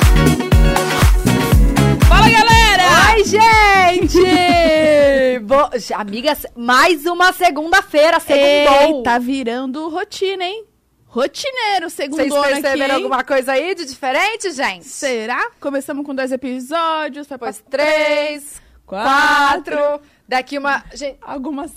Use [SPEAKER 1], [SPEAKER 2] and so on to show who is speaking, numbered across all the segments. [SPEAKER 1] Bo... Amigas, mais uma segunda-feira, segundou.
[SPEAKER 2] Tá virando rotina, hein? Rotineiro, segundo
[SPEAKER 1] Vocês
[SPEAKER 2] aqui,
[SPEAKER 1] perceberam
[SPEAKER 2] hein?
[SPEAKER 1] alguma coisa aí de diferente, gente?
[SPEAKER 2] Será? Começamos com dois episódios, foi pra
[SPEAKER 1] Depois três, quatro, daqui uma... Gente...
[SPEAKER 2] algumas...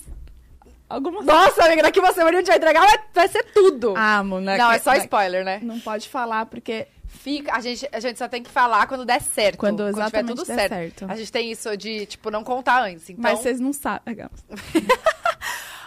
[SPEAKER 2] Algumas...
[SPEAKER 1] Nossa, amiga, daqui uma semana a gente vai entregar, vai, vai ser tudo.
[SPEAKER 2] assim? Ah, moleque.
[SPEAKER 1] Não, é só
[SPEAKER 2] moleque.
[SPEAKER 1] spoiler, né?
[SPEAKER 2] Não pode falar, porque
[SPEAKER 1] Fica, a gente, a gente só tem que falar quando der certo.
[SPEAKER 2] Quando
[SPEAKER 1] tiver
[SPEAKER 2] exatamente
[SPEAKER 1] tudo
[SPEAKER 2] der
[SPEAKER 1] certo.
[SPEAKER 2] certo.
[SPEAKER 1] A gente tem isso de, tipo, não contar antes. Então, Uhum.
[SPEAKER 2] Mas vocês não sabem. né?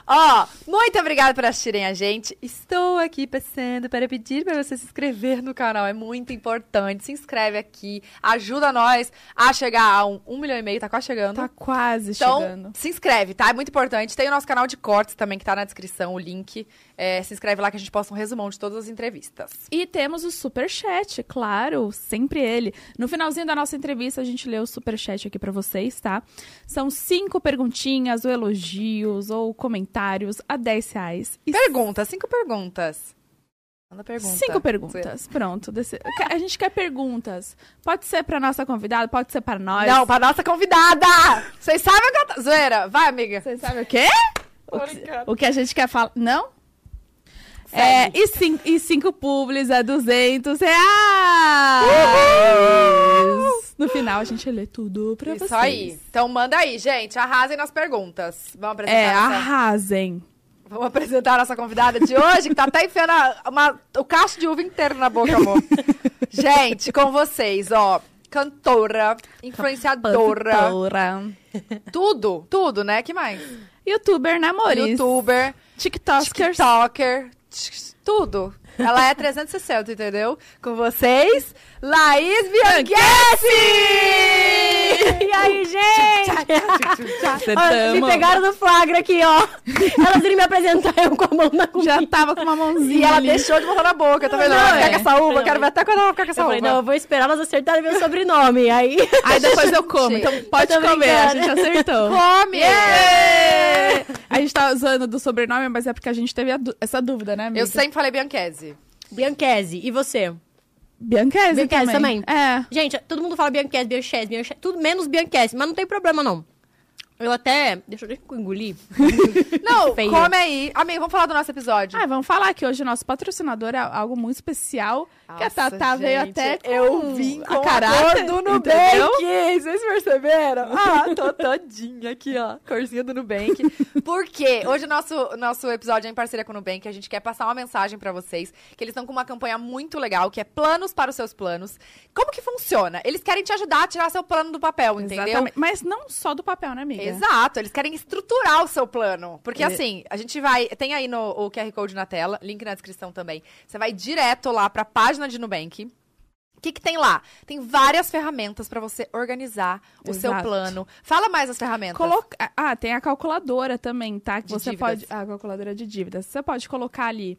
[SPEAKER 1] Ó, muito obrigada por assistirem a gente. Estou aqui passando para pedir para você se inscrever no canal. É muito importante. Se inscreve aqui, ajuda nós a chegar a um, um milhão e meio. Tá quase chegando.
[SPEAKER 2] Tá quase
[SPEAKER 1] então,
[SPEAKER 2] chegando.
[SPEAKER 1] se inscreve, tá? É muito importante. Tem o nosso canal de cortes também, que tá na descrição, o link. É, se inscreve lá que a gente posta um resumão de todas as entrevistas.
[SPEAKER 2] E temos o superchat, claro, sempre ele. No finalzinho da nossa entrevista, a gente lê o superchat aqui pra vocês, tá? São cinco perguntinhas, ou elogios, ou comentários a 10 reais. E
[SPEAKER 1] Perguntas, cinco perguntas. Manda pergunta.
[SPEAKER 2] Cinco perguntas. Pronto. desse- A gente quer perguntas. Pode ser pra nossa convidada, pode ser pra nós.
[SPEAKER 1] Não, pra nossa convidada! Vocês sabem o que eu tô... Zoeira, vai, amiga.
[SPEAKER 2] Você sabe o quê? O que,
[SPEAKER 1] brincando.
[SPEAKER 2] o que a gente quer falar. Não?
[SPEAKER 1] Segue.
[SPEAKER 2] É, e, cinco, e cinco publis é 200 reais!
[SPEAKER 1] Uhul!
[SPEAKER 2] No final a gente lê tudo pra vocês.
[SPEAKER 1] Isso aí. Então manda aí, gente. Arrasem nas perguntas. Vamos apresentar,
[SPEAKER 2] É,
[SPEAKER 1] nossa...
[SPEAKER 2] arrasem.
[SPEAKER 1] Vamos apresentar a nossa convidada de hoje, que tá até enfiando a- uma- o cacho de uva inteiro na boca, amor. gente, com vocês, ó. Cantora, influenciadora,
[SPEAKER 2] Doutora. então.
[SPEAKER 1] tudo, tudo, né? Que mais?
[SPEAKER 2] Youtuber, né, namores.
[SPEAKER 1] Youtuber,
[SPEAKER 2] TikTokers.
[SPEAKER 1] TikToker, tch- tudo. Ela é 360, entendeu? Com vocês, Laís Bianchessi!
[SPEAKER 3] E aí, gente?
[SPEAKER 2] Você
[SPEAKER 3] Olha, me
[SPEAKER 2] tamo.
[SPEAKER 3] pegaram no flagra aqui, ó. Elas iriam me apresentar eu com a mão na comida.
[SPEAKER 2] Já tava com uma mãozinha
[SPEAKER 1] E ela
[SPEAKER 2] ali.
[SPEAKER 1] deixou de botar na boca, tá vendo?
[SPEAKER 2] Não,
[SPEAKER 1] Ela vai
[SPEAKER 2] é.
[SPEAKER 1] ficar com essa uva, eu quero ver até quando ela vai ficar com
[SPEAKER 3] Eu
[SPEAKER 1] essa
[SPEAKER 3] falei, não, eu
[SPEAKER 1] uva.
[SPEAKER 3] vou esperar elas acertarem meu sobrenome. Aí,
[SPEAKER 2] Aí depois eu como. Então pode
[SPEAKER 3] Eu tô
[SPEAKER 2] comer, a
[SPEAKER 3] brincando.
[SPEAKER 2] gente acertou.
[SPEAKER 1] Come!
[SPEAKER 2] A gente tá usando do sobrenome, mas é porque a gente teve a du- essa dúvida, né, amiga?
[SPEAKER 1] Eu sempre falei Bianchese.
[SPEAKER 3] Bianchese, e você?
[SPEAKER 2] Bianchese,
[SPEAKER 3] Bianchese também.
[SPEAKER 2] É.
[SPEAKER 3] Gente, todo mundo fala Bianchese, Bianchese, Bianchese, tudo menos Bianchese, mas não tem problema, não. Eu até... Deixa eu, deixa eu engolir.
[SPEAKER 1] Não,
[SPEAKER 3] Feio.
[SPEAKER 1] come aí. Amigo, vamos falar do nosso episódio.
[SPEAKER 2] Ah, vamos falar que hoje o nosso patrocinador é algo muito especial. que a
[SPEAKER 1] Nossa,
[SPEAKER 2] Tatá
[SPEAKER 1] gente,
[SPEAKER 2] veio até com
[SPEAKER 1] eu vim com a
[SPEAKER 2] caráter,
[SPEAKER 1] cor do
[SPEAKER 2] entendeu?
[SPEAKER 3] Vocês perceberam?
[SPEAKER 1] Ah, tô todinha aqui, ó. Corzinha do Nubank. Por quê? Hoje o nosso, nosso episódio é em parceria com o Nubank. A gente quer passar uma mensagem pra vocês. Que eles estão com uma campanha muito legal, que é planos para os seus planos. Como que funciona? Eles querem te ajudar a tirar seu plano do papel, entendeu?
[SPEAKER 2] Exatamente. Mas não só do papel, né, amiga?
[SPEAKER 1] Exato, eles querem estruturar o seu plano. Porque assim, a gente vai. Tem aí no, o QR Code na tela, link na descrição também. Você vai direto lá pra página de Nubank. O que, que tem lá? Tem várias ferramentas pra você organizar o seu
[SPEAKER 2] Exato.
[SPEAKER 1] plano. Fala mais as ferramentas.
[SPEAKER 2] Coloca... Ah, tem a calculadora também, tá? Que
[SPEAKER 1] tá De
[SPEAKER 2] você
[SPEAKER 1] dívidas.
[SPEAKER 2] pode. A calculadora de dívidas. Você pode colocar ali,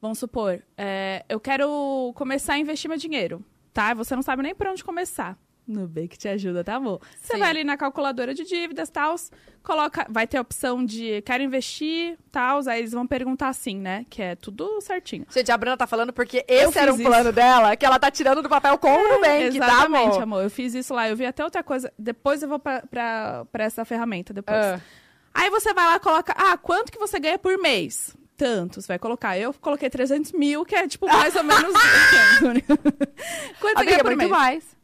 [SPEAKER 2] vamos supor, é, eu quero começar a investir meu dinheiro, tá? Você não sabe nem por onde começar. Nubank te ajuda, tá bom? Você
[SPEAKER 1] Sim.
[SPEAKER 2] vai ali na calculadora de dívidas, tal, coloca, vai ter a opção de quero investir, tal, aí eles vão perguntar assim, né? Que é tudo certinho.
[SPEAKER 1] Gente, a Bruna tá falando porque
[SPEAKER 2] Eu
[SPEAKER 1] esse era um
[SPEAKER 2] fiz É,
[SPEAKER 1] plano dela, que ela tá tirando do papel com o Nubank, tá,
[SPEAKER 2] Exatamente,
[SPEAKER 1] amor?
[SPEAKER 2] amor. Eu fiz isso lá, eu vi até outra coisa. Depois eu vou pra, pra, pra essa ferramenta depois.
[SPEAKER 1] Ah.
[SPEAKER 2] Aí você vai lá e coloca, ah, quanto que você ganha por mês? Tantos, vai colocar. Eu coloquei 300 mil, que é tipo mais ou menos. isso. quanto você
[SPEAKER 1] Amiga,
[SPEAKER 2] ganha por
[SPEAKER 1] muito
[SPEAKER 2] mês?
[SPEAKER 1] mais.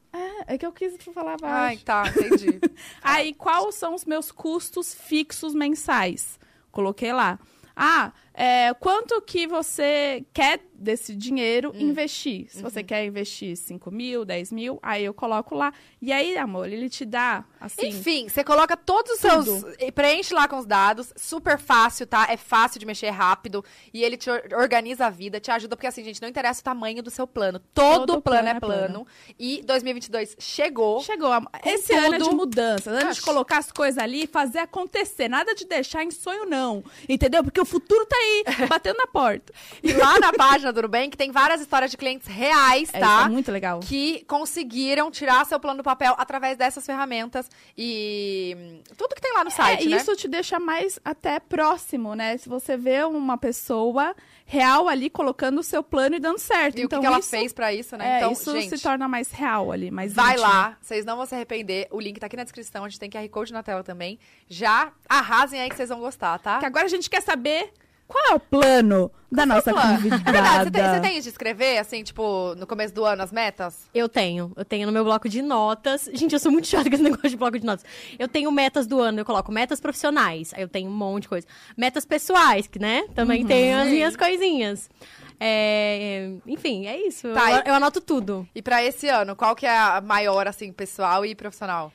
[SPEAKER 2] É que eu quis falar
[SPEAKER 1] Ai,
[SPEAKER 2] baixo.
[SPEAKER 1] tá, entendi.
[SPEAKER 2] Aí, quais são os meus custos fixos mensais? Coloquei lá. Ah, é, quanto que você quer desse dinheiro
[SPEAKER 1] Hum.
[SPEAKER 2] investir?
[SPEAKER 1] Uhum.
[SPEAKER 2] Se você quer investir 5 mil, 10 mil, aí eu coloco lá. E aí, amor, ele te dá, assim...
[SPEAKER 1] Enfim, você coloca todos os
[SPEAKER 2] Tudo.
[SPEAKER 1] seus. e Preenche lá com os dados. Super fácil, tá? É fácil de mexer rápido. E ele te or- organiza a vida, te ajuda. Porque assim, gente, não interessa o tamanho do seu plano. Todo, plano,
[SPEAKER 2] Todo plano
[SPEAKER 1] é
[SPEAKER 2] é
[SPEAKER 1] plano. E 2022 chegou.
[SPEAKER 2] Chegou. am- Esse ano é de
[SPEAKER 1] tudo.
[SPEAKER 2] mudança. Ano de
[SPEAKER 1] Acho.
[SPEAKER 2] colocar as coisas ali e fazer acontecer. Nada de deixar em sonho, não. Entendeu? Porque o futuro tá aí, batendo na porta.
[SPEAKER 1] E lá na página do Nubank tem várias histórias de clientes reais,
[SPEAKER 2] É, isso é
[SPEAKER 1] tá?
[SPEAKER 2] muito legal.
[SPEAKER 1] que conseguiram tirar seu plano do papel através dessas ferramentas e hum, tudo que tem lá no site,
[SPEAKER 2] é,
[SPEAKER 1] né?
[SPEAKER 2] isso te deixa mais até próximo, né? Se você vê uma pessoa real ali, colocando o seu plano e dando certo.
[SPEAKER 1] E o que,
[SPEAKER 2] então,
[SPEAKER 1] que ela
[SPEAKER 2] isso,
[SPEAKER 1] fez pra isso, né?
[SPEAKER 2] é,
[SPEAKER 1] então,
[SPEAKER 2] isso
[SPEAKER 1] gente,
[SPEAKER 2] se torna mais real ali, mais
[SPEAKER 1] vai
[SPEAKER 2] íntimo.
[SPEAKER 1] lá, vocês não vão se arrepender. O link tá aqui na descrição, a gente tem QR Code na tela também. Já arrasem aí que vocês vão gostar, tá?
[SPEAKER 2] Que agora a gente quer saber qual é o plano da nossa
[SPEAKER 1] plano?
[SPEAKER 2] convidada.
[SPEAKER 1] É verdade, você tem, você tem de escrever, assim, tipo, no começo do ano, as metas?
[SPEAKER 3] Eu tenho. Eu tenho no meu bloco de notas. Gente, eu sou muito chata com esse negócio de bloco de notas. Eu tenho metas do ano, eu coloco metas profissionais. Aí eu tenho um monte de coisa. Metas pessoais, que, né? Também tenho as minhas coisinhas. É, enfim, é isso. Eu-
[SPEAKER 1] Tá,
[SPEAKER 3] eu,
[SPEAKER 1] e-
[SPEAKER 3] anoto tudo.
[SPEAKER 1] E pra esse ano, qual que é a maior, assim, pessoal e profissional?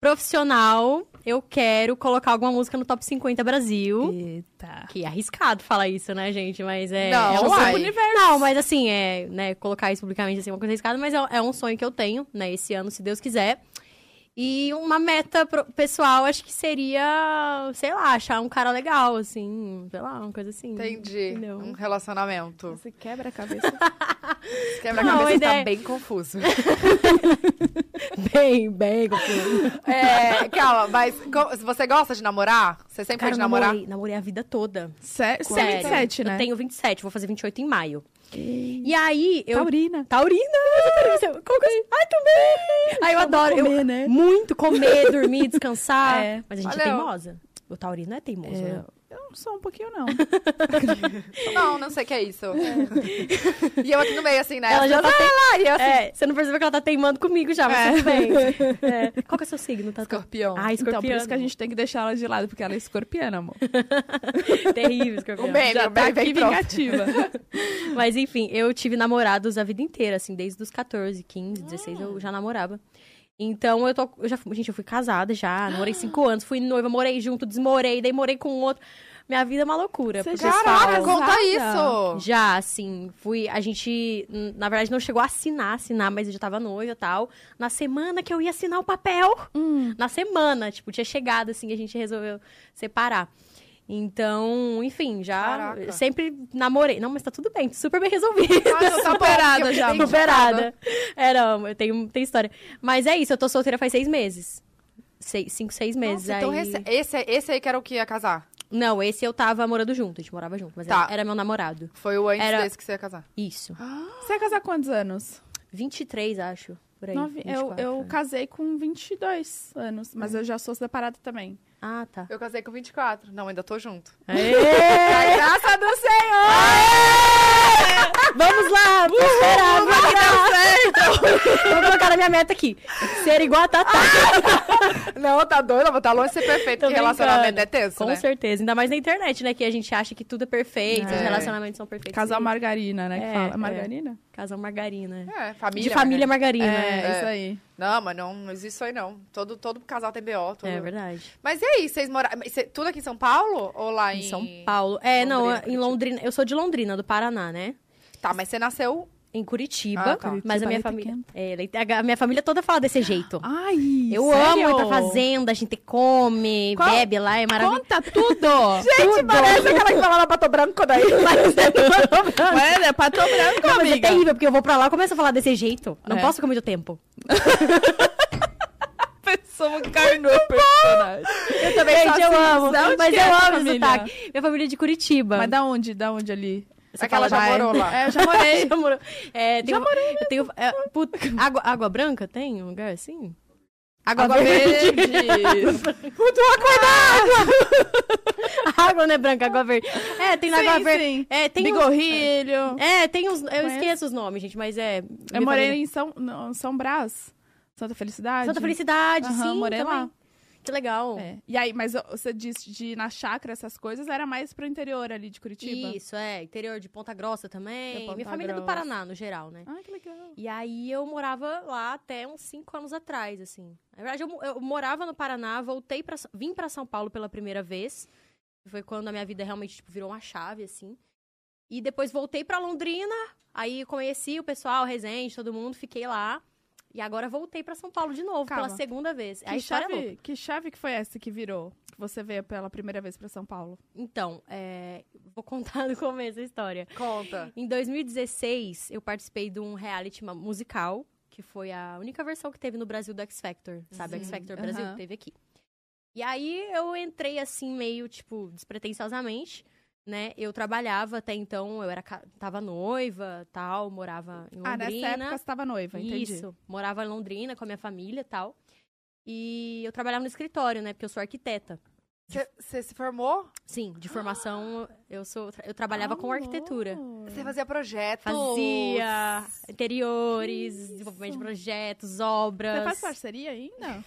[SPEAKER 3] Profissional, eu quero colocar alguma música no top 50 Brasil.
[SPEAKER 2] Eita.
[SPEAKER 3] Que é arriscado falar isso, né, gente? Mas é.
[SPEAKER 1] Não,
[SPEAKER 3] é
[SPEAKER 1] uai.
[SPEAKER 3] sonho- Não, mas assim, é, né, colocar isso publicamente assim, é uma coisa arriscada, mas é, é um sonho que eu tenho, né, esse ano, se Deus quiser. E uma meta pro- pessoal, acho que seria, sei lá, achar um cara legal, assim, sei lá, uma coisa assim.
[SPEAKER 1] Entendi.
[SPEAKER 3] Entendeu?
[SPEAKER 1] Um relacionamento.
[SPEAKER 2] Você quebra a cabeça.
[SPEAKER 1] Esse Quebra-cabeça
[SPEAKER 3] Não,
[SPEAKER 1] tá
[SPEAKER 3] a ideia-
[SPEAKER 1] bem confuso.
[SPEAKER 3] Bem, bem, confuso.
[SPEAKER 1] É, calma, mas co- você gosta de namorar? Você sempre
[SPEAKER 3] Cara,
[SPEAKER 1] foi de
[SPEAKER 3] eu
[SPEAKER 1] namorar?
[SPEAKER 3] namorei, namorei a vida toda.
[SPEAKER 2] Sé- Você
[SPEAKER 3] Sério.
[SPEAKER 2] é 27, né?
[SPEAKER 3] Eu tenho 27, vou fazer 28 em maio. E aí, eu...
[SPEAKER 2] Taurina.
[SPEAKER 3] Taurina! Como que eu- Ai, também! Ai, eu adoro. eu-
[SPEAKER 2] comer, né?
[SPEAKER 3] Muito comer, dormir, descansar.
[SPEAKER 2] É.
[SPEAKER 3] Mas a gente é
[SPEAKER 1] Valeu.
[SPEAKER 3] teimosa. O taurino é teimoso, né?
[SPEAKER 2] Eu não sou um pouquinho, não.
[SPEAKER 1] Não, não sei o que é isso. e eu aqui no meio, assim, né?
[SPEAKER 3] Ela já tá
[SPEAKER 1] As pessoas, "Ah, Lari", eu assim,
[SPEAKER 3] É, você não percebeu que ela tá teimando comigo já, mas
[SPEAKER 2] É.
[SPEAKER 3] tudo bem. É. Qual que é o seu signo, tá?
[SPEAKER 1] Escorpião.
[SPEAKER 3] Ah, escorpião.
[SPEAKER 2] Então, por isso que a gente tem que deixar ela de lado, porque ela é escorpiana, amor.
[SPEAKER 3] é Terrível, escorpião.
[SPEAKER 1] O bem.
[SPEAKER 2] Já
[SPEAKER 1] meu
[SPEAKER 2] tá
[SPEAKER 1] bem,
[SPEAKER 2] aqui
[SPEAKER 1] vem pronto.
[SPEAKER 2] vingativa.
[SPEAKER 3] Mas enfim, eu tive namorados a vida inteira, assim, desde os 14, 15, 16 eu já namorava. Então eu tô. Eu já, fui- gente, eu fui casada já, namorei cinco anos, fui noiva, morei junto, desmorei, daí morei com um outro. Minha vida é uma loucura.
[SPEAKER 2] Você
[SPEAKER 3] porque
[SPEAKER 2] já-
[SPEAKER 3] eu
[SPEAKER 1] Caraca,
[SPEAKER 3] falo-
[SPEAKER 1] conta
[SPEAKER 2] Casada.
[SPEAKER 1] isso!
[SPEAKER 3] Já, assim, fui. A gente, n- na verdade, não chegou a assinar, assinar, mas eu já tava noiva e tal. Na semana que eu ia assinar o papel,
[SPEAKER 1] Hum.
[SPEAKER 3] na semana, tipo, tinha chegado, assim, a gente resolveu separar. Então, enfim, já
[SPEAKER 1] Caraca.
[SPEAKER 3] sempre namorei. Não, mas tá tudo bem, super bem resolvido.
[SPEAKER 1] Ah, não, tá bom,
[SPEAKER 2] Superada
[SPEAKER 1] eu
[SPEAKER 2] já,
[SPEAKER 1] entendi
[SPEAKER 3] Superada.
[SPEAKER 1] nada.
[SPEAKER 3] É, não, eu tenho, tem história. Mas é isso, eu tô solteira faz seis meses. Sei- cinco, seis meses.
[SPEAKER 1] Nossa, então
[SPEAKER 3] aí...
[SPEAKER 1] rece- esse, esse aí que era o que ia casar.
[SPEAKER 3] Não, esse eu tava morando junto, a gente morava junto, mas
[SPEAKER 1] Tá.
[SPEAKER 3] era, era meu namorado.
[SPEAKER 1] Foi o antes
[SPEAKER 3] Era-
[SPEAKER 1] desse que você ia casar.
[SPEAKER 3] Isso.
[SPEAKER 2] Você ia casar quantos anos?
[SPEAKER 3] 23, acho. Por aí.
[SPEAKER 2] Nove- é eu,
[SPEAKER 3] 24,
[SPEAKER 2] eu
[SPEAKER 3] né?
[SPEAKER 2] casei com 22 anos, mas eu já sou separada também.
[SPEAKER 3] Ah, tá.
[SPEAKER 1] Eu casei com 24. Não, ainda tô junto.
[SPEAKER 2] É. Graça do Senhor!
[SPEAKER 3] Vamos lá! Tô esperando! Vou colocar na minha meta aqui. Ser igual a Tatá.
[SPEAKER 1] Não, tá doida, vou tá longe de ser perfeito,
[SPEAKER 3] Tô
[SPEAKER 1] porque relacionamento
[SPEAKER 3] brincando.
[SPEAKER 1] é tenso,
[SPEAKER 3] Com
[SPEAKER 1] né?
[SPEAKER 3] certeza. Ainda mais na internet, né? Que a gente acha que tudo é perfeito,
[SPEAKER 1] É.
[SPEAKER 3] os relacionamentos são perfeitos.
[SPEAKER 2] Casal margarina, né? que
[SPEAKER 3] É,
[SPEAKER 2] fala.
[SPEAKER 3] é.
[SPEAKER 2] Margarina?
[SPEAKER 3] Casal margarina.
[SPEAKER 1] É, família.
[SPEAKER 3] De família margarina.
[SPEAKER 2] É,
[SPEAKER 3] né?
[SPEAKER 2] isso aí.
[SPEAKER 1] Não, mas não, não existe isso aí, não. Todo, todo casal tem BO, tudo.
[SPEAKER 3] É verdade.
[SPEAKER 1] Mas e aí, vocês moram... mas cê- Tudo aqui em São Paulo ou lá em...
[SPEAKER 3] Em São Paulo. É, não,
[SPEAKER 1] Londrina,
[SPEAKER 3] em Londrina. Eu sou de Londrina, do Paraná, né?
[SPEAKER 1] Tá, mas você nasceu...
[SPEAKER 3] Em Curitiba.
[SPEAKER 1] Ah, tá.
[SPEAKER 3] Mas a
[SPEAKER 2] Curitiba,
[SPEAKER 3] minha
[SPEAKER 2] Leite
[SPEAKER 3] família.
[SPEAKER 2] Quenta.
[SPEAKER 3] É, Leite- a minha família toda fala desse jeito.
[SPEAKER 2] Ai,
[SPEAKER 3] Eu
[SPEAKER 2] sério?
[SPEAKER 3] amo ir pra fazenda, a gente come,
[SPEAKER 2] Qual-
[SPEAKER 3] bebe lá, é maravilhoso.
[SPEAKER 2] Conta tudo!
[SPEAKER 3] Gente, parece aquela que fala na Pato Branco daí. Mas é Pato Branco.
[SPEAKER 2] Ué, é pato branco,
[SPEAKER 3] Não, mas é
[SPEAKER 2] amiga.
[SPEAKER 3] terrível, porque eu vou pra lá e começo a falar desse jeito. Não
[SPEAKER 2] É.
[SPEAKER 3] posso ficar muito tempo.
[SPEAKER 2] Pessoa que carnou o personagem.
[SPEAKER 3] Eu também
[SPEAKER 2] sou
[SPEAKER 3] Gente, eu
[SPEAKER 2] assim.
[SPEAKER 3] amo.
[SPEAKER 2] Da onde
[SPEAKER 3] Mas
[SPEAKER 2] que
[SPEAKER 3] eu
[SPEAKER 2] é essa
[SPEAKER 3] amo esse
[SPEAKER 2] família?
[SPEAKER 3] sotaque. Minha família é de Curitiba.
[SPEAKER 2] Mas da onde? Da onde ali?
[SPEAKER 1] É que ela já
[SPEAKER 3] fala, "Ah, vai.
[SPEAKER 1] morou lá.
[SPEAKER 2] É, eu já morei.
[SPEAKER 3] Já morou. É, tem
[SPEAKER 2] Já
[SPEAKER 3] um- Eu tenho... é, puta, água, água branca tem um lugar assim?
[SPEAKER 2] Água,
[SPEAKER 3] verde.
[SPEAKER 2] Muito acordado!
[SPEAKER 3] A água não é branca, água verde. É, tem na
[SPEAKER 2] Sim,
[SPEAKER 3] água verde.
[SPEAKER 2] sim.
[SPEAKER 3] É, tem uns...
[SPEAKER 2] Bigorrilho.
[SPEAKER 3] É, tem uns... Eu
[SPEAKER 2] Conheço.
[SPEAKER 3] esqueço os nomes, gente, mas é...
[SPEAKER 2] Eu
[SPEAKER 3] minha
[SPEAKER 2] morei
[SPEAKER 3] família-
[SPEAKER 2] em São, no- São Brás. Santa Felicidade.
[SPEAKER 3] Santa Felicidade,
[SPEAKER 2] Aham,
[SPEAKER 3] sim,
[SPEAKER 2] morei
[SPEAKER 3] também.
[SPEAKER 2] lá.
[SPEAKER 3] Que legal.
[SPEAKER 2] É. E aí, mas ó, você disse de ir na chácara, essas coisas, era mais pro interior ali de Curitiba?
[SPEAKER 3] Isso, é. Interior de Ponta Grossa também.
[SPEAKER 2] De Ponta
[SPEAKER 3] Minha família é do
[SPEAKER 2] Grossa.
[SPEAKER 3] Paraná, no geral, né?
[SPEAKER 2] Ai, Ah, que legal.
[SPEAKER 3] E aí eu morava lá até uns cinco anos atrás, assim. Na verdade, eu, mo- eu morava no Paraná, voltei para vim pra São Paulo pela primeira vez. Foi quando a minha vida realmente tipo, virou uma chave, assim. E depois voltei pra Londrina, aí conheci o pessoal, Resende, todo mundo, fiquei lá. E agora voltei pra São Paulo de novo,
[SPEAKER 2] Calma.
[SPEAKER 3] pela segunda vez. a
[SPEAKER 2] que,
[SPEAKER 3] história é louca.
[SPEAKER 2] chave, que chave que foi essa que virou? Que você veio pela primeira vez pra São Paulo?
[SPEAKER 3] Então, é, vou contar no começo a história.
[SPEAKER 1] Conta.
[SPEAKER 3] Em 2016, eu participei de um reality ma- musical, que foi a única versão que teve no Brasil do X Factor, sabe?
[SPEAKER 1] Sim.
[SPEAKER 3] X Factor Brasil
[SPEAKER 2] Aham.
[SPEAKER 3] que teve aqui. E aí eu entrei assim, meio, tipo, despretensiosamente. né? Eu trabalhava até então, eu era ca- tava noiva, tal, morava em
[SPEAKER 2] Ah, nessa
[SPEAKER 3] Londrina.
[SPEAKER 2] época você tava noiva, entendi.
[SPEAKER 3] Isso. Morava em Londrina com a minha família e tal. E eu trabalhava no escritório, né? Porque eu sou arquiteta.
[SPEAKER 1] Você se formou?
[SPEAKER 3] Sim, de formação eu sou eu trabalhava com
[SPEAKER 2] Ah,
[SPEAKER 3] arquitetura.
[SPEAKER 2] louco.
[SPEAKER 1] Você fazia projetos?
[SPEAKER 3] Fazia interiores,
[SPEAKER 2] Que isso.
[SPEAKER 3] desenvolvimento de projetos,
[SPEAKER 2] Você
[SPEAKER 3] obras.
[SPEAKER 2] faz parceria ainda?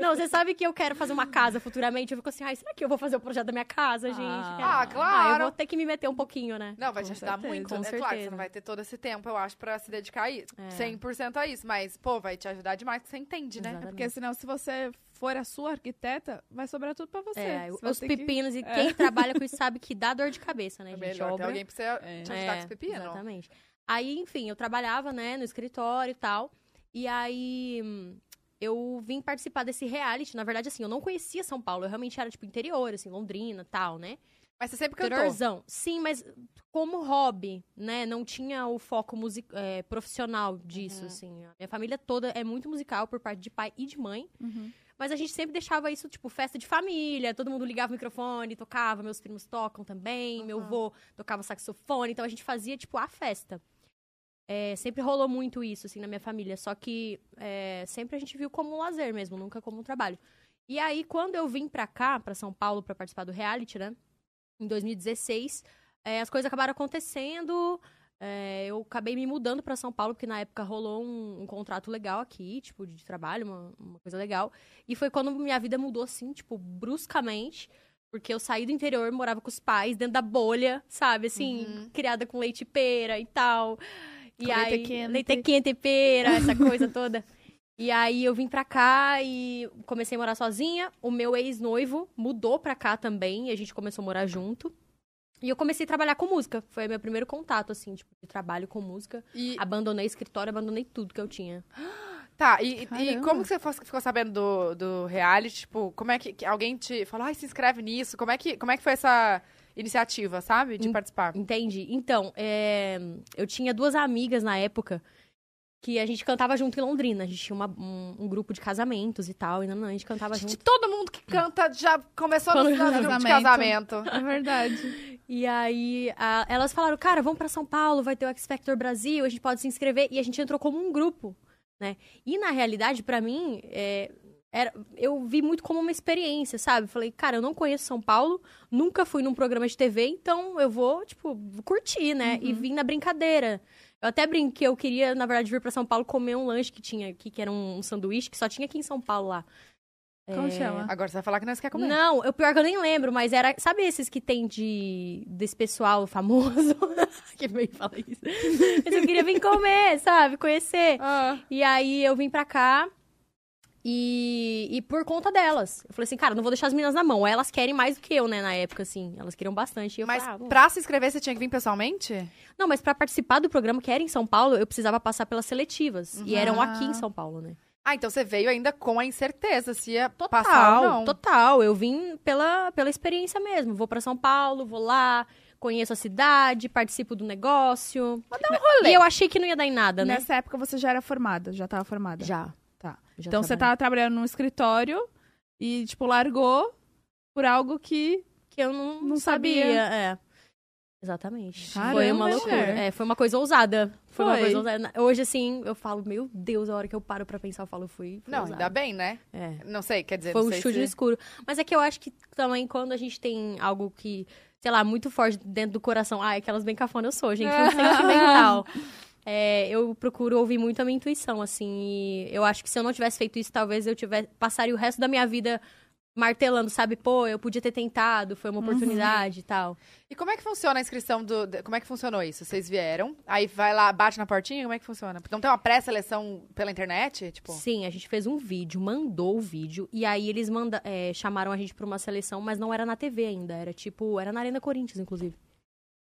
[SPEAKER 3] Não, você sabe que eu quero fazer uma casa futuramente. Eu fico assim, ai, será que eu vou fazer o projeto da minha casa, gente?
[SPEAKER 2] Ah,
[SPEAKER 1] Ah,
[SPEAKER 3] Quero- Ah, eu
[SPEAKER 1] claro.
[SPEAKER 3] vou ter que me meter um pouquinho, né?
[SPEAKER 1] Não, vai te
[SPEAKER 2] Com
[SPEAKER 1] ajudar
[SPEAKER 2] certeza.
[SPEAKER 1] muito.
[SPEAKER 3] Com
[SPEAKER 1] é claro que você
[SPEAKER 3] certeza.
[SPEAKER 1] não vai ter todo esse tempo, eu acho, pra se dedicar aí,
[SPEAKER 3] É.
[SPEAKER 1] 100% a isso. Mas, pô, vai te ajudar demais, que você entende, né?
[SPEAKER 3] Exato.
[SPEAKER 2] Porque senão, se você for a sua arquiteta, vai sobrar tudo pra você.
[SPEAKER 3] É,
[SPEAKER 2] Você vai
[SPEAKER 3] os
[SPEAKER 2] ter que-
[SPEAKER 3] pepinos. E
[SPEAKER 2] é.
[SPEAKER 3] quem trabalha com isso sabe que dá dor de cabeça, né,
[SPEAKER 1] É
[SPEAKER 3] gente?
[SPEAKER 1] melhor ter
[SPEAKER 3] Obra. é,
[SPEAKER 1] alguém pra você te ajudar com esse pepino.
[SPEAKER 3] Exatamente. Aí, enfim, eu trabalhava, né, no escritório e tal. E aí hum, eu vim participar desse reality. Na verdade, assim, eu não conhecia São Paulo. Eu realmente era, tipo, interior, assim, Londrina tal, né?
[SPEAKER 1] Mas você sempre cantou.
[SPEAKER 3] Interiorzão. Sim, mas como hobby, né? Não tinha o foco music- eh, profissional disso,
[SPEAKER 1] Uhum.
[SPEAKER 3] assim. A minha família toda é muito musical por parte de pai e de mãe.
[SPEAKER 2] Uhum.
[SPEAKER 3] Mas a gente sempre deixava isso, tipo, festa de família, todo mundo ligava o microfone, tocava, meus primos tocam também, meu
[SPEAKER 1] Aham.
[SPEAKER 3] avô tocava saxofone, então a gente fazia, tipo, a festa. É, sempre rolou muito isso, assim, na minha família, só que é, sempre a gente viu como um lazer mesmo, nunca como um trabalho. E aí, quando eu vim pra cá, pra São Paulo, pra participar do reality, né, em 2016, é, as coisas acabaram acontecendo, é, eu acabei me mudando pra São Paulo, porque na época rolou um, um contrato legal aqui, tipo, de trabalho, uma- uma coisa legal. E foi quando minha vida mudou, assim, tipo, bruscamente. Porque eu saí do interior, morava com os pais, dentro da bolha, sabe? Assim,
[SPEAKER 1] Uhum.
[SPEAKER 3] criada com leite e pera e tal. E
[SPEAKER 2] Com leite
[SPEAKER 3] aí,
[SPEAKER 2] quente.
[SPEAKER 3] leite quente e pera, essa coisa toda. E aí eu vim pra cá e comecei a morar sozinha. O meu ex-noivo mudou pra cá também e a gente começou a morar junto. E eu comecei a trabalhar com música. Foi meu primeiro contato, assim, tipo, de trabalho com música.
[SPEAKER 1] E,
[SPEAKER 3] Abandonei escritório, abandonei tudo que eu tinha.
[SPEAKER 1] tá, e, e
[SPEAKER 2] Caramba.
[SPEAKER 1] como que você fos- ficou sabendo do, do reality? Tipo, como é que, que alguém te falou, ai, se inscreve nisso? Como é que, como é que foi essa iniciativa, sabe? De
[SPEAKER 3] Hum.
[SPEAKER 1] participar.
[SPEAKER 3] Entendi. Então, é, eu tinha duas amigas na época que a gente cantava junto em Londrina. A gente tinha uma- um, um grupo de casamentos e tal. E não, não, a gente cantava
[SPEAKER 1] Gente,
[SPEAKER 3] junto.
[SPEAKER 1] Tipo, todo mundo que canta já começou no
[SPEAKER 2] Quando
[SPEAKER 1] grupo de
[SPEAKER 2] casamento.
[SPEAKER 1] casamento.
[SPEAKER 2] É verdade.
[SPEAKER 3] E aí a- elas falaram, cara, vamos pra São Paulo, vai ter o X Factor Brasil, a gente pode se inscrever. E a gente entrou como um grupo, né? E na realidade, pra mim, é, era- eu vi muito como uma experiência, sabe? Falei, cara, eu não conheço São Paulo, nunca fui num programa de TV, então eu vou, tipo, curtir, né? E
[SPEAKER 2] Uhum.
[SPEAKER 3] vim na brincadeira. Eu até brinquei, eu queria, na verdade, vir pra São Paulo comer um lanche que tinha aqui, que era um, sanduíche, que só tinha aqui em São Paulo lá. É,
[SPEAKER 2] Como chama?
[SPEAKER 1] Agora você vai falar que nós quer comer.
[SPEAKER 3] Não, eu pior é que eu nem lembro, mas era. Sabe esses que tem de. desse pessoal famoso? que meio fala isso. Mas eu queria vir comer, sabe? Conhecer.
[SPEAKER 1] Ah,
[SPEAKER 3] E aí eu vim pra cá. E, e por conta delas. Eu falei assim, cara, não vou deixar as meninas na mão. Elas querem mais do que eu, né, na época, assim. Elas queriam bastante. E eu
[SPEAKER 1] mas
[SPEAKER 3] falei, ah, bom.
[SPEAKER 1] pra se inscrever, você tinha que vir pessoalmente?
[SPEAKER 3] Não, mas pra participar do programa que era em São Paulo, eu precisava passar pelas seletivas. E
[SPEAKER 1] Uhum.
[SPEAKER 3] eram
[SPEAKER 2] Ah.
[SPEAKER 3] aqui em São Paulo, né?
[SPEAKER 1] Ah, então você veio ainda com a incerteza se ia
[SPEAKER 3] Total,
[SPEAKER 1] passar ou não.
[SPEAKER 3] total. Eu vim pela, pela experiência mesmo. Vou pra São Paulo, vou lá, conheço a cidade, participo do negócio. E eu achei que não ia dar em nada, né?
[SPEAKER 2] Nessa época você já era formada, já tava formada.
[SPEAKER 3] Já.
[SPEAKER 2] Tá.
[SPEAKER 3] Já
[SPEAKER 2] Então você
[SPEAKER 3] trabalhei.
[SPEAKER 2] tava trabalhando num escritório e, tipo, largou por algo que.
[SPEAKER 3] Que eu não,
[SPEAKER 2] Não
[SPEAKER 3] sabia.
[SPEAKER 2] sabia.
[SPEAKER 3] É. Exatamente.
[SPEAKER 2] Caramba,
[SPEAKER 3] foi uma loucura.
[SPEAKER 2] mulher.
[SPEAKER 3] É, foi uma coisa ousada. Foi. uma
[SPEAKER 2] Foi.
[SPEAKER 3] coisa ousada. Hoje, assim, eu falo, meu Deus, a hora que eu paro pra pensar, eu falo, fui. fui
[SPEAKER 1] Não,
[SPEAKER 3] ousada.
[SPEAKER 1] ainda bem, né?
[SPEAKER 3] É.
[SPEAKER 1] Não sei, quer dizer,
[SPEAKER 3] Foi
[SPEAKER 1] não
[SPEAKER 3] um
[SPEAKER 1] sei
[SPEAKER 3] chute
[SPEAKER 1] se-
[SPEAKER 3] no escuro. Mas é que eu acho que também quando a gente tem algo que, sei lá, muito forte dentro do coração. Ai, aquelas bem cafona eu sou, gente. Muito sentimental. É, eu procuro ouvir muito a minha intuição, assim. E eu acho que se eu não tivesse feito isso, talvez eu tivesse passaria o resto da minha vida martelando, sabe? Pô, eu podia ter tentado, foi
[SPEAKER 1] Uhum.
[SPEAKER 3] uma oportunidade e tal.
[SPEAKER 1] E como é que funciona a inscrição do. de- Como é que funcionou isso? Vocês vieram, aí vai lá, bate na portinha, como é que funciona? Não tem uma pré-seleção pela internet? Tipo.
[SPEAKER 3] Sim, a gente fez um vídeo, mandou o vídeo. E aí eles manda, é, chamaram a gente pra uma seleção, mas não era na TV ainda. Era tipo, era na Arena Corinthians, inclusive.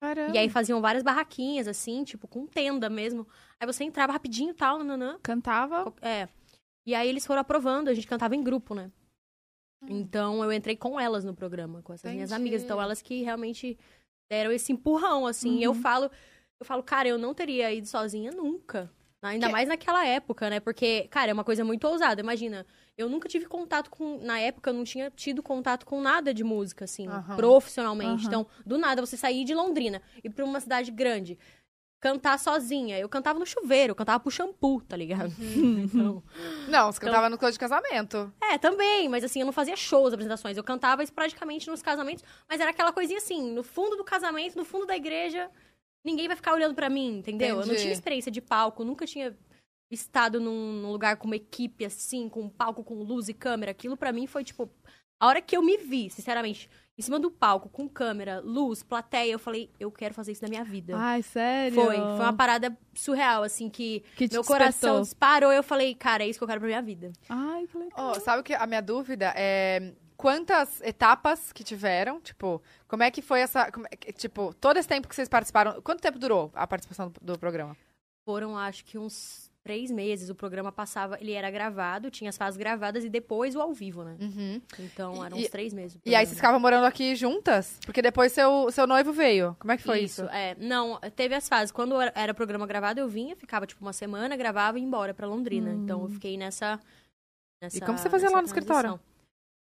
[SPEAKER 2] Caramba.
[SPEAKER 3] E aí faziam várias barraquinhas, assim, tipo, com tenda mesmo. Aí você entrava rapidinho e tal, nananã.
[SPEAKER 2] Cantava.
[SPEAKER 3] É. E aí eles foram aprovando, a gente cantava em grupo, né? Então eu entrei com elas no programa, com essas minhas
[SPEAKER 1] Hum. Entendi.
[SPEAKER 3] amigas. Então elas que realmente deram esse empurrão, assim. E Eu
[SPEAKER 2] Uhum.
[SPEAKER 3] falo, eu falo, cara, eu não teria ido sozinha nunca. Ainda mais naquela época, né? Porque, cara, é uma coisa muito ousada. Imagina, eu nunca tive contato com. Na época, eu não tinha tido contato com nada de música, assim,
[SPEAKER 1] Aham.
[SPEAKER 3] profissionalmente.
[SPEAKER 2] Aham.
[SPEAKER 3] Então, do nada, você sair de Londrina e pra uma cidade grande, cantar sozinha. Eu cantava no chuveiro, eu cantava pro shampoo, tá ligado? Então,
[SPEAKER 1] Não, você cantava no clã de casamento.
[SPEAKER 3] é, também, mas assim, eu não fazia shows, apresentações. Eu cantava esporadicamente nos casamentos, mas era aquela coisinha assim, no fundo do casamento, no fundo da igreja, ninguém vai ficar olhando pra mim, entendeu? Eu não
[SPEAKER 1] Entendi.
[SPEAKER 3] tinha experiência de palco, nunca tinha estado num, num lugar com uma equipe assim, com um palco, com luz e câmera. Aquilo pra mim foi tipo. A hora que eu me vi, sinceramente, em cima do palco, com câmera, luz, plateia, eu falei, eu quero fazer isso na minha vida.
[SPEAKER 2] Ai, sério?
[SPEAKER 3] foi, foi uma parada surreal, assim, que
[SPEAKER 2] que te
[SPEAKER 3] meu coração
[SPEAKER 2] despertou.
[SPEAKER 3] disparou e eu falei, cara, é isso que eu quero pra minha vida.
[SPEAKER 2] Ai, que legal.
[SPEAKER 3] Uhum.
[SPEAKER 1] Ó, sabe o que a minha dúvida é quantas etapas que tiveram? Tipo, como é que foi essa. como é que- tipo, todo esse tempo que vocês participaram. Quanto tempo durou a participação do, do programa?
[SPEAKER 3] foram acho que uns três meses o programa passava ele era gravado tinha as fases gravadas e depois o ao vivo né
[SPEAKER 1] Uhum.
[SPEAKER 3] então
[SPEAKER 1] E-
[SPEAKER 3] eram uns três meses
[SPEAKER 1] E
[SPEAKER 3] o
[SPEAKER 1] aí
[SPEAKER 3] programa.
[SPEAKER 1] vocês ficavam morando aqui juntas? Porque depois seu, seu noivo veio. Como é que foi isso?
[SPEAKER 3] isso é não teve as fases quando era- era programa gravado eu vinha ficava tipo uma semana gravava e ia embora pra Londrina então eu fiquei nessa, nessa
[SPEAKER 1] Hum. como você fazia
[SPEAKER 3] nessa
[SPEAKER 1] lá no escritório?
[SPEAKER 3] transição.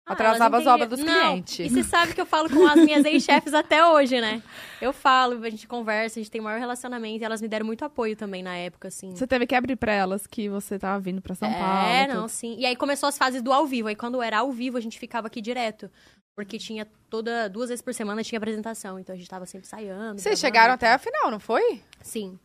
[SPEAKER 3] Ah,
[SPEAKER 1] Atrasava
[SPEAKER 3] elas
[SPEAKER 1] as obras
[SPEAKER 3] entendiam-
[SPEAKER 1] dos
[SPEAKER 3] Não,
[SPEAKER 1] clientes.
[SPEAKER 3] E você sabe que eu falo com as minhas ex-chefes até hoje, né? Eu falo, a gente conversa, a gente tem o maior relacionamento. E elas me deram muito apoio também na época, assim.
[SPEAKER 2] Você teve que abrir pra elas que você tava vindo pra São Paulo.
[SPEAKER 3] É,
[SPEAKER 2] tudo.
[SPEAKER 3] não, sim. E aí começou as fases do ao vivo. Aí quando era ao vivo, a gente ficava aqui direto. Porque tinha toda. Duas vezes por semana tinha apresentação. Então a gente tava sempre ensaiando.
[SPEAKER 1] Vocês
[SPEAKER 3] gravando.
[SPEAKER 1] chegaram até a final, não foi?
[SPEAKER 3] Sim.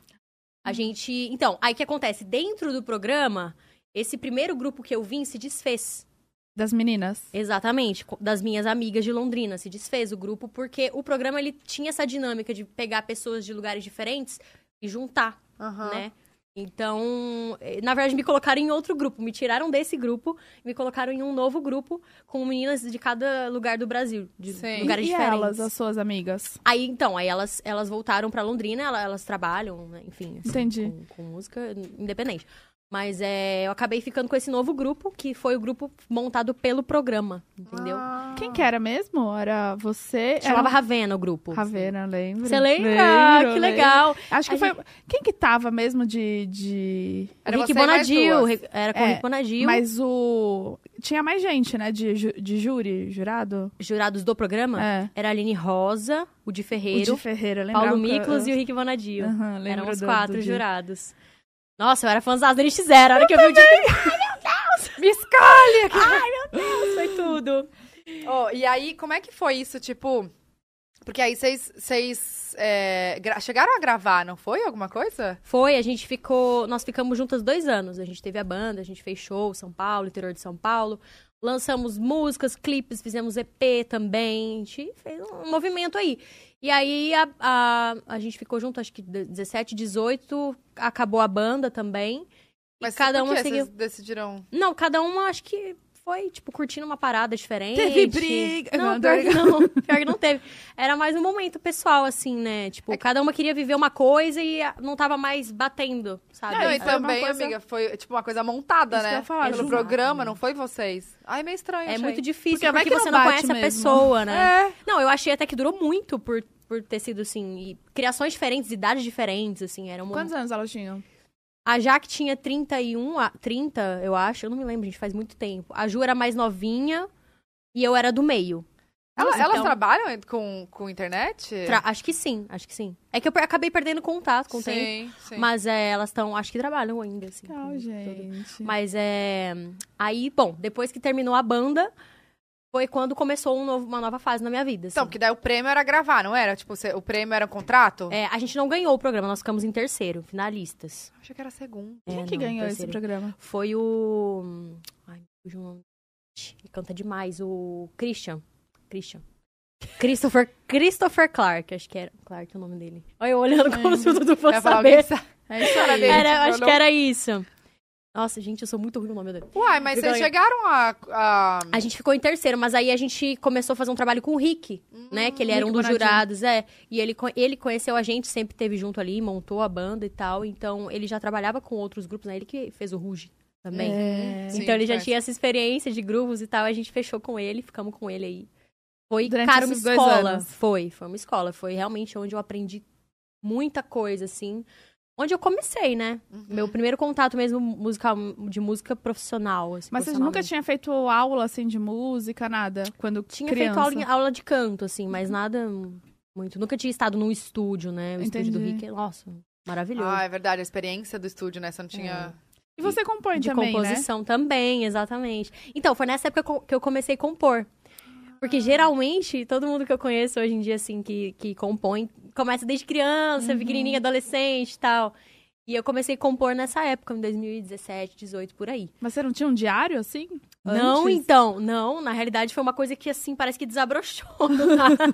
[SPEAKER 3] A gente. Então, aí o que acontece? Dentro do programa, esse primeiro grupo que eu vim se desfez.
[SPEAKER 2] Das meninas.
[SPEAKER 3] Exatamente, co- das minhas amigas de Londrina, se desfez o grupo, porque o programa ele tinha essa dinâmica de pegar pessoas de lugares diferentes e juntar
[SPEAKER 1] Aham.
[SPEAKER 3] né? Então, eh, na verdade, me colocaram em outro grupo. Me tiraram desse grupo e me colocaram em um novo grupo com meninas de cada lugar do Brasil. De
[SPEAKER 1] Sim.
[SPEAKER 3] lugares
[SPEAKER 2] e
[SPEAKER 3] diferentes.
[SPEAKER 2] elas, as suas amigas?
[SPEAKER 3] Aí, então, aí elas, elas voltaram pra Londrina, ela- elas, trabalham, né? enfim. assim,
[SPEAKER 2] Entendi.
[SPEAKER 3] Com, com música independente. Mas é, eu acabei ficando com esse novo grupo, que foi o grupo montado pelo programa, entendeu?
[SPEAKER 1] Ah.
[SPEAKER 2] Quem que era mesmo? Era você?
[SPEAKER 3] Chamava
[SPEAKER 2] era... um
[SPEAKER 3] Ravena o grupo.
[SPEAKER 2] Ravena, lembra?
[SPEAKER 3] Você lembra?
[SPEAKER 2] Lembro, lembro.
[SPEAKER 3] que legal.
[SPEAKER 2] Acho que
[SPEAKER 3] A
[SPEAKER 2] foi... Quem que tava mesmo de... de...
[SPEAKER 1] Era
[SPEAKER 3] Rick
[SPEAKER 1] você e mais
[SPEAKER 3] Bonadil.
[SPEAKER 1] duas.
[SPEAKER 3] Rick- Era com
[SPEAKER 2] É,
[SPEAKER 3] o Rick Bonadil.
[SPEAKER 2] Mas o... Tinha mais gente, né? De, ju- de júri, jurado?
[SPEAKER 3] Jurados do programa?
[SPEAKER 2] É.
[SPEAKER 3] Era a Aline Rosa, o de
[SPEAKER 2] O
[SPEAKER 3] Ferreiro,
[SPEAKER 2] de Ferreira, lembra?
[SPEAKER 3] Paulo Miklos e o Rick Bonadio.
[SPEAKER 2] um Aham, lembro
[SPEAKER 3] Eram os
[SPEAKER 2] do-
[SPEAKER 3] quatro
[SPEAKER 2] do de-
[SPEAKER 3] jurados. Nossa, eu era fãzada da NX Zero. A hora que eu vi o de
[SPEAKER 1] Me escolhe!
[SPEAKER 3] foi tudo.
[SPEAKER 1] Ô, e aí, como é que foi isso? Tipo. Porque aí vocês- vocês é, gra- chegaram a gravar, não foi? Alguma coisa?
[SPEAKER 3] Foi, a gente ficou... Nós ficamos juntas dois anos. A gente teve a banda, a gente fez show, São Paulo, interior de São Paulo. Lançamos músicas, clipes, fizemos EP também. A gente fez um movimento aí. E aí, a, a, a gente ficou junto, acho que 17, 18. Acabou a banda também.
[SPEAKER 1] Mas
[SPEAKER 3] e cada
[SPEAKER 1] por
[SPEAKER 3] uma
[SPEAKER 1] que
[SPEAKER 3] seguiu...
[SPEAKER 1] Vocês decidiram.
[SPEAKER 3] Não, cada uma acho que foi, tipo, curtindo uma parada diferente.
[SPEAKER 2] Teve briga.
[SPEAKER 3] Não, pior que não. Pior que não teve. Era mais um momento pessoal, assim, né?
[SPEAKER 2] É
[SPEAKER 3] Tipo, cada uma queria viver uma coisa e a- não tava mais batendo, sabe?
[SPEAKER 1] não, e
[SPEAKER 2] foi uma
[SPEAKER 1] também,
[SPEAKER 2] coisa-
[SPEAKER 1] amiga, foi tipo uma coisa montada,
[SPEAKER 2] Isso que eu
[SPEAKER 1] né?
[SPEAKER 2] ia falar,
[SPEAKER 1] Pelo
[SPEAKER 2] junto.
[SPEAKER 1] programa, não foi vocês. Ai, meio estranho.
[SPEAKER 3] É
[SPEAKER 1] achei.
[SPEAKER 3] muito difícil,
[SPEAKER 2] Porque
[SPEAKER 3] porque,
[SPEAKER 2] vai que
[SPEAKER 3] você
[SPEAKER 2] não
[SPEAKER 3] não,
[SPEAKER 2] bate
[SPEAKER 3] conhece
[SPEAKER 2] mesmo.
[SPEAKER 3] a pessoa, né?
[SPEAKER 1] É.
[SPEAKER 3] Não, eu achei até que durou muito por, por ter sido, assim, e criações diferentes, idades diferentes, assim, era um
[SPEAKER 2] Quantos anos elas tinham?
[SPEAKER 3] A Jaque tinha 31, a- 30, eu acho, eu não me lembro, gente, faz muito tempo. A Ju era mais novinha e eu era do meio.
[SPEAKER 1] Ela-
[SPEAKER 3] Então-
[SPEAKER 1] Elas trabalham com, com internet?
[SPEAKER 3] Tra- acho que sim, acho que sim. É que eu per- acabei perdendo contato com o tempo.
[SPEAKER 1] sim, sim.
[SPEAKER 3] Mas é, elas estão, acho que trabalham ainda, assim. com
[SPEAKER 2] Legal,
[SPEAKER 3] tudo.
[SPEAKER 2] gente.
[SPEAKER 3] Mas é. Aí, bom, depois que terminou a banda, foi quando começou um novo- uma nova fase na minha vida. assim.
[SPEAKER 1] Então, porque daí o prêmio era gravar, não era? Tipo, cê- o prêmio era um contrato?
[SPEAKER 3] É, a gente não ganhou o programa, nós ficamos em terceiro, finalistas.
[SPEAKER 1] Achei que era segundo.
[SPEAKER 2] Quem
[SPEAKER 3] É,
[SPEAKER 2] que
[SPEAKER 3] não,
[SPEAKER 2] ganhou esse
[SPEAKER 3] terceiro.
[SPEAKER 2] programa?
[SPEAKER 3] Foi o. Ai, me fugiu o nome. Ele canta demais, o Christian. Christian. Christopher, Christopher Clark, acho que era. Clark é o nome dele. Olha eu olhando como se eu não
[SPEAKER 1] Eu
[SPEAKER 3] fosse
[SPEAKER 1] ia falar,
[SPEAKER 3] saber.
[SPEAKER 1] alguém sabe.
[SPEAKER 2] É isso
[SPEAKER 1] Cara
[SPEAKER 2] aí.
[SPEAKER 1] dele.
[SPEAKER 3] Era,
[SPEAKER 1] Tipo,
[SPEAKER 3] acho
[SPEAKER 1] não-
[SPEAKER 3] que era isso. Nossa, gente, eu sou muito ruim no nome dele.
[SPEAKER 1] Uai, mas
[SPEAKER 3] Então, Eu
[SPEAKER 1] vocês
[SPEAKER 3] ganhei.
[SPEAKER 1] chegaram a. a...
[SPEAKER 3] A gente ficou em terceiro, mas aí a gente começou a fazer um trabalho com o Rick, né? Que ele era
[SPEAKER 2] Rick
[SPEAKER 3] um dos
[SPEAKER 2] Bonadinho.
[SPEAKER 3] jurados, é. E ele, co- ele conheceu a gente, sempre teve junto ali, montou a banda e tal. Então, ele já trabalhava com outros grupos, né? Ele que fez o Ruge também.
[SPEAKER 2] É.
[SPEAKER 1] Hum, Sim,
[SPEAKER 3] então, ele já
[SPEAKER 1] faz.
[SPEAKER 3] tinha essa experiência de grupos e tal. A gente fechou com ele, ficamos com ele aí. Foi,
[SPEAKER 2] Durante
[SPEAKER 3] cara, uma
[SPEAKER 2] esses dois
[SPEAKER 3] escola.
[SPEAKER 2] anos.
[SPEAKER 3] Foi, foi uma escola. Foi realmente onde eu aprendi muita coisa, assim. onde eu comecei, né?
[SPEAKER 1] Uhum.
[SPEAKER 3] Meu primeiro contato mesmo musical, de música profissional. assim,
[SPEAKER 2] Mas você
[SPEAKER 3] profissional
[SPEAKER 2] nunca
[SPEAKER 3] mesmo.
[SPEAKER 2] tinha feito aula, assim, de música, nada? Quando
[SPEAKER 3] Tinha
[SPEAKER 2] criança?
[SPEAKER 3] feito aula, em- aula de canto, assim, mas nada muito. Nunca tinha estado num estúdio, né? O estúdio do
[SPEAKER 2] Entendi.
[SPEAKER 3] Rick, é- nossa, maravilhoso.
[SPEAKER 1] Ah, é verdade, a experiência do estúdio, né? Você não tinha.
[SPEAKER 2] E você compõe
[SPEAKER 3] de
[SPEAKER 2] também, né?
[SPEAKER 3] composição também, exatamente. Então, foi nessa época co- que eu comecei a compor. Porque geralmente, todo mundo que eu conheço hoje em dia, assim, que, que compõe, começa desde
[SPEAKER 2] Uhum.
[SPEAKER 3] criança, pequenininha, adolescente e tal. E eu comecei a compor nessa época, em 2017, 18, por aí.
[SPEAKER 2] Mas você não tinha um diário, assim?
[SPEAKER 3] Não,
[SPEAKER 2] Antes?
[SPEAKER 3] então, não. Na realidade, foi uma coisa que, assim, parece que desabrochou tá? do nada.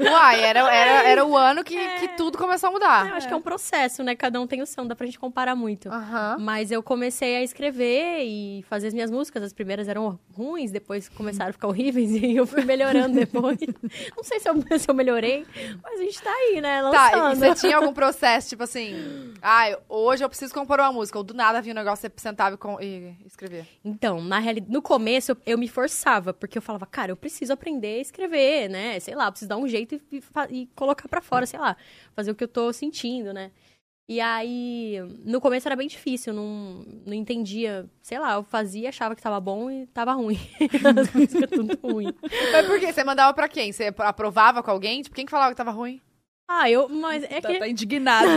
[SPEAKER 1] Uai, era, era, era o ano que,
[SPEAKER 3] É.
[SPEAKER 1] que tudo começou a
[SPEAKER 3] Eu
[SPEAKER 1] mudar.
[SPEAKER 3] acho que é um processo, né? Cada um tem o seu, não dá pra gente comparar muito.
[SPEAKER 1] Aham.
[SPEAKER 3] Mas eu comecei a escrever e fazer as minhas músicas. As primeiras eram ruins, depois começaram a ficar horríveis e eu fui melhorando depois. Não sei se eu, se eu melhorei, mas a gente tá aí, né?
[SPEAKER 1] Tá, e
[SPEAKER 3] Lançando.
[SPEAKER 1] você tinha algum processo, tipo assim, ah, eu- hoje eu preciso compor uma música, ou do nada vinha um negócio, você sentava e, com- e escrevia.
[SPEAKER 3] Então, na realidade, no começo eu, eu me forçava, porque eu falava, cara, eu preciso aprender a escrever, né? Sei lá, eu preciso dar um jeito e, fa- e colocar pra fora, sei lá, fazer o que eu tô sentindo, né? E aí, no começo era bem difícil, eu não, não entendia, sei lá, eu fazia, achava que tava bom e tava ruim. As músicas tudo ruim.
[SPEAKER 1] Mas por quê? Você mandava pra quem? Você aprovava com alguém? Tipo, quem que falava que tava ruim?
[SPEAKER 3] Ah, eu, mas é
[SPEAKER 2] Tá
[SPEAKER 3] que... né?
[SPEAKER 2] indignada.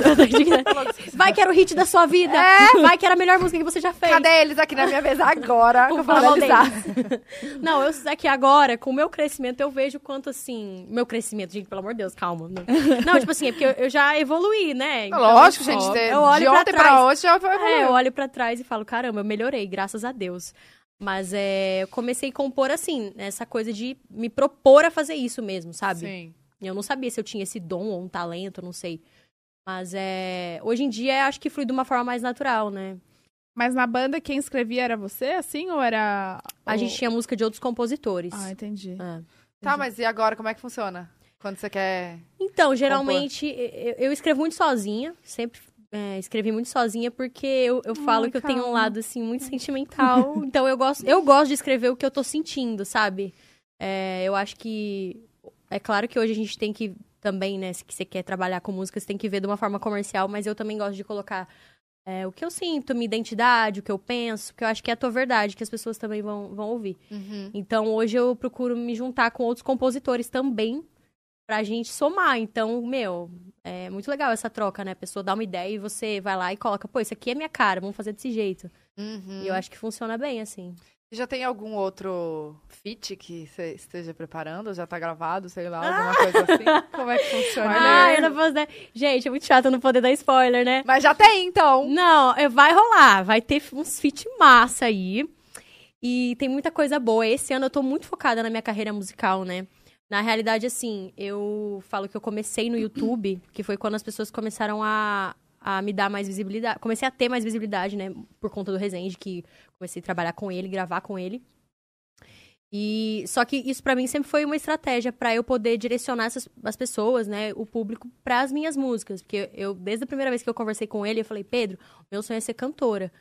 [SPEAKER 3] Vai que era o hit da sua vida! Vai que era a melhor música que você já fez!
[SPEAKER 1] Cadê eles aqui na minha mesa agora? que eu vou
[SPEAKER 3] Fala mal
[SPEAKER 1] analisar.
[SPEAKER 3] deles. Não, eu aqui agora, com o meu crescimento, eu vejo quanto assim. Meu crescimento, gente, pelo amor de Deus, calma. Não, Não, tipo assim, é porque eu, eu já evoluí, né? Então,
[SPEAKER 1] É Lógico,
[SPEAKER 3] tipo,
[SPEAKER 1] gente.
[SPEAKER 3] ó,
[SPEAKER 1] De,
[SPEAKER 3] eu olho
[SPEAKER 1] de ontem pra,
[SPEAKER 3] trás.
[SPEAKER 1] hoje né? já foi.
[SPEAKER 3] É, eu olho pra trás e falo, caramba, eu melhorei, graças a Deus. Mas é, eu comecei a compor assim, essa coisa de me propor a fazer isso mesmo, sabe?
[SPEAKER 1] Sim.
[SPEAKER 3] Eu não sabia se eu tinha esse dom ou um talento, não sei. Mas é. Hoje em dia acho que flui de uma forma mais natural, né?
[SPEAKER 2] Mas na banda, quem escrevia era você, assim? Ou era...
[SPEAKER 3] A gente tinha música de outros compositores.
[SPEAKER 2] Ah, entendi.
[SPEAKER 3] É.
[SPEAKER 1] Tá, mas e agora, como é que funciona? Quando você quer.
[SPEAKER 3] Então, geralmente, eu, eu escrevo muito sozinha. Sempre é, escrevi muito sozinha, porque eu, eu falo
[SPEAKER 2] Ai,
[SPEAKER 3] que eu tenho um
[SPEAKER 2] calma.
[SPEAKER 3] lado, assim, muito sentimental. então, eu gosto, eu gosto de escrever o que eu tô sentindo, sabe? É, eu acho que... É claro que hoje a gente tem que também, né? Se que você quer trabalhar com música, você tem que ver de uma forma comercial. Mas eu também gosto de colocar é, o que eu sinto, minha identidade, o que eu penso. Porque eu acho que é a tua verdade, que as pessoas também vão, vão ouvir.
[SPEAKER 1] Uhum.
[SPEAKER 3] Então hoje eu procuro me juntar com outros compositores também pra gente somar. Então, meu, é muito legal essa troca, né? A pessoa dá uma ideia e você vai lá e coloca, pô, isso aqui é minha cara, vamos fazer desse jeito.
[SPEAKER 1] Uhum.
[SPEAKER 3] E eu acho que funciona bem, assim.
[SPEAKER 1] E Já tem algum outro feat que você esteja preparando? Já tá gravado, sei lá, alguma coisa assim? Como é que funciona?
[SPEAKER 3] Ah, eu não posso dar. Gente, é muito chato eu não poder dar spoiler, né?
[SPEAKER 1] Mas já tem, então.
[SPEAKER 3] Não, é, vai rolar. Vai ter uns feat massa aí. E tem muita coisa boa. Esse ano eu tô muito focada na minha carreira musical, né? Na realidade, assim, eu falo que eu comecei no YouTube, que foi quando as pessoas começaram a, a me dar mais visibilidade. Comecei a ter mais visibilidade, né? Por conta do Resende, que comecei a trabalhar com ele, gravar com ele. E só que isso pra mim sempre foi uma estratégia pra eu poder direcionar essas, as pessoas, né, o público para as minhas músicas, porque eu desde a primeira vez que eu conversei com ele, eu falei: "Pedro, meu sonho é ser cantora".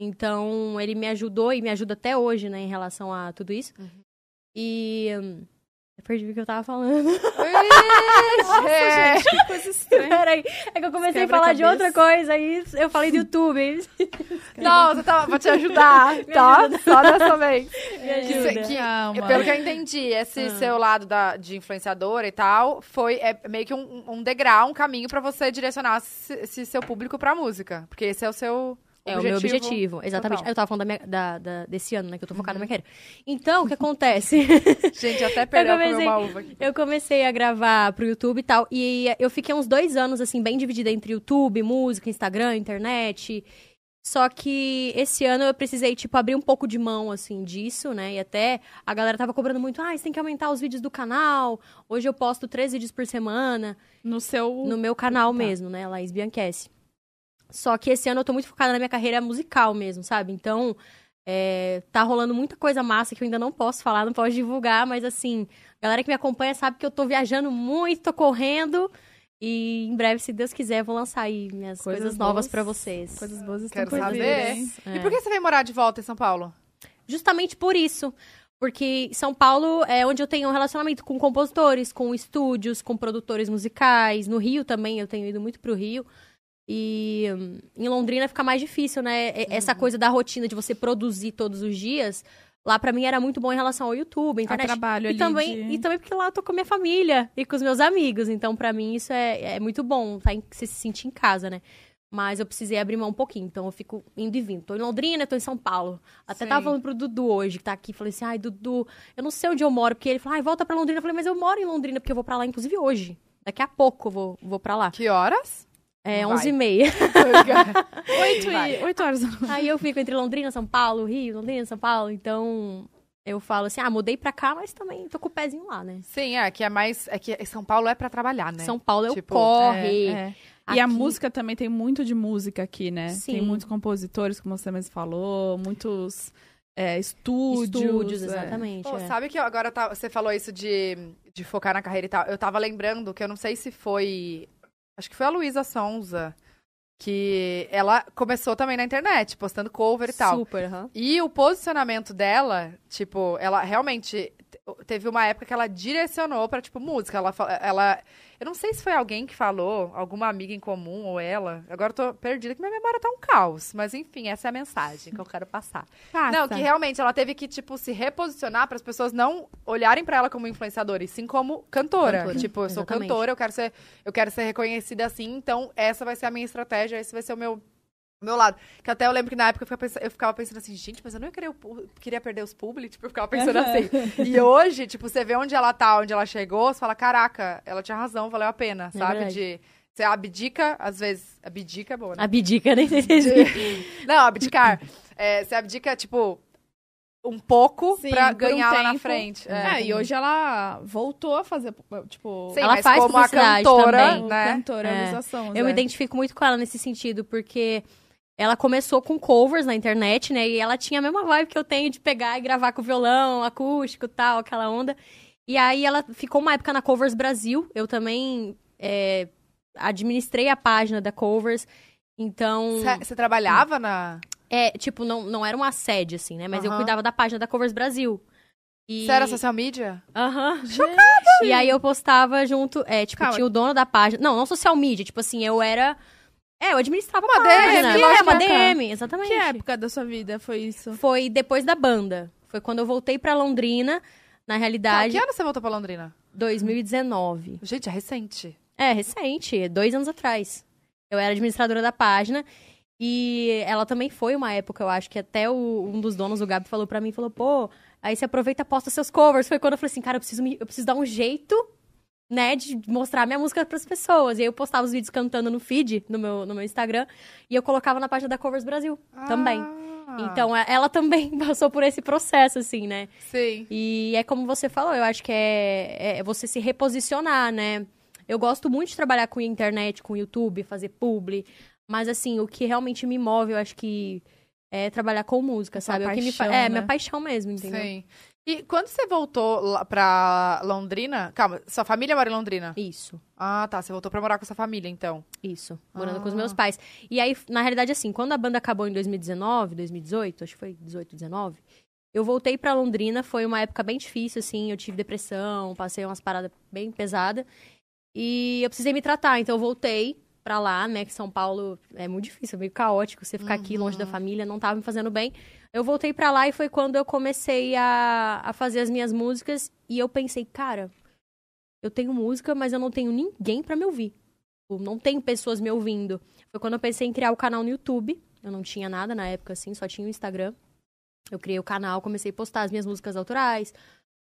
[SPEAKER 3] Então, ele me ajudou e me ajuda até hoje, né, em relação a tudo isso. E hum, eu perdi o que eu tava falando.
[SPEAKER 1] É.
[SPEAKER 2] Que coisa estranha.
[SPEAKER 3] Peraí, é que eu comecei a
[SPEAKER 2] Quebra a
[SPEAKER 3] falar de
[SPEAKER 2] cabeça.
[SPEAKER 3] outra coisa aí, eu falei do YouTube.
[SPEAKER 1] Não, você tava pra te ajudar, tá? Só dessa vez.
[SPEAKER 3] me
[SPEAKER 1] Que
[SPEAKER 3] ajuda.
[SPEAKER 1] cê- que-
[SPEAKER 2] Calma.
[SPEAKER 1] É Pelo que eu entendi, esse
[SPEAKER 3] Ah.
[SPEAKER 1] seu lado da- de influenciadora e tal, foi é meio que um, um degrau, um caminho pra você direcionar esse, esse seu público pra música. Porque esse é o seu
[SPEAKER 3] É o meu objetivo, exatamente.
[SPEAKER 1] total.
[SPEAKER 3] Eu tava falando da minha- da- da- desse ano, né? Que eu tô focada na minha carreira. Então, o que acontece?
[SPEAKER 1] Gente, até perdeu pra comer
[SPEAKER 3] comecei-
[SPEAKER 1] uma uva aqui.
[SPEAKER 3] eu comecei a gravar pro YouTube e tal. E eu fiquei uns dois anos, assim, bem dividida entre YouTube, música, Instagram, internet. Só que esse ano eu precisei, tipo, abrir um pouco de mão, assim, disso, né? E até a galera tava cobrando muito. Ah, você tem que aumentar os vídeos do canal. Hoje eu posto três vídeos por semana.
[SPEAKER 2] No seu...
[SPEAKER 3] No meu canal
[SPEAKER 2] Tá.
[SPEAKER 3] mesmo, né? Laís Bianchessi. Só que esse ano eu tô muito focada na minha carreira musical mesmo, sabe? Então, é, tá rolando muita coisa massa que eu ainda não posso falar, não posso divulgar, mas assim, a galera que me acompanha sabe que eu tô viajando muito, tô correndo. E em breve, se Deus quiser, eu vou lançar aí minhas coisas,
[SPEAKER 2] Coisas
[SPEAKER 3] novas
[SPEAKER 2] boas.
[SPEAKER 3] pra vocês. É.
[SPEAKER 2] Coisas boas estão
[SPEAKER 1] Quero
[SPEAKER 2] por vir,
[SPEAKER 1] saber.
[SPEAKER 2] hein?
[SPEAKER 1] E por que você veio morar de volta em São Paulo?
[SPEAKER 3] Justamente por isso. Porque São Paulo é onde eu tenho um relacionamento com compositores, com estúdios, com produtores musicais. No Rio também, eu tenho ido muito pro Rio. E hum, em Londrina fica mais difícil, né? E- Essa coisa da rotina de você produzir todos os dias, lá pra mim era muito bom em relação ao YouTube,
[SPEAKER 2] Ao
[SPEAKER 3] internet.
[SPEAKER 2] trabalho
[SPEAKER 3] E
[SPEAKER 2] ali
[SPEAKER 3] também,
[SPEAKER 2] de-
[SPEAKER 3] e também porque lá eu tô com a minha família e com os meus amigos. Então, pra mim, isso é, é muito bom, tá? Em- Você se sentir em casa, né? Mas eu precisei abrir mão um pouquinho, então eu fico indo e vindo. Tô em Londrina, tô em São Paulo. Até
[SPEAKER 1] Sei.
[SPEAKER 3] tava falando pro Dudu hoje, que tá aqui. Falei assim, ai, Dudu, eu não sei onde eu moro. Porque ele falou, ai, volta pra Londrina. Eu falei, mas eu moro em Londrina, porque eu vou pra lá, inclusive, hoje. Daqui a pouco eu vou, vou pra lá.
[SPEAKER 1] Que horas?
[SPEAKER 3] É
[SPEAKER 1] Vai.
[SPEAKER 3] 11h30.
[SPEAKER 2] Oito,
[SPEAKER 1] Vai.
[SPEAKER 2] e... Oito horas.
[SPEAKER 3] Aí eu fico entre Londrina, São Paulo, Rio, Londrina, São Paulo. Então, eu falo assim, ah, mudei pra cá, mas também tô com o pezinho lá, né?
[SPEAKER 1] Sim, é que é mais. É que São Paulo é pra trabalhar, né?
[SPEAKER 3] São Paulo eu
[SPEAKER 1] Tipo,
[SPEAKER 3] corre.
[SPEAKER 2] É. E a
[SPEAKER 3] Aqui-
[SPEAKER 2] música também tem muito de música aqui, né?
[SPEAKER 3] Sim.
[SPEAKER 2] Tem muitos compositores, como você mesmo falou, muitos é, estúdios.
[SPEAKER 3] Estúdios,
[SPEAKER 2] é.
[SPEAKER 3] exatamente.
[SPEAKER 1] Pô,
[SPEAKER 3] é.
[SPEAKER 1] Sabe que eu agora tá- você falou isso de, de focar na carreira e tal. Eu tava lembrando que eu não sei se foi. Acho que foi a Luísa Sonza. Que ela começou também na internet, postando cover e tal.
[SPEAKER 3] Super, aham.
[SPEAKER 1] E o posicionamento dela, tipo, ela realmente te- teve uma época que ela direcionou pra tipo música. Ela, fa- ela, eu não sei se foi alguém que falou, alguma amiga em comum ou ela. Agora eu tô perdida que minha memória tá um caos, mas enfim, essa é a mensagem que eu quero passar.
[SPEAKER 2] Passa.
[SPEAKER 1] Não, que realmente ela teve que tipo se reposicionar para as pessoas não olharem pra ela como influenciadora, e sim como cantora.
[SPEAKER 3] Cantora,
[SPEAKER 1] Tipo, eu sou
[SPEAKER 3] exatamente.
[SPEAKER 1] cantora, eu quero ser, eu quero ser reconhecida assim, então essa vai ser a minha estratégia, esse vai ser o meu o meu lado. Que até eu lembro que na época eu ficava pensa- eu ficava pensando, assim, gente, mas eu não queria, o pu- queria perder os publi, tipo, eu ficava pensando assim. E hoje, tipo, você vê onde ela tá, onde ela chegou, você fala, caraca, ela tinha razão, valeu a pena, sabe?
[SPEAKER 3] verdade.
[SPEAKER 1] De, você abdica, às vezes, abdica é boa, né?
[SPEAKER 3] Abdica, né?
[SPEAKER 1] De- Não, abdicar. É, você abdica, tipo, um pouco
[SPEAKER 2] Sim,
[SPEAKER 1] pra
[SPEAKER 2] por um
[SPEAKER 1] ganhar lá na
[SPEAKER 2] tempo.
[SPEAKER 1] frente.
[SPEAKER 2] É, e hoje ela voltou a fazer, tipo,
[SPEAKER 1] Sim,
[SPEAKER 3] Ela
[SPEAKER 1] mas
[SPEAKER 3] faz
[SPEAKER 1] como a
[SPEAKER 3] publicidade
[SPEAKER 1] cantora,
[SPEAKER 3] também.
[SPEAKER 2] como
[SPEAKER 1] né?
[SPEAKER 2] cantora,
[SPEAKER 3] É.
[SPEAKER 2] Luísa Sonza.
[SPEAKER 3] Eu me identifico muito com ela nesse sentido, porque ela começou com covers na internet, né? E ela tinha a mesma vibe que eu tenho de pegar e gravar com violão, acústico e tal, aquela onda. E aí ela ficou uma época na Covers Brasil. Eu também é, administrei a página da Covers. Então.
[SPEAKER 1] Você você trabalhava na.
[SPEAKER 3] É, tipo, não, não era uma sede, assim, né? Mas eu
[SPEAKER 1] Aham.
[SPEAKER 3] cuidava da página da Covers Brasil. E...
[SPEAKER 1] Você era social media?
[SPEAKER 3] Aham. E aí eu postava junto, é, tipo,
[SPEAKER 1] Calma.
[SPEAKER 3] tinha o dono da página. Não, não social media, tipo assim, eu era. É, eu administrava
[SPEAKER 1] Uma
[SPEAKER 3] uma página.
[SPEAKER 1] DM,
[SPEAKER 3] é,
[SPEAKER 2] lógico,
[SPEAKER 3] uma
[SPEAKER 2] né, cara?
[SPEAKER 3] DM, exatamente.
[SPEAKER 2] Que época da sua vida foi isso?
[SPEAKER 3] Foi depois da banda. Foi quando eu voltei pra Londrina, na
[SPEAKER 1] Tá,
[SPEAKER 3] realidade,
[SPEAKER 1] que ano você voltou pra Londrina?
[SPEAKER 3] 2019.
[SPEAKER 1] Gente, é recente.
[SPEAKER 3] É, recente, dois anos atrás. Eu era administradora da página. E ela também foi uma época, eu acho, que até o- um dos donos, o Gabi, falou pra mim, falou, pô, aí você aproveita e posta seus covers. Foi quando eu falei assim, cara, eu preciso, me- eu preciso dar um jeito, né, de mostrar minha música pras pessoas. E aí eu postava os vídeos cantando no feed, no meu, no meu Instagram, e eu colocava na página da Covers Brasil. Também.
[SPEAKER 1] Ah,
[SPEAKER 3] Então, é- ela também passou por esse processo, assim, né?
[SPEAKER 1] Sim.
[SPEAKER 3] E é como você falou, eu acho que é, é você se reposicionar, né? Eu gosto muito de trabalhar com internet, com YouTube, fazer publi. Mas, assim, o que realmente me move, eu acho que é trabalhar com música,
[SPEAKER 2] Sua
[SPEAKER 3] sabe? É o que me fa-
[SPEAKER 2] paixão,
[SPEAKER 3] É,
[SPEAKER 2] né?
[SPEAKER 3] minha paixão mesmo, entendeu?
[SPEAKER 1] Sim. E quando você voltou lá pra Londrina? Calma, sua família mora em Londrina?
[SPEAKER 3] Isso,
[SPEAKER 1] Ah, tá. Você voltou pra morar com sua família, então.
[SPEAKER 3] isso. Morando com os
[SPEAKER 1] Ah.
[SPEAKER 3] meus pais. E aí, na realidade, assim, quando a banda acabou em 2019, 2018, acho que foi 18, 19, eu voltei pra Londrina, foi uma época bem difícil, assim, eu tive depressão, passei umas paradas bem pesadas. E eu precisei me tratar, então eu voltei pra lá, né, que São Paulo é muito difícil, é meio caótico, você ficar aqui longe da família, não tava me fazendo bem. Eu voltei pra lá e foi quando eu comecei a, a fazer as minhas músicas e eu pensei, cara, eu tenho música, mas eu não tenho ninguém pra me ouvir. Tipo, Não tenho pessoas me ouvindo. Foi quando eu pensei em criar o canal no YouTube. Eu não tinha nada na época, assim, só tinha o Instagram. Eu criei o canal, comecei a postar as minhas músicas autorais,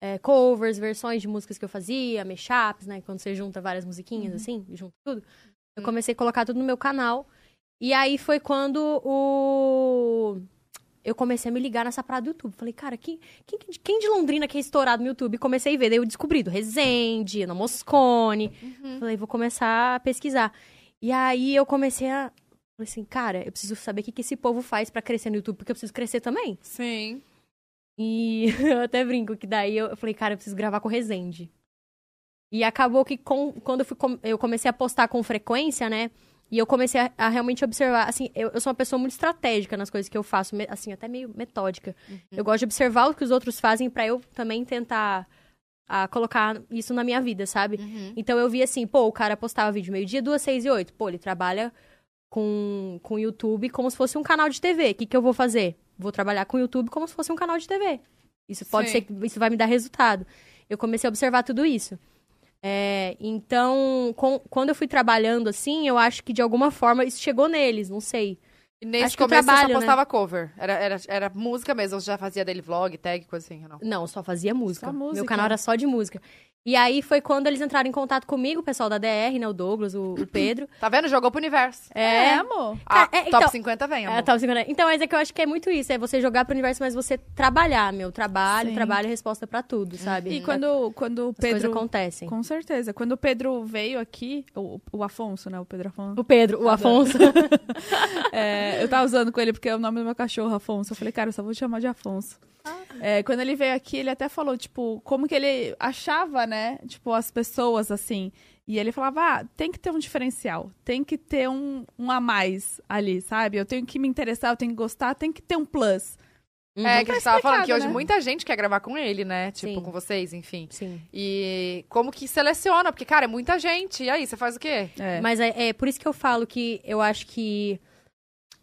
[SPEAKER 3] é, covers, versões de músicas que eu fazia, mashups, né? Quando você junta várias musiquinhas, assim, junta tudo. Eu
[SPEAKER 1] Uhum.
[SPEAKER 3] comecei a colocar tudo no meu canal. E aí foi quando o... Eu comecei a me ligar nessa parada do YouTube. Falei, cara, quem, quem, quem de Londrina que é estourado no YouTube? E comecei a ver. Daí eu descobri do Rezende, Ana Moscone. Falei, vou começar a pesquisar. E aí eu comecei a... Falei assim, cara, eu preciso saber o que, que esse povo faz pra crescer no YouTube, porque eu preciso crescer também.
[SPEAKER 1] Sim.
[SPEAKER 3] E eu até brinco que daí eu, eu falei, cara, eu preciso gravar com o Rezende. E acabou que com- quando eu, fui com- eu comecei a postar com frequência, né? E eu comecei a, a realmente observar, assim, eu, eu sou uma pessoa muito estratégica nas coisas que eu faço, me- assim, até meio metódica. Eu gosto de observar o que os outros fazem pra eu também tentar ah, colocar isso na
[SPEAKER 1] Uhum.
[SPEAKER 3] minha vida, sabe? Então eu vi assim, pô, o cara postava vídeo meio-dia, duas, seis e oito. Pô, ele trabalha com, com o YouTube como se fosse um canal de TV. O que, que eu vou fazer? Vou trabalhar com o YouTube como se fosse um canal de TV. Isso pode
[SPEAKER 1] Sim.
[SPEAKER 3] ser que isso vai me dar resultado. Eu comecei a observar tudo isso. É, então, com- quando eu fui trabalhando assim, eu acho que de alguma forma isso chegou neles, não sei.
[SPEAKER 1] E nesse
[SPEAKER 3] Acho que o
[SPEAKER 1] começo
[SPEAKER 3] trabalho,
[SPEAKER 1] eu só
[SPEAKER 3] né?
[SPEAKER 1] postava cover. Era, era, era música mesmo, eu já fazia daily vlog, tag, coisa assim, ou não.
[SPEAKER 3] Não, eu só fazia música.
[SPEAKER 2] Só música.
[SPEAKER 3] Meu canal era só de música. E aí foi quando eles entraram em contato comigo, o pessoal da DR, né? O Douglas, o, o Pedro.
[SPEAKER 1] Tá vendo? Jogou pro universo.
[SPEAKER 2] É, amor.
[SPEAKER 1] Ah,
[SPEAKER 3] é,
[SPEAKER 1] top
[SPEAKER 3] então-
[SPEAKER 1] 50 vem, amor.
[SPEAKER 3] É, tava segurando. Então, mas é que eu acho que é muito isso. É você jogar pro universo, mas você trabalhar, meu. Trabalho,
[SPEAKER 2] Sim.
[SPEAKER 3] trabalho, resposta pra tudo, sabe?
[SPEAKER 2] E quando, quando o
[SPEAKER 3] As coisas
[SPEAKER 2] Pedro.
[SPEAKER 3] acontecem.
[SPEAKER 2] Com certeza. Quando o Pedro veio aqui, o, o Afonso, né? O Pedro Afonso.
[SPEAKER 3] O Pedro, o Afonso.
[SPEAKER 2] É, eu tava usando com ele porque é o nome do meu cachorro, Afonso. Eu falei, cara, eu só vou te chamar de Afonso. É, quando ele veio aqui, ele até falou, tipo, como que ele achava, né? Tipo, as pessoas assim. E ele falava, ah, tem que ter um diferencial, tem que ter um, um a mais ali, sabe? Eu tenho que me interessar, eu tenho que gostar, tem que ter um plus.
[SPEAKER 1] É,
[SPEAKER 3] Uhum.
[SPEAKER 1] que a gente tava falando
[SPEAKER 2] explicado,
[SPEAKER 1] que hoje
[SPEAKER 2] né?
[SPEAKER 1] muita gente quer gravar com ele, né? Tipo,
[SPEAKER 3] Sim.
[SPEAKER 1] com vocês, enfim.
[SPEAKER 3] Sim.
[SPEAKER 1] E como que seleciona? Porque, cara, é muita gente. E aí, você faz o quê?
[SPEAKER 2] É.
[SPEAKER 3] Mas é, é por isso que eu falo que eu acho que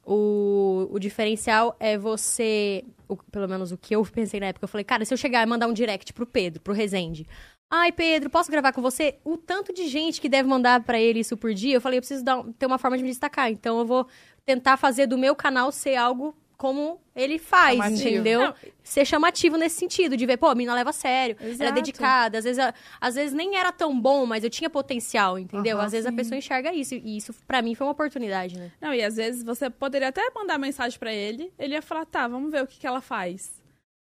[SPEAKER 3] o, o diferencial é você. o- pelo menos o que eu pensei na época. Eu falei, cara, se eu chegar e mandar um direct pro Pedro, pro Rezende. Ai, Pedro, posso gravar com você? O tanto de gente que deve mandar pra ele isso por dia, eu falei, eu preciso dar, um- ter uma forma de me destacar. Então eu vou tentar fazer do meu canal ser algo como ele faz,
[SPEAKER 1] Chamativo.
[SPEAKER 3] entendeu?
[SPEAKER 2] Não.
[SPEAKER 3] Ser chamativo nesse sentido, de ver, pô, a mina leva a sério,
[SPEAKER 2] Exato.
[SPEAKER 3] era dedicada, às vezes, a- às vezes nem era tão bom, mas eu tinha potencial, entendeu?
[SPEAKER 1] Aham,
[SPEAKER 3] às vezes a pessoa enxerga isso, e isso pra mim foi uma oportunidade, né?
[SPEAKER 2] Não, e às vezes você poderia até mandar mensagem pra ele, ele ia falar, tá, vamos ver o que, que ela faz.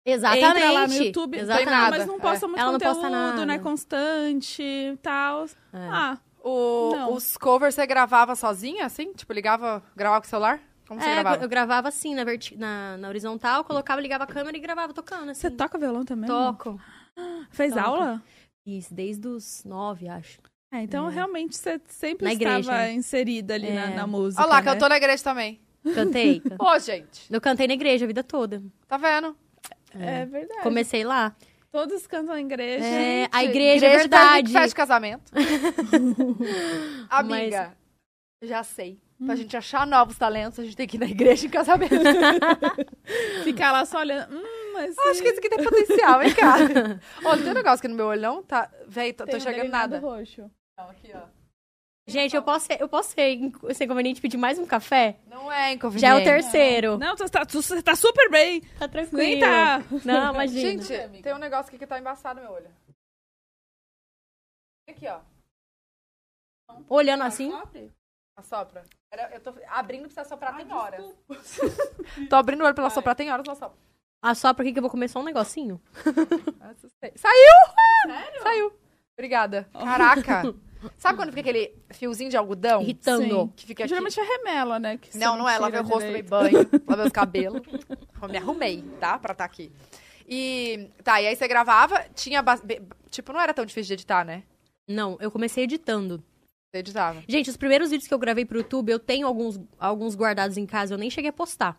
[SPEAKER 2] Entra lá no YouTube,
[SPEAKER 1] Exatamente.
[SPEAKER 2] tá, mas não
[SPEAKER 1] É.
[SPEAKER 2] posta muito
[SPEAKER 3] Ela não
[SPEAKER 2] conteúdo,
[SPEAKER 3] posta nada. É.
[SPEAKER 2] não é constante e tal. Ah,
[SPEAKER 1] O-
[SPEAKER 2] Não.
[SPEAKER 1] os covers você gravava sozinha, assim? Tipo, ligava, gravava com o celular? Como você
[SPEAKER 3] É,
[SPEAKER 1] gravava?
[SPEAKER 3] eu gravava assim, na, verti- na, na horizontal, colocava, ligava a câmera e gravava tocando, assim.
[SPEAKER 2] você tá toca violão também?
[SPEAKER 3] Toco.
[SPEAKER 2] Fez
[SPEAKER 3] Toco.
[SPEAKER 2] aula?
[SPEAKER 3] Isso, desde os nove, acho.
[SPEAKER 2] É, então realmente você sempre
[SPEAKER 3] Na
[SPEAKER 2] estava
[SPEAKER 3] igreja, né?
[SPEAKER 2] inserida ali na, na música.
[SPEAKER 1] Olha lá,
[SPEAKER 2] né?
[SPEAKER 1] cantou na igreja também.
[SPEAKER 3] Cantei.
[SPEAKER 1] Ô, gente,
[SPEAKER 3] eu cantei na igreja a vida toda.
[SPEAKER 1] tá vendo?
[SPEAKER 2] É verdade.
[SPEAKER 3] Comecei lá.
[SPEAKER 2] Todos cantam na igreja.
[SPEAKER 3] É, a
[SPEAKER 1] Gente,
[SPEAKER 3] igreja, é
[SPEAKER 1] tá ali
[SPEAKER 3] verdade.
[SPEAKER 1] que faz casamento. Amiga, já sei. Pra gente achar novos talentos, a gente tem que ir na igreja em casamento.
[SPEAKER 2] Ficar lá só olhando. Hum, mas.
[SPEAKER 1] Acho que esse aqui tem potencial, hein, cara? Ó, tem um negócio aqui no meu olho, não? Tá, véi,
[SPEAKER 3] um
[SPEAKER 1] tô, tô enxergando nada.
[SPEAKER 2] Roxo.
[SPEAKER 1] Aqui, ó.
[SPEAKER 3] Gente, eu posso, ser- eu posso ser, inco- ser inconveniente e pedir mais um café?
[SPEAKER 1] Não é inconveniente.
[SPEAKER 3] Já é o terceiro.
[SPEAKER 2] Não, você tá, tu- você tá super bem.
[SPEAKER 3] Tá tranquilo.
[SPEAKER 2] Nem tá.
[SPEAKER 3] Não, imagina.
[SPEAKER 1] Gente, tem um negócio aqui que tá embaçado no meu olho. Aqui, ó.
[SPEAKER 3] Olhando assim.
[SPEAKER 1] Assopra. Era, eu tô abrindo pra você assoprar tem horas. tô abrindo o olho pra ela assoprar tem horas, ela assopra.
[SPEAKER 3] Ah, só porque que eu vou começar um negocinho?
[SPEAKER 1] Assustei. Saiu! Sério? Saiu. Obrigada.
[SPEAKER 2] Oh.
[SPEAKER 1] Caraca. Sabe quando fica aquele fiozinho de algodão?
[SPEAKER 3] Irritando.
[SPEAKER 1] Que fica aqui.
[SPEAKER 2] Geralmente é remela, né? que você
[SPEAKER 1] Não, não é.
[SPEAKER 2] tira
[SPEAKER 1] Lavei o rosto, tomei
[SPEAKER 2] direito.
[SPEAKER 1] banho, lavei os cabelos. Eu me arrumei, tá? Pra estar aqui. E tá, e aí você gravava, tinha. ba- be- Tipo, não era tão difícil de editar, né?
[SPEAKER 3] Não, eu comecei editando.
[SPEAKER 1] Você editava.
[SPEAKER 3] Gente, os primeiros vídeos que eu gravei pro YouTube, eu tenho alguns, alguns guardados em casa, eu nem cheguei a postar.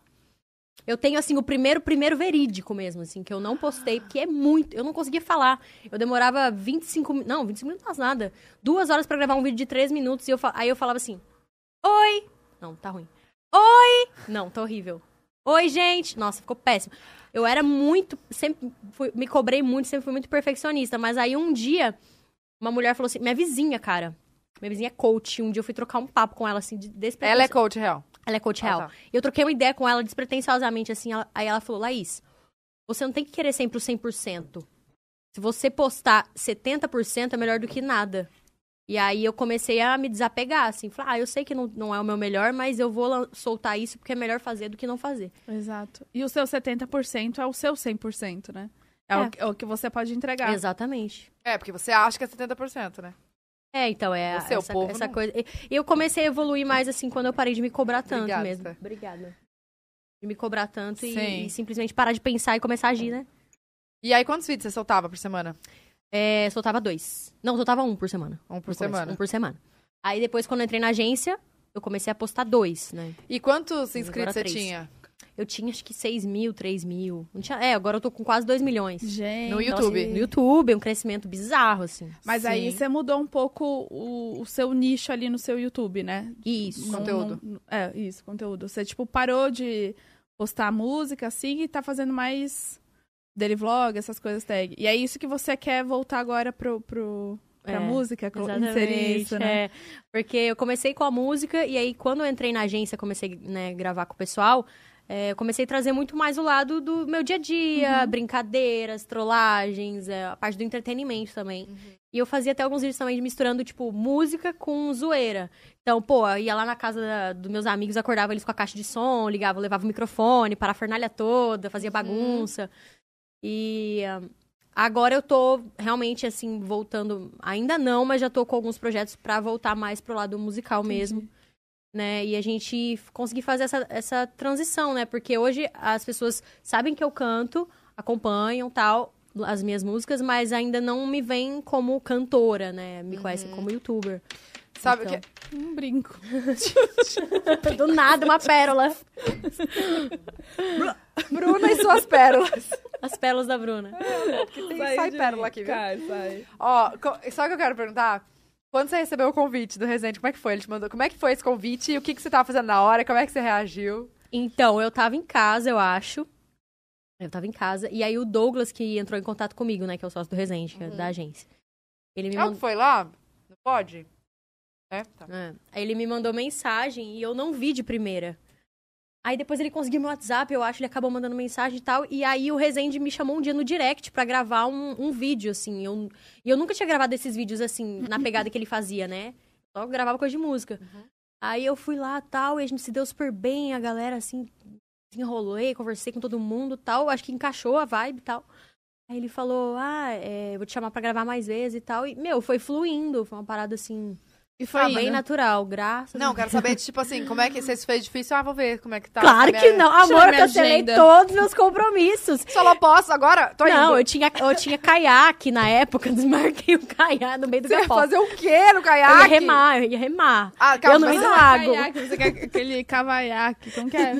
[SPEAKER 3] Eu tenho, assim, o primeiro, primeiro verídico mesmo, assim, que eu não postei, porque é muito. Eu não conseguia falar. Eu demorava 25 minutos. Não, 25 minutos não faz nada. Duas horas pra gravar um vídeo de três minutos. E eu, fa- aí eu falava assim: Oi! Não, tá ruim. Oi! Não, tá horrível. Oi, gente! Nossa, ficou péssimo. Eu era muito. Sempre fui- me cobrei muito, sempre fui muito perfeccionista. Mas aí um dia, uma mulher falou assim: Minha vizinha, cara. Minha vizinha é coach. Um dia eu fui trocar um papo com ela, assim, de despretensio-
[SPEAKER 1] Ela é coach real.
[SPEAKER 3] ela é coach
[SPEAKER 1] Ah,
[SPEAKER 3] real.
[SPEAKER 1] tá.
[SPEAKER 3] E eu troquei uma ideia com ela despretensiosamente, assim. ela- aí ela falou, Laís, você não tem que querer sempre o 100%. Se você postar 70% é melhor do que nada. E aí eu comecei a me desapegar, assim. Falar, ah, eu sei que não, não é o meu melhor, mas eu vou lan- soltar isso porque é melhor fazer do que não fazer.
[SPEAKER 2] Exato. E o seu 70% é o seu 100%, né? É, O,
[SPEAKER 3] É.
[SPEAKER 2] que, é o que você pode
[SPEAKER 1] Tá.
[SPEAKER 2] entregar.
[SPEAKER 3] Exatamente.
[SPEAKER 1] É, porque você acha que é 70%, né?
[SPEAKER 3] É, então, é
[SPEAKER 1] O seu
[SPEAKER 3] essa,
[SPEAKER 1] povo né?
[SPEAKER 3] essa
[SPEAKER 1] não-
[SPEAKER 3] coisa. E eu comecei a evoluir mais, assim, quando eu parei de me cobrar tanto
[SPEAKER 1] Obrigada,
[SPEAKER 3] mesmo.
[SPEAKER 1] Esther.
[SPEAKER 3] Obrigada. De me cobrar tanto
[SPEAKER 1] Sim.
[SPEAKER 3] e, e simplesmente parar de pensar e começar a agir, né?
[SPEAKER 1] E aí, quantos vídeos você soltava por semana?
[SPEAKER 3] É, soltava dois. Não, soltava um por semana.
[SPEAKER 1] Um por
[SPEAKER 3] No começo,
[SPEAKER 1] semana.
[SPEAKER 3] Um por semana. Aí depois, quando eu entrei na agência, eu comecei a postar dois, né?
[SPEAKER 1] E quantos
[SPEAKER 3] Agora
[SPEAKER 1] inscritos você
[SPEAKER 3] três.
[SPEAKER 1] tinha?
[SPEAKER 3] Eu Eu tinha acho que 6 mil, 3 mil. Não tinha, é, agora eu tô com quase 2 milhões.
[SPEAKER 2] Gente.
[SPEAKER 1] No YouTube.
[SPEAKER 3] No YouTube, é um crescimento bizarro, assim.
[SPEAKER 2] Mas aí
[SPEAKER 1] Sim.
[SPEAKER 2] você mudou um pouco o, o seu nicho ali no seu YouTube, né?
[SPEAKER 3] Isso.
[SPEAKER 2] Não-
[SPEAKER 1] Conteúdo.
[SPEAKER 2] não- é, isso, conteúdo. Você, tipo, parou de postar música, assim, e tá fazendo mais daily vlog, essas coisas tag. E é isso que você quer voltar agora pro, pro, pra
[SPEAKER 3] É,
[SPEAKER 2] música, colo- inserir
[SPEAKER 3] Exatamente,
[SPEAKER 2] isso, né?
[SPEAKER 3] é. Porque eu comecei com a música e aí quando eu entrei na agência, comecei né, gravar com o pessoal, é, eu comecei a trazer muito mais o lado do meu dia a dia,
[SPEAKER 2] Uhum.
[SPEAKER 3] brincadeiras, trollagens, é, a parte do entretenimento também.
[SPEAKER 2] Uhum.
[SPEAKER 3] E eu fazia até alguns vídeos também de misturando, tipo, música com zoeira. Então, pô, eu ia lá na casa da- dos meus amigos, acordava eles com a caixa de som, ligava, levava o microfone, parafernália toda, fazia
[SPEAKER 2] Uhum.
[SPEAKER 3] bagunça. E ah, agora eu tô realmente, assim, voltando. Ainda não, mas já tô com alguns projetos pra voltar mais pro lado musical mesmo. Né? E a gente f- conseguir fazer essa, essa transição, né? Porque hoje as pessoas sabem que eu canto, acompanham tal as minhas músicas, mas ainda não me veem como cantora, né? Me conhecem como youtuber.
[SPEAKER 1] Uhum. Sabe o
[SPEAKER 3] Então.
[SPEAKER 1] que?
[SPEAKER 2] Um brinco.
[SPEAKER 3] Do nada, uma pérola.
[SPEAKER 1] Bruna e suas pérolas.
[SPEAKER 3] As pérolas da Bruna.
[SPEAKER 1] Sai,
[SPEAKER 2] de
[SPEAKER 1] pérola
[SPEAKER 2] mim.
[SPEAKER 1] aqui, viu?
[SPEAKER 2] Sai, sai.
[SPEAKER 1] Ó, co- sabe o que eu quero perguntar? Quando você recebeu o convite do Resende, como é que foi? Ele te mandou. Como é que foi esse convite? E o que, que você tava fazendo na hora? Como é que você reagiu?
[SPEAKER 3] Então, eu tava em casa, eu acho. Eu tava em casa. E aí o Douglas, que entrou em contato comigo, né? Que é o sócio do Resende, que é da agência. Ele me
[SPEAKER 1] Uhum. É o
[SPEAKER 3] mandou.
[SPEAKER 1] que foi lá? Não pode? É? Tá.
[SPEAKER 3] É. Aí ele me mandou mensagem e eu não vi de primeira. Aí depois ele conseguiu meu WhatsApp, eu acho, ele acabou mandando mensagem e tal. E aí o Rezende me chamou um dia no direct pra gravar um, um vídeo, assim. Eu, e eu nunca tinha gravado esses vídeos, assim, na pegada que ele fazia, né? Só gravava coisa de música. Aí eu fui lá tal, e a gente se deu super bem, a galera, assim, desenrolei, conversei com todo mundo tal. Acho que encaixou a vibe e tal. Aí ele falou, ah, é, vou te chamar pra gravar mais vezes e tal. E, meu, foi fluindo, foi uma parada assim.
[SPEAKER 2] E
[SPEAKER 3] Foi
[SPEAKER 1] Ah,
[SPEAKER 2] foi indo.
[SPEAKER 3] bem natural, graças
[SPEAKER 1] Não, quero saber, tipo assim, como é que vocês fez difícil? Ah, vou ver como é que tá.
[SPEAKER 3] Claro que não.
[SPEAKER 2] Deixa eu
[SPEAKER 3] Amor,
[SPEAKER 2] ver
[SPEAKER 3] eu
[SPEAKER 2] minha
[SPEAKER 3] cancelei
[SPEAKER 2] agenda.
[SPEAKER 3] todos os meus compromissos.
[SPEAKER 1] Só não posso agora? Tô
[SPEAKER 3] não,
[SPEAKER 1] indo.
[SPEAKER 3] eu tinha, eu tinha caiaque na época, desmarquei o caiaque no meio do
[SPEAKER 1] Você ia
[SPEAKER 3] capó.
[SPEAKER 1] fazer o quê no
[SPEAKER 3] Eu ia
[SPEAKER 1] caiaque?
[SPEAKER 3] remar, eu ia remar.
[SPEAKER 1] Ah, calma,
[SPEAKER 3] Eu não
[SPEAKER 1] mas-
[SPEAKER 3] ia- Lago.
[SPEAKER 2] Caiaque, você quer aquele cavaiaque, como que é?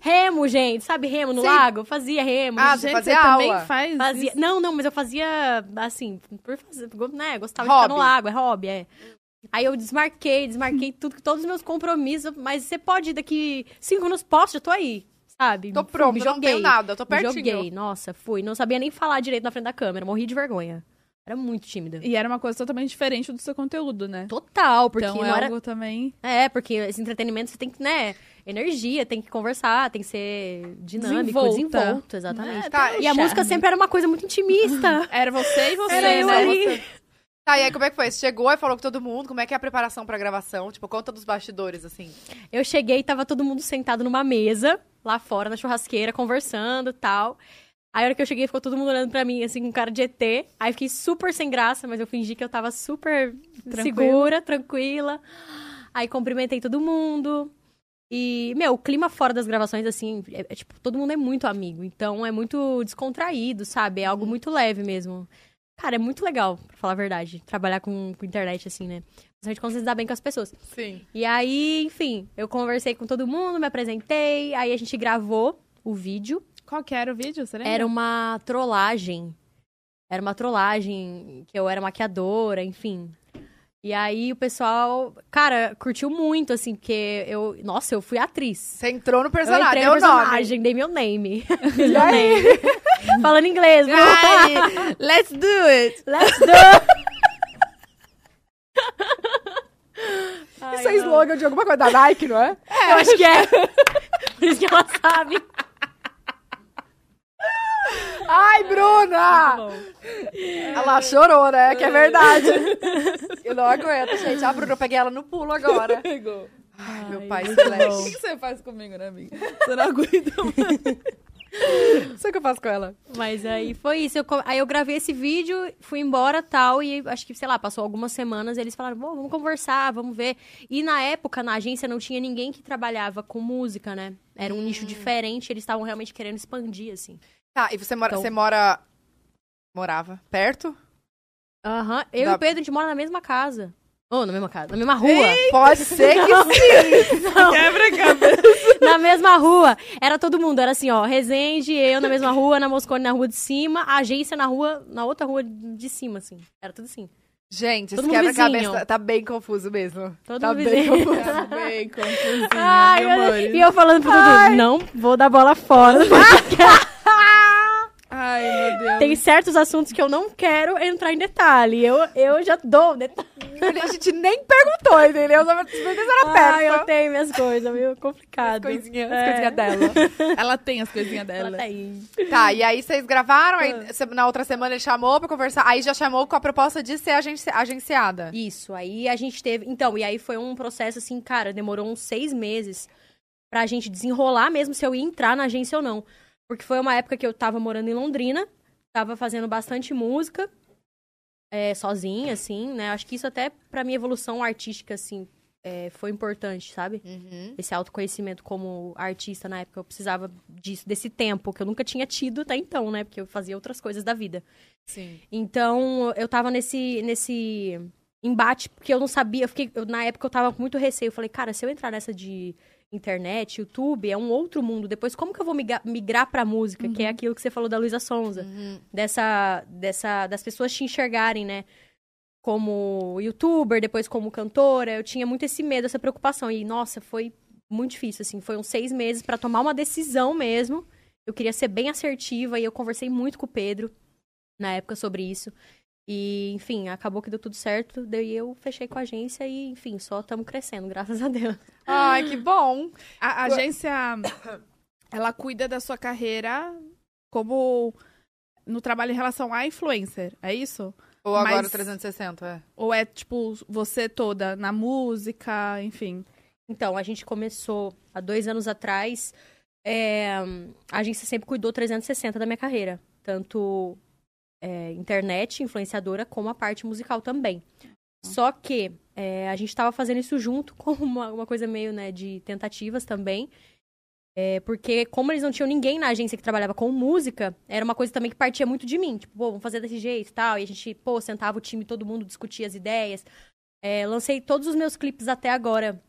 [SPEAKER 3] Remo, gente, sabe remo no
[SPEAKER 1] Sim.
[SPEAKER 3] lago? Eu fazia remo.
[SPEAKER 1] Ah,
[SPEAKER 2] Gente,
[SPEAKER 1] fazer
[SPEAKER 2] você
[SPEAKER 1] aula.
[SPEAKER 2] também faz
[SPEAKER 3] fazia...
[SPEAKER 2] isso?
[SPEAKER 3] Não, não, mas eu fazia, assim, por fazer, go- né? Gostava de
[SPEAKER 1] Hobby.
[SPEAKER 3] ficar no lago, é hobby, é. Aí eu desmarquei, desmarquei tudo, todos os meus compromissos, mas você pode ir daqui cinco anos, posso, já tô aí, sabe?
[SPEAKER 1] Tô
[SPEAKER 3] Fui,
[SPEAKER 1] pronto,
[SPEAKER 3] me
[SPEAKER 1] eu não tenho
[SPEAKER 3] joguei.
[SPEAKER 1] nada, eu tô
[SPEAKER 3] Me
[SPEAKER 1] pertinho.
[SPEAKER 3] Joguei, nossa, fui. Não sabia nem falar direito na frente da câmera, morri de vergonha. Era muito tímida.
[SPEAKER 2] E era uma coisa totalmente diferente do seu conteúdo, né?
[SPEAKER 3] Total, porque
[SPEAKER 2] então
[SPEAKER 3] não
[SPEAKER 2] é
[SPEAKER 3] era.
[SPEAKER 2] algo também
[SPEAKER 3] É, porque esse entretenimento você tem que, né? Energia, tem que conversar, tem que ser dinâmico,
[SPEAKER 2] Desenvolta.
[SPEAKER 3] desenvolto, exatamente.
[SPEAKER 2] É,
[SPEAKER 1] Tá,
[SPEAKER 2] tem um
[SPEAKER 3] E a
[SPEAKER 2] charme.
[SPEAKER 3] música sempre era uma coisa muito intimista.
[SPEAKER 2] Era você e você,
[SPEAKER 3] Era eu
[SPEAKER 2] né?
[SPEAKER 3] ali.
[SPEAKER 1] Tá, e aí como é que foi? Você chegou e falou com todo mundo, como é que é a preparação pra gravação? Tipo, conta dos bastidores, assim.
[SPEAKER 3] Eu cheguei e tava todo mundo sentado numa mesa, lá fora, na churrasqueira, conversando tal. Aí, a hora que eu cheguei, ficou todo mundo olhando pra mim, assim, com cara de ET. Aí, eu fiquei super sem graça, mas eu fingi que eu tava super
[SPEAKER 2] Tranquila.
[SPEAKER 3] segura, tranquila. Aí, cumprimentei todo mundo. E, meu, o clima fora das gravações, assim, é, é tipo, todo mundo é muito amigo. Então, é muito descontraído, sabe? É algo muito leve mesmo. Cara, é muito legal, pra falar a verdade, trabalhar com, com internet, assim, né? Principalmente quando você se dá bem com as pessoas.
[SPEAKER 1] Sim.
[SPEAKER 3] E aí, enfim, eu conversei com todo mundo, me apresentei, aí a gente gravou o vídeo.
[SPEAKER 2] Qual que era um o vídeo, você lembra?
[SPEAKER 3] Era uma trollagem. Era uma trollagem que eu era maquiadora, enfim. E aí o pessoal, cara, curtiu muito, assim, porque eu. Nossa, eu fui atriz.
[SPEAKER 1] Você entrou no
[SPEAKER 3] Eu
[SPEAKER 1] personagem,
[SPEAKER 3] entrei
[SPEAKER 1] deu
[SPEAKER 3] no
[SPEAKER 1] o nome.
[SPEAKER 3] personagem, dei meu name.
[SPEAKER 1] E aí?
[SPEAKER 3] Falando inglês,
[SPEAKER 1] Né?
[SPEAKER 3] vamos lá.
[SPEAKER 2] Ai, let's do it!
[SPEAKER 3] Let's do!
[SPEAKER 1] Isso é slogan de alguma coisa da Nike, não é?
[SPEAKER 3] Eu acho que é. Por isso que ela sabe.
[SPEAKER 1] Ai, Bruna! Ela chorou, né? Que é verdade. Eu não aguento, gente. A Bruna, eu peguei ela no pulo agora.
[SPEAKER 2] Pegou.
[SPEAKER 1] Ai, meu pai
[SPEAKER 3] muito
[SPEAKER 2] O que
[SPEAKER 1] celeste.
[SPEAKER 2] que você faz comigo, né, amiga? Você não aguenta mais.
[SPEAKER 1] Não sei o que eu faço com ela.
[SPEAKER 3] Mas aí foi isso. Eu co- aí eu gravei esse vídeo, fui embora tal. E acho que, sei lá, passou algumas semanas. Eles falaram, Bom, vamos conversar, vamos ver. E na época, na agência, não tinha ninguém que trabalhava com música, né? Era um nicho diferente. Eles estavam realmente querendo expandir, assim.
[SPEAKER 1] Tá, e você mora...
[SPEAKER 3] Então.
[SPEAKER 1] Você mora... Morava perto?
[SPEAKER 3] Aham. Eu
[SPEAKER 1] Da-
[SPEAKER 3] e o Pedro, a gente mora na mesma casa. Ou na mesma casa, na mesma rua.
[SPEAKER 1] Pode ser que sim.
[SPEAKER 3] Não,
[SPEAKER 2] Quebra a cabeça.
[SPEAKER 3] na mesma rua. Era todo mundo, era assim, ó, Resende, eu na mesma rua, na Moscone na rua de cima, a agência na rua, na outra rua de cima, assim. Era tudo assim.
[SPEAKER 1] Gente,
[SPEAKER 3] Todo
[SPEAKER 1] esse
[SPEAKER 3] mundo
[SPEAKER 1] quebra-cabeça
[SPEAKER 3] vizinho.
[SPEAKER 1] tá- tá bem confuso mesmo.
[SPEAKER 3] Todo
[SPEAKER 1] tá
[SPEAKER 3] mundo
[SPEAKER 1] bem
[SPEAKER 3] vizinho.
[SPEAKER 1] confuso.
[SPEAKER 2] Tá bem, confusinha,
[SPEAKER 3] Ai,
[SPEAKER 2] meu
[SPEAKER 3] eu-
[SPEAKER 2] amor.
[SPEAKER 3] e eu falando pro Dudu, não vou dar bola fora.
[SPEAKER 2] Ai, meu Deus.
[SPEAKER 3] Tem certos assuntos que eu não quero entrar em detalhe. Eu, eu já dou detalhe.
[SPEAKER 1] A gente nem perguntou, entendeu? Só pra certeza era
[SPEAKER 3] Ai, eu
[SPEAKER 1] perto.
[SPEAKER 3] tenho minhas coisas, viu? Complicado.
[SPEAKER 1] Coisinhas,
[SPEAKER 3] É.
[SPEAKER 1] coisinha dela.
[SPEAKER 2] Ela tem as coisinhas
[SPEAKER 3] Ela
[SPEAKER 2] dela.
[SPEAKER 3] tá aí.
[SPEAKER 1] Tá, e aí vocês gravaram, aí se- na outra semana ele chamou pra conversar, aí já chamou com a proposta de ser agenci- agenciada.
[SPEAKER 3] Isso, aí a gente teve. Então, e aí foi um processo assim, cara, demorou uns seis meses pra gente desenrolar mesmo se eu ia entrar na agência ou não. Porque foi uma época que eu tava morando em Londrina, tava fazendo bastante música, é, sozinha, assim, né? Acho que isso até pra minha evolução artística, assim, é, foi importante, sabe?
[SPEAKER 1] Uhum.
[SPEAKER 3] Esse autoconhecimento como artista na época, eu precisava disso, desse tempo, que eu nunca tinha tido até então, né? Porque eu fazia outras coisas da vida.
[SPEAKER 1] Sim.
[SPEAKER 3] Então, eu tava nesse, nesse embate, porque eu não sabia. Eu fiquei, eu- na época eu tava com muito receio. Eu falei, cara, se eu entrar nessa de internet, YouTube, é um outro mundo. Depois, como que eu vou miga- migrar pra música? Que é aquilo que você falou da Luísa Sonza.
[SPEAKER 1] Uhum.
[SPEAKER 3] Dessa, dessa, das pessoas te enxergarem, né? Como youtuber, depois como cantora. Eu tinha muito esse medo, essa preocupação. E, nossa, foi muito difícil, assim. Foi uns seis meses pra tomar uma decisão mesmo. Eu queria ser bem assertiva e eu conversei muito com o Pedro na época sobre isso. E, enfim, acabou que deu tudo certo. Daí eu fechei com a agência e, enfim, só estamos crescendo, graças a Deus.
[SPEAKER 1] Ai, que bom.
[SPEAKER 2] A agência, ela cuida da sua carreira como no trabalho em relação a influencer, é isso?
[SPEAKER 1] Ou agora
[SPEAKER 2] Mas-
[SPEAKER 1] o 360, é.
[SPEAKER 2] Ou é, tipo, você toda na música, enfim?
[SPEAKER 3] Então, a gente começou há dois anos atrás. é, a agência sempre cuidou 360 da minha carreira. Tanto é, internet, influenciadora, como a parte musical também. Só que é, a gente estava fazendo isso junto com uma, uma coisa meio né, de tentativas também. É, porque como eles não tinham ninguém na agência que trabalhava com música, era uma coisa também que partia muito de mim. Tipo, pô, vamos fazer desse jeito e tal. E a gente, pô, sentava o time, todo mundo discutia as ideias. É, lancei todos os meus clipes até agora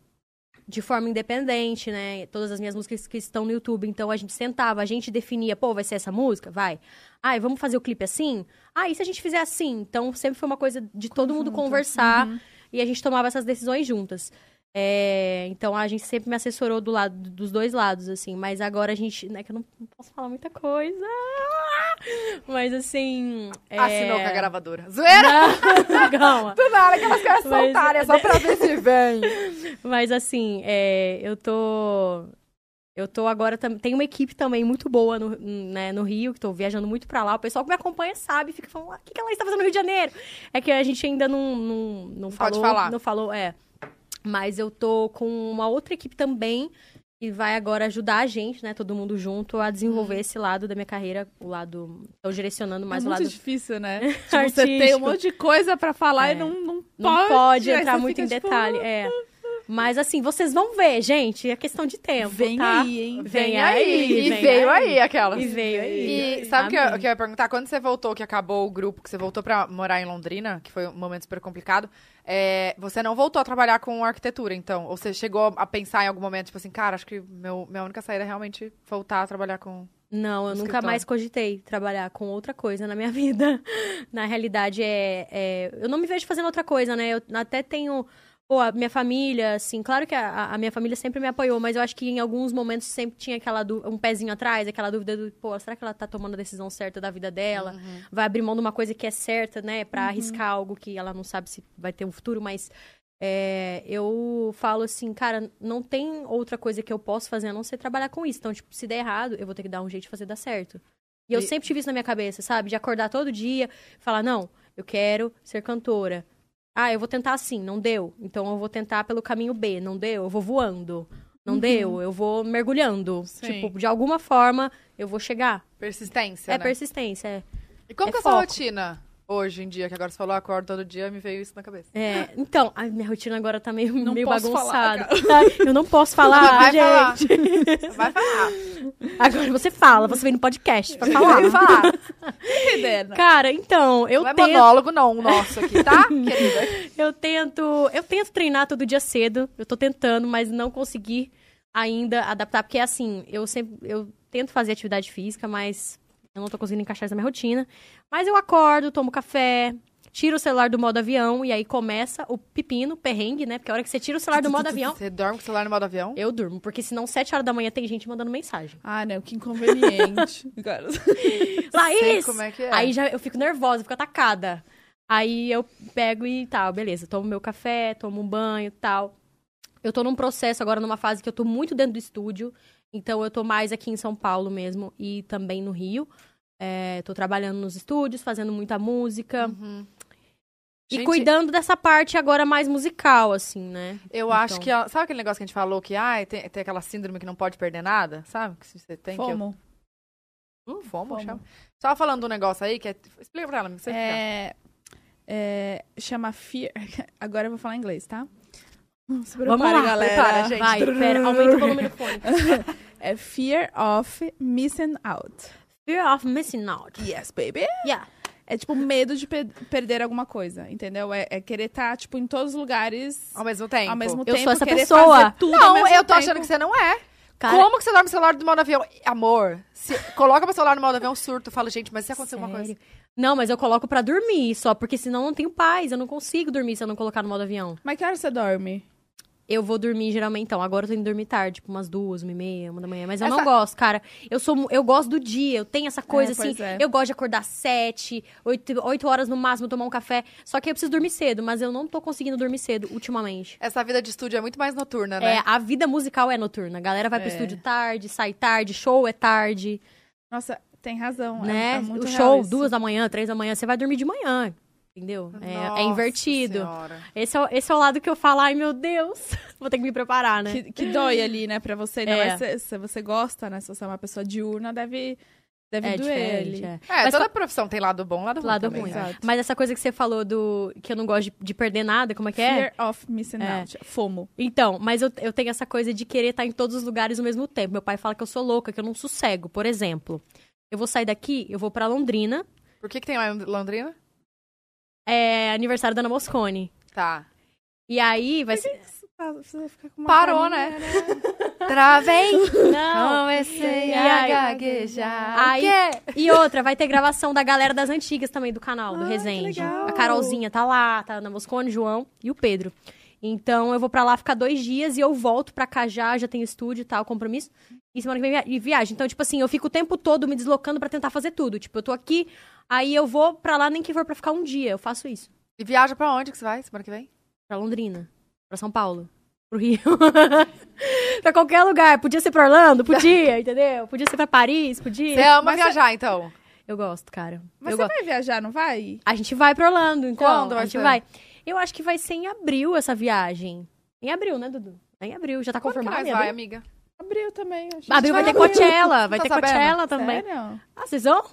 [SPEAKER 3] de forma independente, né? Todas as minhas músicas que estão no YouTube. Então a gente sentava, a gente definia, pô, vai ser essa música? Vai. Ai, vamos fazer o clipe assim? Ah, e se a gente fizer assim? Então sempre foi uma coisa de todo mundo
[SPEAKER 2] Conjunto.
[SPEAKER 3] conversar
[SPEAKER 2] Uhum.
[SPEAKER 3] e a gente tomava essas decisões juntas. É, então a gente sempre me assessorou do lado dos dois lados, assim, mas agora a gente, né, que eu não, não posso falar muita coisa. Mas assim. é-
[SPEAKER 1] Assinou com a gravadora. Zoeira!
[SPEAKER 3] Não, calma.
[SPEAKER 1] Do nada, aquelas caras
[SPEAKER 3] Mas-
[SPEAKER 1] soltárias, só pra ver se vem.
[SPEAKER 3] Mas assim, é, eu tô. Eu tô agora também. Tem uma equipe também muito boa no, né, no Rio, que tô viajando muito pra lá. O pessoal que me acompanha sabe, fica falando, "Ah, o que, que ela está fazendo no Rio de Janeiro? É que a gente ainda não, não, não
[SPEAKER 1] pode
[SPEAKER 3] falou.
[SPEAKER 1] falar.
[SPEAKER 3] Não falou, é. Mas eu tô com uma outra equipe também que vai agora ajudar a gente, né? Todo mundo junto a desenvolver esse lado da minha carreira, o lado. Estão direcionando mais
[SPEAKER 2] Uhum. é
[SPEAKER 3] o
[SPEAKER 2] muito
[SPEAKER 3] lado.
[SPEAKER 2] difícil, né? Tipo, você tem um
[SPEAKER 3] Artístico.
[SPEAKER 2] monte de coisa pra falar
[SPEAKER 3] É.
[SPEAKER 2] e não, não pode.
[SPEAKER 3] Não pode
[SPEAKER 2] aí
[SPEAKER 3] entrar
[SPEAKER 2] você
[SPEAKER 3] muito em
[SPEAKER 2] fica, tipo,
[SPEAKER 3] detalhe. É. Mas assim, vocês vão ver, gente. É questão de tempo.
[SPEAKER 2] Vem
[SPEAKER 3] tá?
[SPEAKER 2] aí, hein?
[SPEAKER 1] Vem aí. E veio aí, aquelas.
[SPEAKER 3] E veio aí.
[SPEAKER 1] E sabe o que, eu-
[SPEAKER 3] Amém.
[SPEAKER 1] que eu ia perguntar? Quando você voltou, que acabou o grupo, que você voltou pra morar em Londrina, que foi um momento super complicado, é, você não voltou a trabalhar com arquitetura, então? Ou você chegou a pensar em algum momento, tipo assim, cara, acho que meu, minha única saída é realmente voltar a trabalhar com...
[SPEAKER 3] Não, eu nunca
[SPEAKER 1] Escritório.
[SPEAKER 3] mais cogitei trabalhar com outra coisa na minha vida. Na realidade, é, é- Eu não me vejo fazendo outra coisa, né? Eu até tenho. Pô, a minha família, assim, claro que a, a minha família sempre me apoiou, mas eu acho que em alguns momentos sempre tinha aquela dú- um pezinho atrás, aquela dúvida do, pô, será que ela tá tomando a decisão certa da vida dela?
[SPEAKER 1] Uhum.
[SPEAKER 3] Vai abrir mão de uma coisa que é certa, né? Pra arriscar algo que ela não sabe se vai ter um futuro, mas É, eu falo assim, cara, não tem outra coisa que eu posso fazer a não ser trabalhar com isso. Então, tipo, se der errado, eu vou ter que dar um jeito de fazer dar certo. E eu
[SPEAKER 1] E-
[SPEAKER 3] sempre tive isso na minha cabeça, sabe? De acordar todo dia, falar, não, eu quero ser cantora. Ah, eu vou tentar assim, não deu. Então eu vou tentar pelo caminho B, não deu, eu vou voando. Não deu, eu vou mergulhando.
[SPEAKER 2] Sim.
[SPEAKER 3] Tipo, de alguma forma eu vou chegar.
[SPEAKER 1] Persistência,
[SPEAKER 3] é
[SPEAKER 1] né?
[SPEAKER 3] persistência, é.
[SPEAKER 1] E como
[SPEAKER 3] é
[SPEAKER 1] que é a sua
[SPEAKER 3] foco.
[SPEAKER 1] rotina Hoje em dia, que agora você falou, acordo todo dia, me veio isso na cabeça.
[SPEAKER 3] É, então, a minha rotina agora tá meio,
[SPEAKER 2] Não
[SPEAKER 3] meio
[SPEAKER 2] posso
[SPEAKER 3] bagunçada. Tá? eu não posso falar,
[SPEAKER 1] Vai falar.
[SPEAKER 3] gente.
[SPEAKER 1] Vai falar.
[SPEAKER 3] Agora você fala, você vem no podcast pra falar.
[SPEAKER 1] Vai falar.
[SPEAKER 2] Entendendo.
[SPEAKER 3] Cara, então, eu
[SPEAKER 1] não é
[SPEAKER 3] tento.
[SPEAKER 1] monólogo, não, o nosso aqui, tá, querida?
[SPEAKER 3] Eu tento, eu tento treinar todo dia cedo. Eu tô tentando, mas não consegui ainda adaptar, porque assim, eu sempre eu tento fazer atividade física, mas eu não tô conseguindo encaixar isso na minha rotina. Mas eu acordo, tomo café, tiro o celular do modo avião e aí começa o pepino, o perrengue, né? Porque a hora que você tira o celular do modo avião,
[SPEAKER 1] Você dorme com o celular no modo avião?
[SPEAKER 3] eu durmo, porque senão 7 horas da manhã tem gente mandando mensagem.
[SPEAKER 2] Ah, não, que inconveniente. Agora-
[SPEAKER 1] Sei
[SPEAKER 3] Laís,
[SPEAKER 1] como é que é.
[SPEAKER 3] Aí já eu fico nervosa, eu fico atacada. Aí eu pego e tal, beleza, tomo meu café, tomo um banho e tal. Eu tô num processo agora, numa fase que eu tô muito dentro do estúdio. Então eu tô mais aqui em São Paulo mesmo e também no Rio. É, tô trabalhando nos estúdios, fazendo muita música.
[SPEAKER 1] Uhum.
[SPEAKER 3] E
[SPEAKER 1] Gente,
[SPEAKER 3] cuidando dessa parte agora mais musical, assim, né?
[SPEAKER 1] Eu acho
[SPEAKER 3] Então.
[SPEAKER 1] que. a- Sabe aquele negócio que a gente falou que ai, tem, tem aquela síndrome que não pode perder nada? Sabe? Que se você tem que.
[SPEAKER 2] Como?
[SPEAKER 1] Hum, fomo,
[SPEAKER 2] Fomo.
[SPEAKER 1] chama. Só falando um negócio aí que é. Explica pra ela, não precisa explicar.
[SPEAKER 2] É, é, chama fear. Agora eu vou falar em inglês, tá? Se prepara,
[SPEAKER 3] Vamos lá,
[SPEAKER 2] galera.
[SPEAKER 1] prepara, gente.
[SPEAKER 3] Vai, pera, aumenta o volume do fone.
[SPEAKER 2] É fear of missing out.
[SPEAKER 3] Fear of missing out.
[SPEAKER 2] Yes, baby.
[SPEAKER 3] Yeah.
[SPEAKER 2] É tipo medo de pe- perder alguma coisa, entendeu? É, é querer estar, tipo, em todos os lugares
[SPEAKER 1] Ao mesmo tempo.
[SPEAKER 2] ao mesmo
[SPEAKER 3] Eu
[SPEAKER 2] tempo.
[SPEAKER 3] sou essa
[SPEAKER 2] querer
[SPEAKER 3] pessoa.
[SPEAKER 2] fazer tudo ao
[SPEAKER 1] Não,
[SPEAKER 2] mesmo
[SPEAKER 1] eu tô
[SPEAKER 2] tempo.
[SPEAKER 1] achando que você não é.
[SPEAKER 3] Cara,
[SPEAKER 1] Como que você dorme o celular do modo avião? Amor, se coloca meu celular no modo avião, surto. Fala, gente, mas se acontecer alguma coisa.
[SPEAKER 3] Sério? Não, mas eu coloco pra dormir só, porque senão eu não tenho paz. Eu não consigo dormir se eu não colocar no modo avião.
[SPEAKER 2] Mas que hora você dorme?
[SPEAKER 3] Eu vou dormir geralmente, então. Agora eu tô indo dormir tarde, tipo umas duas, uma e meia, uma da manhã. Mas eu
[SPEAKER 1] Essa-
[SPEAKER 3] não gosto, cara. Eu sou, mu- eu gosto do dia, eu tenho essa
[SPEAKER 2] É,
[SPEAKER 3] coisa assim.
[SPEAKER 2] pois é.
[SPEAKER 3] Eu gosto de acordar sete, oito, oito horas no máximo, tomar um café. Só que eu preciso dormir cedo, mas eu não tô conseguindo dormir cedo ultimamente.
[SPEAKER 1] Essa vida de estúdio é muito mais noturna, né?
[SPEAKER 3] É, a vida musical é noturna. A galera vai pro
[SPEAKER 2] É.
[SPEAKER 3] estúdio tarde, sai tarde, show é tarde,
[SPEAKER 2] Nossa, tem razão. é-
[SPEAKER 3] né?
[SPEAKER 2] É, muito
[SPEAKER 3] o
[SPEAKER 2] real
[SPEAKER 3] show,
[SPEAKER 2] isso.
[SPEAKER 3] duas da manhã, três da manhã, você vai dormir de manhã. Entendeu? É-
[SPEAKER 1] Nossa
[SPEAKER 3] é invertido.
[SPEAKER 1] Senhora.
[SPEAKER 3] Esse é, o- esse é o lado que eu falo, ai meu Deus, vou ter que me preparar, né?
[SPEAKER 2] Que, que dói ali, né, pra você. Ainda
[SPEAKER 3] É.
[SPEAKER 2] mais se, se você gosta, né? Se você é uma pessoa diurna, deve, deve
[SPEAKER 3] é
[SPEAKER 2] doer ali.
[SPEAKER 3] diferente, é.
[SPEAKER 1] É,
[SPEAKER 3] Mas
[SPEAKER 1] toda profissão tem lado bom, lado ruim.
[SPEAKER 3] Lado
[SPEAKER 1] também,
[SPEAKER 3] ruim.
[SPEAKER 1] né?
[SPEAKER 2] Exato.
[SPEAKER 3] Mas essa coisa que você falou do que eu não gosto de, de perder nada, como é que é?
[SPEAKER 2] Fear of missing
[SPEAKER 3] É.
[SPEAKER 2] out. Fomo.
[SPEAKER 3] Então, mas eu, eu tenho essa coisa de querer estar em todos os lugares ao mesmo tempo. Meu pai fala que eu sou louca, que eu não sossego, por exemplo. Eu vou sair daqui, eu vou pra Londrina,
[SPEAKER 1] Por que, que tem lá em Londrina?
[SPEAKER 3] é aniversário da Ana Moscone.
[SPEAKER 1] Tá.
[SPEAKER 3] E aí vai ser.
[SPEAKER 2] Ah, Você fica com uma
[SPEAKER 1] Parou,
[SPEAKER 2] carinha,
[SPEAKER 1] né? Travei! é
[SPEAKER 3] Não!
[SPEAKER 1] Comecei
[SPEAKER 3] E
[SPEAKER 1] a
[SPEAKER 3] aí?
[SPEAKER 1] gaguejar.
[SPEAKER 3] Aí-
[SPEAKER 1] O quê?
[SPEAKER 3] E outra, vai ter gravação da galera das antigas também do canal, do
[SPEAKER 2] Ah, que
[SPEAKER 3] Resende.
[SPEAKER 2] legal.
[SPEAKER 3] A Carolzinha tá lá, tá a Ana Moscone, o João e o Pedro. Então eu vou pra lá ficar dois dias e eu volto pra cá já, já tenho estúdio e tal, compromisso. E semana que vem via- e viagem. Então, tipo assim, eu fico o tempo todo me deslocando pra tentar fazer tudo. Tipo, eu tô aqui, aí eu vou pra lá, nem que for pra ficar um dia. Eu faço isso.
[SPEAKER 1] E viaja pra onde que você vai semana que vem?
[SPEAKER 3] Pra Londrina, pra São Paulo, pro Rio. pra qualquer lugar. Podia ser pra Orlando? Podia, entendeu? Podia ser pra Paris? Podia.
[SPEAKER 1] Você ama
[SPEAKER 2] Mas você-
[SPEAKER 1] viajar, então?
[SPEAKER 3] Eu gosto, cara.
[SPEAKER 2] Mas
[SPEAKER 3] eu
[SPEAKER 2] você
[SPEAKER 3] gosto.
[SPEAKER 2] vai viajar, não vai?
[SPEAKER 3] A gente vai pra Orlando, então.
[SPEAKER 1] Quando vai
[SPEAKER 3] a gente
[SPEAKER 1] ser?
[SPEAKER 3] vai. Eu acho que vai ser em abril essa viagem. Em abril, né, Dudu? É em abril, já tá
[SPEAKER 1] Quando que
[SPEAKER 3] confirmado.
[SPEAKER 1] nós
[SPEAKER 3] em
[SPEAKER 1] vai,
[SPEAKER 3] abril?
[SPEAKER 1] amiga?
[SPEAKER 2] Abril também. a gente
[SPEAKER 3] Abril vai ter
[SPEAKER 1] abril.
[SPEAKER 3] Coachella, vai
[SPEAKER 1] Tá
[SPEAKER 3] ter
[SPEAKER 1] sabendo?
[SPEAKER 3] Coachella também.
[SPEAKER 2] Sério?
[SPEAKER 3] Ah, vocês vão?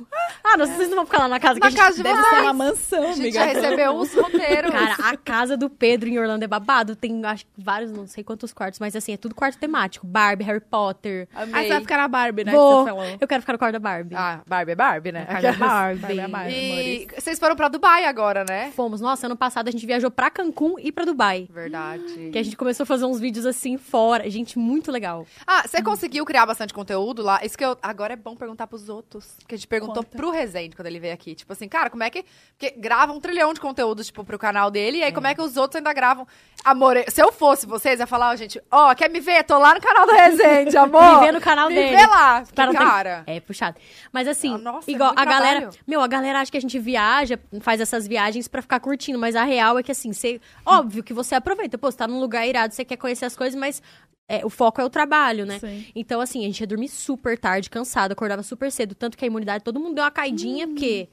[SPEAKER 3] Ah, não, vocês não vão ficar lá na casa
[SPEAKER 1] Na
[SPEAKER 3] que a
[SPEAKER 1] casa
[SPEAKER 3] gente
[SPEAKER 1] de
[SPEAKER 3] deve
[SPEAKER 1] vocês.
[SPEAKER 2] É uma mansão,
[SPEAKER 1] A gente
[SPEAKER 2] amiga.
[SPEAKER 1] já recebeu uns roteiros.
[SPEAKER 3] Cara, a casa do Pedro em Orlando é babado. Tem, acho que vários, não sei quantos quartos, mas assim, é tudo quarto temático. Barbie, Harry Potter.
[SPEAKER 2] Aí Ah, você vai ficar na Barbie, né?
[SPEAKER 3] Vou.
[SPEAKER 2] Que você falou.
[SPEAKER 3] Eu quero ficar no quarto da Barbie.
[SPEAKER 1] Ah, Barbie é Barbie, né?
[SPEAKER 3] Na casa da Barbie.
[SPEAKER 2] Barbie é Barbie.
[SPEAKER 1] E vocês foram pra Dubai agora, né?
[SPEAKER 3] Fomos. Nossa, ano passado a gente viajou pra Cancún e pra Dubai.
[SPEAKER 1] Verdade.
[SPEAKER 3] Que a gente começou a fazer uns vídeos assim fora. Gente, muito legal.
[SPEAKER 1] Ah, você conseguiu criar bastante conteúdo lá? Isso que eu. Agora é bom perguntar pros outros. Porque a gente perguntou
[SPEAKER 2] Conta.
[SPEAKER 1] pro Rezende quando ele veio aqui. Tipo assim, cara, como é que. Porque grava um trilhão de conteúdos, tipo, pro canal dele. E aí, como é que os outros ainda gravam? Amor, se eu fosse vocês, ia falar, ó, gente, ó, quer me ver? Tô lá no canal do Rezende, amor.
[SPEAKER 3] Me vê no canal
[SPEAKER 1] Me
[SPEAKER 3] dele.
[SPEAKER 1] vê lá. Porque,
[SPEAKER 3] Cara,
[SPEAKER 1] Cara,
[SPEAKER 3] tem- É puxado. Mas assim,
[SPEAKER 1] Ah, nossa, é
[SPEAKER 3] igual
[SPEAKER 1] muito
[SPEAKER 3] a galera.
[SPEAKER 1] trabalho.
[SPEAKER 3] Meu, a galera acha que a gente viaja, faz essas viagens pra ficar curtindo, mas a real é que assim, você, óbvio que você aproveita. Pô, você tá num lugar irado, você quer conhecer as coisas, mas é, o foco é o trabalho, né?
[SPEAKER 2] Sim.
[SPEAKER 3] Então, assim, a gente ia dormir super tarde, cansado, acordava super cedo, tanto que a imunidade, todo mundo deu uma caidinha, porque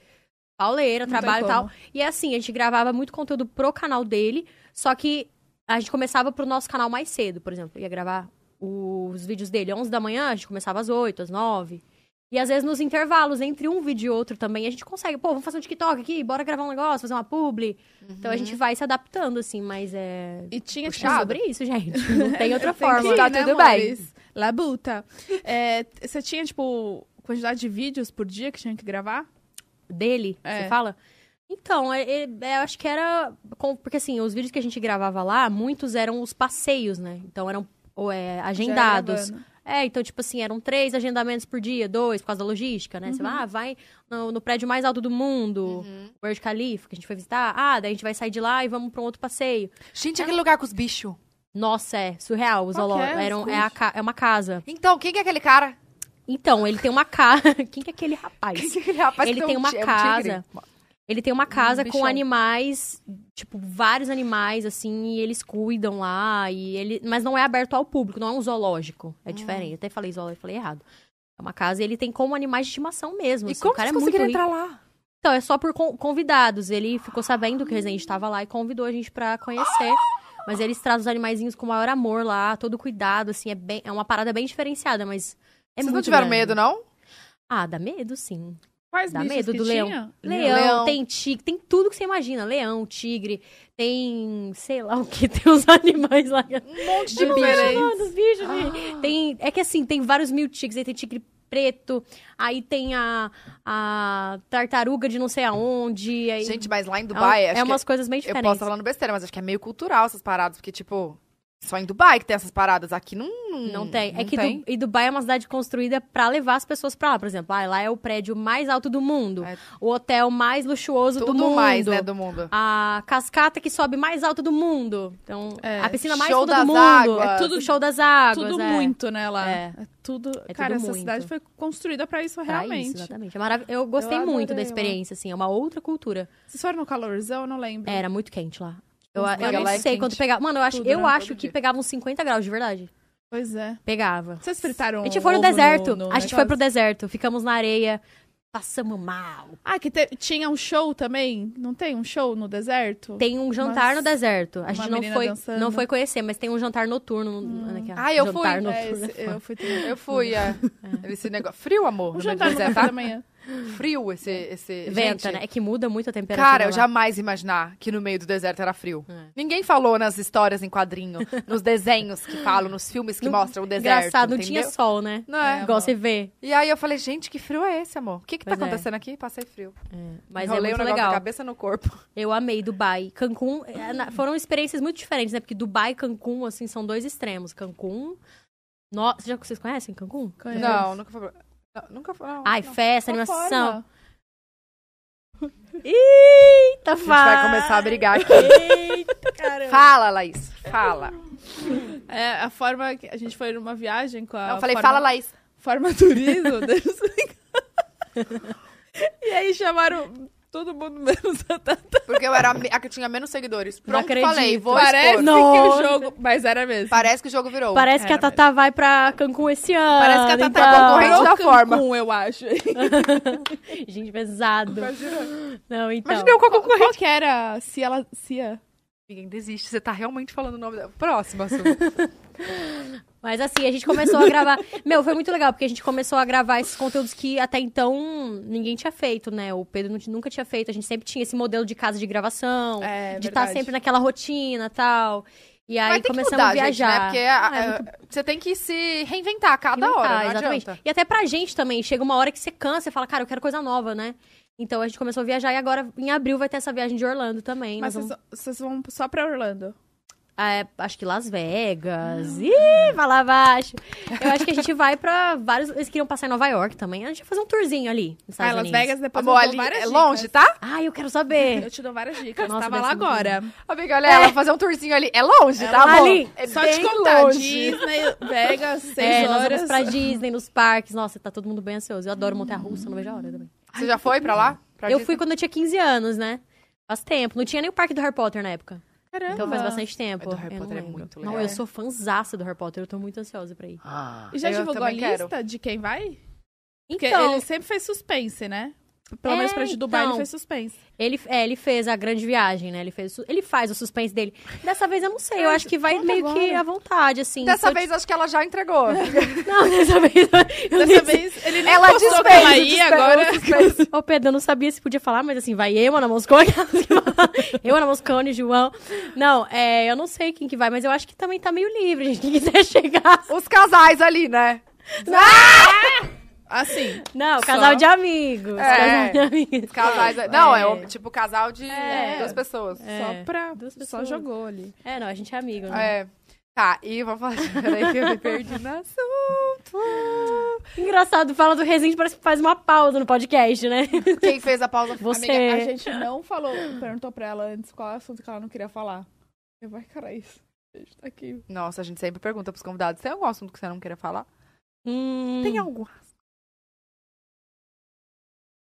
[SPEAKER 3] pauleira,
[SPEAKER 2] Uhum. Não
[SPEAKER 3] trabalho e
[SPEAKER 2] tem
[SPEAKER 3] tal. E assim, a gente gravava muito conteúdo pro canal dele, só que a gente começava pro nosso canal mais cedo, por exemplo. Ia gravar os vídeos dele 11 da manhã, a gente começava às 8, às 9. E às vezes nos intervalos entre um vídeo e outro também, a gente consegue, pô, vamos fazer um TikTok aqui, bora gravar um negócio, fazer uma publi. Então
[SPEAKER 2] Uhum.
[SPEAKER 3] a gente vai se adaptando, assim, mas é.
[SPEAKER 2] E tinha
[SPEAKER 3] É sobre isso, gente. Não tem outra
[SPEAKER 2] Tem que
[SPEAKER 3] forma.
[SPEAKER 2] ir,
[SPEAKER 1] Tá
[SPEAKER 2] né,
[SPEAKER 1] tudo bem.
[SPEAKER 2] amores? Labuta. É, t- você tinha, tipo, quantidade de vídeos por dia que tinha que gravar?
[SPEAKER 3] dele,
[SPEAKER 2] É.
[SPEAKER 3] você fala? Então, é- é- é, eu acho que era. com- porque assim, os vídeos que a gente gravava lá, muitos eram os passeios, né? Então eram ou, é,
[SPEAKER 2] Já
[SPEAKER 3] agendados.
[SPEAKER 2] gravando.
[SPEAKER 3] É, então, tipo assim, eram três agendamentos por dia, dois, por causa da logística, né? Você
[SPEAKER 2] Uhum.
[SPEAKER 3] vai, ah, vai no, no prédio mais alto do mundo, Burj Khalifa, que a gente foi visitar. Ah, daí a gente vai sair de lá e vamos pra um outro passeio.
[SPEAKER 1] Gente, aquele lugar com os bichos.
[SPEAKER 3] Nossa, é surreal. Os
[SPEAKER 2] Qual que
[SPEAKER 3] zoológico.
[SPEAKER 2] é?
[SPEAKER 3] eram, é,
[SPEAKER 2] Escute.
[SPEAKER 3] a ca- é uma casa.
[SPEAKER 1] Então, quem que é aquele cara?
[SPEAKER 3] Então, ele tem uma casa. Quem que é aquele rapaz?
[SPEAKER 1] Quem que é aquele rapaz
[SPEAKER 3] Ele
[SPEAKER 1] que é
[SPEAKER 3] tem
[SPEAKER 1] um
[SPEAKER 3] uma
[SPEAKER 1] ti- é um
[SPEAKER 3] casa.
[SPEAKER 1] tigre?
[SPEAKER 3] Ele tem uma casa
[SPEAKER 1] Hum, bichão.
[SPEAKER 3] com animais, tipo, vários animais, assim, e eles cuidam lá, e ele... Mas não é aberto ao público, não é um zoológico.
[SPEAKER 1] Hum.
[SPEAKER 3] É diferente. Eu até falei zoológico, falei errado. É uma casa e ele tem como animais de estimação mesmo.
[SPEAKER 1] E
[SPEAKER 3] assim,
[SPEAKER 1] como
[SPEAKER 3] o cara
[SPEAKER 1] vocês
[SPEAKER 3] é muito
[SPEAKER 1] conseguiram
[SPEAKER 3] rico.
[SPEAKER 1] entrar lá?
[SPEAKER 3] Então, é só por con- convidados. Ele ficou sabendo que o Resident estava lá e convidou a gente pra conhecer. Mas eles trazem os animaizinhos com o maior amor lá, todo cuidado, assim, é, bem, é uma parada bem diferenciada, mas é
[SPEAKER 1] vocês não
[SPEAKER 3] muito
[SPEAKER 1] tiveram
[SPEAKER 3] grande.
[SPEAKER 1] medo, não?
[SPEAKER 3] Ah, dá medo, sim.
[SPEAKER 2] Quais
[SPEAKER 3] Dá
[SPEAKER 2] bichos
[SPEAKER 3] medo
[SPEAKER 2] que
[SPEAKER 3] do leão?
[SPEAKER 2] tinha?
[SPEAKER 3] Leão,
[SPEAKER 1] Leão.
[SPEAKER 3] tem tigre, tem tudo que você imagina. Leão, tigre, tem sei lá o que, tem uns animais lá.
[SPEAKER 1] Um monte de
[SPEAKER 2] Eu não
[SPEAKER 1] bicho.
[SPEAKER 2] lembro.
[SPEAKER 3] Mano, os bichos.
[SPEAKER 1] Ah.
[SPEAKER 3] gente. Tem, é que assim, tem vários mil tigres. Aí tem tigre preto, aí tem a, a tartaruga de não sei aonde. Aí,
[SPEAKER 1] Gente, mas lá em
[SPEAKER 3] é um-
[SPEAKER 1] Dubai,
[SPEAKER 3] é,
[SPEAKER 1] acho que
[SPEAKER 3] umas coisas bem
[SPEAKER 1] Eu
[SPEAKER 3] diferentes.
[SPEAKER 1] posso estar falando besteira, mas acho que é meio cultural essas paradas, porque, tipo, só em Dubai que tem essas paradas. Aqui não.
[SPEAKER 3] Não tem. é
[SPEAKER 1] hum, não
[SPEAKER 3] que
[SPEAKER 1] tem.
[SPEAKER 3] Du- e Dubai é uma cidade construída pra levar as pessoas pra lá. Por exemplo, ah, lá é o prédio mais alto do mundo.
[SPEAKER 1] É.
[SPEAKER 3] O hotel mais luxuoso do
[SPEAKER 1] Tudo
[SPEAKER 3] mundo.
[SPEAKER 1] mais, né, do mundo.
[SPEAKER 3] a cascata que sobe mais alta do mundo. Então,
[SPEAKER 2] É,
[SPEAKER 3] a piscina mais
[SPEAKER 1] show
[SPEAKER 3] alta do
[SPEAKER 1] das
[SPEAKER 3] mundo.
[SPEAKER 1] águas.
[SPEAKER 3] É tudo o show das águas.
[SPEAKER 2] Tudo
[SPEAKER 3] é.
[SPEAKER 2] muito, né, lá.
[SPEAKER 3] É.
[SPEAKER 2] É tudo...
[SPEAKER 3] tudo
[SPEAKER 2] Cara, essa
[SPEAKER 3] muito.
[SPEAKER 2] cidade foi construída pra isso,
[SPEAKER 3] Pra
[SPEAKER 2] realmente.
[SPEAKER 3] Isso, exatamente. É marav- Eu gostei
[SPEAKER 2] Eu
[SPEAKER 3] muito da
[SPEAKER 2] adorei
[SPEAKER 3] experiência, assim. É uma outra cultura.
[SPEAKER 2] Vocês foram no calorzão? Eu não lembro.
[SPEAKER 3] Era muito quente lá. Eu,
[SPEAKER 2] Nossa,
[SPEAKER 3] eu
[SPEAKER 1] pega
[SPEAKER 3] não
[SPEAKER 1] lá é
[SPEAKER 3] sei
[SPEAKER 2] quente.
[SPEAKER 3] quanto pegava. Mano, eu acho,
[SPEAKER 1] Tudo,
[SPEAKER 3] eu
[SPEAKER 1] né?
[SPEAKER 3] acho
[SPEAKER 1] Todo
[SPEAKER 3] que
[SPEAKER 1] dia.
[SPEAKER 3] pegava uns 50 graus, de verdade.
[SPEAKER 2] Pois é.
[SPEAKER 3] Pegava.
[SPEAKER 2] Vocês fritaram
[SPEAKER 3] A gente foi no
[SPEAKER 2] ovo
[SPEAKER 3] deserto.
[SPEAKER 2] no
[SPEAKER 3] a gente
[SPEAKER 2] negócio?
[SPEAKER 3] foi pro deserto. Ficamos na areia. Passamos mal.
[SPEAKER 2] Ah, que te- tinha um show também? Não tem um show no deserto?
[SPEAKER 3] Tem um jantar
[SPEAKER 2] Mas
[SPEAKER 3] no deserto. A
[SPEAKER 2] uma
[SPEAKER 3] gente não
[SPEAKER 2] menina
[SPEAKER 3] foi,
[SPEAKER 2] dançando.
[SPEAKER 3] não foi conhecer, mas tem um jantar noturno. no- naquela-
[SPEAKER 1] Ah, eu fui.
[SPEAKER 3] jantar
[SPEAKER 2] É,
[SPEAKER 3] Noturno.
[SPEAKER 2] esse- eu fui também.
[SPEAKER 1] Eu fui, é. Esse negócio. Frio, amor.
[SPEAKER 2] Um
[SPEAKER 1] no
[SPEAKER 2] jantar no
[SPEAKER 1] deserto,
[SPEAKER 2] café da manhã.
[SPEAKER 1] tá? Frio esse. esse...
[SPEAKER 3] Venta,
[SPEAKER 1] Gente,
[SPEAKER 3] né? É que muda muito a temperatura. né?
[SPEAKER 1] Cara, eu
[SPEAKER 3] lá.
[SPEAKER 1] jamais ia imaginar que no meio do deserto era frio.
[SPEAKER 3] É.
[SPEAKER 1] Ninguém falou nas histórias em quadrinho, nos desenhos que falam, nos filmes que
[SPEAKER 3] Não-
[SPEAKER 1] mostram o deserto.
[SPEAKER 3] Engraçado, não tinha
[SPEAKER 1] entendeu?
[SPEAKER 3] sol, né?
[SPEAKER 1] Não é?
[SPEAKER 2] É.
[SPEAKER 3] Igual
[SPEAKER 2] amor.
[SPEAKER 3] você vê.
[SPEAKER 1] E aí eu falei, gente, que frio é esse, amor? O que que tá
[SPEAKER 3] Pois é.
[SPEAKER 1] acontecendo aqui? Passei frio.
[SPEAKER 3] Mas
[SPEAKER 1] Enrolei
[SPEAKER 3] é
[SPEAKER 1] o
[SPEAKER 3] muito
[SPEAKER 1] negócio da
[SPEAKER 3] legal.
[SPEAKER 1] cabeça no corpo.
[SPEAKER 3] Eu amei Dubai. Cancún, é, na- foram experiências muito diferentes, né? Porque Dubai e Cancún, assim, são dois extremos. Cancún... No... Vocês já- Vocês conhecem Cancún?
[SPEAKER 2] Conheço.
[SPEAKER 1] Não, nunca foi. Não, nunca foi. não,
[SPEAKER 3] Ai,
[SPEAKER 1] não.
[SPEAKER 3] festa,
[SPEAKER 2] Só
[SPEAKER 3] animação.
[SPEAKER 2] fora.
[SPEAKER 3] Eita,
[SPEAKER 1] A gente vai começar a brigar aqui.
[SPEAKER 3] Eita, caramba.
[SPEAKER 1] Fala, Laís. Fala.
[SPEAKER 2] É, a forma que a gente foi numa viagem com a.
[SPEAKER 1] Não, eu falei,
[SPEAKER 2] forma,
[SPEAKER 1] fala, Laís.
[SPEAKER 2] Forma turismo, deixa eu explicar. E aí chamaram todo mundo menos a Tata.
[SPEAKER 1] Porque eu era a me- a que tinha menos seguidores. Pronto,
[SPEAKER 3] acredito.
[SPEAKER 1] falei, vou
[SPEAKER 2] Parece
[SPEAKER 1] expor.
[SPEAKER 2] que
[SPEAKER 3] Nossa.
[SPEAKER 2] o jogo. Mas era mesmo.
[SPEAKER 1] Parece que o jogo virou.
[SPEAKER 3] Parece que a
[SPEAKER 2] Era
[SPEAKER 3] Tatá vai pra Cancún esse ano.
[SPEAKER 1] Parece que a Tatá é
[SPEAKER 3] então.
[SPEAKER 1] concorrente
[SPEAKER 2] Parou
[SPEAKER 1] da
[SPEAKER 2] Cancún,
[SPEAKER 1] forma.
[SPEAKER 2] um, eu acho.
[SPEAKER 3] Gente, pesado. Não, então...
[SPEAKER 1] Imagina eu com a concorrente.
[SPEAKER 2] Qual que era? Se ela. Se a...
[SPEAKER 1] Ninguém desiste, você tá realmente falando o nome dela. Próximo assunto.
[SPEAKER 3] Mas assim, a gente começou a gravar. Meu, foi muito legal, porque a gente começou a gravar esses conteúdos que até então ninguém tinha feito, né? O Pedro nu- nunca tinha feito. A gente sempre tinha esse modelo de casa de gravação,
[SPEAKER 2] É,
[SPEAKER 3] de estar
[SPEAKER 2] verdade.
[SPEAKER 3] sempre naquela rotina tal. E aí
[SPEAKER 1] Mas tem
[SPEAKER 3] começamos
[SPEAKER 1] que mudar,
[SPEAKER 3] a
[SPEAKER 1] Gente,
[SPEAKER 3] viajar.
[SPEAKER 1] né? Porque a- a- você tem que se reinventar a cada
[SPEAKER 3] Inventar,
[SPEAKER 1] hora, não
[SPEAKER 3] exatamente.
[SPEAKER 1] adianta.
[SPEAKER 3] E até pra gente também, chega uma hora que você cansa e fala, cara, eu quero coisa nova, né? Então a gente começou a viajar e agora em abril vai ter essa viagem de Orlando também.
[SPEAKER 2] Mas
[SPEAKER 3] Nós
[SPEAKER 2] vocês,
[SPEAKER 3] vamos,
[SPEAKER 2] vocês vão só pra Orlando.
[SPEAKER 3] é, acho que Las
[SPEAKER 1] Ah.
[SPEAKER 3] Vegas. Ih, vai lá abaixo. Eu acho que a gente vai pra vários. Eles queriam passar em Nova York também. A gente vai fazer um tourzinho ali.
[SPEAKER 2] Ah,
[SPEAKER 3] nos Estados
[SPEAKER 2] Las
[SPEAKER 3] Unidos.
[SPEAKER 2] Vegas depois
[SPEAKER 1] Amor,
[SPEAKER 2] eu
[SPEAKER 1] ali
[SPEAKER 2] dou várias
[SPEAKER 1] é
[SPEAKER 2] dicas. É.
[SPEAKER 1] longe, tá?
[SPEAKER 3] Ah, eu quero saber.
[SPEAKER 2] Eu te dou várias dicas.
[SPEAKER 3] Nossa,
[SPEAKER 2] Tava
[SPEAKER 3] deve
[SPEAKER 2] lá
[SPEAKER 3] ser muito
[SPEAKER 2] agora.
[SPEAKER 1] Amiga, olha, ela fazer um tourzinho ali. É longe, tá bom?
[SPEAKER 3] ali.
[SPEAKER 1] É
[SPEAKER 2] Só
[SPEAKER 1] bem
[SPEAKER 2] te contar,
[SPEAKER 1] longe.
[SPEAKER 2] Disney, Vegas, seis
[SPEAKER 3] É, nós
[SPEAKER 2] horas.
[SPEAKER 3] vamos pra Disney, nos parques. Nossa, tá todo mundo bem ansioso. Eu adoro montar russa, não vejo a hora também.
[SPEAKER 1] Você já foi pra lá? Pra
[SPEAKER 3] eu
[SPEAKER 1] Disney?
[SPEAKER 3] fui quando eu tinha 15 anos, né? Faz tempo. Não tinha nem o parque do Harry Potter na época.
[SPEAKER 2] Caramba.
[SPEAKER 3] Então faz bastante tempo.
[SPEAKER 1] Mas Ah. do Harry
[SPEAKER 3] eu não
[SPEAKER 1] Potter é
[SPEAKER 3] lembro.
[SPEAKER 1] muito
[SPEAKER 3] Não,
[SPEAKER 1] legal.
[SPEAKER 3] eu sou fanzaça do Harry Potter. Eu tô muito ansiosa pra ir.
[SPEAKER 1] Ah,
[SPEAKER 2] E já
[SPEAKER 1] eu
[SPEAKER 2] divulgou a
[SPEAKER 1] também
[SPEAKER 2] lista
[SPEAKER 1] quero.
[SPEAKER 2] de quem vai? Porque
[SPEAKER 3] Então,
[SPEAKER 2] ele sempre fez suspense, né? Pelo
[SPEAKER 3] É,
[SPEAKER 2] menos pra de Dubai
[SPEAKER 3] então.
[SPEAKER 2] ele fez suspense.
[SPEAKER 3] Ele, é, ele fez a grande viagem, né? Ele, fez, o su- ele faz o suspense dele. Dessa vez eu não sei, eu acho que vai
[SPEAKER 2] Conta
[SPEAKER 3] meio que
[SPEAKER 2] agora.
[SPEAKER 3] à vontade, assim.
[SPEAKER 1] Dessa
[SPEAKER 3] Se eu
[SPEAKER 1] vez acho que ela já entregou.
[SPEAKER 3] te- Não, dessa vez. eu
[SPEAKER 2] Dessa
[SPEAKER 3] nem sei.
[SPEAKER 2] vez ele não
[SPEAKER 1] ela
[SPEAKER 2] postou
[SPEAKER 1] desfez.
[SPEAKER 2] que ela
[SPEAKER 1] desfez,
[SPEAKER 2] ia, agora...
[SPEAKER 1] desfez.
[SPEAKER 3] Ô, Pedro, eu não sabia se podia falar, mas assim, vai eu, Ana Moscone. eu, Ana Moscone, João. Não, é, eu não sei quem que vai, mas eu acho que também tá meio livre, gente. Quem quiser chegar.
[SPEAKER 1] Os casais ali, né? Ah!
[SPEAKER 2] Assim,
[SPEAKER 3] Não,
[SPEAKER 2] Só.
[SPEAKER 3] casal de amigos.
[SPEAKER 1] É.
[SPEAKER 3] Casal de amigos.
[SPEAKER 1] Casais. Não, é o- tipo casal de
[SPEAKER 2] É.
[SPEAKER 1] duas pessoas.
[SPEAKER 3] É.
[SPEAKER 2] só pra... Só
[SPEAKER 3] pessoas.
[SPEAKER 2] jogou ali.
[SPEAKER 3] É, não, a gente é amigo, né?
[SPEAKER 1] É. Tá, e vamos falar. Peraí, que eu me perdi no assunto.
[SPEAKER 3] Engraçado, fala do Resende, parece que faz uma pausa no podcast, né?
[SPEAKER 1] Quem fez a pausa?
[SPEAKER 3] Você.
[SPEAKER 2] Amiga, a gente não falou, perguntou pra ela antes qual é assunto que ela não queria falar. Eu vai, cara, isso. A gente tá aqui.
[SPEAKER 1] Nossa, a gente sempre pergunta pros convidados: tem algum assunto que você não queira falar?
[SPEAKER 3] Hum.
[SPEAKER 1] Tem algum.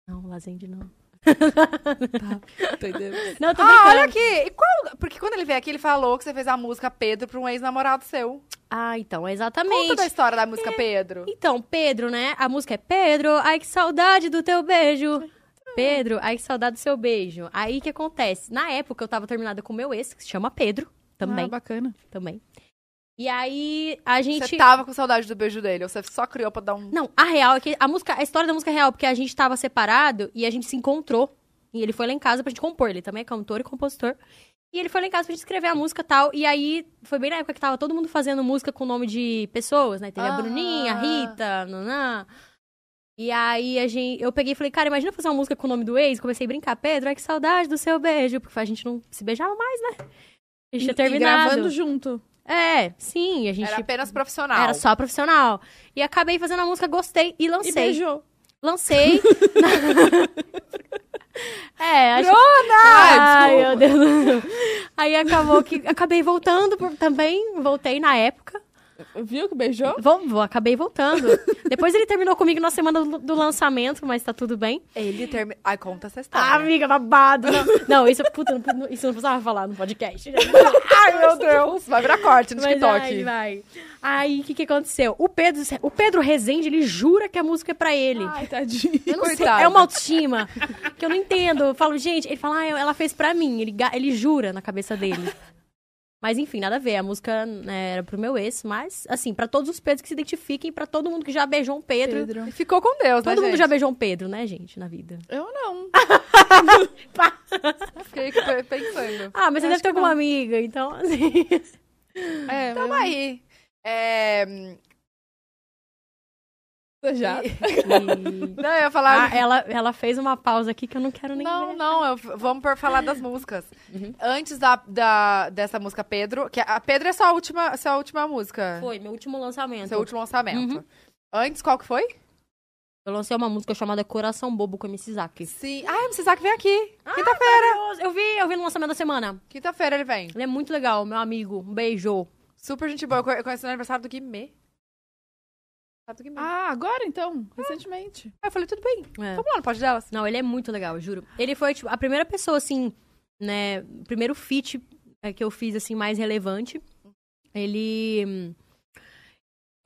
[SPEAKER 3] Não, Lazende não.
[SPEAKER 2] Entendeu?
[SPEAKER 3] Não, eu tô
[SPEAKER 1] Ah,
[SPEAKER 3] brincando.
[SPEAKER 1] olha aqui! E qual- Porque quando ele veio aqui, ele falou que você fez a música Pedro pra um ex-namorado seu.
[SPEAKER 3] Ah, então,
[SPEAKER 1] Conta
[SPEAKER 3] exatamente.
[SPEAKER 1] da história da música Pedro.
[SPEAKER 3] Então, Pedro, né? A música é Pedro, ai que saudade do teu beijo. Pedro, ai que saudade do seu beijo. Aí o que acontece? Na época eu tava terminada com o meu ex, que se chama Pedro. Também,
[SPEAKER 2] Ah, bacana.
[SPEAKER 3] também. E aí a gente.
[SPEAKER 1] Você tá tava com saudade do beijo dele, ou você só criou pra dar um.
[SPEAKER 3] Não, a real é que a música, a história da música é real, porque a gente tava separado e a gente se encontrou. E ele foi lá em casa pra gente compor. Ele também é cantor e compositor. E ele foi lá em casa pra gente escrever a música e tal. E aí, foi bem na época que tava todo mundo fazendo música com o nome de pessoas, né? Teve a
[SPEAKER 2] Ah.
[SPEAKER 1] Aham.
[SPEAKER 3] Bruninha, a Rita, Nanã. E aí, a gente, eu peguei e falei, cara, imagina fazer uma música com o nome do ex? Comecei a brincar, Pedro, ai que saudade do seu beijo. Porque a gente não se beijava mais, né? A gente tinha
[SPEAKER 2] E
[SPEAKER 3] terminado.
[SPEAKER 2] gravando junto.
[SPEAKER 3] É, sim, a gente...
[SPEAKER 1] Era apenas profissional.
[SPEAKER 3] Era só profissional. E acabei fazendo a música, gostei e
[SPEAKER 2] E
[SPEAKER 3] lancei.
[SPEAKER 2] beijou.
[SPEAKER 3] Lancei. é, acho...
[SPEAKER 1] Ah, desculpa.
[SPEAKER 3] Ai, meu Deus. Aí acabou que... Acabei voltando por- também. Voltei na época.
[SPEAKER 2] Viu que beijou?
[SPEAKER 3] Vou, vou- acabei voltando. Depois ele terminou comigo na semana do, do lançamento, mas tá tudo bem.
[SPEAKER 1] Ele termina. Ai, conta essa
[SPEAKER 3] Ah,
[SPEAKER 1] história.
[SPEAKER 3] amiga, babado. Não, não isso, puta, não- isso não precisava falar no podcast.
[SPEAKER 1] Ai, meu Deus. Vai virar corte no
[SPEAKER 3] Mas
[SPEAKER 1] TikTok.
[SPEAKER 3] Aí, vai. Aí, o que, que aconteceu? O Pedro, o Pedro Rezende, ele jura que a música é pra ele.
[SPEAKER 2] Ai, tadinho.
[SPEAKER 3] Eu não sei,
[SPEAKER 1] Coitado.
[SPEAKER 3] é uma autoestima que eu não entendo. Eu falo, gente, ele fala, ah, ela fez pra mim. Ele, ga- ele jura na cabeça dele. Mas enfim, nada a ver. A música né, era pro meu ex, mas assim, pra todos os Pedros que se identifiquem, pra todo mundo que já beijou um Pedro.
[SPEAKER 1] E ficou com Deus, né?
[SPEAKER 3] Todo mundo
[SPEAKER 1] gente?
[SPEAKER 3] já beijou um Pedro, né, gente, na vida.
[SPEAKER 2] Eu não.
[SPEAKER 1] Fiquei pe- pensando.
[SPEAKER 3] Ah, mas você
[SPEAKER 2] Eu
[SPEAKER 3] deve
[SPEAKER 2] acho
[SPEAKER 3] ter
[SPEAKER 2] que
[SPEAKER 3] alguma
[SPEAKER 2] não.
[SPEAKER 3] amiga, então assim.
[SPEAKER 2] É,
[SPEAKER 1] Tamo aí. É,
[SPEAKER 2] mas já.
[SPEAKER 3] E-
[SPEAKER 1] Não, eu ia falar.
[SPEAKER 3] Ah, ela, ela fez uma pausa aqui que eu não quero nem
[SPEAKER 1] não,
[SPEAKER 3] ver.
[SPEAKER 1] não, eu- vamos por falar das músicas.
[SPEAKER 3] né? Uhum.
[SPEAKER 1] Antes da, da- dessa música Pedro, que a Pedro é sua última, sua última música.
[SPEAKER 3] Foi, Uhum. meu último lançamento.
[SPEAKER 1] Seu último lançamento. Antes, qual que foi?
[SPEAKER 3] Eu lancei uma música chamada Coração Bobo com o MC Zack.
[SPEAKER 1] Sim. Ah, MC Zack vem aqui. Quinta-feira.
[SPEAKER 3] Ah, Maravilhoso! Eu vi, eu vi no lançamento da semana.
[SPEAKER 1] Quinta-feira ele vem.
[SPEAKER 3] Ele é muito legal, meu amigo. Um beijo.
[SPEAKER 1] Super gente boa. Eu co- Eu conheci no aniversário do Guimê. Aniversário Do Guimê.
[SPEAKER 2] Ah, agora então? Recentemente.
[SPEAKER 1] Aí eu falei, tudo bem.
[SPEAKER 3] É.
[SPEAKER 1] Vamos lá no pote delas.
[SPEAKER 3] Não, ele é muito legal, juro. Ele foi, tipo, a primeira pessoa, assim, né? o Primeiro feat é, que eu fiz, assim, mais relevante. Ele. hum,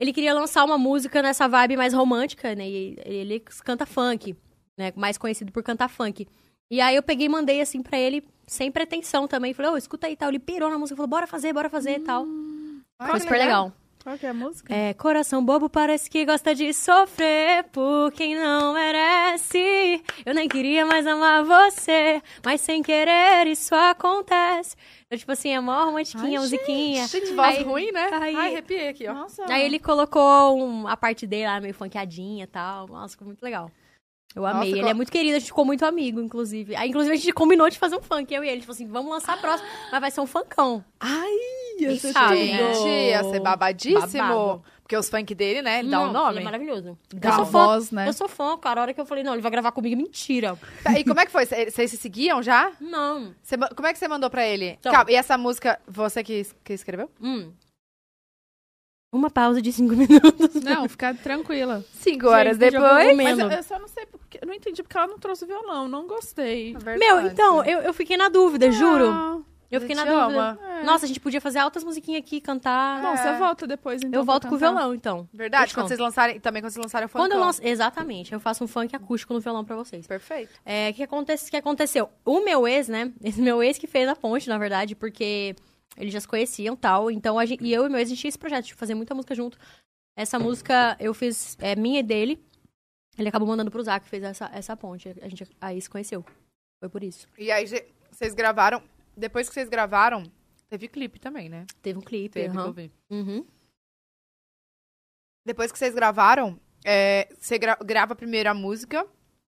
[SPEAKER 3] Ele queria lançar uma música nessa vibe mais romântica, né? E ele canta funk, né? Mais conhecido por cantar funk. E aí eu peguei e mandei, assim, pra ele, sem pretensão também. Falei, ô, escuta aí e tal. Ele pirou na música, falou, bora fazer, bora fazer e tal.
[SPEAKER 1] Ai,
[SPEAKER 3] Foi
[SPEAKER 1] que
[SPEAKER 3] super legal.
[SPEAKER 2] Qual que é a música?
[SPEAKER 3] É, coração bobo parece que gosta de sofrer por quem não merece. Eu nem queria mais amar você, mas sem querer isso acontece. Eu, tipo assim, é mó romantiquinha,
[SPEAKER 2] Ai,
[SPEAKER 3] musiquinha.
[SPEAKER 1] Gente, voz
[SPEAKER 3] Aí-
[SPEAKER 1] ruim, né?
[SPEAKER 3] aí-
[SPEAKER 1] Ai, arrepiei aqui, ó.
[SPEAKER 2] Nossa.
[SPEAKER 3] Aí ele colocou um- a parte dele lá meio funkeadinha e tal. Nossa, ficou muito legal. Eu
[SPEAKER 1] Nossa,
[SPEAKER 3] amei. ele
[SPEAKER 1] co-
[SPEAKER 3] é muito querido, a gente ficou muito amigo, inclusive. Aí, inclusive, a gente combinou de fazer um funk, eu e ele. Tipo assim, vamos lançar a próxima, mas vai ser um funkão.
[SPEAKER 2] Ai,
[SPEAKER 3] Isso
[SPEAKER 2] esse
[SPEAKER 3] aí,
[SPEAKER 2] tudo.
[SPEAKER 3] né?
[SPEAKER 1] Ah, Gente, ia ser babadíssimo.
[SPEAKER 3] Babado.
[SPEAKER 1] Porque os funk dele, né? Ele dá o
[SPEAKER 3] Não,
[SPEAKER 1] nome.
[SPEAKER 3] Ele é maravilhoso.
[SPEAKER 2] Dá
[SPEAKER 3] eu
[SPEAKER 2] a
[SPEAKER 3] sou fã.
[SPEAKER 2] voz, né?
[SPEAKER 3] Eu sou fã, cara. A hora que eu falei, não, ele vai gravar comigo, é mentira.
[SPEAKER 1] Tá, E como é que foi? Vocês se seguiam já?
[SPEAKER 3] Não.
[SPEAKER 1] Cê ma- como é que você mandou pra ele?
[SPEAKER 3] Então.
[SPEAKER 1] Calma, e essa música, você que, es- que escreveu?
[SPEAKER 3] Hum. Uma pausa de cinco minutos.
[SPEAKER 2] Não, fica tranquila.
[SPEAKER 1] Cinco horas
[SPEAKER 3] Gente, jogou
[SPEAKER 1] depois.
[SPEAKER 3] no
[SPEAKER 2] Mas
[SPEAKER 3] Melo.
[SPEAKER 2] eu, eu só não sei porque. Eu não entendi porque ela não trouxe violão. Não gostei.
[SPEAKER 3] então, Meu, então, eu, eu fiquei na dúvida, juro.
[SPEAKER 2] Ah,
[SPEAKER 3] Eu fiquei na
[SPEAKER 1] te ama.
[SPEAKER 3] dúvida. Nossa, a gente podia fazer altas musiquinhas aqui, cantar.
[SPEAKER 2] Bom, você
[SPEAKER 1] É.
[SPEAKER 2] volta depois, então.
[SPEAKER 3] eu
[SPEAKER 2] pra
[SPEAKER 3] volto com o
[SPEAKER 2] cantar.
[SPEAKER 3] violão, então. Eu
[SPEAKER 1] Verdade,
[SPEAKER 3] te
[SPEAKER 1] quando
[SPEAKER 3] conto.
[SPEAKER 1] vocês lançarem. Também quando vocês lançarem o funk.
[SPEAKER 3] Quando eu lanço... Exatamente, eu faço um funk acústico no violão pra vocês.
[SPEAKER 1] Perfeito.
[SPEAKER 3] É, o que, acontece, que aconteceu? O meu ex, né? Esse meu ex que fez a ponte, na verdade, porque eles já se conheciam e tal. Então, a gente, e eu e meu ex, a gente tinha esse projeto de fazer muita música junto. Essa música eu fiz é, minha e dele. Ele acabou mandando pro Zac, fez essa, essa ponte. A gente aí se conheceu. Foi por isso.
[SPEAKER 1] E aí, ge- vocês gravaram. Depois que vocês gravaram, teve clipe também, né?
[SPEAKER 3] Teve um clipe.
[SPEAKER 1] Teve,
[SPEAKER 3] aham.
[SPEAKER 1] eu vi.
[SPEAKER 3] Uhum.
[SPEAKER 1] Depois que vocês gravaram, é, você gra- grava primeiro a música.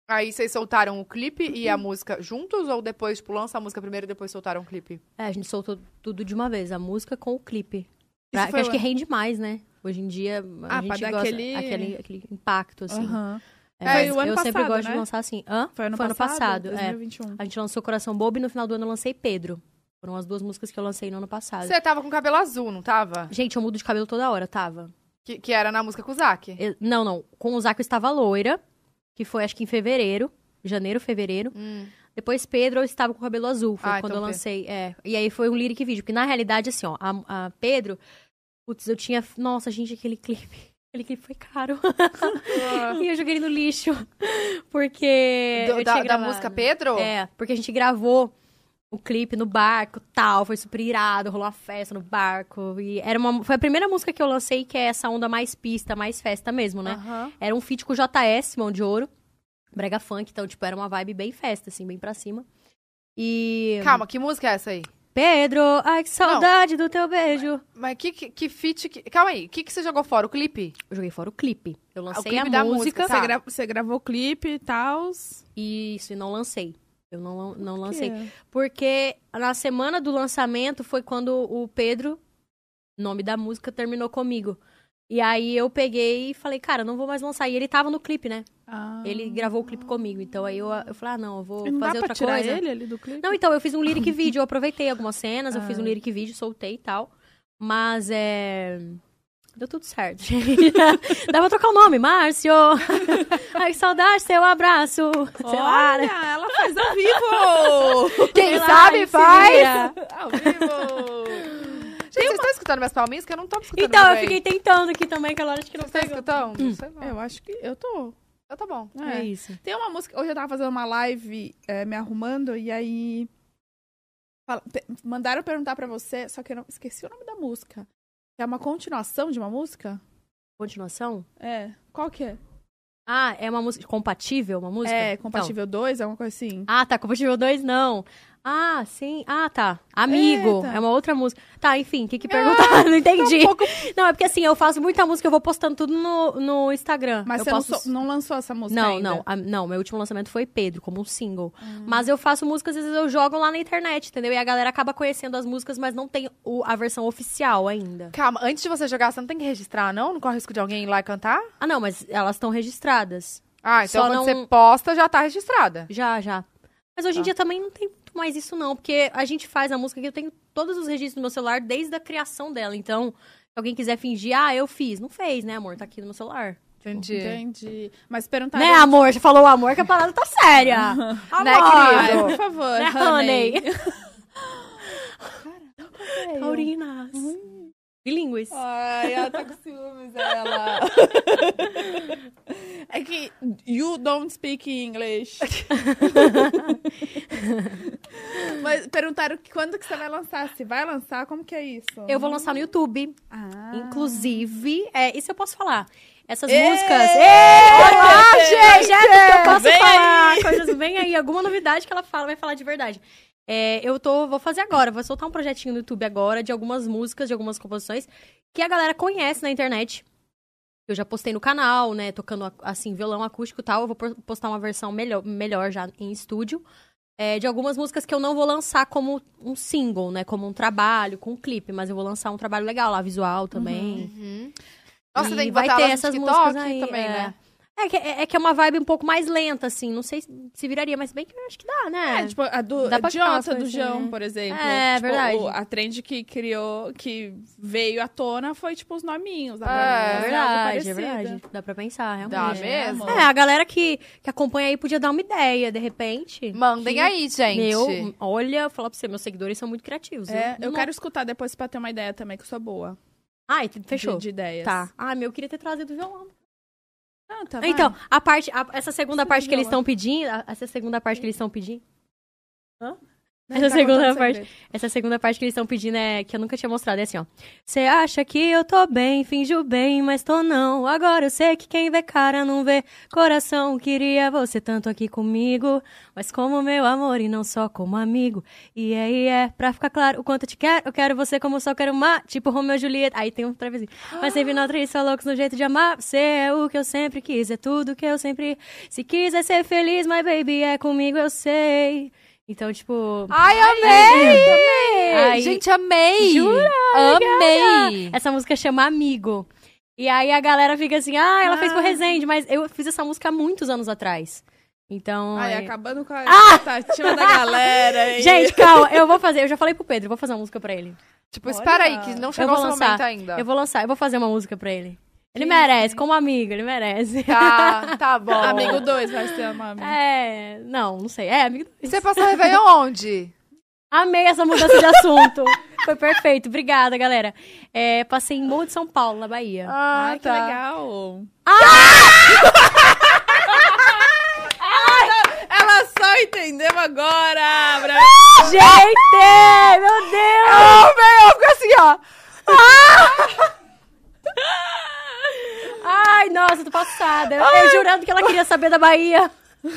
[SPEAKER 1] Aí vocês soltaram o clipe e a música juntos? Ou depois, tipo, lança a música primeiro e depois soltaram o clipe?
[SPEAKER 3] É, a gente soltou tudo de uma vez, a música com o clipe. Pra-
[SPEAKER 2] Isso
[SPEAKER 3] que
[SPEAKER 2] foi
[SPEAKER 3] acho que
[SPEAKER 2] lá.
[SPEAKER 3] rende mais, né? Hoje em dia, a
[SPEAKER 2] Ah,
[SPEAKER 3] gente
[SPEAKER 2] pra dar
[SPEAKER 3] gosta
[SPEAKER 2] aquele-
[SPEAKER 3] Aquele, aquele impacto, assim.
[SPEAKER 2] Aham.
[SPEAKER 3] É,
[SPEAKER 1] Foi
[SPEAKER 3] mas
[SPEAKER 2] o ano
[SPEAKER 3] eu sempre
[SPEAKER 2] passado,
[SPEAKER 3] gosto
[SPEAKER 2] né?
[SPEAKER 3] de lançar assim. Hã?
[SPEAKER 2] Foi ano passado?
[SPEAKER 3] é.
[SPEAKER 2] 2021.
[SPEAKER 3] A gente lançou Coração Bobo e no final do ano eu lancei Pedro. Foram as duas músicas que eu lancei no ano passado.
[SPEAKER 1] Você tava com cabelo azul, não tava?
[SPEAKER 3] Gente, eu mudo de cabelo toda hora, tava.
[SPEAKER 1] Que, que era na música com o Zac.
[SPEAKER 3] Eu- não, não. Com o Zaco eu estava loira, que foi acho que em fevereiro. Janeiro, fevereiro.
[SPEAKER 1] Hum.
[SPEAKER 3] Depois Pedro eu estava com o cabelo azul. Foi
[SPEAKER 1] Ah,
[SPEAKER 3] quando
[SPEAKER 1] então
[SPEAKER 3] eu
[SPEAKER 1] Pe-
[SPEAKER 3] lancei. É. E aí foi um lyric vídeo. Porque na realidade, assim, ó, a, a Pedro. Putz, eu tinha. Nossa, gente, aquele clipe. Aquele clipe foi caro. e eu joguei ele no lixo. Porque.
[SPEAKER 1] Do-
[SPEAKER 3] eu
[SPEAKER 1] da, da
[SPEAKER 3] tinha gravado.
[SPEAKER 1] música Pedro?
[SPEAKER 3] É, porque a gente gravou o clipe no barco tal, foi super irado, rolou uma festa no barco. E era uma, foi a primeira música que eu lancei, que é essa onda mais pista, mais festa mesmo, né?
[SPEAKER 1] Aham.
[SPEAKER 3] Era um feat com o JS, Mão de Ouro, brega funk, então, tipo, era uma vibe bem festa, assim, bem pra cima. E...
[SPEAKER 1] Calma, que música é essa aí?
[SPEAKER 3] Pedro, ai que saudade do teu beijo.
[SPEAKER 1] Mas que, que, que feat. que- Calma aí, o que, que você jogou fora? O clipe?
[SPEAKER 3] Eu joguei fora o clipe. Eu lancei
[SPEAKER 1] clipe
[SPEAKER 3] a
[SPEAKER 1] da
[SPEAKER 3] música. tá.
[SPEAKER 1] música,
[SPEAKER 2] Você, gra- você gravou o clipe e tal.
[SPEAKER 3] Isso, e não lancei. Eu não, não lancei. Porque na semana do lançamento foi quando o Pedro, nome da música, terminou comigo. E aí eu peguei e falei, cara, não vou mais lançar. E ele tava no clipe, né? Ele gravou o clipe comigo. Então aí eu, eu falei, ah, não, eu vou
[SPEAKER 2] Ah. Não dá
[SPEAKER 3] fazer
[SPEAKER 2] pra
[SPEAKER 3] outra
[SPEAKER 2] tirar
[SPEAKER 3] coisa.
[SPEAKER 2] ele ali do clipe?
[SPEAKER 3] Não, então, eu fiz um lyric vídeo, eu aproveitei algumas cenas, eu fiz um
[SPEAKER 2] Ah.
[SPEAKER 3] lyric vídeo, soltei e tal. Mas é. Deu tudo certo, gente. Dá pra trocar o nome, Márcio! Ai, que saudade, seu abraço! Sei lá,
[SPEAKER 2] Olha,
[SPEAKER 3] né?
[SPEAKER 2] ela faz ao vivo!
[SPEAKER 1] Quem
[SPEAKER 3] Sei lá,
[SPEAKER 1] sabe
[SPEAKER 3] se
[SPEAKER 1] faz!
[SPEAKER 3] vira.
[SPEAKER 1] Ao vivo! Gente, vocês estão escutando minhas palminhas? Que eu não tô escutando.
[SPEAKER 3] Então,
[SPEAKER 1] muito
[SPEAKER 3] eu
[SPEAKER 1] bem.
[SPEAKER 3] fiquei tipo, Hum. tentando aqui também, que a Laura acho que não
[SPEAKER 1] Vocês estão
[SPEAKER 3] pegou.
[SPEAKER 1] escutando? Não sei não.
[SPEAKER 2] Eu acho que eu tô.
[SPEAKER 1] Então tá bom.
[SPEAKER 2] É.
[SPEAKER 3] isso.
[SPEAKER 2] Tem uma música. Hoje eu tava fazendo uma live é, me arrumando e aí. fala- pe- mandaram perguntar pra você, só que eu não, esqueci o nome da música. É uma continuação de uma música?
[SPEAKER 3] Continuação?
[SPEAKER 2] É. Qual que é?
[SPEAKER 3] Ah, é uma música compatível, uma música?
[SPEAKER 2] É, Compatível 2, alguma coisa assim?
[SPEAKER 3] Então. Ah, tá, compatível 2 não. Ah, sim. Ah, tá. Amigo.
[SPEAKER 2] Eita. Ah,
[SPEAKER 3] É uma outra música. Tá, enfim, o que que perguntar? não entendi.
[SPEAKER 2] Tá um pouco-
[SPEAKER 3] Não, é porque assim, eu faço muita música, eu vou postando tudo no, no Instagram.
[SPEAKER 2] Mas
[SPEAKER 3] eu
[SPEAKER 2] você
[SPEAKER 3] posto...
[SPEAKER 2] não, so- não lançou essa música
[SPEAKER 3] Não,
[SPEAKER 2] ainda? Ah.
[SPEAKER 3] não, a- não, meu último lançamento foi Pedro, como um single. Mas eu faço músicas, às vezes eu jogo lá na internet, entendeu? E a galera acaba conhecendo as músicas, mas não tem o- a versão oficial ainda.
[SPEAKER 1] Calma, antes de você jogar, você não tem que registrar, não? Não corre risco de alguém ir lá e cantar?
[SPEAKER 3] Ah, não, mas elas estão registradas.
[SPEAKER 1] Ah, então
[SPEAKER 3] Só
[SPEAKER 1] quando
[SPEAKER 3] não-
[SPEAKER 1] você posta, já tá registrada.
[SPEAKER 3] Já, já. Mas hoje em
[SPEAKER 1] Tá.
[SPEAKER 3] dia também não tem muito mais isso, não, porque a gente faz a música que eu tenho todos os registros no meu celular desde a criação dela. Então, se alguém quiser fingir, ah, eu fiz. Não fez, né, amor? Tá aqui no meu celular.
[SPEAKER 1] Entendi.
[SPEAKER 2] Entendi. Mas perguntaram.
[SPEAKER 3] Né, amor? Já falou amor que a parada tá séria. amor!
[SPEAKER 1] Né,
[SPEAKER 2] Ai,
[SPEAKER 1] querido?
[SPEAKER 2] por favor,
[SPEAKER 3] Né,
[SPEAKER 2] honey.
[SPEAKER 3] honey? Taurinas. Hum. Bilíngues.
[SPEAKER 2] Ai, ela tá com ciúmes, ela. é que you don't speak English. Mas perguntaram que- quando que você vai lançar. Se vai lançar, como que é isso?
[SPEAKER 3] Eu vou lançar no YouTube.
[SPEAKER 2] Ah.
[SPEAKER 3] Inclusive, é, isso eu posso falar. Essas
[SPEAKER 2] Ei!
[SPEAKER 3] músicas. É!
[SPEAKER 2] Olá,
[SPEAKER 3] Projetos que eu posso
[SPEAKER 2] Vem
[SPEAKER 3] falar. Coisas bem aí. Alguma novidade que ela fala, vai falar de verdade. É, eu tô, vou fazer agora, vou soltar um projetinho no YouTube agora de algumas músicas, de algumas composições que a galera conhece na internet. Eu já postei no canal, né? Tocando assim, violão acústico e tal. Eu vou por- postar uma versão melhor, melhor já em estúdio. é, de algumas músicas que eu não vou lançar como um single, né? Como um trabalho, com um clipe, mas eu vou lançar um trabalho legal lá, visual também.
[SPEAKER 1] Uhum. Nossa,
[SPEAKER 3] E
[SPEAKER 1] tem que
[SPEAKER 3] vai
[SPEAKER 1] botar
[SPEAKER 3] ter
[SPEAKER 1] ela no
[SPEAKER 3] essas
[SPEAKER 1] TikTok
[SPEAKER 3] músicas aí,
[SPEAKER 1] também,
[SPEAKER 3] é.
[SPEAKER 1] né?
[SPEAKER 3] É que é, é que é uma vibe um pouco mais lenta, assim. Não sei se se viraria, mas bem que eu acho que dá, né?
[SPEAKER 2] É, tipo, a do
[SPEAKER 3] Dá
[SPEAKER 2] a
[SPEAKER 3] pra criar umas
[SPEAKER 2] Jota do
[SPEAKER 3] coisas,
[SPEAKER 2] João,
[SPEAKER 3] né?
[SPEAKER 2] por exemplo.
[SPEAKER 3] É,
[SPEAKER 2] Tipo,
[SPEAKER 3] verdade.
[SPEAKER 2] o- a trend que criou, que veio à tona foi, tipo, os nominhos. da
[SPEAKER 1] É,
[SPEAKER 2] Barbie,
[SPEAKER 3] é
[SPEAKER 2] né?
[SPEAKER 3] verdade, é
[SPEAKER 2] Algo parecido.
[SPEAKER 3] verdade. Dá pra pensar, realmente.
[SPEAKER 1] Dá
[SPEAKER 2] É,
[SPEAKER 1] mesmo?
[SPEAKER 2] amor.
[SPEAKER 3] É, a galera que, que acompanha aí podia dar uma ideia, de repente.
[SPEAKER 1] Mandem
[SPEAKER 3] Que
[SPEAKER 1] aí, gente.
[SPEAKER 3] é. Meu, olha, falar pra você, meus seguidores são muito criativos.
[SPEAKER 2] É,
[SPEAKER 3] viu?
[SPEAKER 2] eu
[SPEAKER 3] Não-
[SPEAKER 2] quero escutar depois pra ter uma ideia também, que eu sou boa.
[SPEAKER 3] Ai, t-
[SPEAKER 2] de-
[SPEAKER 3] fechou.
[SPEAKER 2] De, ideias.
[SPEAKER 3] Tá. Ah, meu, eu queria ter trazido o violão.
[SPEAKER 2] Ah, tá, vai.
[SPEAKER 3] Então, a parte, a- essa
[SPEAKER 2] Precisa
[SPEAKER 3] segunda parte
[SPEAKER 2] de
[SPEAKER 3] que eles
[SPEAKER 2] violão.
[SPEAKER 3] estão pedindo, a- essa segunda parte que eles estão pedindo,
[SPEAKER 2] Vai
[SPEAKER 3] essa
[SPEAKER 2] ficar
[SPEAKER 3] segunda
[SPEAKER 2] contando
[SPEAKER 3] parte-
[SPEAKER 2] segredo.
[SPEAKER 3] Essa segunda parte que eles estão pedindo é que eu nunca tinha mostrado. É assim, ó. Você acha que eu tô bem, finjo bem, mas tô não. Agora eu sei que quem vê cara não vê coração. Queria você tanto aqui comigo, mas como meu amor e não só como amigo. E aí é, pra ficar claro o quanto eu te quero, eu quero você como eu só quero uma. Tipo Romeu e Julieta. Aí tem um travezinho. Mas sempre na atriz, só loucos no jeito de amar. Você é o que eu sempre quis, é tudo que eu sempre. Se quiser ser feliz, my baby, é comigo, eu sei. Então, tipo.
[SPEAKER 1] Ai, amei!
[SPEAKER 3] Ai,
[SPEAKER 1] Gente, amei!
[SPEAKER 3] Jura?
[SPEAKER 1] Amei!
[SPEAKER 3] Essa música chama Amigo. E aí a galera fica assim, ah, ela fez pro
[SPEAKER 2] Ah.
[SPEAKER 3] Resende, mas eu fiz essa música há muitos anos atrás. Então.
[SPEAKER 2] Ai,
[SPEAKER 3] é-
[SPEAKER 2] acabando com a expectativa da galera. hein?
[SPEAKER 3] Gente, calma, eu vou fazer. Eu já falei pro Pedro, eu vou fazer uma música pra ele.
[SPEAKER 1] Tipo,
[SPEAKER 2] Olha.
[SPEAKER 1] espera aí, que não chegou
[SPEAKER 3] vou
[SPEAKER 1] esse
[SPEAKER 3] lançar.
[SPEAKER 1] momento ainda.
[SPEAKER 3] Eu vou lançar, eu vou fazer uma música pra ele. Ele
[SPEAKER 2] Tá. Sim,
[SPEAKER 3] merece,
[SPEAKER 2] sim.
[SPEAKER 3] como amigo, ele merece.
[SPEAKER 1] Tá, tá bom.
[SPEAKER 2] Amigo 2 vai ser uma amiga.
[SPEAKER 3] É, não, não sei. É, amigo.
[SPEAKER 1] Você passou o Réveillon onde?
[SPEAKER 3] Amei essa mudança de assunto. Foi perfeito, obrigada, galera. É, passei em Morro de São Paulo, na Bahia.
[SPEAKER 1] Ah,
[SPEAKER 2] Ai, que legal. Ela só entendeu agora, Bra-
[SPEAKER 3] Gente, meu Deus!
[SPEAKER 1] Ah, meu, fica assim, ó.
[SPEAKER 3] Ai, nossa, eu tô passada. Eu, eu jurando que ela queria saber da Bahia.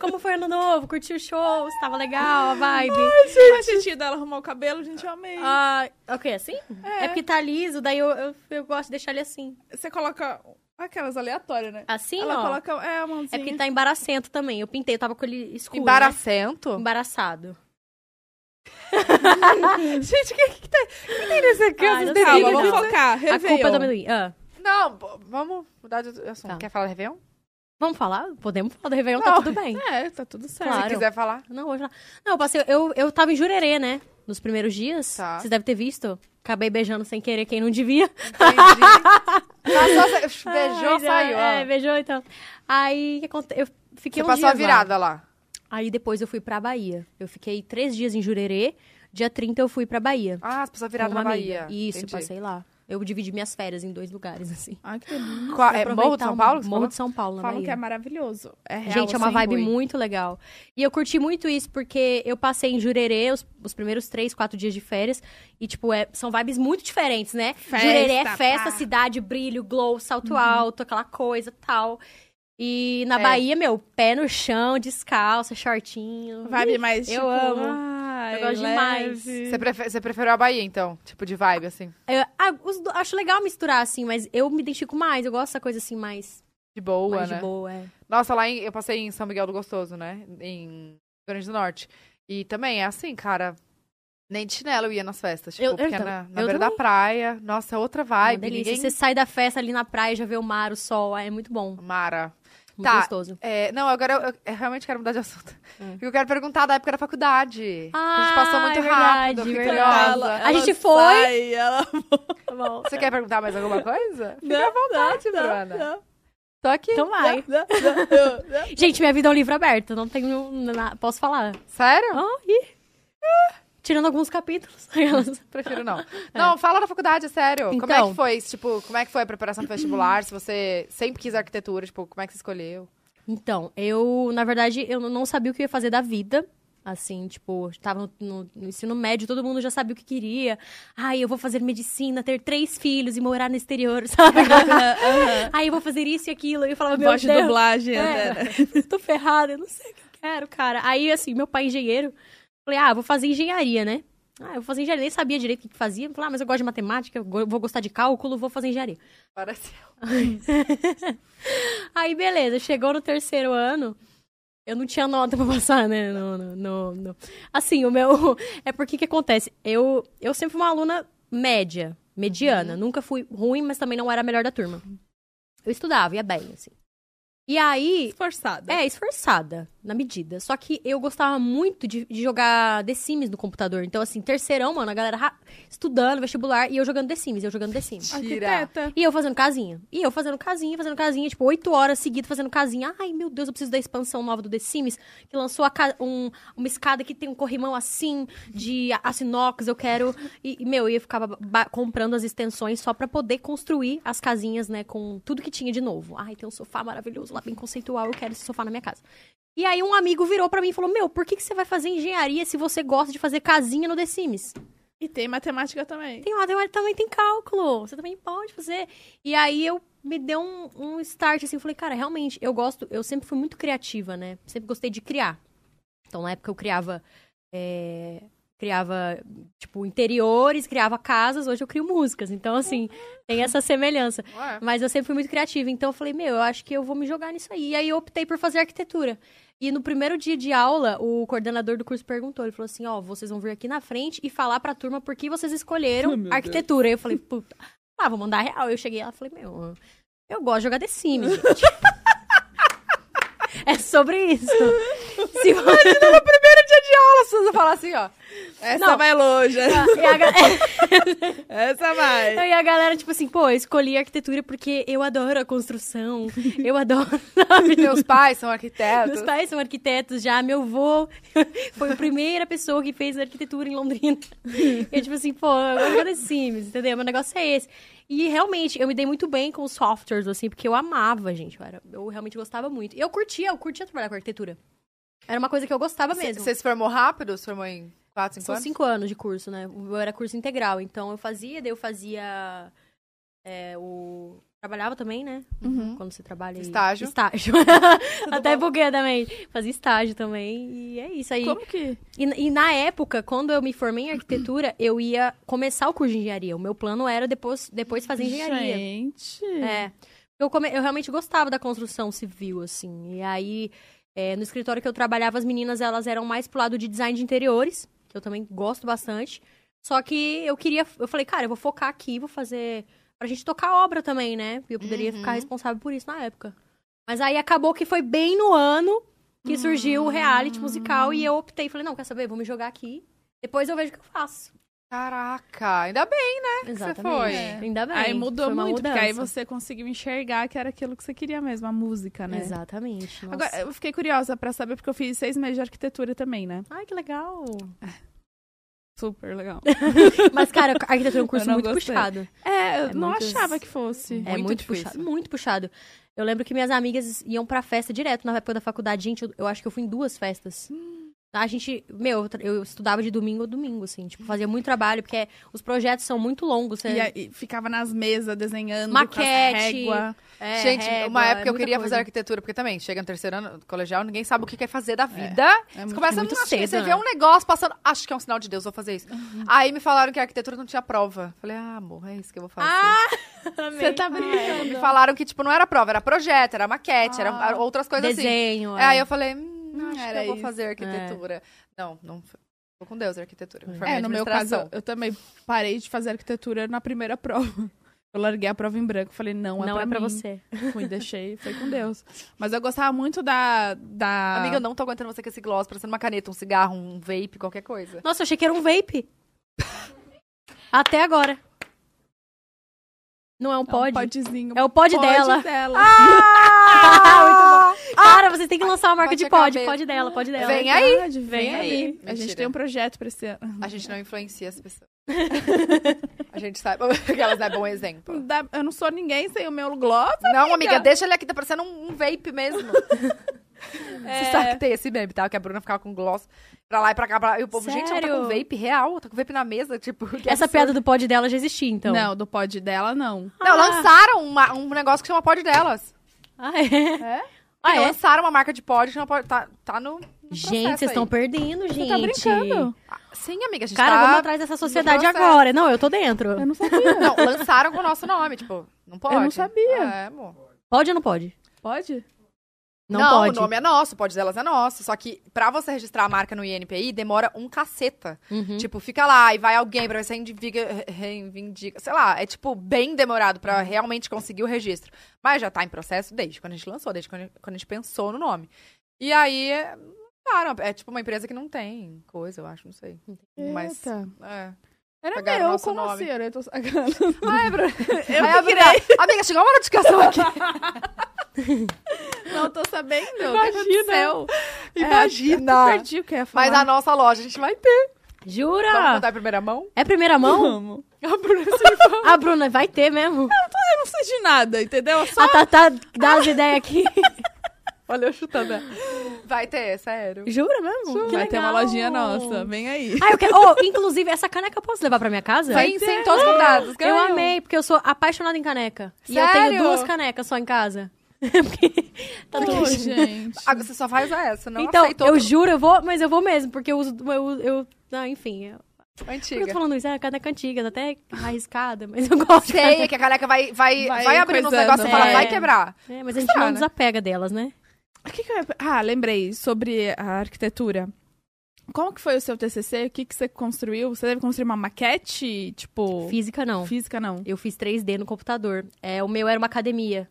[SPEAKER 3] Como foi ano novo? Curtiu o show? Estava legal a vibe?
[SPEAKER 2] Faz sentido tá ela arrumar o cabelo, gente, eu amei.
[SPEAKER 3] Ah, ok, assim? É. porque tá liso, daí eu, eu, eu gosto de deixar ele assim.
[SPEAKER 2] Você coloca aquelas aleatórias, né?
[SPEAKER 3] Assim,
[SPEAKER 2] ela
[SPEAKER 3] ó.
[SPEAKER 2] coloca. É, a
[SPEAKER 3] É
[SPEAKER 2] mãozinha.
[SPEAKER 3] porque tá embaracento também. Eu pintei, eu tava com ele escuro. né?
[SPEAKER 1] Embaracento?
[SPEAKER 3] Embaraçado.
[SPEAKER 1] Gente, o que que tá... que tem nesse
[SPEAKER 3] Ai,
[SPEAKER 1] canto?
[SPEAKER 3] não sei,
[SPEAKER 2] Calma,
[SPEAKER 3] Não.
[SPEAKER 2] vamos focar.
[SPEAKER 3] A culpa é do
[SPEAKER 2] Réveillon.
[SPEAKER 3] amendoim. Ah,
[SPEAKER 1] Não, pô, vamos mudar de assunto.
[SPEAKER 3] Tá.
[SPEAKER 1] Quer falar Réveillon?
[SPEAKER 3] vamos falar? Podemos falar do Réveillon, tá
[SPEAKER 1] Não.
[SPEAKER 3] tudo bem.
[SPEAKER 2] É, tá tudo certo.
[SPEAKER 3] Claro.
[SPEAKER 1] Se quiser falar.
[SPEAKER 3] Não, hoje não. Não, eu passei. Eu, eu tava em Jurerê, né? Nos primeiros dias.
[SPEAKER 1] Tá.
[SPEAKER 3] Vocês devem ter visto. Acabei beijando sem querer quem não devia.
[SPEAKER 1] Entendi. Tá, só... Beijou,
[SPEAKER 3] Ai,
[SPEAKER 1] saiu. ó.
[SPEAKER 3] É, beijou, então. Aí, o que aconte- eu fiquei
[SPEAKER 1] Você
[SPEAKER 3] um
[SPEAKER 1] passou a virada lá.
[SPEAKER 3] Aí, depois eu fui pra Bahia. Eu fiquei três dias em Jurerê. Dia 30 eu fui pra Bahia.
[SPEAKER 1] Ah, você passou a virada
[SPEAKER 3] com uma
[SPEAKER 1] na
[SPEAKER 3] amiga.
[SPEAKER 1] Bahia.
[SPEAKER 3] Isso,
[SPEAKER 1] Entendi.
[SPEAKER 3] passei lá. Eu dividi minhas férias em dois lugares, assim.
[SPEAKER 2] Ai, que delícia.
[SPEAKER 1] Qual- é
[SPEAKER 3] Aproveitar
[SPEAKER 1] Morro de São
[SPEAKER 3] um-
[SPEAKER 1] Paulo? que você
[SPEAKER 3] Morro
[SPEAKER 1] falou?
[SPEAKER 3] de São Paulo, na
[SPEAKER 2] Falam
[SPEAKER 3] Bahia.
[SPEAKER 2] que é maravilhoso. É real.
[SPEAKER 3] Gente, é uma
[SPEAKER 2] assim,
[SPEAKER 3] vibe
[SPEAKER 2] Rui.
[SPEAKER 3] muito legal. E eu curti muito isso, porque eu passei em Jurerê os, os primeiros três, quatro dias de férias. E, tipo, é- são vibes muito diferentes, né?
[SPEAKER 2] Festa,
[SPEAKER 3] Jurerê é festa,
[SPEAKER 2] pá.
[SPEAKER 3] cidade, brilho, glow, salto alto, aquela coisa tal. E na
[SPEAKER 1] É.
[SPEAKER 3] Bahia, meu, pé no chão, descalça, shortinho.
[SPEAKER 2] Vibe mais
[SPEAKER 3] Eu
[SPEAKER 2] tipo,
[SPEAKER 3] amo.
[SPEAKER 2] ai,
[SPEAKER 3] Eu gosto demais.
[SPEAKER 2] leve.
[SPEAKER 1] Você, prefe- você preferiu a Bahia, então? Tipo, de vibe, assim.
[SPEAKER 3] Eu- ah, os do- acho legal misturar, assim, mas eu me identifico mais. Eu gosto dessa coisa, assim, mais,
[SPEAKER 1] De boa,
[SPEAKER 3] mais
[SPEAKER 1] né?
[SPEAKER 3] de boa. É.
[SPEAKER 1] Nossa, lá em- eu passei em São Miguel do Gostoso, né? Em Rio Grande do Norte. E também é assim, cara. Nem de chinelo eu ia nas festas. Tipo,
[SPEAKER 3] Eu- eu
[SPEAKER 1] porque é
[SPEAKER 3] tam-
[SPEAKER 1] na, na
[SPEAKER 3] eu
[SPEAKER 1] beira da
[SPEAKER 3] também.
[SPEAKER 1] praia. Nossa, é outra
[SPEAKER 3] Ai,
[SPEAKER 1] vibe.
[SPEAKER 3] delícia.
[SPEAKER 1] Ninguém...
[SPEAKER 3] Você sai da festa ali na praia, já vê o mar, o sol. É muito bom.
[SPEAKER 1] Mara.
[SPEAKER 3] Muito
[SPEAKER 1] Tá.
[SPEAKER 3] gostoso.
[SPEAKER 1] É, não, agora eu, eu- eu realmente quero mudar de assunto.
[SPEAKER 3] Hum.
[SPEAKER 1] Eu quero perguntar da época da faculdade. a gente
[SPEAKER 3] Ah,
[SPEAKER 1] passou muito
[SPEAKER 3] é verdade,
[SPEAKER 1] rápido. eu fiquei
[SPEAKER 3] verdade.
[SPEAKER 1] curiosa.
[SPEAKER 3] A gente foi.
[SPEAKER 2] sai, ela...
[SPEAKER 3] Tá bom.
[SPEAKER 1] Você quer perguntar mais alguma coisa?
[SPEAKER 2] Fica à vontade,
[SPEAKER 1] Bruna.
[SPEAKER 2] Não,
[SPEAKER 1] Tô aqui.
[SPEAKER 3] Então vai.
[SPEAKER 2] não, não, não, não.
[SPEAKER 3] Gente, minha vida é um livro aberto. Não tenho. na- Posso falar?
[SPEAKER 1] Sério?
[SPEAKER 3] Ah, ih. Tirando alguns capítulos.
[SPEAKER 1] Prefiro não. Não, fala da faculdade, é sério. como é que
[SPEAKER 3] Então.
[SPEAKER 1] foi? Tipo, como é que foi a preparação pro vestibular? Se você sempre quis arquitetura, tipo, como é que você escolheu?
[SPEAKER 3] Então, eu, na verdade, eu não sabia o que eu ia fazer da vida. Assim, tipo, tava no, no- no ensino médio, todo mundo já sabia o que queria. Ai, eu vou fazer medicina, ter três filhos e morar no exterior, sabe?
[SPEAKER 2] Aham.
[SPEAKER 3] Ai, eu vou fazer isso e aquilo. E eu falava, meu
[SPEAKER 2] Voz de
[SPEAKER 3] Deus.
[SPEAKER 2] dublagem,
[SPEAKER 3] É,
[SPEAKER 2] né?
[SPEAKER 3] eu tô ferrada, eu não sei o que eu quero, cara. Aí, assim, meu pai é engenheiro. Falei, ah, vou fazer engenharia, né? Ah, eu vou fazer engenharia. Nem sabia direito o que que fazia. Falei, ah, mas eu gosto de matemática, eu go- vou gostar de cálculo, vou fazer engenharia.
[SPEAKER 1] Parece.
[SPEAKER 3] Aí, beleza, chegou no terceiro ano. Eu não tinha nota pra passar, né? No, no, no- no- Assim, o meu. É porque que acontece? Eu, eu sempre fui uma aluna média, mediana. Nunca fui ruim, mas também não era a melhor da turma. Eu estudava, ia bem, assim. E aí,
[SPEAKER 2] Esforçada.
[SPEAKER 3] é, esforçada, na medida. Só que eu gostava muito de, de jogar The Sims no computador. Então, assim, terceirão, mano, a galera ra- estudando, vestibular, e eu jogando The Sims, eu jogando The Sims.
[SPEAKER 1] Tira.
[SPEAKER 2] É, Arquiteta.
[SPEAKER 3] E eu fazendo casinha. E eu fazendo casinha, fazendo casinha, tipo, oito horas seguidas fazendo casinha. Ai, meu Deus, eu preciso da expansão nova do The Sims, que lançou a ca- um- uma escada que tem um corrimão assim, de aço inox, eu quero... E, e, meu, eu ficava ba- comprando as extensões só pra poder construir as casinhas, né, com tudo que tinha de novo. Ai, tem um sofá maravilhoso lá, bem conceitual, eu quero esse sofá na minha casa. E aí um amigo virou pra mim e falou, meu, por que, que você vai fazer engenharia se você gosta de fazer casinha no The Sims?
[SPEAKER 2] E tem matemática também.
[SPEAKER 3] Tem matemática, também tem cálculo. Você também pode fazer. E aí eu me deu um, um start, assim, eu falei, cara, realmente, eu gosto, eu sempre fui muito criativa, né? Sempre gostei de criar. Então, na época, eu criava. é, criava, tipo, interiores, criava casas, hoje eu crio músicas. Então, assim, tem essa semelhança.
[SPEAKER 1] Ué.
[SPEAKER 3] Mas eu sempre fui muito criativa, então eu falei, meu, eu acho que eu vou me jogar nisso aí. E aí eu optei por fazer arquitetura. E no primeiro dia de aula, o coordenador do curso perguntou, ele falou assim, ó, vocês vão vir aqui na frente e falar pra turma por que vocês escolheram
[SPEAKER 2] Oh, meu Deus.
[SPEAKER 3] arquitetura. Aí eu falei, puta, ah, vou mandar real. Eu cheguei lá e falei, meu, eu gosto de jogar The Sims, gente. é sobre isso. Se vo-
[SPEAKER 1] Fala, Suza, fala assim, ó. Essa
[SPEAKER 3] Não.
[SPEAKER 1] vai longe.
[SPEAKER 3] e a ga-
[SPEAKER 1] Essa vai.
[SPEAKER 3] Então, e a galera, tipo assim, pô, eu escolhi arquitetura porque eu adoro a construção, eu adoro, sabe?
[SPEAKER 1] Meus pais são arquitetos.
[SPEAKER 3] Meus pais são arquitetos já, meu avô foi a primeira pessoa que fez arquitetura em Londrina. eu, tipo assim, pô, eu vou The Sims, entendeu? Meu negócio é esse. E realmente, eu me dei muito bem com os softwares, assim, porque eu amava, gente. Eu, era- eu realmente gostava muito. E eu curtia, eu curtia trabalhar com arquitetura. Era uma coisa que eu gostava
[SPEAKER 1] Cê-
[SPEAKER 3] mesmo.
[SPEAKER 1] Você se formou rápido? Se formou em 4, 5
[SPEAKER 3] São
[SPEAKER 1] anos?
[SPEAKER 3] cinco anos de curso, né? O meu era curso integral, então eu fazia, daí eu fazia é, o... Trabalhava também, né?
[SPEAKER 2] Uhum.
[SPEAKER 3] Quando você trabalha... em-
[SPEAKER 1] Estágio.
[SPEAKER 3] Estágio. Até buguei também. Fazia estágio também e é isso aí.
[SPEAKER 2] Como que?
[SPEAKER 3] E, e na época, quando eu me formei em arquitetura, eu ia começar o curso de engenharia. O meu plano era depois, depois fazer engenharia.
[SPEAKER 2] Gente.
[SPEAKER 3] É. Eu, come- eu realmente gostava da construção civil, assim. E aí, é, no escritório que eu trabalhava, as meninas, elas eram mais pro lado de design de interiores, que eu também gosto bastante. Só que eu queria... Eu falei, cara, eu vou focar aqui, vou fazer... Pra gente tocar obra também, né? Porque eu poderia
[SPEAKER 1] Uhum.
[SPEAKER 3] ficar responsável por isso na época. Mas aí acabou que foi bem no ano que surgiu o reality musical. E eu optei, falei, não, quer saber? Vou me jogar aqui. Depois eu vejo o que eu faço.
[SPEAKER 1] Caraca, ainda bem.
[SPEAKER 2] É
[SPEAKER 1] foi.
[SPEAKER 3] Ainda bem.
[SPEAKER 2] Aí mudou
[SPEAKER 3] foi uma
[SPEAKER 2] muito, porque aí
[SPEAKER 3] mudança.
[SPEAKER 2] você conseguiu enxergar que era aquilo que você queria mesmo, a música, né?
[SPEAKER 3] Exatamente. nossa.
[SPEAKER 2] Agora, eu fiquei curiosa pra saber, porque eu fiz seis meses de arquitetura também, né?
[SPEAKER 3] Ai, que legal.
[SPEAKER 2] Super legal.
[SPEAKER 3] Mas, cara, a arquitetura é um curso
[SPEAKER 2] Eu não
[SPEAKER 3] muito
[SPEAKER 2] gostei.
[SPEAKER 3] puxado.
[SPEAKER 2] É, eu
[SPEAKER 3] É
[SPEAKER 2] não
[SPEAKER 3] muito-
[SPEAKER 2] achava que fosse.
[SPEAKER 3] é
[SPEAKER 1] Muito
[SPEAKER 3] muito
[SPEAKER 1] difícil.
[SPEAKER 3] puxado. Muito puxado. Eu lembro que minhas amigas iam pra festa direto na época da faculdade. Gente, eu, eu acho que eu fui em duas festas. A gente, meu, eu tra- eu estudava de domingo a domingo, assim. Tipo, fazia muito trabalho, porque os projetos são muito longos. Você,
[SPEAKER 2] E aí, ficava nas mesas desenhando,
[SPEAKER 3] Maquete.
[SPEAKER 2] com as régua.
[SPEAKER 3] é,
[SPEAKER 1] Gente,
[SPEAKER 3] régua,
[SPEAKER 1] uma
[SPEAKER 3] é
[SPEAKER 1] época eu
[SPEAKER 3] muita
[SPEAKER 1] queria
[SPEAKER 3] coisa.
[SPEAKER 1] fazer arquitetura, porque também chega no terceiro ano do colegial, ninguém sabe o que quer fazer da vida.
[SPEAKER 2] É
[SPEAKER 1] Você
[SPEAKER 2] muito-
[SPEAKER 1] começa
[SPEAKER 3] é muito
[SPEAKER 1] não, acho que
[SPEAKER 3] cedo,
[SPEAKER 1] você vê
[SPEAKER 3] né?
[SPEAKER 1] um negócio passando. Acho que é um sinal de Deus, vou fazer isso. Aí me falaram que a arquitetura não tinha prova. Falei, ah, amor, é isso que eu vou fazer. É,
[SPEAKER 2] Você tá brincando.
[SPEAKER 1] me falaram que, tipo, não era prova, era projeto, era maquete, eram
[SPEAKER 2] Ah.
[SPEAKER 1] era outras coisas assim.
[SPEAKER 3] Desenho.
[SPEAKER 1] É, Aí eu falei, hum, acho que
[SPEAKER 2] era
[SPEAKER 1] eu vou
[SPEAKER 2] isso.
[SPEAKER 1] fazer arquitetura. Não, não. Tô com Deus, arquitetura. Me formei
[SPEAKER 2] É,
[SPEAKER 1] em
[SPEAKER 2] no meu caso,
[SPEAKER 1] administração.
[SPEAKER 2] eu também parei de fazer arquitetura na primeira prova. Eu larguei a prova em branco, falei, não, é
[SPEAKER 3] Não
[SPEAKER 2] pra
[SPEAKER 3] é pra
[SPEAKER 2] mim.
[SPEAKER 3] você.
[SPEAKER 2] Fui, deixei, foi com Deus. Mas eu gostava muito da... da... é um
[SPEAKER 1] Amiga, eu não tô aguentando você com esse gloss, parecendo uma caneta, um cigarro, um vape, qualquer coisa.
[SPEAKER 3] Nossa, eu achei que era um vape. Até agora. Não é um
[SPEAKER 2] É um
[SPEAKER 3] pod.
[SPEAKER 2] podzinho.
[SPEAKER 3] É o pod, dela.
[SPEAKER 2] dela.
[SPEAKER 1] Ah, muito
[SPEAKER 3] Cara, você tem que lançar uma marca
[SPEAKER 1] Pode
[SPEAKER 3] de
[SPEAKER 1] acabar
[SPEAKER 3] pod.
[SPEAKER 1] bem.
[SPEAKER 3] Pod dela, pod dela.
[SPEAKER 1] Vem
[SPEAKER 2] É
[SPEAKER 1] aí.
[SPEAKER 2] verdade,
[SPEAKER 1] Vem
[SPEAKER 2] vem
[SPEAKER 1] aí.
[SPEAKER 2] aí.
[SPEAKER 1] Mentira.
[SPEAKER 2] A gente tem um projeto pra esse ano.
[SPEAKER 1] A gente não influencia as pessoas. a gente sabe que elas é bom exemplo.
[SPEAKER 2] Dá- Eu não sou ninguém sem o meu gloss.
[SPEAKER 1] Não, amiga, deixa ele aqui, tá parecendo um, um vape mesmo. Você sabe que tem esse meme, tá? Que a Bruna ficava com gloss pra lá e pra cá. Pra... lá. E o povo, gente, ela tá com
[SPEAKER 3] Sério?
[SPEAKER 1] vape real, tá com vape na mesa, tipo... que
[SPEAKER 3] Essa
[SPEAKER 1] absurdo.
[SPEAKER 3] piada do pod dela já existia, então.
[SPEAKER 2] Não, do pod dela, não.
[SPEAKER 1] Não,
[SPEAKER 3] Ah.
[SPEAKER 1] lançaram uma- um negócio que chama pod delas.
[SPEAKER 3] Ah, é?
[SPEAKER 2] É?
[SPEAKER 3] Ah, é?
[SPEAKER 1] Lançaram uma marca de pod que chama pod... Tá, tá no, no
[SPEAKER 3] Gente, vocês estão perdendo,
[SPEAKER 2] Você
[SPEAKER 3] gente.
[SPEAKER 2] tá brincando?
[SPEAKER 1] estão... Sim, amiga, a gente
[SPEAKER 3] Cara,
[SPEAKER 1] tá...
[SPEAKER 3] vamos atrás dessa sociedade
[SPEAKER 1] processo.
[SPEAKER 3] agora. Não, eu tô dentro.
[SPEAKER 2] Eu não sabia.
[SPEAKER 1] Não, lançaram com o nosso nome, tipo, não pode.
[SPEAKER 2] Eu não sabia.
[SPEAKER 1] É, amor.
[SPEAKER 3] Pode ou não pode?
[SPEAKER 2] Pode?
[SPEAKER 3] Não, pode.
[SPEAKER 1] o nome é nosso, pode delas é nosso. Só que pra você registrar a marca no INPI, demora um caceta.
[SPEAKER 3] Uhum.
[SPEAKER 1] Tipo, fica lá e vai alguém pra ver se reivindica, reivindica. Sei lá, é tipo bem demorado pra realmente conseguir o registro. Mas já tá em processo desde quando a gente lançou, desde quando a gente, quando a gente pensou no nome. E aí, é- claro, é tipo uma empresa que não tem coisa, eu acho, não sei. Mas,
[SPEAKER 2] Eita.
[SPEAKER 1] é.
[SPEAKER 2] Era
[SPEAKER 1] Pegaram
[SPEAKER 2] meu,
[SPEAKER 1] nosso
[SPEAKER 2] como
[SPEAKER 1] nome.
[SPEAKER 2] assim? Eu tô sacando.
[SPEAKER 1] Ah, é, Bruno.
[SPEAKER 2] Eu
[SPEAKER 1] Aí a
[SPEAKER 2] que
[SPEAKER 1] Bruna, Amiga, chegou uma notificação aqui.
[SPEAKER 2] Não tô sabendo.
[SPEAKER 1] Imagina. Ah.
[SPEAKER 2] Imagina.
[SPEAKER 1] Imagina.
[SPEAKER 2] É, eu perdi o que eu ia falar.
[SPEAKER 1] Mas a nossa loja a gente vai ter. Vamos
[SPEAKER 3] Jura?
[SPEAKER 1] contar em primeira mão?
[SPEAKER 3] É primeira mão?
[SPEAKER 2] Vamos.
[SPEAKER 1] A Bruna se
[SPEAKER 3] A Bruna vai ter mesmo.
[SPEAKER 2] Não sei de nada, entendeu?
[SPEAKER 1] É
[SPEAKER 2] Só
[SPEAKER 3] A Tatá dá as ideias aqui.
[SPEAKER 1] Olha eu chutando. Vai ter, sério.
[SPEAKER 3] Jura mesmo? Que
[SPEAKER 2] vai ter uma
[SPEAKER 3] legal.
[SPEAKER 2] lojinha nossa. Vem aí.
[SPEAKER 3] Ah, eu quero. Oh, inclusive, essa caneca eu posso levar pra minha casa?
[SPEAKER 1] Vem sim, todos convidados.
[SPEAKER 3] Eu
[SPEAKER 1] ganham.
[SPEAKER 3] amei, porque eu sou apaixonada em caneca. E eu
[SPEAKER 1] Sério?
[SPEAKER 3] tenho duas canecas só em casa. Porque tá
[SPEAKER 2] Pô,
[SPEAKER 3] doido.
[SPEAKER 2] gente.
[SPEAKER 1] Ah, você só vai usar essa, não
[SPEAKER 3] Então,
[SPEAKER 1] aceitou
[SPEAKER 3] eu juro, eu vou, mas eu vou mesmo, porque eu uso. Eu, eu, ah, enfim, eu, por que eu tô
[SPEAKER 1] antiga.
[SPEAKER 3] falando isso? É a caneca antiga, tá até arriscada, mas eu gosto. de
[SPEAKER 1] Sei é que a caneca vai, vai,
[SPEAKER 2] Vai
[SPEAKER 1] vai, abrindo uns
[SPEAKER 2] coisando,
[SPEAKER 1] negócios e fala,
[SPEAKER 3] né?
[SPEAKER 1] vai quebrar.
[SPEAKER 3] caneca. É, mas a gente
[SPEAKER 1] Será,
[SPEAKER 3] não
[SPEAKER 1] né?
[SPEAKER 3] desapega delas, né?
[SPEAKER 2] O que que eu ia- Ah, lembrei sobre a arquitetura. Como que foi o seu TCC? O que que você construiu? Você deve construir uma maquete, tipo...
[SPEAKER 3] Física, não.
[SPEAKER 2] Física, não.
[SPEAKER 3] Eu fiz 3D no computador. É, o meu era uma academia.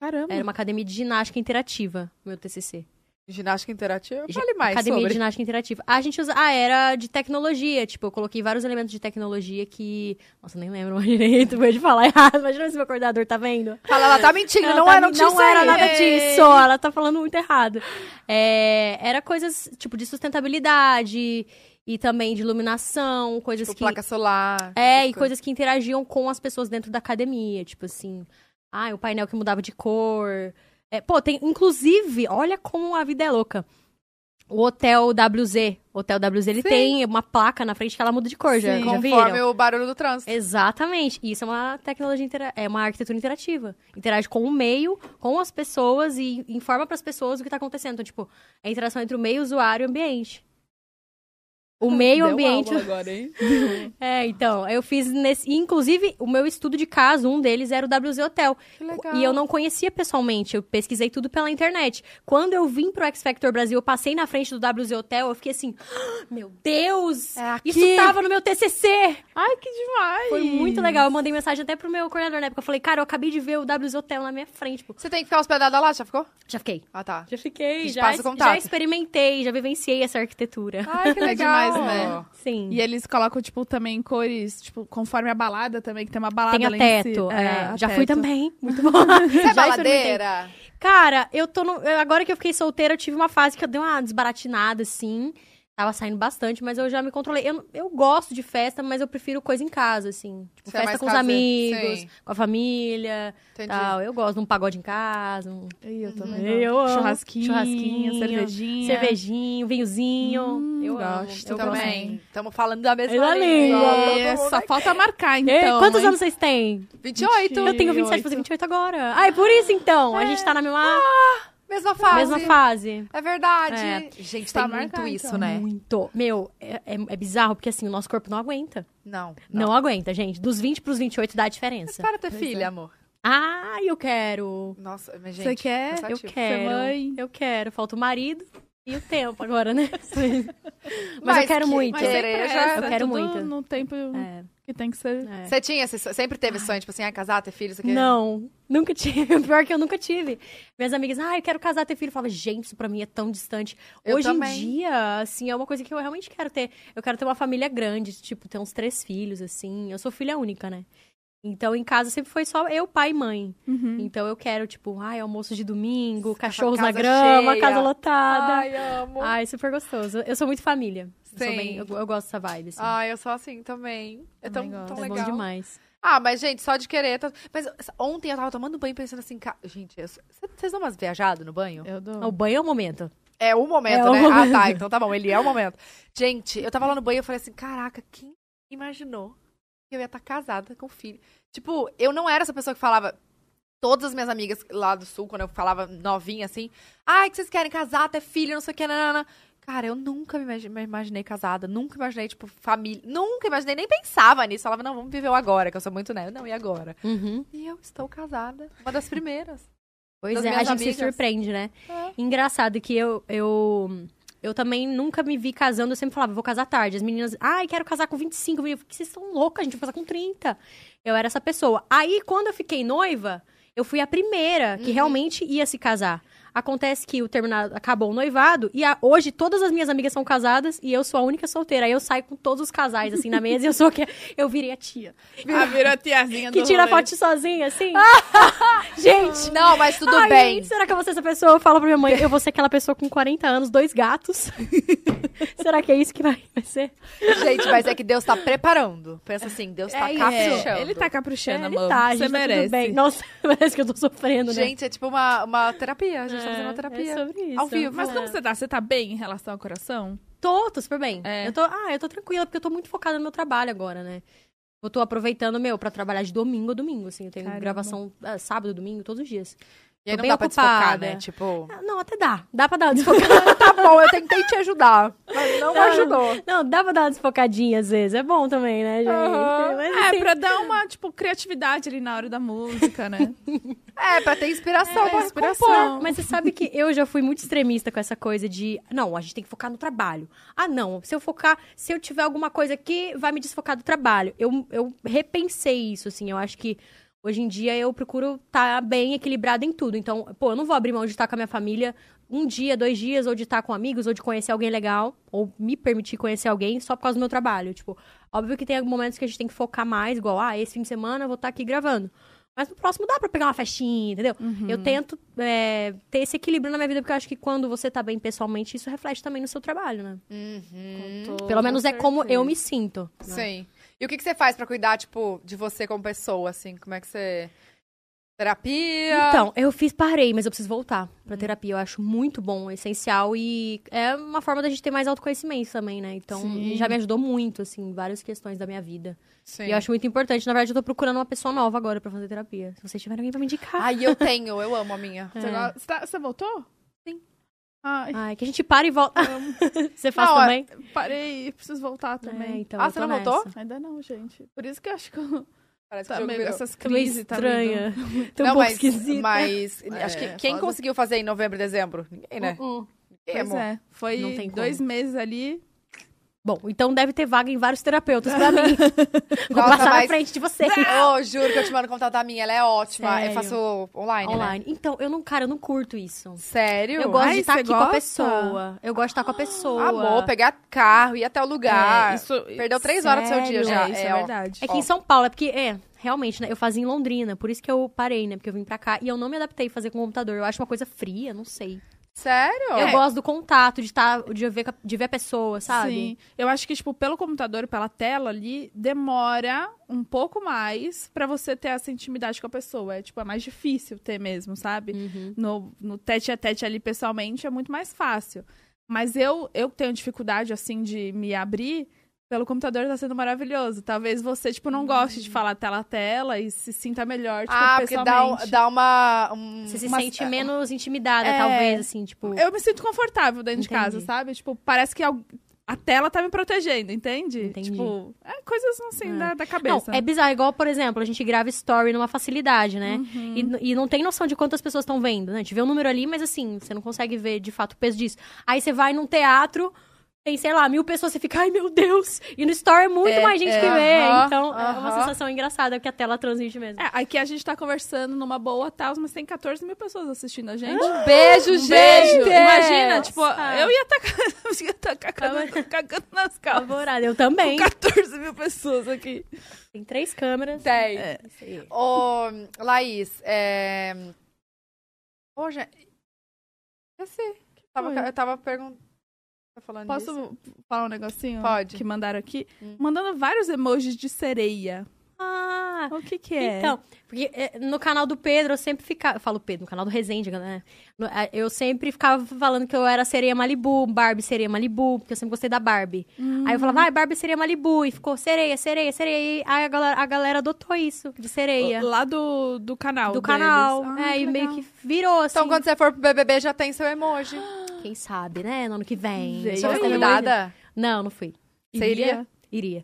[SPEAKER 2] Caramba.
[SPEAKER 3] Era uma academia de ginástica interativa, o meu TCC.
[SPEAKER 1] Ginástica interativa?
[SPEAKER 3] Gi-
[SPEAKER 1] Fale mais
[SPEAKER 3] Academia de
[SPEAKER 1] sobre.
[SPEAKER 3] Ginástica Interativa. Ah, a gente usa. Ah, era de tecnologia. Tipo, eu coloquei vários elementos de tecnologia que. Nossa, eu nem lembro mais direito. Vou de falar errado. Imagina se meu coordenador tá vendo.
[SPEAKER 1] Fala, ela tá mentindo,
[SPEAKER 3] Ela
[SPEAKER 1] não
[SPEAKER 3] tá
[SPEAKER 1] é, não
[SPEAKER 3] me-
[SPEAKER 1] tinha
[SPEAKER 3] Não
[SPEAKER 1] isso
[SPEAKER 3] era
[SPEAKER 1] aí.
[SPEAKER 3] nada disso. Ela tá falando muito errado. É, era coisas, tipo, de sustentabilidade e também de iluminação, coisas
[SPEAKER 1] Tipo,
[SPEAKER 3] que.
[SPEAKER 1] placa solar.
[SPEAKER 3] É,
[SPEAKER 1] essas
[SPEAKER 3] e coisas que interagiam com as pessoas dentro da academia, tipo assim, ah, o painel que mudava de cor. É, pô, tem, inclusive, olha como a vida é louca. O Hotel WZ, o Hotel WZ, ele
[SPEAKER 2] Sim.
[SPEAKER 3] tem uma placa na frente que ela muda de cor, já,
[SPEAKER 2] Sim.
[SPEAKER 3] já
[SPEAKER 1] Conforme
[SPEAKER 3] viram?
[SPEAKER 1] o barulho do trânsito.
[SPEAKER 3] Exatamente. E Isso é uma tecnologia, intera- é uma arquitetura interativa. Interage com o meio, com as pessoas e informa pras pessoas o que tá acontecendo. Então, tipo, é a interação entre o meio, usuário e o ambiente. O meio
[SPEAKER 2] Deu
[SPEAKER 3] ambiente,
[SPEAKER 2] aula agora, hein?
[SPEAKER 3] é, então, eu fiz nesse. Inclusive, o meu estudo de caso, um deles era o WZ Hotel.
[SPEAKER 1] Que legal.
[SPEAKER 3] E eu não conhecia pessoalmente, eu pesquisei tudo pela internet. Quando eu vim pro X Factor Brasil, eu passei na frente do WZ Hotel, eu fiquei assim: "Ah, Meu Deus!
[SPEAKER 1] É aqui.
[SPEAKER 3] Isso tava no meu TCC!
[SPEAKER 2] Ai, que demais.
[SPEAKER 3] Foi muito legal. Eu mandei mensagem até pro meu coordenador na época. Eu falei: Cara, eu acabei de ver o WZ Hotel na minha frente. Pô,
[SPEAKER 1] Você tem que ficar hospedada lá, já ficou?
[SPEAKER 3] Já fiquei.
[SPEAKER 1] Ah, tá.
[SPEAKER 3] Já fiquei,
[SPEAKER 1] já
[SPEAKER 3] já,
[SPEAKER 1] es-
[SPEAKER 3] já
[SPEAKER 1] já
[SPEAKER 3] experimentei, já vivenciei essa arquitetura.
[SPEAKER 1] Ai, que
[SPEAKER 2] É
[SPEAKER 1] legal.
[SPEAKER 2] demais, né?
[SPEAKER 3] Sim.
[SPEAKER 2] E eles colocam, tipo, também cores, tipo, conforme a balada também, que tem uma balada
[SPEAKER 3] Tem a
[SPEAKER 2] lá em
[SPEAKER 3] teto.
[SPEAKER 2] si.
[SPEAKER 3] é.
[SPEAKER 2] a
[SPEAKER 3] já fui
[SPEAKER 2] teto.
[SPEAKER 3] também. Muito bom.
[SPEAKER 1] Você
[SPEAKER 3] Já
[SPEAKER 1] é
[SPEAKER 3] experimentei.
[SPEAKER 1] baladeira?
[SPEAKER 3] Cara, eu tô no... eu- agora que eu fiquei solteira, eu tive uma fase que eu dei uma desbaratinada, assim. Tava saindo bastante, mas eu já me controlei. Eu, eu gosto de festa, mas eu prefiro coisa em casa, assim. Tipo,
[SPEAKER 1] Você é
[SPEAKER 3] festa
[SPEAKER 1] mais
[SPEAKER 3] com os
[SPEAKER 1] caseiro.
[SPEAKER 3] amigos,
[SPEAKER 1] Sim.
[SPEAKER 3] com a família,
[SPEAKER 1] Entendi.
[SPEAKER 3] tal. Eu gosto de um pagode em casa, um
[SPEAKER 2] Ih, Eu também.
[SPEAKER 3] Uhum. Eu amo.
[SPEAKER 2] Churrasquinho,
[SPEAKER 3] Churrasquinho,
[SPEAKER 2] cervejinha.
[SPEAKER 3] cervejinho, vinhozinho.
[SPEAKER 2] é. Hum,
[SPEAKER 3] eu amo,
[SPEAKER 2] gosto
[SPEAKER 3] eu
[SPEAKER 1] também.
[SPEAKER 2] gosto.
[SPEAKER 1] Então, assim, Estamos falando da mesma
[SPEAKER 3] Ela
[SPEAKER 2] E
[SPEAKER 1] língua.
[SPEAKER 3] língua.
[SPEAKER 1] Todo mundo
[SPEAKER 2] só falta marcar,
[SPEAKER 3] Ei,
[SPEAKER 2] então.
[SPEAKER 3] Quantos
[SPEAKER 2] hein?
[SPEAKER 3] anos vocês têm?
[SPEAKER 1] 28.
[SPEAKER 3] Eu tenho 27,
[SPEAKER 2] 28.
[SPEAKER 3] fazer 28 agora. Ah, é por isso então. A
[SPEAKER 2] É.
[SPEAKER 3] gente tá na mesma,
[SPEAKER 1] Mesma fase.
[SPEAKER 3] mesma fase.
[SPEAKER 1] É verdade.
[SPEAKER 3] É.
[SPEAKER 1] Gente,
[SPEAKER 2] Tá
[SPEAKER 1] tem
[SPEAKER 2] marcado,
[SPEAKER 1] muito isso,
[SPEAKER 2] então.
[SPEAKER 1] né?
[SPEAKER 3] Muito. Meu, é, é- é bizarro, porque assim, o nosso corpo não aguenta.
[SPEAKER 1] Não.
[SPEAKER 3] Não, aguenta, gente. Dos 20 pros 28 dá a diferença.
[SPEAKER 1] Para ter
[SPEAKER 3] é.
[SPEAKER 1] filha, amor.
[SPEAKER 3] Ah, eu quero.
[SPEAKER 1] Nossa, mas gente.
[SPEAKER 2] Você quer?
[SPEAKER 1] cansativo.
[SPEAKER 3] Eu quero.
[SPEAKER 2] mãe?
[SPEAKER 3] Eu quero. Falta o marido e o tempo agora, né? mas,
[SPEAKER 1] Mas
[SPEAKER 3] eu quero
[SPEAKER 1] que-
[SPEAKER 3] muito. É.
[SPEAKER 2] Mas
[SPEAKER 1] querer,
[SPEAKER 2] sempre
[SPEAKER 1] já-
[SPEAKER 2] essa,
[SPEAKER 3] Eu quero
[SPEAKER 2] tudo
[SPEAKER 3] muito.
[SPEAKER 2] no tempo
[SPEAKER 3] É,
[SPEAKER 2] que tem que ser.
[SPEAKER 3] é.
[SPEAKER 1] Você tinha, esse, sempre teve esse sonho, tipo assim, ah, casar, ter filho, isso aqui?
[SPEAKER 3] Não, nunca tive. Pior é que eu nunca tive. Minhas amigas, ah, eu quero casar, ter filho. Eu falo, gente, isso pra mim é tão distante.
[SPEAKER 1] Eu
[SPEAKER 3] Hoje
[SPEAKER 1] também.
[SPEAKER 3] em dia, assim, é uma coisa que eu realmente quero ter. Eu quero ter uma família grande, tipo, ter uns três filhos, assim. Eu sou filha única, né? Então, em casa sempre foi só eu, pai e mãe.
[SPEAKER 2] Uhum.
[SPEAKER 3] Então, eu quero, tipo, ai, almoço de domingo, cachorros na
[SPEAKER 1] casa
[SPEAKER 3] grama,
[SPEAKER 1] cheia.
[SPEAKER 3] casa lotada.
[SPEAKER 1] Ai, amo. Ai,
[SPEAKER 3] Ai, super gostoso. Eu sou muito família. Eu, sou
[SPEAKER 1] Sim.
[SPEAKER 3] bem- eu, eu gosto dessa vibe, assim.
[SPEAKER 1] eu sou assim também. É tão,
[SPEAKER 2] Também gosto.
[SPEAKER 1] tão
[SPEAKER 3] é
[SPEAKER 1] legal.
[SPEAKER 3] bom demais.
[SPEAKER 1] Ah, mas gente, só de querer. tá- Mas ontem eu tava tomando banho pensando assim, ca- gente, eu- cê- vocês dão umas viajadas no banho?
[SPEAKER 2] Eu dou. um
[SPEAKER 3] O banho é o momento.
[SPEAKER 1] É o momento,
[SPEAKER 3] É o
[SPEAKER 1] né?
[SPEAKER 3] momento.
[SPEAKER 1] Ah, tá. Então tá bom, ele é o momento. Gente, eu tava lá no banho e eu falei assim: caraca, quem imaginou que eu ia estar casada com filho? Tipo, eu não era essa pessoa que falava. Todas as minhas amigas lá do sul, quando eu falava novinha assim, ai, que vocês querem casar, ter filho, não sei o que, nanana. Cara, eu nunca me imagi- me imaginei casada, nunca imaginei, tipo, família, nunca imaginei, nem pensava nisso. Falava, não, vamos viver o agora, que eu sou muito, né? Não, e agora?
[SPEAKER 3] Uhum.
[SPEAKER 1] E eu estou casada, uma das primeiras.
[SPEAKER 3] Pois
[SPEAKER 1] Das
[SPEAKER 3] é, a
[SPEAKER 1] minhas
[SPEAKER 3] gente se
[SPEAKER 1] amigas.
[SPEAKER 3] surpreende, né?
[SPEAKER 1] É.
[SPEAKER 3] Engraçado que eu, eu, eu também nunca me vi casando, eu sempre falava, vou casar tarde. As meninas, ai, quero casar com 25. Eu falei, "Que vocês são loucas, a gente vai casar com 30. Eu era essa pessoa. Aí, quando eu fiquei noiva, eu fui a primeira
[SPEAKER 1] Uhum.
[SPEAKER 3] que realmente ia se casar. Acontece que o terminado acabou o noivado e a- hoje todas as minhas amigas são casadas e eu sou a única solteira. Aí eu saio com todos os casais assim na mesa e eu sou que eu virei a tia.
[SPEAKER 2] A virou
[SPEAKER 1] É
[SPEAKER 2] tiazinha
[SPEAKER 3] Que
[SPEAKER 2] do
[SPEAKER 3] tira
[SPEAKER 2] rolê.
[SPEAKER 3] foto sozinha assim. gente,
[SPEAKER 1] Não, mas tudo
[SPEAKER 3] Ai,
[SPEAKER 1] bem.
[SPEAKER 3] gente, será que eu vou ser essa pessoa? Eu falo pra minha mãe, eu vou ser aquela pessoa com 40 anos, dois gatos. será que é isso que vai, vai ser?
[SPEAKER 1] Gente, mas é que Deus tá preparando. Pensa assim, Deus tá
[SPEAKER 3] É isso.
[SPEAKER 1] caprichando.
[SPEAKER 2] É, ele tá caprichando,
[SPEAKER 3] Ele
[SPEAKER 2] amor. Você
[SPEAKER 3] tá, gente, tá tudo
[SPEAKER 2] merece.
[SPEAKER 3] bem. Nossa, parece que eu tô sofrendo, né?
[SPEAKER 1] Gente, é tipo uma, uma terapia. A gente tá
[SPEAKER 3] É,
[SPEAKER 1] fazendo uma terapia.
[SPEAKER 3] é sobre isso.
[SPEAKER 1] Ao vivo.
[SPEAKER 2] Mas como
[SPEAKER 3] É.
[SPEAKER 2] você tá? Você tá bem em relação ao coração?
[SPEAKER 3] Tô, tô super bem.
[SPEAKER 2] É.
[SPEAKER 3] Eu tô, ah, eu tô tranquila, porque eu tô muito focada no meu trabalho agora, né? Eu tô aproveitando, meu, pra trabalhar de domingo a domingo, assim. Eu tenho
[SPEAKER 2] Caramba.
[SPEAKER 3] gravação ah, sábado, domingo, todos os dias.
[SPEAKER 1] E aí
[SPEAKER 3] tô
[SPEAKER 1] não
[SPEAKER 3] bem
[SPEAKER 1] dá pra desfocar,
[SPEAKER 3] ocupada.
[SPEAKER 1] né? Tipo...
[SPEAKER 3] Ah, Não, até dá. Dá pra dar uma desfocada.
[SPEAKER 1] tá bom, eu tentei te ajudar. Mas não, me ajudou.
[SPEAKER 3] Não, dá pra dar uma desfocadinha às vezes. É bom também, né, gente?
[SPEAKER 1] Aham.
[SPEAKER 3] Mas,
[SPEAKER 2] É,
[SPEAKER 3] assim,
[SPEAKER 2] pra dar uma, tipo, criatividade ali na hora da música, né?
[SPEAKER 1] É, pra ter inspiração.
[SPEAKER 2] É,
[SPEAKER 1] pra
[SPEAKER 2] inspiração.
[SPEAKER 1] compor.
[SPEAKER 2] Não.
[SPEAKER 3] Mas você sabe que eu já fui muito extremista com essa coisa de, não, a gente tem que focar no trabalho. Ah, não, se eu focar, se eu tiver alguma coisa aqui, vai me desfocar do trabalho. Eu, eu repensei isso, assim, eu acho que hoje em dia eu procuro estar bem equilibrada em tudo. Então, pô, eu não vou abrir mão de estar com a minha família um dia, dois dias, ou de estar com amigos, ou de conhecer alguém legal, ou me permitir conhecer alguém só por causa do meu trabalho. Tipo, óbvio que tem momentos que a gente tem que focar mais, igual, ah, esse fim de semana eu vou estar aqui gravando. Mas no próximo dá pra pegar uma festinha, entendeu?
[SPEAKER 1] Uhum.
[SPEAKER 3] Eu tento é, ter esse equilíbrio na minha vida, porque eu acho que quando você tá bem pessoalmente, isso reflete também no seu trabalho, né?
[SPEAKER 2] Hum,
[SPEAKER 3] Pelo menos é como eu me sinto. né?
[SPEAKER 1] Uhum. Sim. E o que, que você faz pra cuidar, tipo, de você como pessoa, assim? Como é que você... Terapia?
[SPEAKER 3] Então, eu fiz, parei, mas eu preciso voltar pra terapia. Eu acho muito bom, é essencial e é uma forma da gente ter mais autoconhecimento também, né? Então,
[SPEAKER 2] Sim.
[SPEAKER 3] já me ajudou muito, assim, em várias questões da minha vida.
[SPEAKER 1] Sim.
[SPEAKER 3] E eu acho muito importante. Na verdade, eu tô procurando uma pessoa nova agora pra fazer terapia. Se vocês tiverem alguém pra me indicar.
[SPEAKER 1] Ai, eu tenho. Eu amo a minha.
[SPEAKER 2] Você, go- você tá- você voltou?
[SPEAKER 1] Sim.
[SPEAKER 2] Ai,
[SPEAKER 3] Ai, que a gente para e volta. Você faz
[SPEAKER 1] Não, é-
[SPEAKER 3] também?
[SPEAKER 2] parei, preciso voltar
[SPEAKER 3] É,
[SPEAKER 2] também.
[SPEAKER 3] então,
[SPEAKER 1] Ah,
[SPEAKER 3] eu
[SPEAKER 1] você
[SPEAKER 3] tô
[SPEAKER 1] não voltou?
[SPEAKER 3] nessa.
[SPEAKER 2] Ainda não, gente. Por isso que eu acho que eu-
[SPEAKER 1] Parece que o
[SPEAKER 2] tá
[SPEAKER 1] jogo
[SPEAKER 2] meio
[SPEAKER 1] virou.
[SPEAKER 2] essas
[SPEAKER 3] Tô meio
[SPEAKER 2] crises, tá meio
[SPEAKER 3] estranha. Tô um
[SPEAKER 1] não,
[SPEAKER 3] pouco
[SPEAKER 1] mas,
[SPEAKER 3] esquisita.
[SPEAKER 1] mas
[SPEAKER 2] É,
[SPEAKER 1] acho que quem
[SPEAKER 2] foda.
[SPEAKER 1] conseguiu fazer em novembro e dezembro? Ninguém, né?
[SPEAKER 2] Hum.
[SPEAKER 3] Uh-uh.
[SPEAKER 1] Ninguém,
[SPEAKER 2] Pois
[SPEAKER 1] amor.
[SPEAKER 2] é, foi
[SPEAKER 3] Não tem
[SPEAKER 2] dois meses ali.
[SPEAKER 3] Bom, então deve ter vaga em vários terapeutas pra mim. Vou
[SPEAKER 1] Nossa,
[SPEAKER 3] passar
[SPEAKER 1] mas-
[SPEAKER 3] na frente de você.
[SPEAKER 1] Eu juro que eu te mando contato da minha, ela é ótima. Eu
[SPEAKER 3] Sério?
[SPEAKER 1] faço online, né?
[SPEAKER 3] Online. Então, eu não, cara, eu não curto isso.
[SPEAKER 1] Sério?
[SPEAKER 3] Eu gosto
[SPEAKER 2] Ai,
[SPEAKER 3] de estar
[SPEAKER 2] você
[SPEAKER 3] aqui com a
[SPEAKER 2] gosta? Ah,
[SPEAKER 3] pessoa. Eu gosto de estar com a pessoa.
[SPEAKER 1] Amor, pegar carro, ir até o lugar.
[SPEAKER 2] é, isso,
[SPEAKER 1] Perdeu três horas do seu dia
[SPEAKER 3] sério?
[SPEAKER 1] já.
[SPEAKER 2] é, isso é,
[SPEAKER 1] ó.
[SPEAKER 2] verdade.
[SPEAKER 3] É que em São Paulo, é porque, é, realmente, né? Eu fazia em Londrina, por isso que eu parei, né? Porque eu vim pra cá e eu não me adaptei a fazer com o computador. Eu acho uma coisa fria, não sei.
[SPEAKER 1] Sério?
[SPEAKER 3] Eu
[SPEAKER 2] É.
[SPEAKER 3] gosto do contato, de, tá, de, ver, com a- de ver a pessoa, sabe?
[SPEAKER 2] Sim. Eu acho que, tipo, pelo computador, pela tela ali, demora um pouco mais pra você ter essa intimidade com a pessoa. É, tipo, é mais difícil ter mesmo, sabe?
[SPEAKER 3] Uhum.
[SPEAKER 2] No, no tete a tete ali, pessoalmente, é muito mais fácil. Mas eu, eu tenho dificuldade, assim, de me abrir. Pelo computador tá sendo maravilhoso. Talvez você, tipo, não goste de falar tela a tela e se sinta melhor, tipo,
[SPEAKER 1] Hum. ah, porque dá, um-
[SPEAKER 2] pessoalmente.
[SPEAKER 1] dá uma. um-
[SPEAKER 3] Você se
[SPEAKER 1] uma-
[SPEAKER 3] sente menos intimidada,
[SPEAKER 2] ah, É.
[SPEAKER 3] talvez, assim, tipo...
[SPEAKER 1] um-
[SPEAKER 2] Eu me sinto confortável dentro de
[SPEAKER 3] Entendi.
[SPEAKER 2] casa, sabe? Tipo, parece que al- a tela tá me protegendo, entende?
[SPEAKER 3] Entendi.
[SPEAKER 2] Tipo, é coisas assim
[SPEAKER 1] Ah.
[SPEAKER 3] É.
[SPEAKER 2] da, da
[SPEAKER 3] Não,
[SPEAKER 2] cabeça.
[SPEAKER 3] é bizarro. Igual, por exemplo, a gente grava story numa facilidade, né?
[SPEAKER 2] Uhum.
[SPEAKER 3] E, n- e não tem noção de quantas pessoas estão vendo, né? A gente vê um número ali, mas assim, você não consegue ver de fato o peso disso. Aí você vai num teatro, tem, sei lá, mil pessoas, você fica, ai meu Deus! E no story é muito
[SPEAKER 1] É,
[SPEAKER 3] mais gente
[SPEAKER 1] é,
[SPEAKER 3] que vê.
[SPEAKER 1] aham,
[SPEAKER 3] então é uma
[SPEAKER 1] aham.
[SPEAKER 3] sensação engraçada que a tela transmite mesmo.
[SPEAKER 2] É, aqui a gente tá conversando numa boa tal, mas tem 14 mil pessoas assistindo a gente.
[SPEAKER 1] Um beijo,
[SPEAKER 2] Um
[SPEAKER 1] gente! É.
[SPEAKER 2] beijo! Imagina, tipo,
[SPEAKER 3] Nossa.
[SPEAKER 2] eu ia estar cagando, cagando nas calças.
[SPEAKER 3] Apavorada, eu também.
[SPEAKER 2] 14 mil pessoas aqui.
[SPEAKER 3] Tem três câmeras.
[SPEAKER 1] Tem.
[SPEAKER 2] É.
[SPEAKER 3] Isso aí.
[SPEAKER 1] Ô, Laís, é. Ô, gente. Esqueci. Tava,
[SPEAKER 2] foi?
[SPEAKER 1] eu tava perguntando. Tá falando disso?
[SPEAKER 2] Posso falar um negocinho?
[SPEAKER 1] Pode.
[SPEAKER 2] Que mandaram aqui?
[SPEAKER 1] Hum.
[SPEAKER 2] Mandando vários emojis de sereia.
[SPEAKER 3] Ah,
[SPEAKER 2] O que que é?
[SPEAKER 3] Então, porque é, no canal do Pedro eu sempre ficava. Eu falo Pedro, no canal do Resende, né? No- é, Eu sempre ficava falando que eu era sereia Malibu, Barbie sereia Malibu, porque eu sempre gostei da Barbie.
[SPEAKER 2] Hum.
[SPEAKER 3] Aí eu falava, ai, Barbie sereia Malibu, e ficou sereia, sereia, sereia. E aí a galera, a galera adotou isso, de sereia.
[SPEAKER 2] Lá do, do canal.
[SPEAKER 3] do
[SPEAKER 2] deles.
[SPEAKER 3] canal.
[SPEAKER 2] Ah,
[SPEAKER 3] é, e
[SPEAKER 2] que
[SPEAKER 3] meio
[SPEAKER 2] legal.
[SPEAKER 3] que virou, assim. "Ah,
[SPEAKER 1] Então, quando você for pro BBB, já tem seu emoji.
[SPEAKER 3] Quem sabe, né? No ano que vem.
[SPEAKER 2] Veio
[SPEAKER 1] Você
[SPEAKER 3] Só
[SPEAKER 1] foi
[SPEAKER 2] aí.
[SPEAKER 3] essa
[SPEAKER 2] Veio.
[SPEAKER 3] coisa.
[SPEAKER 1] convidada?
[SPEAKER 3] Não, não fui.
[SPEAKER 1] Você iria?
[SPEAKER 3] Iria.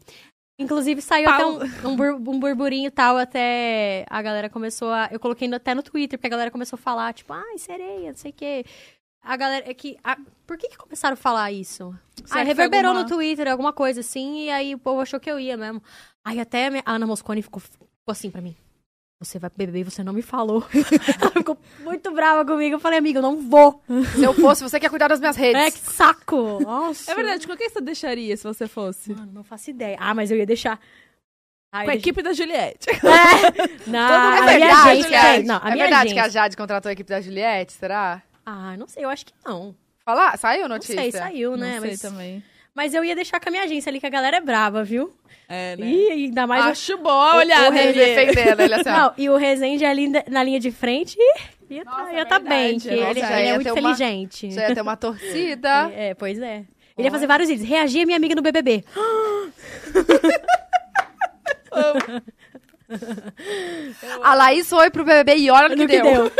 [SPEAKER 3] Inclusive, saiu até
[SPEAKER 2] Paulo.
[SPEAKER 3] um, um, bur- um burburinho e tal, até a galera começou a. Eu coloquei no- até no Twitter, porque a galera começou a falar, tipo, ai, sereia, não sei o quê. A galera. É que, a- por que, que começaram a falar isso?
[SPEAKER 2] Será
[SPEAKER 3] Ah,
[SPEAKER 2] que foi
[SPEAKER 3] reverberou
[SPEAKER 2] alguma-
[SPEAKER 3] no Twitter, alguma coisa assim, e aí o povo achou que eu ia mesmo. Aí até a minha- a Ana Moscone ficou, ficou assim pra mim. Você vai beber e você não me falou. Ela ficou muito brava comigo. Eu falei, amiga, eu não vou.
[SPEAKER 1] Se eu fosse, você quer cuidar das minhas redes.
[SPEAKER 3] É, que saco. Nossa.
[SPEAKER 2] É verdade, com quem você deixaria se você fosse?
[SPEAKER 3] Mano, não faço ideia. Ah, mas eu ia deixar. Ah,
[SPEAKER 2] Com a equipe da Juliette.
[SPEAKER 3] Não,
[SPEAKER 1] É
[SPEAKER 3] a minha
[SPEAKER 1] verdade,
[SPEAKER 3] gente,
[SPEAKER 1] que a,
[SPEAKER 3] não, a
[SPEAKER 1] é
[SPEAKER 3] minha
[SPEAKER 1] verdade
[SPEAKER 3] gente.
[SPEAKER 1] que a Jade contratou a equipe da Juliette, será?
[SPEAKER 3] Ah, não sei, eu acho que não.
[SPEAKER 1] Falar? Saiu a
[SPEAKER 3] Não
[SPEAKER 1] notícia?
[SPEAKER 3] sei, saiu, né?
[SPEAKER 2] Não sei
[SPEAKER 3] mas,
[SPEAKER 2] também.
[SPEAKER 3] mas eu ia deixar com a minha agência ali, que a galera é brava, viu?
[SPEAKER 2] É,
[SPEAKER 1] né?
[SPEAKER 3] Ih, ainda mais... o-
[SPEAKER 2] Acho boa olhada.
[SPEAKER 1] o Renan
[SPEAKER 2] Lelê.
[SPEAKER 1] defendendo, ele assim, ó.
[SPEAKER 3] Não, e o Rezende ali na- na linha de frente ih, ia
[SPEAKER 2] Nossa,
[SPEAKER 3] tá, ia tá
[SPEAKER 2] verdade,
[SPEAKER 3] bem, que
[SPEAKER 2] nossa,
[SPEAKER 3] ele,
[SPEAKER 1] já
[SPEAKER 3] ele
[SPEAKER 1] é ia
[SPEAKER 3] é muito
[SPEAKER 1] ter uma-
[SPEAKER 3] inteligente.
[SPEAKER 1] Já ia ter uma torcida.
[SPEAKER 3] É, pois é. Ele ia fazer vários vídeos. Reagir a minha amiga no BBB.
[SPEAKER 1] A Laís foi pro BBB e olha no que,
[SPEAKER 3] No que deu.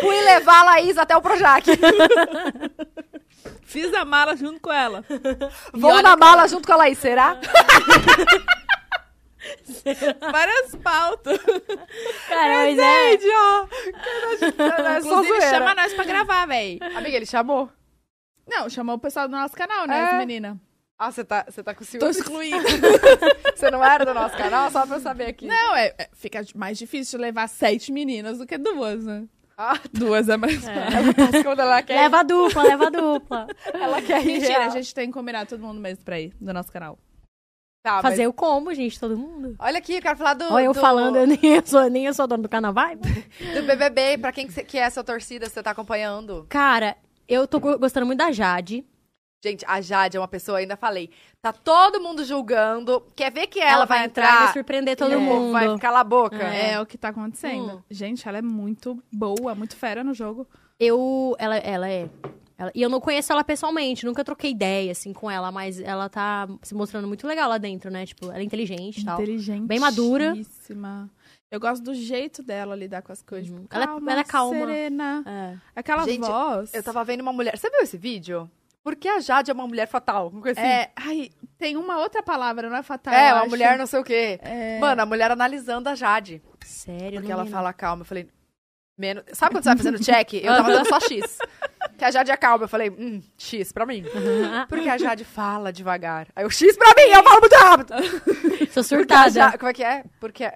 [SPEAKER 1] Fui levar a Laís até o Projac.
[SPEAKER 2] Fiz a mala junto com ela.
[SPEAKER 1] Vou na mala junto com a Laís, será?
[SPEAKER 2] Várias pautas.
[SPEAKER 3] Cara, mas é...
[SPEAKER 2] ó.
[SPEAKER 1] É só
[SPEAKER 2] Inclusive,
[SPEAKER 1] zoeira.
[SPEAKER 2] chama nós pra gravar, véi.
[SPEAKER 1] Amiga, ele chamou.
[SPEAKER 2] Não, chamou o pessoal do nosso canal, né,
[SPEAKER 1] É.
[SPEAKER 2] as menina?
[SPEAKER 1] Ah, você tá, você tá com
[SPEAKER 2] Tô
[SPEAKER 1] ciúmes?
[SPEAKER 2] excluída.
[SPEAKER 1] Você não era do nosso canal? Só pra eu saber aqui.
[SPEAKER 2] Não, é, é, fica mais difícil levar sete meninas do que duas, né?
[SPEAKER 1] Ah,
[SPEAKER 2] Duas é mais fácil.
[SPEAKER 1] ela faz quando ela quer.
[SPEAKER 3] Leva a dupla, leva a dupla.
[SPEAKER 1] Ela quer ir
[SPEAKER 2] É Mentira,
[SPEAKER 1] real.
[SPEAKER 2] a gente tem que combinar todo mundo mesmo pra ir, do nosso canal.
[SPEAKER 1] Tá, mas-
[SPEAKER 3] Fazer o combo, gente, todo mundo.
[SPEAKER 1] Olha aqui, eu quero falar do,
[SPEAKER 3] Olha eu
[SPEAKER 1] do-
[SPEAKER 3] falando, eu nem sou, nem eu sou dona do canal, vai.
[SPEAKER 1] do BBB. Pra quem que cê- que é essa torcida, você tá acompanhando?
[SPEAKER 3] Cara, eu tô go- gostando muito da Jade.
[SPEAKER 1] Gente, a Jade é uma pessoa, ainda falei. Tá todo mundo julgando. Quer ver que ela, vai,
[SPEAKER 3] e vai
[SPEAKER 1] entrar?
[SPEAKER 3] surpreender todo
[SPEAKER 1] e o povo
[SPEAKER 3] mundo.
[SPEAKER 1] Vai calar a boca.
[SPEAKER 2] É, o que tá acontecendo.
[SPEAKER 3] Hum.
[SPEAKER 2] Gente, ela é muito boa, muito fera no jogo.
[SPEAKER 3] Eu. Ela, ela é. ela- e eu não conheço ela pessoalmente, nunca troquei ideia, assim, com ela, mas ela tá se mostrando muito legal lá dentro, né? Tipo, ela é inteligente e tal.
[SPEAKER 2] Inteligente.
[SPEAKER 3] Bem madura.
[SPEAKER 2] Eu gosto do jeito dela lidar com as coisas.
[SPEAKER 3] Uhum.
[SPEAKER 2] Tipo,
[SPEAKER 3] Ela é-
[SPEAKER 2] calma,
[SPEAKER 3] ela é calma.
[SPEAKER 2] Serena.
[SPEAKER 3] É.
[SPEAKER 2] Aquela
[SPEAKER 1] Gente,
[SPEAKER 2] voz.
[SPEAKER 1] É, Eu tava vendo uma mulher. Você viu esse vídeo? Por que a Jade é uma mulher fatal? Não conheci.
[SPEAKER 3] assim.
[SPEAKER 2] É, ai, tem uma outra palavra, não é fatal?
[SPEAKER 1] é
[SPEAKER 2] eu
[SPEAKER 1] uma
[SPEAKER 2] acho.
[SPEAKER 1] mulher não sei o quê.
[SPEAKER 2] É,
[SPEAKER 1] Mano, a mulher analisando a Jade.
[SPEAKER 3] Sério,
[SPEAKER 1] Porque
[SPEAKER 3] não
[SPEAKER 1] ela
[SPEAKER 3] vi, não.
[SPEAKER 1] fala calma. Eu falei. Menos... Sabe quando você vai fazendo check? Eu tava dando só X. Que a Jade é calma. Eu falei, hum, X pra mim.
[SPEAKER 3] Uhum.
[SPEAKER 1] Porque a Jade fala devagar. Aí o X pra mim, eu falo muito rápido.
[SPEAKER 3] Sou
[SPEAKER 1] Porque a
[SPEAKER 3] surtada.
[SPEAKER 1] Ja- Como é que é? Porque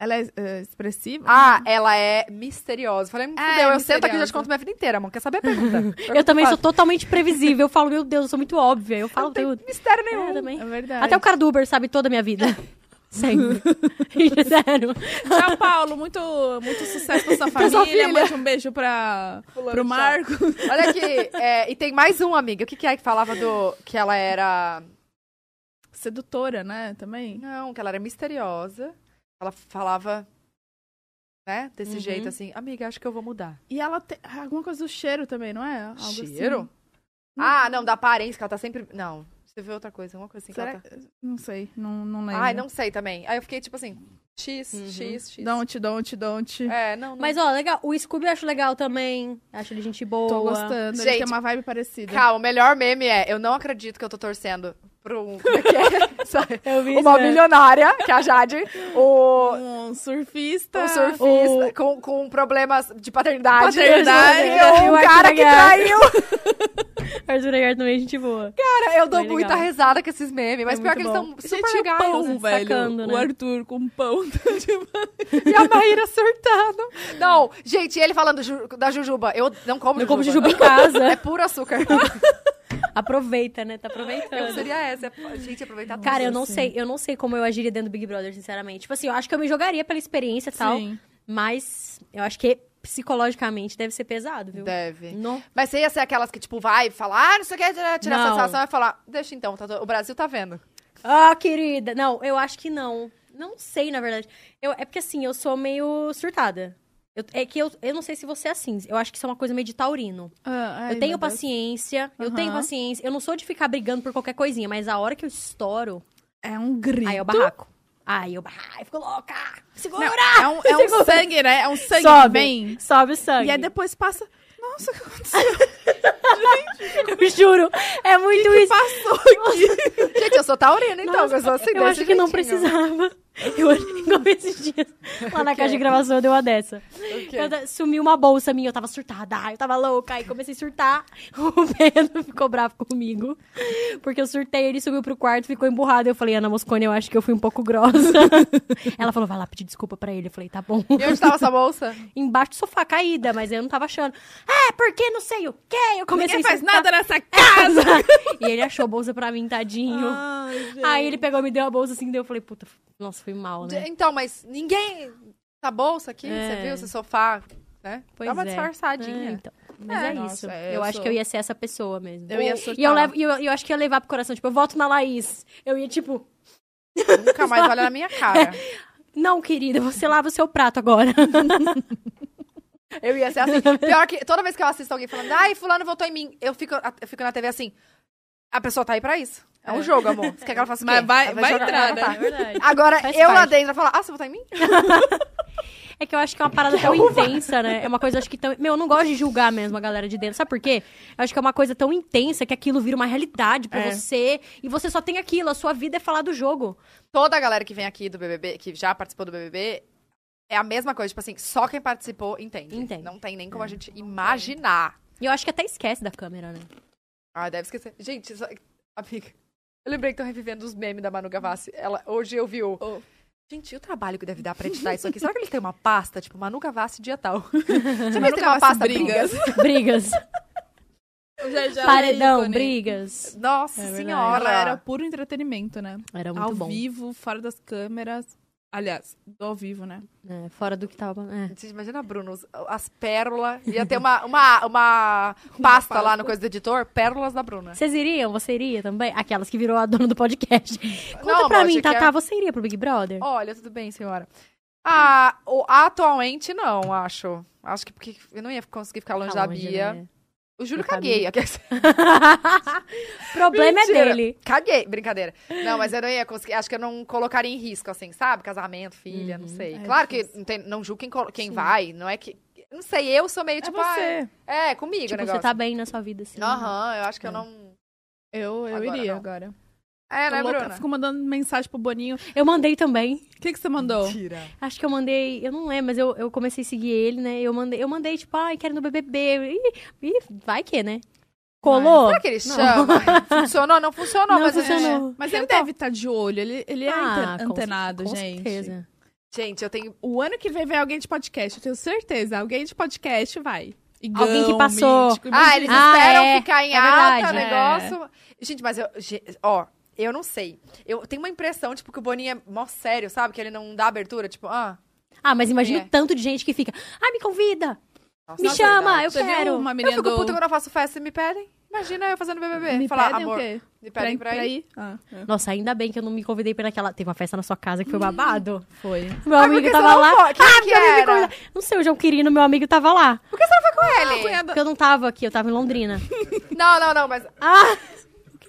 [SPEAKER 2] Ela é é, expressiva?
[SPEAKER 1] Ah, ela é misteriosa. Falei, "Hum, fudeu,
[SPEAKER 2] É,
[SPEAKER 1] eu sento aqui e já te
[SPEAKER 2] misteriosa.
[SPEAKER 1] conto minha vida inteira, mano. Quer saber a pergunta?
[SPEAKER 3] Eu também sou
[SPEAKER 1] fácil.
[SPEAKER 3] totalmente previsível. Eu falo, meu Deus, eu sou muito óbvia. Eu falo
[SPEAKER 1] Não tem
[SPEAKER 3] tudo.
[SPEAKER 1] mistério
[SPEAKER 3] É,
[SPEAKER 1] nenhum.
[SPEAKER 3] também.
[SPEAKER 2] É verdade.
[SPEAKER 3] Até o cara do Uber sabe toda a minha vida. Sempre. Sério.
[SPEAKER 2] Tchau, Paulo. Muito, muito sucesso pra sua
[SPEAKER 1] Pra sua filha.
[SPEAKER 2] família. Mande um beijo pra,
[SPEAKER 1] Fulano,
[SPEAKER 2] pro
[SPEAKER 1] tchau.
[SPEAKER 2] Marco.
[SPEAKER 1] Olha aqui, é, e tem mais um, amiga. O que, que é que falava do. Que ela era.
[SPEAKER 2] Sedutora, né? Também.
[SPEAKER 1] Não, que ela era misteriosa. Ela falava. Né? Desse
[SPEAKER 3] Uhum.
[SPEAKER 1] jeito assim. Amiga, acho que eu vou mudar.
[SPEAKER 2] E ela tem alguma coisa do cheiro também, não é? Algo assim.
[SPEAKER 1] Cheiro?
[SPEAKER 3] Uhum.
[SPEAKER 1] Ah, não, da aparência, que ela tá sempre. Não, você vê outra coisa, alguma coisa assim.
[SPEAKER 2] Será
[SPEAKER 1] que
[SPEAKER 2] que- Não sei. Não,
[SPEAKER 1] ela
[SPEAKER 2] não lembro.
[SPEAKER 1] tá...
[SPEAKER 3] né?
[SPEAKER 1] Ai, não sei também. Aí eu fiquei tipo assim. X,
[SPEAKER 3] Uhum.
[SPEAKER 1] X, X.
[SPEAKER 2] Don't, don't, don't.
[SPEAKER 1] É, não, não.
[SPEAKER 3] Mas, ó, legal. O Scooby eu acho legal também. Acho ele gente boa.
[SPEAKER 2] Tô gostando. Ele
[SPEAKER 1] Gente,
[SPEAKER 2] tem uma vibe parecida.
[SPEAKER 1] Calma, o melhor meme é: eu não acredito que eu tô torcendo pra um. Como é que é? Sabe?
[SPEAKER 3] Eu vi
[SPEAKER 1] Uma
[SPEAKER 3] isso, né?
[SPEAKER 1] milionária, que é a Jade, o,
[SPEAKER 2] Um surfista.
[SPEAKER 1] o surfista Com, com problemas de paternidade.
[SPEAKER 2] Paternidade.
[SPEAKER 1] E
[SPEAKER 3] Eu
[SPEAKER 1] um
[SPEAKER 3] acho
[SPEAKER 1] cara que
[SPEAKER 3] legal.
[SPEAKER 1] traiu.
[SPEAKER 3] Arthur Aguiar também é gente boa.
[SPEAKER 1] Cara, eu dou
[SPEAKER 3] Bem
[SPEAKER 1] muita
[SPEAKER 3] legal.
[SPEAKER 1] risada com esses memes, mas
[SPEAKER 2] É
[SPEAKER 1] pior
[SPEAKER 2] muito
[SPEAKER 1] que eles
[SPEAKER 2] bom.
[SPEAKER 1] estão super
[SPEAKER 2] Gente,
[SPEAKER 1] legais.
[SPEAKER 2] o pão,
[SPEAKER 3] né?
[SPEAKER 2] um velho.
[SPEAKER 3] Sacando, né?
[SPEAKER 2] O Arthur com pão. tá demais.
[SPEAKER 1] E a Maíra surtando. Não, gente, ele falando ju- da Jujuba. Eu não como Jujuba.
[SPEAKER 3] Não como jujuba em casa.
[SPEAKER 1] É puro açúcar.
[SPEAKER 3] Aproveita, né? Tá
[SPEAKER 1] Eu
[SPEAKER 3] aproveitando.
[SPEAKER 1] seria essa. é- Gente, aproveitar tudo.
[SPEAKER 3] Cara, eu não
[SPEAKER 2] Sim.
[SPEAKER 3] sei, eu não sei como eu agiria dentro do Big Brother, sinceramente. Tipo assim, eu acho que eu me jogaria pela experiência e tal,
[SPEAKER 2] Sim.
[SPEAKER 3] mas eu acho que psicologicamente deve ser pesado, viu?
[SPEAKER 1] Deve.
[SPEAKER 3] Não.
[SPEAKER 1] Mas você ia ser aquelas que, tipo, vai falar, ah, não sei o que, tirar a
[SPEAKER 3] Não.
[SPEAKER 1] sensação e falar, deixa então, tá to- o Brasil tá vendo.
[SPEAKER 3] Ah, querida. Não, eu acho que não. Não sei, na verdade. Eu, é porque assim, eu sou meio surtada. Eu- é que eu, eu não sei se você é assim. Eu acho que isso é uma coisa meio de taurino.
[SPEAKER 2] Ah, ai,
[SPEAKER 3] eu tenho
[SPEAKER 2] meu Deus.
[SPEAKER 3] paciência, eu
[SPEAKER 2] Aham.
[SPEAKER 3] tenho paciência. Eu não sou de ficar brigando por qualquer coisinha, mas a hora que eu estouro,
[SPEAKER 2] É um grito.
[SPEAKER 3] aí é o barraco. Aí eu barraco, eu fico louca. Segura!
[SPEAKER 2] É um, é um sangue, né? É um sangue. que
[SPEAKER 3] Ah, Sobe.
[SPEAKER 2] Vem.
[SPEAKER 3] Sobe o sangue.
[SPEAKER 2] E aí depois passa. Nossa, o que aconteceu?
[SPEAKER 3] Eu juro. É muito isso.
[SPEAKER 1] Gente, eu sou taurina, então.
[SPEAKER 3] Nossa,
[SPEAKER 1] eu sou assim,
[SPEAKER 3] eu acho
[SPEAKER 1] desse
[SPEAKER 3] que não
[SPEAKER 1] jeitinho.
[SPEAKER 3] precisava. Eu acho que igual esses dias. Lá na
[SPEAKER 1] O quê?
[SPEAKER 3] casa de gravação eu dei uma dessa.
[SPEAKER 1] O quê?
[SPEAKER 3] Eu da- sumiu uma bolsa minha, eu tava surtada, ai, eu tava louca, aí comecei a surtar. O Pedro ficou bravo comigo. Porque eu surtei, ele subiu pro quarto, ficou emburrado. Eu falei, Ana Moscone, eu acho que eu fui um pouco grossa. Ela falou, vai lá pedir desculpa pra ele. Eu falei, tá bom.
[SPEAKER 1] E onde tava essa bolsa?
[SPEAKER 3] Embaixo do sofá caída, mas eu não tava achando. É, porque não sei o quê. Eu comecei
[SPEAKER 2] Ninguém
[SPEAKER 3] a É.
[SPEAKER 2] faz
[SPEAKER 3] surtar.
[SPEAKER 2] nada nessa casa!
[SPEAKER 3] e ele achou a bolsa pra mim, tadinho.
[SPEAKER 2] Ah,
[SPEAKER 3] Aí ele pegou, me deu a bolsa assim, daí eu falei, puta, f- nossa, fui mal, né?
[SPEAKER 1] Então, mas ninguém... Essa bolsa aqui,
[SPEAKER 3] É.
[SPEAKER 1] você viu? Esse sofá, né?
[SPEAKER 3] Pois
[SPEAKER 1] Dá uma
[SPEAKER 3] é.
[SPEAKER 1] disfarçadinha.
[SPEAKER 3] É, então. Mas é,
[SPEAKER 1] É,
[SPEAKER 3] isso.
[SPEAKER 1] nossa, é,
[SPEAKER 3] eu
[SPEAKER 1] eu
[SPEAKER 3] acho
[SPEAKER 1] sou-
[SPEAKER 3] que eu ia ser essa pessoa mesmo.
[SPEAKER 2] Eu ia
[SPEAKER 1] E-
[SPEAKER 2] surtar.
[SPEAKER 3] E eu, levo, e eu, eu acho que eu ia levar pro coração, tipo, eu voto na Laís. Eu ia, tipo,
[SPEAKER 1] Nunca mais olha na minha cara.
[SPEAKER 3] não, querida, você lava o seu prato agora.
[SPEAKER 1] Eu ia ser assim. Pior que toda vez que eu assisto alguém falando, ai, fulano votou em mim, eu fico, eu fico na TV assim. A pessoa tá aí pra isso. É um jogo, amor. Você quer que ela faça o
[SPEAKER 2] Mas
[SPEAKER 1] quê?
[SPEAKER 2] vai-
[SPEAKER 1] Ela
[SPEAKER 2] vai
[SPEAKER 1] jogar-
[SPEAKER 2] entrar,
[SPEAKER 1] ela
[SPEAKER 2] né?
[SPEAKER 1] tá.
[SPEAKER 3] verdade.
[SPEAKER 1] Agora,
[SPEAKER 3] Faz
[SPEAKER 1] eu lá
[SPEAKER 3] parte.
[SPEAKER 1] dentro, ela fala, ah, você votou em mim?
[SPEAKER 3] É que eu acho que é uma parada tão intensa, né? É uma coisa, acho que tão. Meu, eu não gosto de julgar mesmo a galera de dentro. Sabe por quê? Eu acho que é uma coisa tão intensa que aquilo vira uma realidade pra
[SPEAKER 2] É.
[SPEAKER 3] você. E você só tem aquilo. A sua vida é falar do jogo.
[SPEAKER 1] Toda a galera que vem aqui do BBB, que já participou do BBB, é a mesma coisa. Tipo assim, só quem participou entende.
[SPEAKER 3] Entende.
[SPEAKER 1] Não tem nem
[SPEAKER 2] É.
[SPEAKER 1] como a gente imaginar.
[SPEAKER 3] E eu acho que até esquece da câmera, né?
[SPEAKER 1] Ah, deve esquecer. Gente, só... amiga, eu lembrei que estão revivendo os memes da Manu Gavassi. Ela, hoje eu vi o...
[SPEAKER 2] Oh.
[SPEAKER 1] Gente, e o trabalho que deve dar pra editar isso aqui? Será que ele tem uma pasta? Tipo, Manu Gavassi dia tal. Será que ele tem uma
[SPEAKER 2] Gavassi
[SPEAKER 1] pasta
[SPEAKER 2] brigas.
[SPEAKER 1] brigas?
[SPEAKER 3] Brigas.
[SPEAKER 1] Tá
[SPEAKER 2] Já, já
[SPEAKER 3] Paredão,
[SPEAKER 2] ícone.
[SPEAKER 3] brigas.
[SPEAKER 1] Nossa
[SPEAKER 3] É verdade.
[SPEAKER 1] senhora!
[SPEAKER 2] Ela era puro entretenimento, né?
[SPEAKER 3] Era
[SPEAKER 2] ao
[SPEAKER 3] muito bom.
[SPEAKER 2] vivo, fora das câmeras. Aliás, do ao vivo, né?
[SPEAKER 3] É, fora do que tava. É.
[SPEAKER 1] Gente, imagina, Bruno, os- as pérolas. Ia ter uma, uma, uma pasta lá no Coisa do Editor, pérolas da Bruna.
[SPEAKER 3] Vocês iriam? Você iria também? Aquelas que virou a dona do podcast. Conta
[SPEAKER 1] Não,
[SPEAKER 3] pra
[SPEAKER 1] amor,
[SPEAKER 3] mim, tá,
[SPEAKER 1] você quer-
[SPEAKER 3] Tatá, você iria pro Big Brother?
[SPEAKER 1] é- Olha, tudo bem, senhora. Ah, o- atualmente não, acho. Acho que porque eu não ia conseguir ficar longe da
[SPEAKER 3] Aonde,
[SPEAKER 1] Bia.
[SPEAKER 3] né?
[SPEAKER 1] O Júlio
[SPEAKER 3] No caminho.
[SPEAKER 1] caguei. aqueles-
[SPEAKER 3] Problema
[SPEAKER 1] Mentira.
[SPEAKER 3] é dele.
[SPEAKER 1] Caguei, brincadeira. Não, mas eu não ia conseguir. Acho que eu não colocaria em risco, assim, sabe? Casamento, filha,
[SPEAKER 3] Uhum.
[SPEAKER 1] não sei.
[SPEAKER 2] É
[SPEAKER 1] claro que
[SPEAKER 2] difícil.
[SPEAKER 1] não, tem- não julgo quem, colo- quem
[SPEAKER 2] Sim.
[SPEAKER 1] vai, não é que. Não sei, eu sou meio
[SPEAKER 2] É
[SPEAKER 1] tipo. ah,
[SPEAKER 2] você.
[SPEAKER 1] é, comigo
[SPEAKER 3] Tipo,
[SPEAKER 1] o
[SPEAKER 3] você
[SPEAKER 1] negócio.
[SPEAKER 3] tá bem na sua vida, assim.
[SPEAKER 1] Aham, eu acho que eu
[SPEAKER 3] É.
[SPEAKER 1] não.
[SPEAKER 2] Eu, eu
[SPEAKER 1] Agora
[SPEAKER 2] iria
[SPEAKER 1] não.
[SPEAKER 2] agora.
[SPEAKER 1] É,
[SPEAKER 2] Tô
[SPEAKER 1] né,
[SPEAKER 2] louca,
[SPEAKER 1] Bruna?
[SPEAKER 2] Fico mandando mensagem pro Boninho.
[SPEAKER 3] Eu mandei também.
[SPEAKER 2] O que, que você mandou?
[SPEAKER 1] Mentira.
[SPEAKER 3] Acho que eu mandei, eu não lembro, mas eu, eu comecei a seguir ele, né? Eu mandei, eu mandei tipo, ai, quero ir no BBB. Ih, ih, vai que, né? Colou?
[SPEAKER 1] Será que ele
[SPEAKER 3] Não.
[SPEAKER 1] chama? Funcionou? Não funcionou,
[SPEAKER 3] Não
[SPEAKER 1] mas
[SPEAKER 2] É,
[SPEAKER 1] a gente.
[SPEAKER 3] funcionou.
[SPEAKER 2] Mas ele deve estar de olho, ele, ele é
[SPEAKER 3] Ah,
[SPEAKER 2] ante-
[SPEAKER 3] com-
[SPEAKER 2] antenado,
[SPEAKER 3] com
[SPEAKER 2] gente.
[SPEAKER 3] certeza.
[SPEAKER 1] Gente, eu tenho.
[SPEAKER 2] O ano que vem vem alguém de podcast, eu tenho certeza. Alguém de podcast vai. Igão,
[SPEAKER 3] Alguém que passou.
[SPEAKER 2] Mítico,
[SPEAKER 1] Ah,
[SPEAKER 2] imagina.
[SPEAKER 1] eles
[SPEAKER 3] Ah,
[SPEAKER 1] esperam
[SPEAKER 3] é.
[SPEAKER 1] ficar em
[SPEAKER 3] É
[SPEAKER 1] alta o
[SPEAKER 3] verdade.
[SPEAKER 1] negócio. Gente, mas eu. ge- Ó, eu não sei. Eu tenho uma impressão, tipo, que o Boninho é mó sério, sabe? Que ele não dá abertura, tipo, ah.
[SPEAKER 3] Ah, mas imagina
[SPEAKER 1] É.
[SPEAKER 3] o tanto de gente que fica, ai, me convida,
[SPEAKER 1] nossa,
[SPEAKER 3] me
[SPEAKER 1] não é
[SPEAKER 3] chama,
[SPEAKER 1] verdade.
[SPEAKER 3] eu
[SPEAKER 2] Você viu
[SPEAKER 3] quero.
[SPEAKER 2] uma
[SPEAKER 1] Eu
[SPEAKER 2] menina
[SPEAKER 1] fico
[SPEAKER 2] do...
[SPEAKER 1] puta quando eu faço festa e me pedem. Imagina eu fazendo BBB.
[SPEAKER 2] Me
[SPEAKER 1] falar,
[SPEAKER 2] pedem
[SPEAKER 1] amor,
[SPEAKER 2] o quê?
[SPEAKER 1] me pedem pra, ir.
[SPEAKER 2] Ah, é.
[SPEAKER 3] Nossa, ainda bem que eu não me convidei pra ir naquela... Teve uma festa na sua casa que foi babado.
[SPEAKER 2] Foi.
[SPEAKER 3] Meu
[SPEAKER 1] Hum. Ah,
[SPEAKER 3] amigo
[SPEAKER 1] porque
[SPEAKER 3] tava
[SPEAKER 1] você não
[SPEAKER 3] lá.
[SPEAKER 1] foi? Quem que
[SPEAKER 3] meu amigo me
[SPEAKER 1] era?
[SPEAKER 3] convidou. Não sei, o João Quirino, meu amigo, tava lá.
[SPEAKER 1] Por que você não foi
[SPEAKER 2] Ah,
[SPEAKER 1] com ele?
[SPEAKER 2] Cunhada-
[SPEAKER 3] Porque eu não tava aqui, eu tava em Londrina.
[SPEAKER 1] Não, não, não, mas.
[SPEAKER 3] Ah!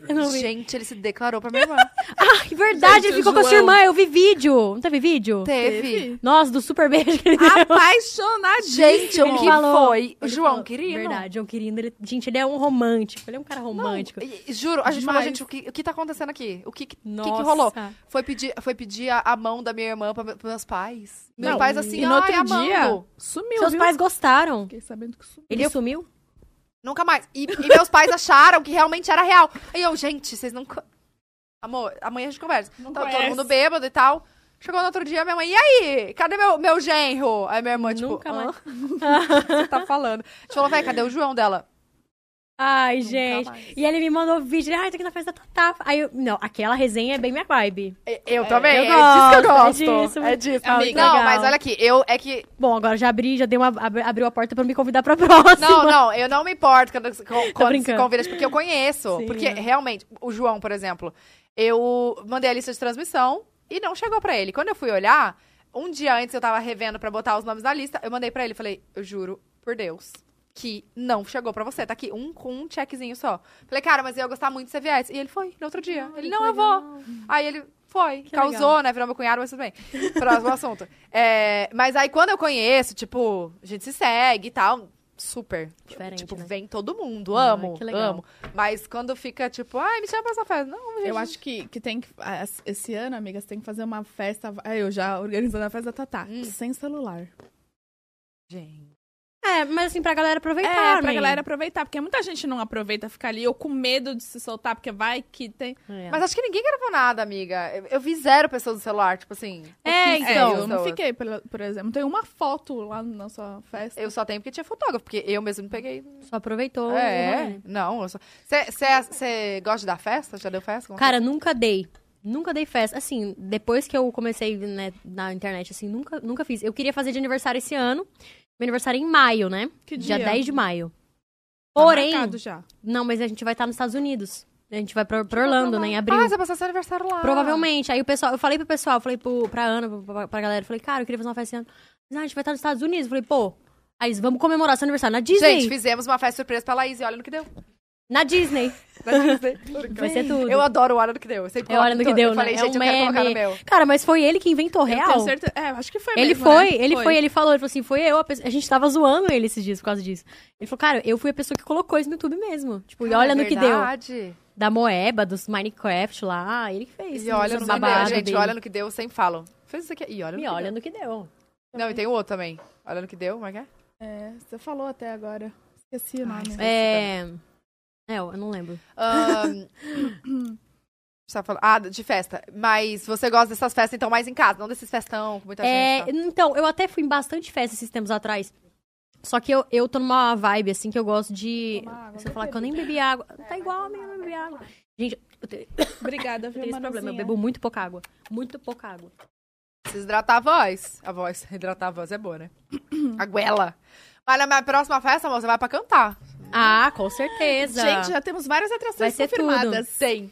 [SPEAKER 3] Eu não vi.
[SPEAKER 1] Gente, ele se declarou pra minha irmã.
[SPEAKER 3] Ah, que verdade,
[SPEAKER 2] Gente,
[SPEAKER 3] ele
[SPEAKER 2] o
[SPEAKER 3] ficou com a sua
[SPEAKER 2] João.
[SPEAKER 3] irmã. Eu vi vídeo. Não teve vídeo?
[SPEAKER 1] Teve.
[SPEAKER 3] Nossa, do super beijo que ele deu.
[SPEAKER 2] Apaixonadíssimo.
[SPEAKER 1] Gente, o
[SPEAKER 3] Ele
[SPEAKER 1] que
[SPEAKER 3] falou-
[SPEAKER 1] foi? O
[SPEAKER 3] Ele
[SPEAKER 1] Ah, João
[SPEAKER 3] falou-
[SPEAKER 1] querido.
[SPEAKER 3] Verdade, João querido. Ele, gente, ele é um romântico. Ele é um cara romântico.
[SPEAKER 1] E- e Juro, a gente falou,
[SPEAKER 2] Demais.
[SPEAKER 1] gente, o que, o que tá acontecendo aqui? O que, que, que
[SPEAKER 3] Nossa.
[SPEAKER 1] que rolou? Foi pedir, foi pedir a, a mão da minha irmã pra, pros meus pais. Meus
[SPEAKER 2] Não,
[SPEAKER 1] pais assim,
[SPEAKER 2] e no outro
[SPEAKER 1] ai,
[SPEAKER 2] dia,
[SPEAKER 1] amando.
[SPEAKER 2] sumiu,
[SPEAKER 3] Seus
[SPEAKER 2] viu?
[SPEAKER 3] pais gostaram.
[SPEAKER 2] Fiquei sabendo que sumiu.
[SPEAKER 3] Ele sumiu?
[SPEAKER 1] Nunca mais. E, e meus pais acharam que realmente era real. Aí eu, gente, vocês não. co- Amor, amanhã a gente conversa.
[SPEAKER 2] Não
[SPEAKER 1] Tá todo
[SPEAKER 2] conhece.
[SPEAKER 1] mundo bêbado e tal. Chegou no outro dia, minha mãe, e aí? Cadê meu, meu genro? Aí minha irmã, tipo,
[SPEAKER 3] Nunca
[SPEAKER 1] "Hã?
[SPEAKER 3] mais.
[SPEAKER 1] o que você tá falando? A gente falou, vai, cadê o João dela?
[SPEAKER 3] Ai, gente.
[SPEAKER 1] mais.
[SPEAKER 3] E ele me mandou vídeo. Ele, ai, tô aqui na festa da Tatá. Aí eu, não, aquela resenha é bem minha vibe.
[SPEAKER 1] E- Eu também,
[SPEAKER 3] eu
[SPEAKER 1] é disso que eu
[SPEAKER 3] gosto,
[SPEAKER 1] gosto.
[SPEAKER 3] é disso.
[SPEAKER 1] É disso.
[SPEAKER 3] Amiga.
[SPEAKER 1] Não,
[SPEAKER 3] Legal.
[SPEAKER 1] mas olha aqui, eu é que.
[SPEAKER 3] Bom, agora já abri, já dei uma, ab- abriu a porta pra me convidar pra próxima.
[SPEAKER 1] Não, não, eu não me importo quando, se- com- quando se
[SPEAKER 3] brincando.
[SPEAKER 1] convida, porque eu conheço.
[SPEAKER 3] Sim,
[SPEAKER 1] porque
[SPEAKER 3] né?
[SPEAKER 1] realmente, o João, por exemplo, eu mandei a lista de transmissão e não chegou pra ele. Quando eu fui olhar, um dia antes eu tava revendo pra botar os nomes na lista, eu mandei pra ele, falei, eu juro por Deus. Que não chegou pra você. Tá aqui um com um checkzinho só. Falei, cara, mas eu ia gostar muito se você viesse. E ele foi no outro dia.
[SPEAKER 3] Ah,
[SPEAKER 1] ele, não, eu vou. Aí ele foi, causou,
[SPEAKER 3] legal.
[SPEAKER 1] né? Virou meu cunhado, mas tudo bem. Próximo assunto. É, mas aí quando eu conheço, tipo, a gente se segue e tal, Super.
[SPEAKER 3] Diferente,
[SPEAKER 1] Tipo,
[SPEAKER 3] né?
[SPEAKER 1] vem todo mundo.
[SPEAKER 3] Ah,
[SPEAKER 1] Amo,
[SPEAKER 3] que legal.
[SPEAKER 1] amo. Mas quando fica, tipo, ai, me chama pra essa festa. Não, gente.
[SPEAKER 2] Eu acho que, que tem que. as- Esse ano, amigas, tem que fazer uma festa. Ah, Eu já organizando a festa da Tatá.
[SPEAKER 1] Hum.
[SPEAKER 2] Sem celular.
[SPEAKER 1] Gente.
[SPEAKER 3] É, mas assim, pra galera aproveitar,
[SPEAKER 2] É, pra
[SPEAKER 3] man.
[SPEAKER 2] galera aproveitar. Porque muita gente não aproveita ficar ali. Eu com medo de se soltar, porque vai que tem.
[SPEAKER 3] É.
[SPEAKER 1] Mas acho que ninguém gravou nada, amiga. Eu, eu vi zero pessoas no celular, tipo assim.
[SPEAKER 2] É,
[SPEAKER 1] pouquíssimas
[SPEAKER 2] então. eu
[SPEAKER 1] pessoas.
[SPEAKER 2] não fiquei, pela- por exemplo. Tem uma foto lá na sua festa. tá
[SPEAKER 1] Eu só tenho porque tinha fotógrafo, porque eu mesmo não peguei.
[SPEAKER 3] Só aproveitou. né? o
[SPEAKER 1] é,
[SPEAKER 3] rolê.
[SPEAKER 1] não. Você é, gosta de dar festa? Já deu festa? Como-
[SPEAKER 3] Cara, nunca dei. Nunca dei festa. Assim, depois que eu comecei né, na internet, assim, nunca, nunca fiz. Eu queria fazer de aniversário esse ano. Meu aniversário é em maio, né?
[SPEAKER 2] Que
[SPEAKER 3] Dia
[SPEAKER 2] dia?
[SPEAKER 3] 10 de maio.
[SPEAKER 2] Tá
[SPEAKER 3] Porém,
[SPEAKER 2] marcado já.
[SPEAKER 3] não, mas a gente vai estar nos Estados Unidos. A gente vai pra, pra Orlando, né? Em abril.
[SPEAKER 1] Ah, você passou seu aniversário lá.
[SPEAKER 3] Provavelmente. Aí o pessoal, eu falei pro pessoal, falei pro, pra Ana, pra, pra galera, falei, cara, eu queria fazer uma festa esse ano. Mas, ah, a gente vai estar nos Estados Unidos. Eu falei, pô. Aí eles, vamos comemorar seu aniversário na Disney.
[SPEAKER 1] Gente, fizemos uma festa surpresa pra Laís e olha no que deu.
[SPEAKER 3] Na Disney.
[SPEAKER 1] Na Disney.
[SPEAKER 3] Vai ser tudo.
[SPEAKER 1] Eu adoro o Olha no que deu. Eu sempre
[SPEAKER 3] É Olha
[SPEAKER 1] coloco
[SPEAKER 3] no que
[SPEAKER 1] to-
[SPEAKER 3] deu,
[SPEAKER 1] Eu
[SPEAKER 3] né?
[SPEAKER 1] falei,
[SPEAKER 3] É
[SPEAKER 1] gente,
[SPEAKER 3] um
[SPEAKER 1] eu quero colocar no
[SPEAKER 3] meme.
[SPEAKER 1] meu.
[SPEAKER 3] Cara, mas foi ele que inventou
[SPEAKER 2] Eu
[SPEAKER 3] real.
[SPEAKER 2] tenho certeza. É, acho que foi
[SPEAKER 3] Ele
[SPEAKER 2] mesmo,
[SPEAKER 3] foi,
[SPEAKER 2] né?
[SPEAKER 3] ele foi, ele falou, ele falou assim, foi eu, a, pe- a gente tava zoando ele esses dias por causa disso. Ele falou, cara, eu fui a pessoa que colocou isso no YouTube mesmo. Tipo, e olha no que deu.
[SPEAKER 1] Ah, é Verdade.
[SPEAKER 3] Da Moeba, dos Minecraft lá, ele que fez.
[SPEAKER 1] E olha no que deu,
[SPEAKER 3] é babado
[SPEAKER 1] gente.
[SPEAKER 3] dele.
[SPEAKER 1] Olha no que deu, sem falam. Fez isso aqui. E olha no
[SPEAKER 3] E
[SPEAKER 1] que
[SPEAKER 3] olha
[SPEAKER 1] deu.
[SPEAKER 3] no que deu.
[SPEAKER 1] Não, e tem o outro também. Olha no que deu, como é que é?
[SPEAKER 2] É, você falou até agora. Esqueci o
[SPEAKER 1] Ai,
[SPEAKER 2] nome.
[SPEAKER 1] esqueci.
[SPEAKER 3] É... É, eu não lembro.
[SPEAKER 1] Ahn, você tá falando- Ah, de festa. Mas você gosta dessas festas, então, mais em casa, não desses festão com muita
[SPEAKER 3] É,
[SPEAKER 1] gente. tá?
[SPEAKER 3] então, eu até fui em bastante festa esses tempos atrás. Só que eu, eu tô numa vibe, assim, que eu gosto de...
[SPEAKER 2] Tomar água,
[SPEAKER 3] Você
[SPEAKER 2] não
[SPEAKER 3] falar que eu
[SPEAKER 2] bebi.
[SPEAKER 3] nem bebi água. tá igual, amiga, eu não bebi água. Gente, eu tenho, eu
[SPEAKER 2] Obrigada, viu,
[SPEAKER 3] tenho esse problema. Eu
[SPEAKER 2] Manuzinha?
[SPEAKER 3] bebo muito pouca água. Muito pouca água.
[SPEAKER 1] Precisa hidratar a voz. A voz, hidratar a voz é boa, né? a guela. Mas na minha próxima festa, amor, você vai pra cantar.
[SPEAKER 3] Ah, com certeza.
[SPEAKER 2] Gente,
[SPEAKER 1] é-
[SPEAKER 2] já temos várias atrações
[SPEAKER 3] Vai ser
[SPEAKER 2] confirmadas.
[SPEAKER 1] Tem.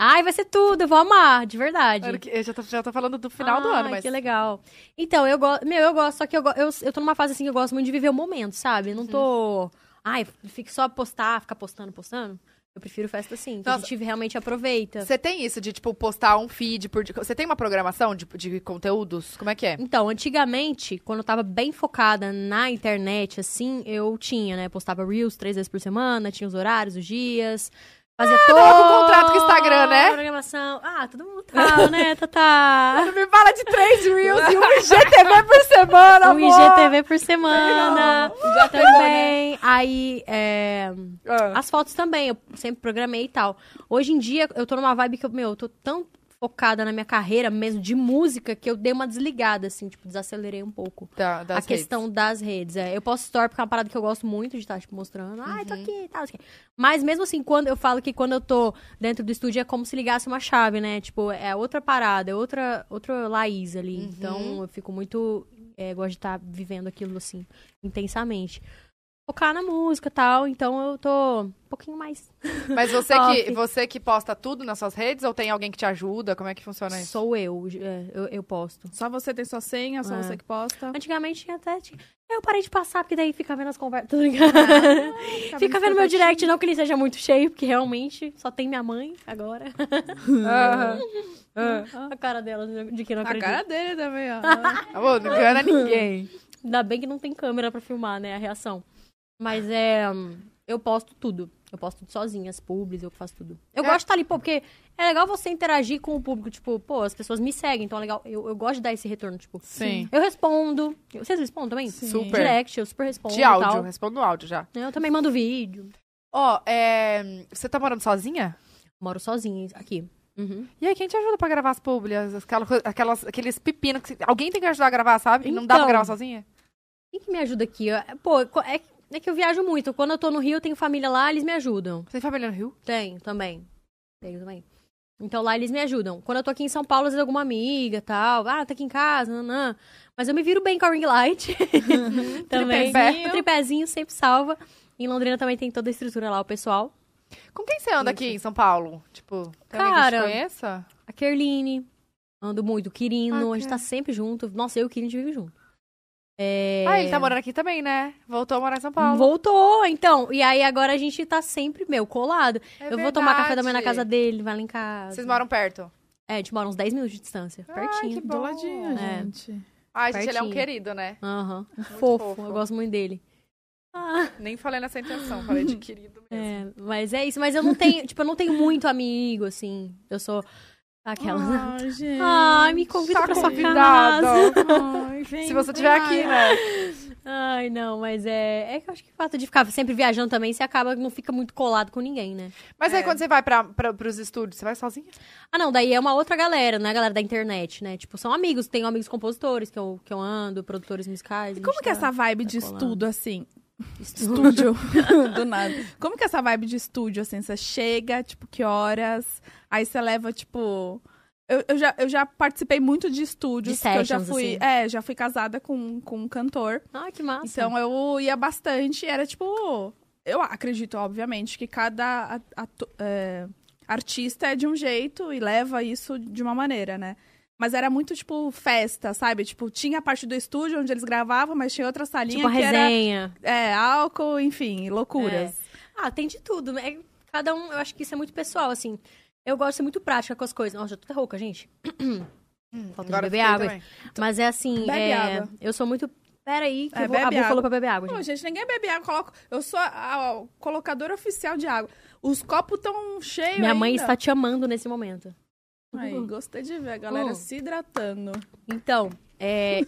[SPEAKER 3] Ai, vai ser tudo, eu vou amar, de verdade.
[SPEAKER 1] Olha que- Eu já tô, já tô falando do final do
[SPEAKER 3] Ai,
[SPEAKER 1] ano, mas.
[SPEAKER 3] Ah, que legal. Então, eu gosto, meu, eu gosto, só que eu, go- eu, eu tô numa fase assim que eu gosto muito de viver o momento, sabe? Eu não tô, ai, fico só postar, ficar postando, postando. Eu prefiro festa assim, que a
[SPEAKER 1] Nossa.
[SPEAKER 3] gente realmente aproveita.
[SPEAKER 1] Você tem isso de, tipo, postar um feed por. Você tem uma programação de, de conteúdos? Como é que é?
[SPEAKER 3] Então, antigamente, quando eu tava bem focada na internet, assim, eu tinha, né? Postava Reels três vezes por semana, tinha os horários, os dias. Fazia ah, todo
[SPEAKER 1] tava com contrato com o Instagram, né?
[SPEAKER 3] Programação. Ah, todo mundo tá, né, Tatá?
[SPEAKER 1] Não me fala de três Reels e um IGTV por semana,
[SPEAKER 3] Um IGTV por semana.
[SPEAKER 2] Já
[SPEAKER 1] né?
[SPEAKER 3] também. Aí, é,
[SPEAKER 1] Ah.
[SPEAKER 3] as fotos também, eu sempre programei e tal. Hoje em dia, eu tô numa vibe que eu, meu, eu tô tão focada na minha carreira mesmo de música que eu dei uma desligada, assim, tipo, desacelerei um pouco.
[SPEAKER 1] Da- tá, das
[SPEAKER 3] a questão das redes. É. Eu posso story porque é uma parada que eu gosto muito de estar, tipo, mostrando. Ai,
[SPEAKER 1] Uhum.
[SPEAKER 3] tô aqui e tal. não sei o quê. Mas mesmo assim, quando eu falo que quando eu tô dentro do estúdio é como se ligasse uma chave, né? Tipo, é outra parada, é outra, outra Laís ali.
[SPEAKER 1] Uhum.
[SPEAKER 3] Então eu fico muito. É, gosto de estar vivendo aquilo assim, intensamente. Focar na música e tal, então eu tô um pouquinho mais.
[SPEAKER 1] redes. Mas você que,
[SPEAKER 3] Off.
[SPEAKER 1] você que posta tudo nas suas redes ou tem alguém que te ajuda? Como é que funciona isso?
[SPEAKER 3] Sou eu, é, eu, eu posto.
[SPEAKER 2] Só você tem sua senha, só
[SPEAKER 3] É.
[SPEAKER 2] você que posta.
[SPEAKER 3] Antigamente tinha até. tinha- Eu parei de passar, porque daí fica vendo as conversas. Tô brincando. Fica vendo meu direct, não que ele seja muito cheio, porque realmente só tem minha mãe agora.
[SPEAKER 1] Aham. Ah.
[SPEAKER 3] A cara dela assim, de que não
[SPEAKER 2] A
[SPEAKER 3] acredita.
[SPEAKER 2] cara dele também, ó.
[SPEAKER 1] Amor, não engana ninguém.
[SPEAKER 3] Ainda bem que não tem câmera pra filmar, né? A reação. Mas é. hum, Eu posto tudo. Eu posto tudo sozinha, as publis, eu que faço tudo. Eu
[SPEAKER 1] É.
[SPEAKER 3] gosto de estar ali, pô, porque é legal você interagir com o público. Tipo, pô, as pessoas me seguem, então é legal. Eu, eu gosto de dar esse retorno, tipo.
[SPEAKER 2] Sim.
[SPEAKER 3] Eu respondo. Vocês respondem também?
[SPEAKER 2] Sim.
[SPEAKER 1] Super.
[SPEAKER 3] Direct, eu super respondo.
[SPEAKER 1] De
[SPEAKER 3] e
[SPEAKER 1] áudio, né?
[SPEAKER 3] tal.
[SPEAKER 1] respondo áudio já.
[SPEAKER 3] Eu também mando vídeo.
[SPEAKER 1] Ó, é, você tá morando sozinha?
[SPEAKER 3] Moro sozinha aqui. Uhum.
[SPEAKER 1] E aí, quem te ajuda pra gravar as publias? Aquelas, co- aquelas- aqueles pepinos que você- alguém tem que ajudar a gravar, sabe? E não dá pra
[SPEAKER 3] Então.
[SPEAKER 1] gravar sozinha?
[SPEAKER 3] Quem que me ajuda aqui? Eu- Pô, co- é, é que eu viajo muito. Quando eu tô no Rio, eu tenho família lá, eles me ajudam.
[SPEAKER 1] Você tem família no Rio?
[SPEAKER 3] Tenho também. Tenho também. Então lá eles me ajudam. Quando eu tô aqui em São Paulo, às vezes alguma amiga tal. Ah, tá aqui em casa, nanã. Mas eu me viro bem com a ring light. também.
[SPEAKER 1] tripézinho.
[SPEAKER 3] O tripézinho sempre salva. Em Londrina também tem toda a estrutura lá, o pessoal.
[SPEAKER 1] Com quem você anda aqui em São Paulo? Tipo, tem alguém que
[SPEAKER 3] Cara.
[SPEAKER 1] te conheça?
[SPEAKER 3] A Kerline, ando muito. O Quirino,
[SPEAKER 1] Ah,
[SPEAKER 3] a gente
[SPEAKER 1] cara.
[SPEAKER 3] tá sempre junto. Nossa, eu e o Quirino a gente vive junto. É...
[SPEAKER 1] Ah, ele tá morando aqui também, né? Voltou a morar em São Paulo.
[SPEAKER 3] Voltou, então. E aí agora a gente tá sempre, meu, colado.
[SPEAKER 1] É
[SPEAKER 3] eu vou tomar café da manhã na
[SPEAKER 1] verdade.
[SPEAKER 3] casa dele, vai lá em casa.
[SPEAKER 1] Vocês moram perto?
[SPEAKER 3] É, a gente mora uns 10 minutos de distância. pertinho.
[SPEAKER 1] que bom.
[SPEAKER 2] Do ladinho,
[SPEAKER 3] É.
[SPEAKER 2] gente.
[SPEAKER 1] Ai, gente, ele é um
[SPEAKER 3] Pertinho.
[SPEAKER 1] querido, né?
[SPEAKER 3] Aham. Um fofo,
[SPEAKER 1] fofo.
[SPEAKER 3] eu gosto muito dele. Ah,
[SPEAKER 1] Nem falei nessa intenção, falei de querido mesmo. Tá
[SPEAKER 3] é, mas é isso. Mas eu não tenho, tipo, eu não tenho muito amigo, assim. Eu sou aquela.
[SPEAKER 2] Ai, gente.
[SPEAKER 3] Ai, me convida
[SPEAKER 1] Tá
[SPEAKER 3] pra sua
[SPEAKER 1] convidado.
[SPEAKER 3] casa.
[SPEAKER 2] Ai, vem.
[SPEAKER 1] Se você estiver aqui, né?
[SPEAKER 3] Ai, não, mas é. É que eu acho que o fato de ficar sempre viajando também, você acaba que não fica muito colado com ninguém, né?
[SPEAKER 1] Mas aí
[SPEAKER 2] É.
[SPEAKER 1] quando você vai pra, pra, pros estúdios, você vai sozinha?
[SPEAKER 3] Ah, não, daí é uma outra galera, não é a galera da internet, né? Tipo, são amigos, tenho amigos compositores que eu, que eu ando, produtores musicais. a
[SPEAKER 2] E como
[SPEAKER 3] gente
[SPEAKER 2] que é
[SPEAKER 3] tá-
[SPEAKER 2] essa vibe de
[SPEAKER 3] tá colando.
[SPEAKER 2] estudo, assim?
[SPEAKER 3] Estudo.
[SPEAKER 2] Estúdio. Do nada. Como que é essa vibe de estúdio, assim? Você chega, tipo, que horas? Aí você leva, tipo... Eu, eu já, eu já participei muito de estúdios.
[SPEAKER 3] De
[SPEAKER 2] que eu já
[SPEAKER 3] sessions,
[SPEAKER 2] fui,
[SPEAKER 3] assim.
[SPEAKER 2] É, já fui casada com, com um cantor.
[SPEAKER 3] Ai, que massa.
[SPEAKER 2] Então eu ia bastante. Era, tipo... Eu acredito, obviamente, que cada a- atu- é, artista é de um jeito e leva isso de uma maneira, né? Mas era muito, tipo, festa, sabe? Tipo, tinha a parte do estúdio onde eles gravavam, mas tinha outra salinha
[SPEAKER 3] tipo, a
[SPEAKER 2] que era...
[SPEAKER 3] resenha.
[SPEAKER 2] É, álcool, enfim, loucuras.
[SPEAKER 3] Ah, tem de tudo. né? Cada um, eu acho que isso é muito pessoal, assim. Eu gosto de ser muito prática com as coisas. Nossa, já tô até rouca, gente.
[SPEAKER 2] Hum,
[SPEAKER 3] Falta de beber
[SPEAKER 1] fiquei
[SPEAKER 3] água.
[SPEAKER 1] também.
[SPEAKER 3] Mas é assim,
[SPEAKER 2] Bebe
[SPEAKER 3] é,
[SPEAKER 2] água.
[SPEAKER 3] eu sou muito... Peraí, que
[SPEAKER 2] É,
[SPEAKER 3] eu vou... a
[SPEAKER 2] bebe
[SPEAKER 3] Bu falou
[SPEAKER 2] água.
[SPEAKER 3] pra beber água,
[SPEAKER 2] Não,
[SPEAKER 3] gente.
[SPEAKER 2] gente, ninguém bebe água. eu Coloco... Eu sou a, a colocadora oficial de água. Os copos tão cheios
[SPEAKER 3] Minha mãe
[SPEAKER 2] ainda.
[SPEAKER 3] está tipo- te amando nesse momento.
[SPEAKER 2] Aí, gostei de ver a galera
[SPEAKER 3] Hum.
[SPEAKER 2] se hidratando.
[SPEAKER 3] Então, é...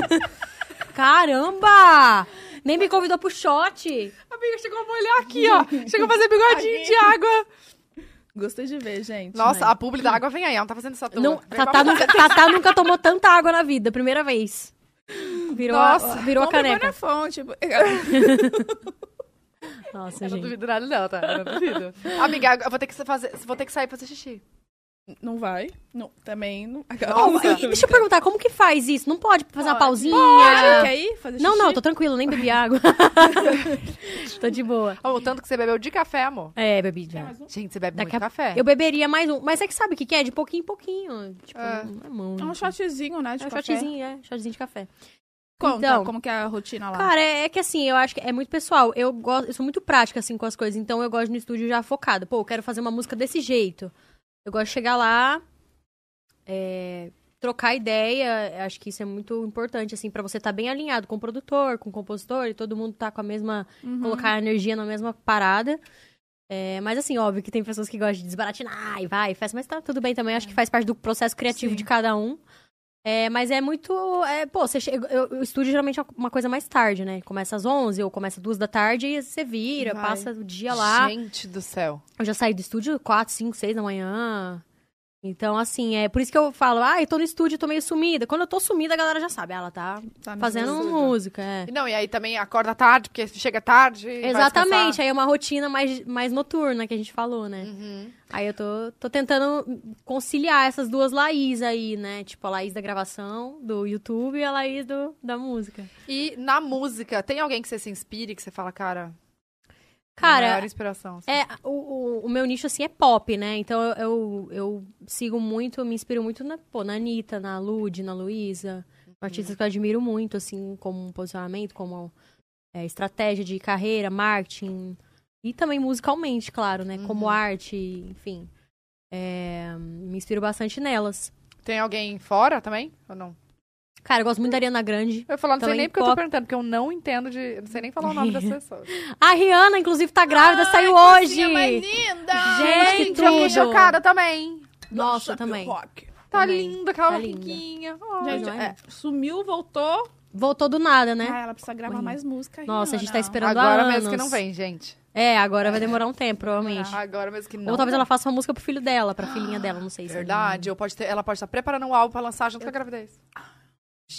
[SPEAKER 3] Caramba! Nem me convidou pro shot.
[SPEAKER 1] Amiga, chegou a molhar aqui, ó. Chegou a fazer bigodinho de água.
[SPEAKER 2] Gostei de ver, gente.
[SPEAKER 1] Nossa, a publi da água vem aí. Ela não tá fazendo isso à toa.
[SPEAKER 3] Não,
[SPEAKER 1] Vem pra
[SPEAKER 3] Tatá, nunca, Tatá nunca tomou tanta água na vida, primeira vez. Virou,
[SPEAKER 1] Nossa,
[SPEAKER 3] a, virou a
[SPEAKER 2] Compre
[SPEAKER 3] caneca.
[SPEAKER 2] na fonte. tipo-
[SPEAKER 3] Nossa,
[SPEAKER 1] Eu não
[SPEAKER 3] gente.
[SPEAKER 1] duvido nada, não, tá? Eu não duvido. Amiga, eu vou ter que fazer. Vou ter que sair pra fazer xixi.
[SPEAKER 2] não vai. Não, também não.
[SPEAKER 3] Como-
[SPEAKER 1] Nossa.
[SPEAKER 3] e- e deixa eu perguntar, como que faz isso? Não pode fazer uma
[SPEAKER 2] Pode.
[SPEAKER 3] pausinha?
[SPEAKER 2] Quer ir fazer
[SPEAKER 3] Não,
[SPEAKER 2] xixi?
[SPEAKER 3] não, tô tranquilo, nem bebi água. tô de boa.
[SPEAKER 1] Ó, o tanto que você bebeu de café, amor.
[SPEAKER 3] É, bebi
[SPEAKER 2] Quer
[SPEAKER 3] já.
[SPEAKER 2] mais um?
[SPEAKER 1] Gente, você bebe
[SPEAKER 3] Daqui
[SPEAKER 1] muito
[SPEAKER 3] a-
[SPEAKER 1] café.
[SPEAKER 3] Eu beberia mais um, mas é que sabe o que, que é? De pouquinho em pouquinho. Tipo,
[SPEAKER 1] É.
[SPEAKER 3] não é muito.
[SPEAKER 2] É um shotzinho, né, de
[SPEAKER 3] É um
[SPEAKER 2] café.
[SPEAKER 3] shotzinho, é, shotzinho de café.
[SPEAKER 2] Conta
[SPEAKER 3] Então.
[SPEAKER 2] como que é a rotina lá.
[SPEAKER 3] Cara, é, é que assim, eu acho que é muito pessoal. Eu gosto, eu sou muito prática assim com as coisas, então eu gosto no estúdio já focada. Pô, eu quero fazer uma música desse jeito. Eu gosto de chegar lá, é, trocar ideia. Acho que isso é muito importante assim para você estar bem alinhado com o produtor, com o compositor e todo mundo tá com a mesma
[SPEAKER 2] Uhum.
[SPEAKER 3] colocar a energia na mesma parada. É, mas assim, óbvio que tem pessoas que gostam de desbaratinar e vai, faz, mas tá tudo bem também, acho que faz parte do processo criativo
[SPEAKER 2] É. Sim.
[SPEAKER 3] de cada um. É, mas é muito. é, pô, você chega, eu- eu- o estúdio geralmente é uma coisa mais tarde, né? Começa às 11 ou começa às 2 da tarde e você vira,
[SPEAKER 2] Vai.
[SPEAKER 3] passa o dia lá.
[SPEAKER 1] Gente do céu.
[SPEAKER 3] Eu já saí do estúdio 4, 5, 6 da manhã. Então, assim, é por isso que eu falo, ah, eu tô no estúdio, tô meio sumida. Quando eu tô sumida, a galera já sabe, ah, ela tá
[SPEAKER 2] Tá no
[SPEAKER 3] fazendo
[SPEAKER 2] estúdio.
[SPEAKER 3] música, é.
[SPEAKER 1] E Não, e aí também acorda tarde, porque chega tarde. e vai
[SPEAKER 3] Exatamente, aí é uma rotina mais, mais noturna que a gente falou, né?
[SPEAKER 1] descansar. Uhum.
[SPEAKER 3] Aí eu tô, tô tentando conciliar essas duas Laís aí, né? Tipo, a Laís da gravação, do YouTube, e a Laís do, da música.
[SPEAKER 1] E na música, tem alguém que você se inspire, que você fala, cara,
[SPEAKER 3] Cara,
[SPEAKER 1] minha maior inspiração. assim.
[SPEAKER 3] É, o, o, o meu nicho, assim, é pop, né? Então, eu, eu, eu sigo muito, eu me inspiro muito na, pô, na Anitta, na Lud, na Luísa. Artistas que eu admiro muito, assim, como posicionamento, como é, estratégia de carreira, marketing. E também musicalmente, claro, né? Como
[SPEAKER 1] Uhum.
[SPEAKER 3] arte, enfim. É, me inspiro bastante nelas.
[SPEAKER 1] Tem alguém fora também? Ou não?
[SPEAKER 3] Cara, eu gosto muito da Ariana Grande.
[SPEAKER 1] Eu ia falar, não sei
[SPEAKER 3] Também
[SPEAKER 1] nem porque eu tô
[SPEAKER 3] pop.
[SPEAKER 1] perguntando, porque eu não entendo de. Eu não sei nem falar o nome das pessoas.
[SPEAKER 3] A Rihanna, inclusive, tá grávida,
[SPEAKER 2] Ai,
[SPEAKER 3] saiu
[SPEAKER 2] coisinha Ah,
[SPEAKER 3] hoje.
[SPEAKER 2] é mais linda!
[SPEAKER 3] Gente,
[SPEAKER 1] eu fiquei
[SPEAKER 3] tudo.
[SPEAKER 1] chocada também.
[SPEAKER 3] Nossa, também.
[SPEAKER 2] Rock.
[SPEAKER 1] Tá
[SPEAKER 3] Também.
[SPEAKER 1] linda aquela
[SPEAKER 3] Tá
[SPEAKER 1] roupinha. Ai,
[SPEAKER 2] Gente,
[SPEAKER 3] não é?
[SPEAKER 2] é, sumiu, voltou.
[SPEAKER 3] Voltou do nada, né?
[SPEAKER 2] Ah, ela precisa gravar
[SPEAKER 3] Horrível.
[SPEAKER 2] mais música. né?
[SPEAKER 3] Nossa, a gente tá
[SPEAKER 2] Rihanna.
[SPEAKER 3] esperando
[SPEAKER 1] Agora
[SPEAKER 3] há
[SPEAKER 1] mesmo que
[SPEAKER 3] anos.
[SPEAKER 1] não vem, gente.
[SPEAKER 3] É, agora vai demorar um tempo, provavelmente.
[SPEAKER 1] Ah, Agora mesmo que não. É
[SPEAKER 3] Ou talvez ela faça uma música pro filho dela, pra filhinha dela, não sei se.
[SPEAKER 1] Verdade, ou pode ter, ela pode estar preparando um álbum pra lançar junto com a gravidez.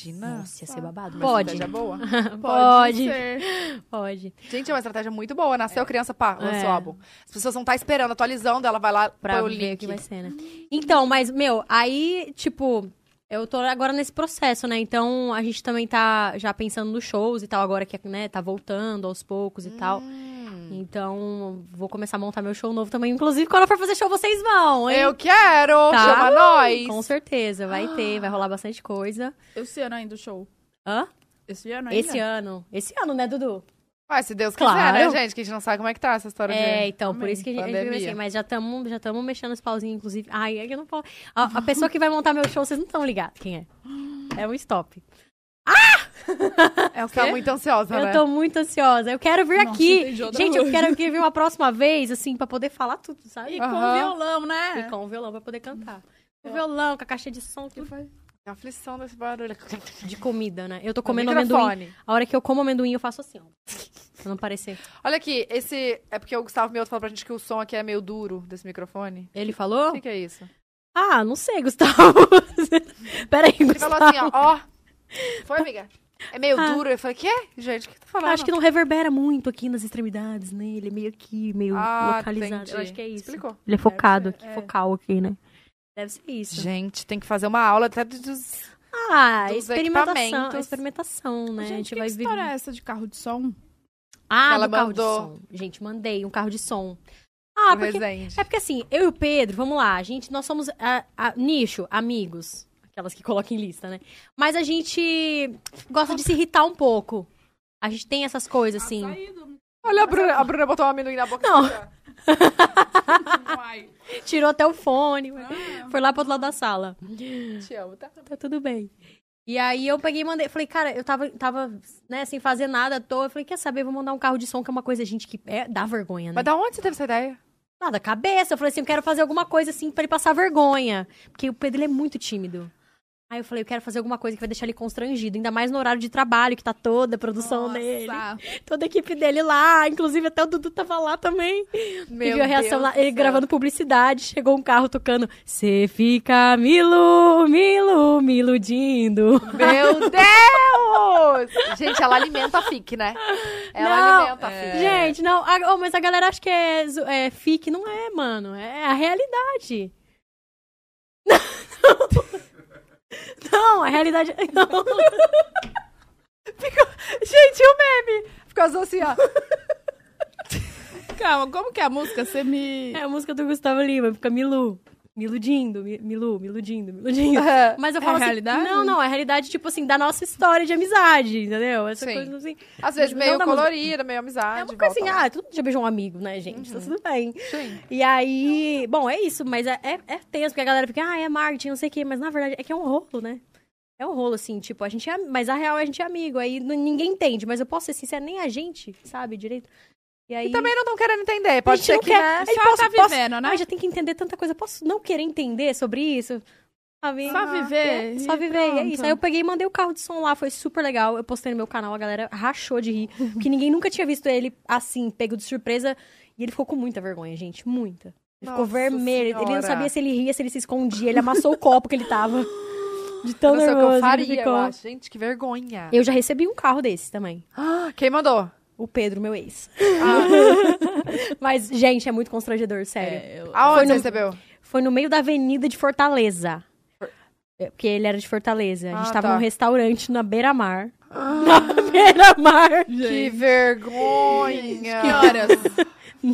[SPEAKER 1] Imagina.
[SPEAKER 3] Nossa, ia ser babado.
[SPEAKER 1] Uma
[SPEAKER 3] Pode.
[SPEAKER 1] estratégia boa.
[SPEAKER 3] Pode.
[SPEAKER 2] ser.
[SPEAKER 3] Pode.
[SPEAKER 1] Gente, é uma estratégia muito boa. Nasceu criança, pá, lançou
[SPEAKER 3] É.
[SPEAKER 1] álbum. As pessoas vão estar esperando, atualizando, ela vai lá
[SPEAKER 3] Pra
[SPEAKER 1] põe o
[SPEAKER 3] ver o
[SPEAKER 1] link.
[SPEAKER 3] que vai ser, né? Então, mas, meu, aí, tipo, eu tô agora nesse processo, né? Então, a gente também tá já pensando nos shows e tal, agora que, né, tá voltando aos poucos e tal.
[SPEAKER 1] Hum.
[SPEAKER 3] Então, vou começar a montar meu show novo também. Inclusive, quando eu for fazer show, vocês vão, hein?
[SPEAKER 1] Eu quero!
[SPEAKER 3] Tá.
[SPEAKER 1] Chama nós!
[SPEAKER 3] Com certeza, vai ter, vai rolar bastante coisa.
[SPEAKER 2] Esse ano ainda o show.
[SPEAKER 3] Hã?
[SPEAKER 2] Esse ano ainda?
[SPEAKER 3] Esse ano. Esse ano, né, Dudu?
[SPEAKER 1] Vai, se Deus
[SPEAKER 3] Claro.
[SPEAKER 1] quiser, né, gente? Que a gente não sabe como é que tá essa história
[SPEAKER 3] É,
[SPEAKER 1] de...
[SPEAKER 3] então, por
[SPEAKER 2] Amém.
[SPEAKER 3] isso que a gente
[SPEAKER 1] Pandemia.
[SPEAKER 3] assim, mas já estamos já tamo mexendo os pauzinhos, inclusive. Ai, é que eu não posso. A, a pessoa que vai montar meu show, vocês não estão ligados quem é. É um stop. Ah!
[SPEAKER 2] É o
[SPEAKER 1] Você
[SPEAKER 2] quê?
[SPEAKER 1] tá muito ansiosa, né?
[SPEAKER 3] Eu tô muito ansiosa. Eu quero vir
[SPEAKER 2] Nossa,
[SPEAKER 3] aqui.
[SPEAKER 2] entendi outra
[SPEAKER 3] Gente, eu
[SPEAKER 2] coisa.
[SPEAKER 3] quero que vir uma próxima vez, assim, pra poder falar tudo, sabe?
[SPEAKER 2] E
[SPEAKER 3] E,
[SPEAKER 2] com
[SPEAKER 1] Aham.
[SPEAKER 2] violão, né?
[SPEAKER 3] com o violão, pra poder cantar. Com
[SPEAKER 2] É.
[SPEAKER 3] o violão, com a caixa de som,
[SPEAKER 2] Que
[SPEAKER 3] tudo
[SPEAKER 2] foi?
[SPEAKER 1] A aflição desse barulho.
[SPEAKER 3] de comida, né? Eu tô
[SPEAKER 1] No
[SPEAKER 3] Tá comendo amendoim.
[SPEAKER 1] microfone.
[SPEAKER 3] A hora que eu como amendoim, eu faço assim, ó. Pra não parecer.
[SPEAKER 1] Olha aqui, esse. É porque o Gustavo Mioto falou pra gente que o som aqui é meio duro desse microfone.
[SPEAKER 3] Ele
[SPEAKER 1] O
[SPEAKER 3] falou?
[SPEAKER 1] que, que é isso?
[SPEAKER 3] Ah, não sei, Gustavo. Peraí, Gustavo.
[SPEAKER 1] Ele falou assim, ó, ó. Foi, amiga? É meio
[SPEAKER 3] Ah.
[SPEAKER 1] duro. Eu falei, quê? Gente, o que tá falando?
[SPEAKER 3] Acho que não reverbera muito aqui nas extremidades, né? Ele é meio aqui, meio
[SPEAKER 1] ah,
[SPEAKER 3] localizado.
[SPEAKER 1] Entendi.
[SPEAKER 3] Eu acho que é isso.
[SPEAKER 1] Explicou.
[SPEAKER 3] Ele é focado
[SPEAKER 2] ser,
[SPEAKER 3] aqui,
[SPEAKER 2] é.
[SPEAKER 3] focal aqui, né? Deve ser isso.
[SPEAKER 1] Gente, tem que fazer uma aula até dos.
[SPEAKER 3] Ah,
[SPEAKER 1] Dos
[SPEAKER 3] experimentação,
[SPEAKER 1] equipamentos.
[SPEAKER 3] experimentação, né? a
[SPEAKER 2] Gente,
[SPEAKER 3] gente
[SPEAKER 2] que
[SPEAKER 3] vai
[SPEAKER 2] que história
[SPEAKER 3] viver.
[SPEAKER 2] é essa de carro de som?
[SPEAKER 3] Ah,
[SPEAKER 1] Ela
[SPEAKER 3] do carro
[SPEAKER 1] mandou.
[SPEAKER 3] de som. Gente, mandei um carro de som. Ah,
[SPEAKER 1] do
[SPEAKER 3] porque
[SPEAKER 1] Resende.
[SPEAKER 3] é porque assim, eu e o Pedro, vamos lá, a gente, nós somos ah, ah, nicho, amigos, aquelas que colocam em lista, né? Mas a gente gosta de se irritar um pouco. A gente tem essas coisas assim.
[SPEAKER 1] Olha, a Bruna, a Bruna botou um amendoim na boca.
[SPEAKER 3] é Não.
[SPEAKER 1] Assim, ó.
[SPEAKER 3] Tirou até o fone,
[SPEAKER 2] Ah,
[SPEAKER 3] foi lá pro outro lado da sala.
[SPEAKER 1] Te amo, tá?
[SPEAKER 3] tá tudo bem. E aí eu peguei e mandei, falei, cara, eu tava, tava né, sem fazer nada à toa, eu falei, quer saber, vou mandar um carro de som, que é uma coisa, gente, que é, dá vergonha, né?
[SPEAKER 1] Mas da onde você teve essa ideia?
[SPEAKER 3] Nada, da cabeça, eu falei assim, eu quero fazer alguma coisa assim pra ele passar vergonha, porque o Pedro, ele é muito tímido. Aí eu falei, eu quero fazer alguma coisa que vai deixar ele constrangido, ainda mais no horário de trabalho, que tá toda a produção dele,
[SPEAKER 2] Nossa.
[SPEAKER 3] toda a equipe dele lá, inclusive até o Dudu tava lá também.
[SPEAKER 1] Meu
[SPEAKER 3] e viu a reação
[SPEAKER 1] Deus
[SPEAKER 3] lá,
[SPEAKER 1] do
[SPEAKER 3] ele
[SPEAKER 1] céu.
[SPEAKER 3] gravando publicidade, chegou um carro tocando, você fica milu, milu, me iludindo.
[SPEAKER 1] Meu Deus! Gente, ela alimenta a FIC, né? Ela
[SPEAKER 3] Não,
[SPEAKER 1] alimenta a FIC.
[SPEAKER 3] Gente, não, a- oh, mas a galera acha que é, zo- é fique, não é, mano. É a realidade. Não, a realidade. Não.
[SPEAKER 1] Gente, e o meme? Ficou assim, ó.
[SPEAKER 2] Calma, como que é a música? Você me...
[SPEAKER 3] É a música do Gustavo Lima, fica Milu. Me iludindo, mi- Milu, me iludindo, me iludindo.
[SPEAKER 1] É.
[SPEAKER 3] Mas eu
[SPEAKER 2] É
[SPEAKER 3] falo
[SPEAKER 2] a
[SPEAKER 3] assim,
[SPEAKER 2] realidade?
[SPEAKER 3] não, não, é a realidade, tipo assim, da nossa história de amizade, entendeu? Essa
[SPEAKER 1] Sim.
[SPEAKER 3] coisa assim.
[SPEAKER 1] Às vezes
[SPEAKER 3] Não
[SPEAKER 1] meio
[SPEAKER 3] dá música.
[SPEAKER 1] colorida, meio amizade.
[SPEAKER 3] É uma coisa assim,
[SPEAKER 1] volta lá. Uhum.
[SPEAKER 3] ah, tudo já beijou um amigo, né, gente? Tá tudo bem.
[SPEAKER 1] Sim.
[SPEAKER 3] E aí, bom, é isso, mas é, é, é tenso, porque a galera fica, ah, é marketing, não sei o quê, mas na verdade é que é um rolo, né? É um rolo, assim, tipo, a gente é, mas a real é a gente é amigo, aí n- ninguém entende, mas eu posso ser sincera, nem a gente sabe direito. E aí.
[SPEAKER 1] E também não estão querendo entender. Pode
[SPEAKER 3] gente
[SPEAKER 1] ser
[SPEAKER 3] não
[SPEAKER 1] que,
[SPEAKER 3] quer-
[SPEAKER 1] né?
[SPEAKER 3] Ele
[SPEAKER 2] Só
[SPEAKER 3] posso-
[SPEAKER 2] tá
[SPEAKER 3] posso-
[SPEAKER 2] vivendo, né?
[SPEAKER 3] Ah, já tem que entender tanta coisa, posso não querer entender sobre isso? Sabe?
[SPEAKER 2] Só viver.
[SPEAKER 3] É,
[SPEAKER 2] e
[SPEAKER 3] só viver, e é
[SPEAKER 2] pronto.
[SPEAKER 3] isso. Aí eu peguei e mandei o carro de som lá, foi super legal. Eu postei no meu canal, a galera rachou de rir. Porque ninguém nunca tinha visto ele assim, pego de surpresa. E ele ficou com muita vergonha, gente, muita. Ele ficou
[SPEAKER 1] Nossa
[SPEAKER 3] vermelho. Ele
[SPEAKER 1] Senhora.
[SPEAKER 3] não sabia se ele ria, se ele se escondia. Ele amassou o copo que ele tava. De tão
[SPEAKER 1] Eu não sei o
[SPEAKER 3] nervoso
[SPEAKER 1] que eu
[SPEAKER 3] que ele
[SPEAKER 1] faria,
[SPEAKER 3] ficou.
[SPEAKER 1] eu acho. Gente, que vergonha.
[SPEAKER 3] Eu já recebi um carro desse também.
[SPEAKER 1] Ah, Quem mandou?
[SPEAKER 3] O Pedro, meu ex.
[SPEAKER 1] Ah,
[SPEAKER 3] Mas, gente, é muito constrangedor, sério.
[SPEAKER 2] É, eu-
[SPEAKER 1] aonde
[SPEAKER 3] Foi
[SPEAKER 1] você
[SPEAKER 3] no-
[SPEAKER 1] recebeu?
[SPEAKER 3] Foi no meio da avenida de Fortaleza. É, Porque ele era de Fortaleza. A gente
[SPEAKER 1] Ah,
[SPEAKER 3] tava
[SPEAKER 1] tá. Ah.
[SPEAKER 3] num restaurante na beira-mar. Na beira-mar.
[SPEAKER 1] Que
[SPEAKER 2] Gente,
[SPEAKER 1] vergonha.
[SPEAKER 2] que horas?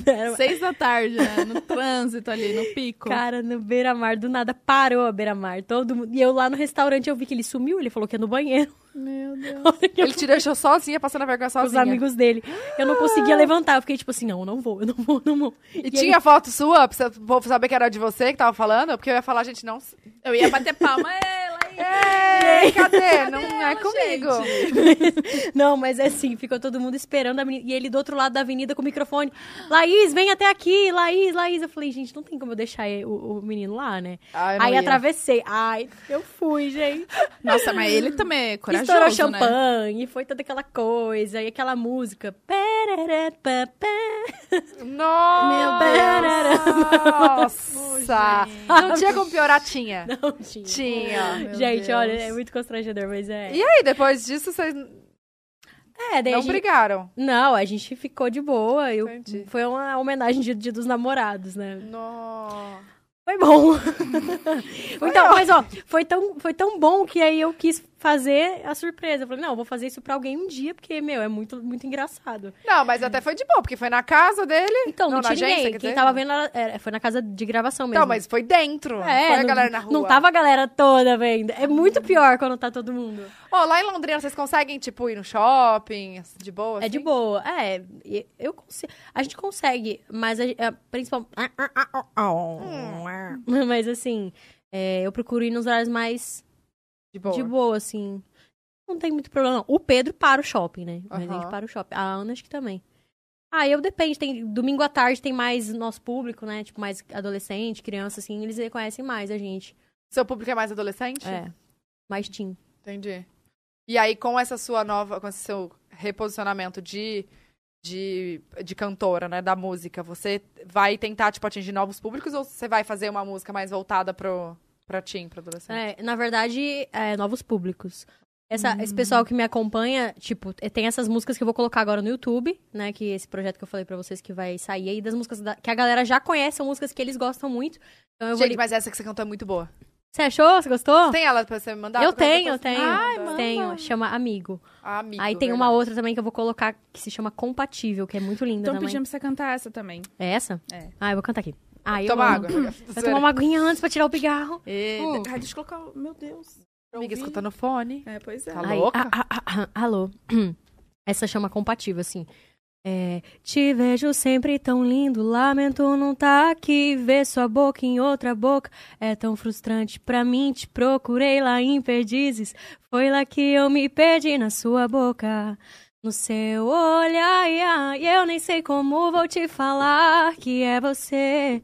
[SPEAKER 3] Era-
[SPEAKER 2] Seis da tarde, né? No trânsito ali, no pico.
[SPEAKER 3] Cara, no beira-mar, do nada parou a beira-mar. Todo mundo. E eu lá no restaurante, eu vi que ele sumiu, ele falou que ia no banheiro.
[SPEAKER 2] Meu Deus.
[SPEAKER 1] Ele te deixou sozinha, passando a vergonha
[SPEAKER 3] com os
[SPEAKER 1] sozinha. Ah.
[SPEAKER 3] amigos dele. Eu não conseguia levantar, eu fiquei tipo assim, não, eu não vou, eu não vou, eu não vou.
[SPEAKER 1] E, tinha foto sua, pra você- pra povo saber que era de você que tava falando? Porque eu ia falar, gente, não...
[SPEAKER 2] Eu ia bater palma, ela aí.
[SPEAKER 1] Ei, cadê? Não é
[SPEAKER 2] ela,
[SPEAKER 1] comigo.
[SPEAKER 3] Não, mas é assim, ficou todo mundo esperando a menina. E ele do outro lado da avenida com o microfone. Laís, vem até aqui, Laís, Laís. Eu falei, gente, não tem como eu deixar o, o menino lá, né?
[SPEAKER 1] Ah, eu não
[SPEAKER 3] Aí
[SPEAKER 1] ia.
[SPEAKER 3] atravessei. Ai, eu fui, gente.
[SPEAKER 2] Nossa, mas ele também é corajoso,
[SPEAKER 3] Estourou
[SPEAKER 2] né?
[SPEAKER 3] champanhe, foi toda aquela coisa, e aquela música. Pereré, pá, pá.
[SPEAKER 1] Nossa! Não tinha como piorar, tinha.
[SPEAKER 3] Não tinha.
[SPEAKER 1] Tinha.
[SPEAKER 2] Meu
[SPEAKER 3] gente,
[SPEAKER 2] Deus.
[SPEAKER 3] olha, é muito constrangedor, mas é.
[SPEAKER 1] E aí, depois disso, vocês não
[SPEAKER 3] É, daí a gente...
[SPEAKER 1] brigaram?
[SPEAKER 3] Não, a gente ficou de boa. Eu...
[SPEAKER 1] Entendi.
[SPEAKER 3] Foi uma homenagem de Dia dos Namorados, né?
[SPEAKER 1] Nossa.
[SPEAKER 3] Foi bom. então, mas ó, foi tão, foi tão bom que aí eu quis fazer a surpresa. Eu falei, não, eu vou fazer isso pra alguém um dia, porque, meu, é muito, muito engraçado.
[SPEAKER 1] Não, mas até foi de boa, porque foi na casa dele.
[SPEAKER 3] Então, não,
[SPEAKER 1] Não, na
[SPEAKER 3] tinha
[SPEAKER 1] agência,
[SPEAKER 3] ninguém.
[SPEAKER 1] quer
[SPEAKER 3] Quem
[SPEAKER 1] dizer?
[SPEAKER 3] tava vendo era- era- foi na casa de gravação mesmo.
[SPEAKER 1] Então, mas foi dentro. não
[SPEAKER 3] É,
[SPEAKER 1] foi a
[SPEAKER 3] não-
[SPEAKER 1] galera na rua.
[SPEAKER 3] Não tava a galera toda vendo. É muito pior quando tá todo mundo.
[SPEAKER 1] Ó, lá em Londrina, vocês conseguem, tipo, ir no shopping, assim, de boa?
[SPEAKER 3] É de
[SPEAKER 1] assim?
[SPEAKER 3] boa. É, e- eu consigo. A gente consegue, mas a, é, principalmente. Mas assim, é, eu procuro é, ir nos horários mais
[SPEAKER 1] De boa.
[SPEAKER 3] de boa, assim. não tem muito problema, não. O Pedro para o shopping, né? Mas a
[SPEAKER 1] Aham.
[SPEAKER 3] gente para o shopping. A Ana acho que também. Ah, eu depende. Tem, domingo à tarde tem mais nosso público, né? Tipo, mais adolescente, criança, assim. Eles reconhecem mais a gente.
[SPEAKER 1] Seu público é mais adolescente?
[SPEAKER 3] É. Mais teen.
[SPEAKER 1] Entendi. E aí, com essa sua nova, com esse seu reposicionamento de, de, de cantora, né, da música, você vai tentar, tipo, atingir novos públicos ou você vai fazer uma música mais voltada pro, pra teen, pro adolescente?
[SPEAKER 3] É, na verdade, é, novos públicos. Essa-
[SPEAKER 1] Hum.
[SPEAKER 3] Esse pessoal que me acompanha, tipo, eh, tem essas músicas que eu vou colocar agora no YouTube, né? Que esse projeto que eu falei pra vocês que vai sair aí, das músicas da- que a galera já conhece, são músicas que eles gostam muito. Então eu vou.
[SPEAKER 1] Gente,
[SPEAKER 3] li-
[SPEAKER 1] mas essa que você cantou é muito boa.
[SPEAKER 3] Você achou? Você gostou?
[SPEAKER 1] Tem ela pra você me mandar?
[SPEAKER 3] eu
[SPEAKER 1] Porque
[SPEAKER 3] tenho, eu
[SPEAKER 1] depois-
[SPEAKER 3] tenho.
[SPEAKER 1] Ai,
[SPEAKER 2] manda.
[SPEAKER 3] Tenho, chama Amigo.
[SPEAKER 1] Ah, amigo,
[SPEAKER 3] aí tem
[SPEAKER 1] verdade.
[SPEAKER 3] uma outra também que eu vou colocar que se chama Compatível, que é muito linda
[SPEAKER 2] Estão
[SPEAKER 3] também.
[SPEAKER 2] pedindo pra você cantar essa também.
[SPEAKER 3] É essa?
[SPEAKER 2] É.
[SPEAKER 3] Ah, eu vou cantar aqui. Ah, eu
[SPEAKER 1] Toma
[SPEAKER 3] amo.
[SPEAKER 1] água.
[SPEAKER 3] Vai tomar uma aguinha antes pra tirar o pigarro.
[SPEAKER 1] Ei,
[SPEAKER 3] Hum.
[SPEAKER 2] Ai, deixa eu colocar. o- Meu Deus. Pra
[SPEAKER 1] Amiga,
[SPEAKER 2] ouvir.
[SPEAKER 1] escutando o fone.
[SPEAKER 2] É, pois é.
[SPEAKER 1] Tá
[SPEAKER 3] Aí,
[SPEAKER 1] louca?
[SPEAKER 3] ah, ah, ah, ah, alô. Essa chama compatível, assim. É, te vejo sempre tão lindo, lamento não tá aqui. Ver sua boca em outra boca é tão frustrante pra mim. Te procurei lá em Perdizes, foi lá que eu me perdi na sua boca. No seu olhar, ia, e eu nem sei como vou te falar que é você.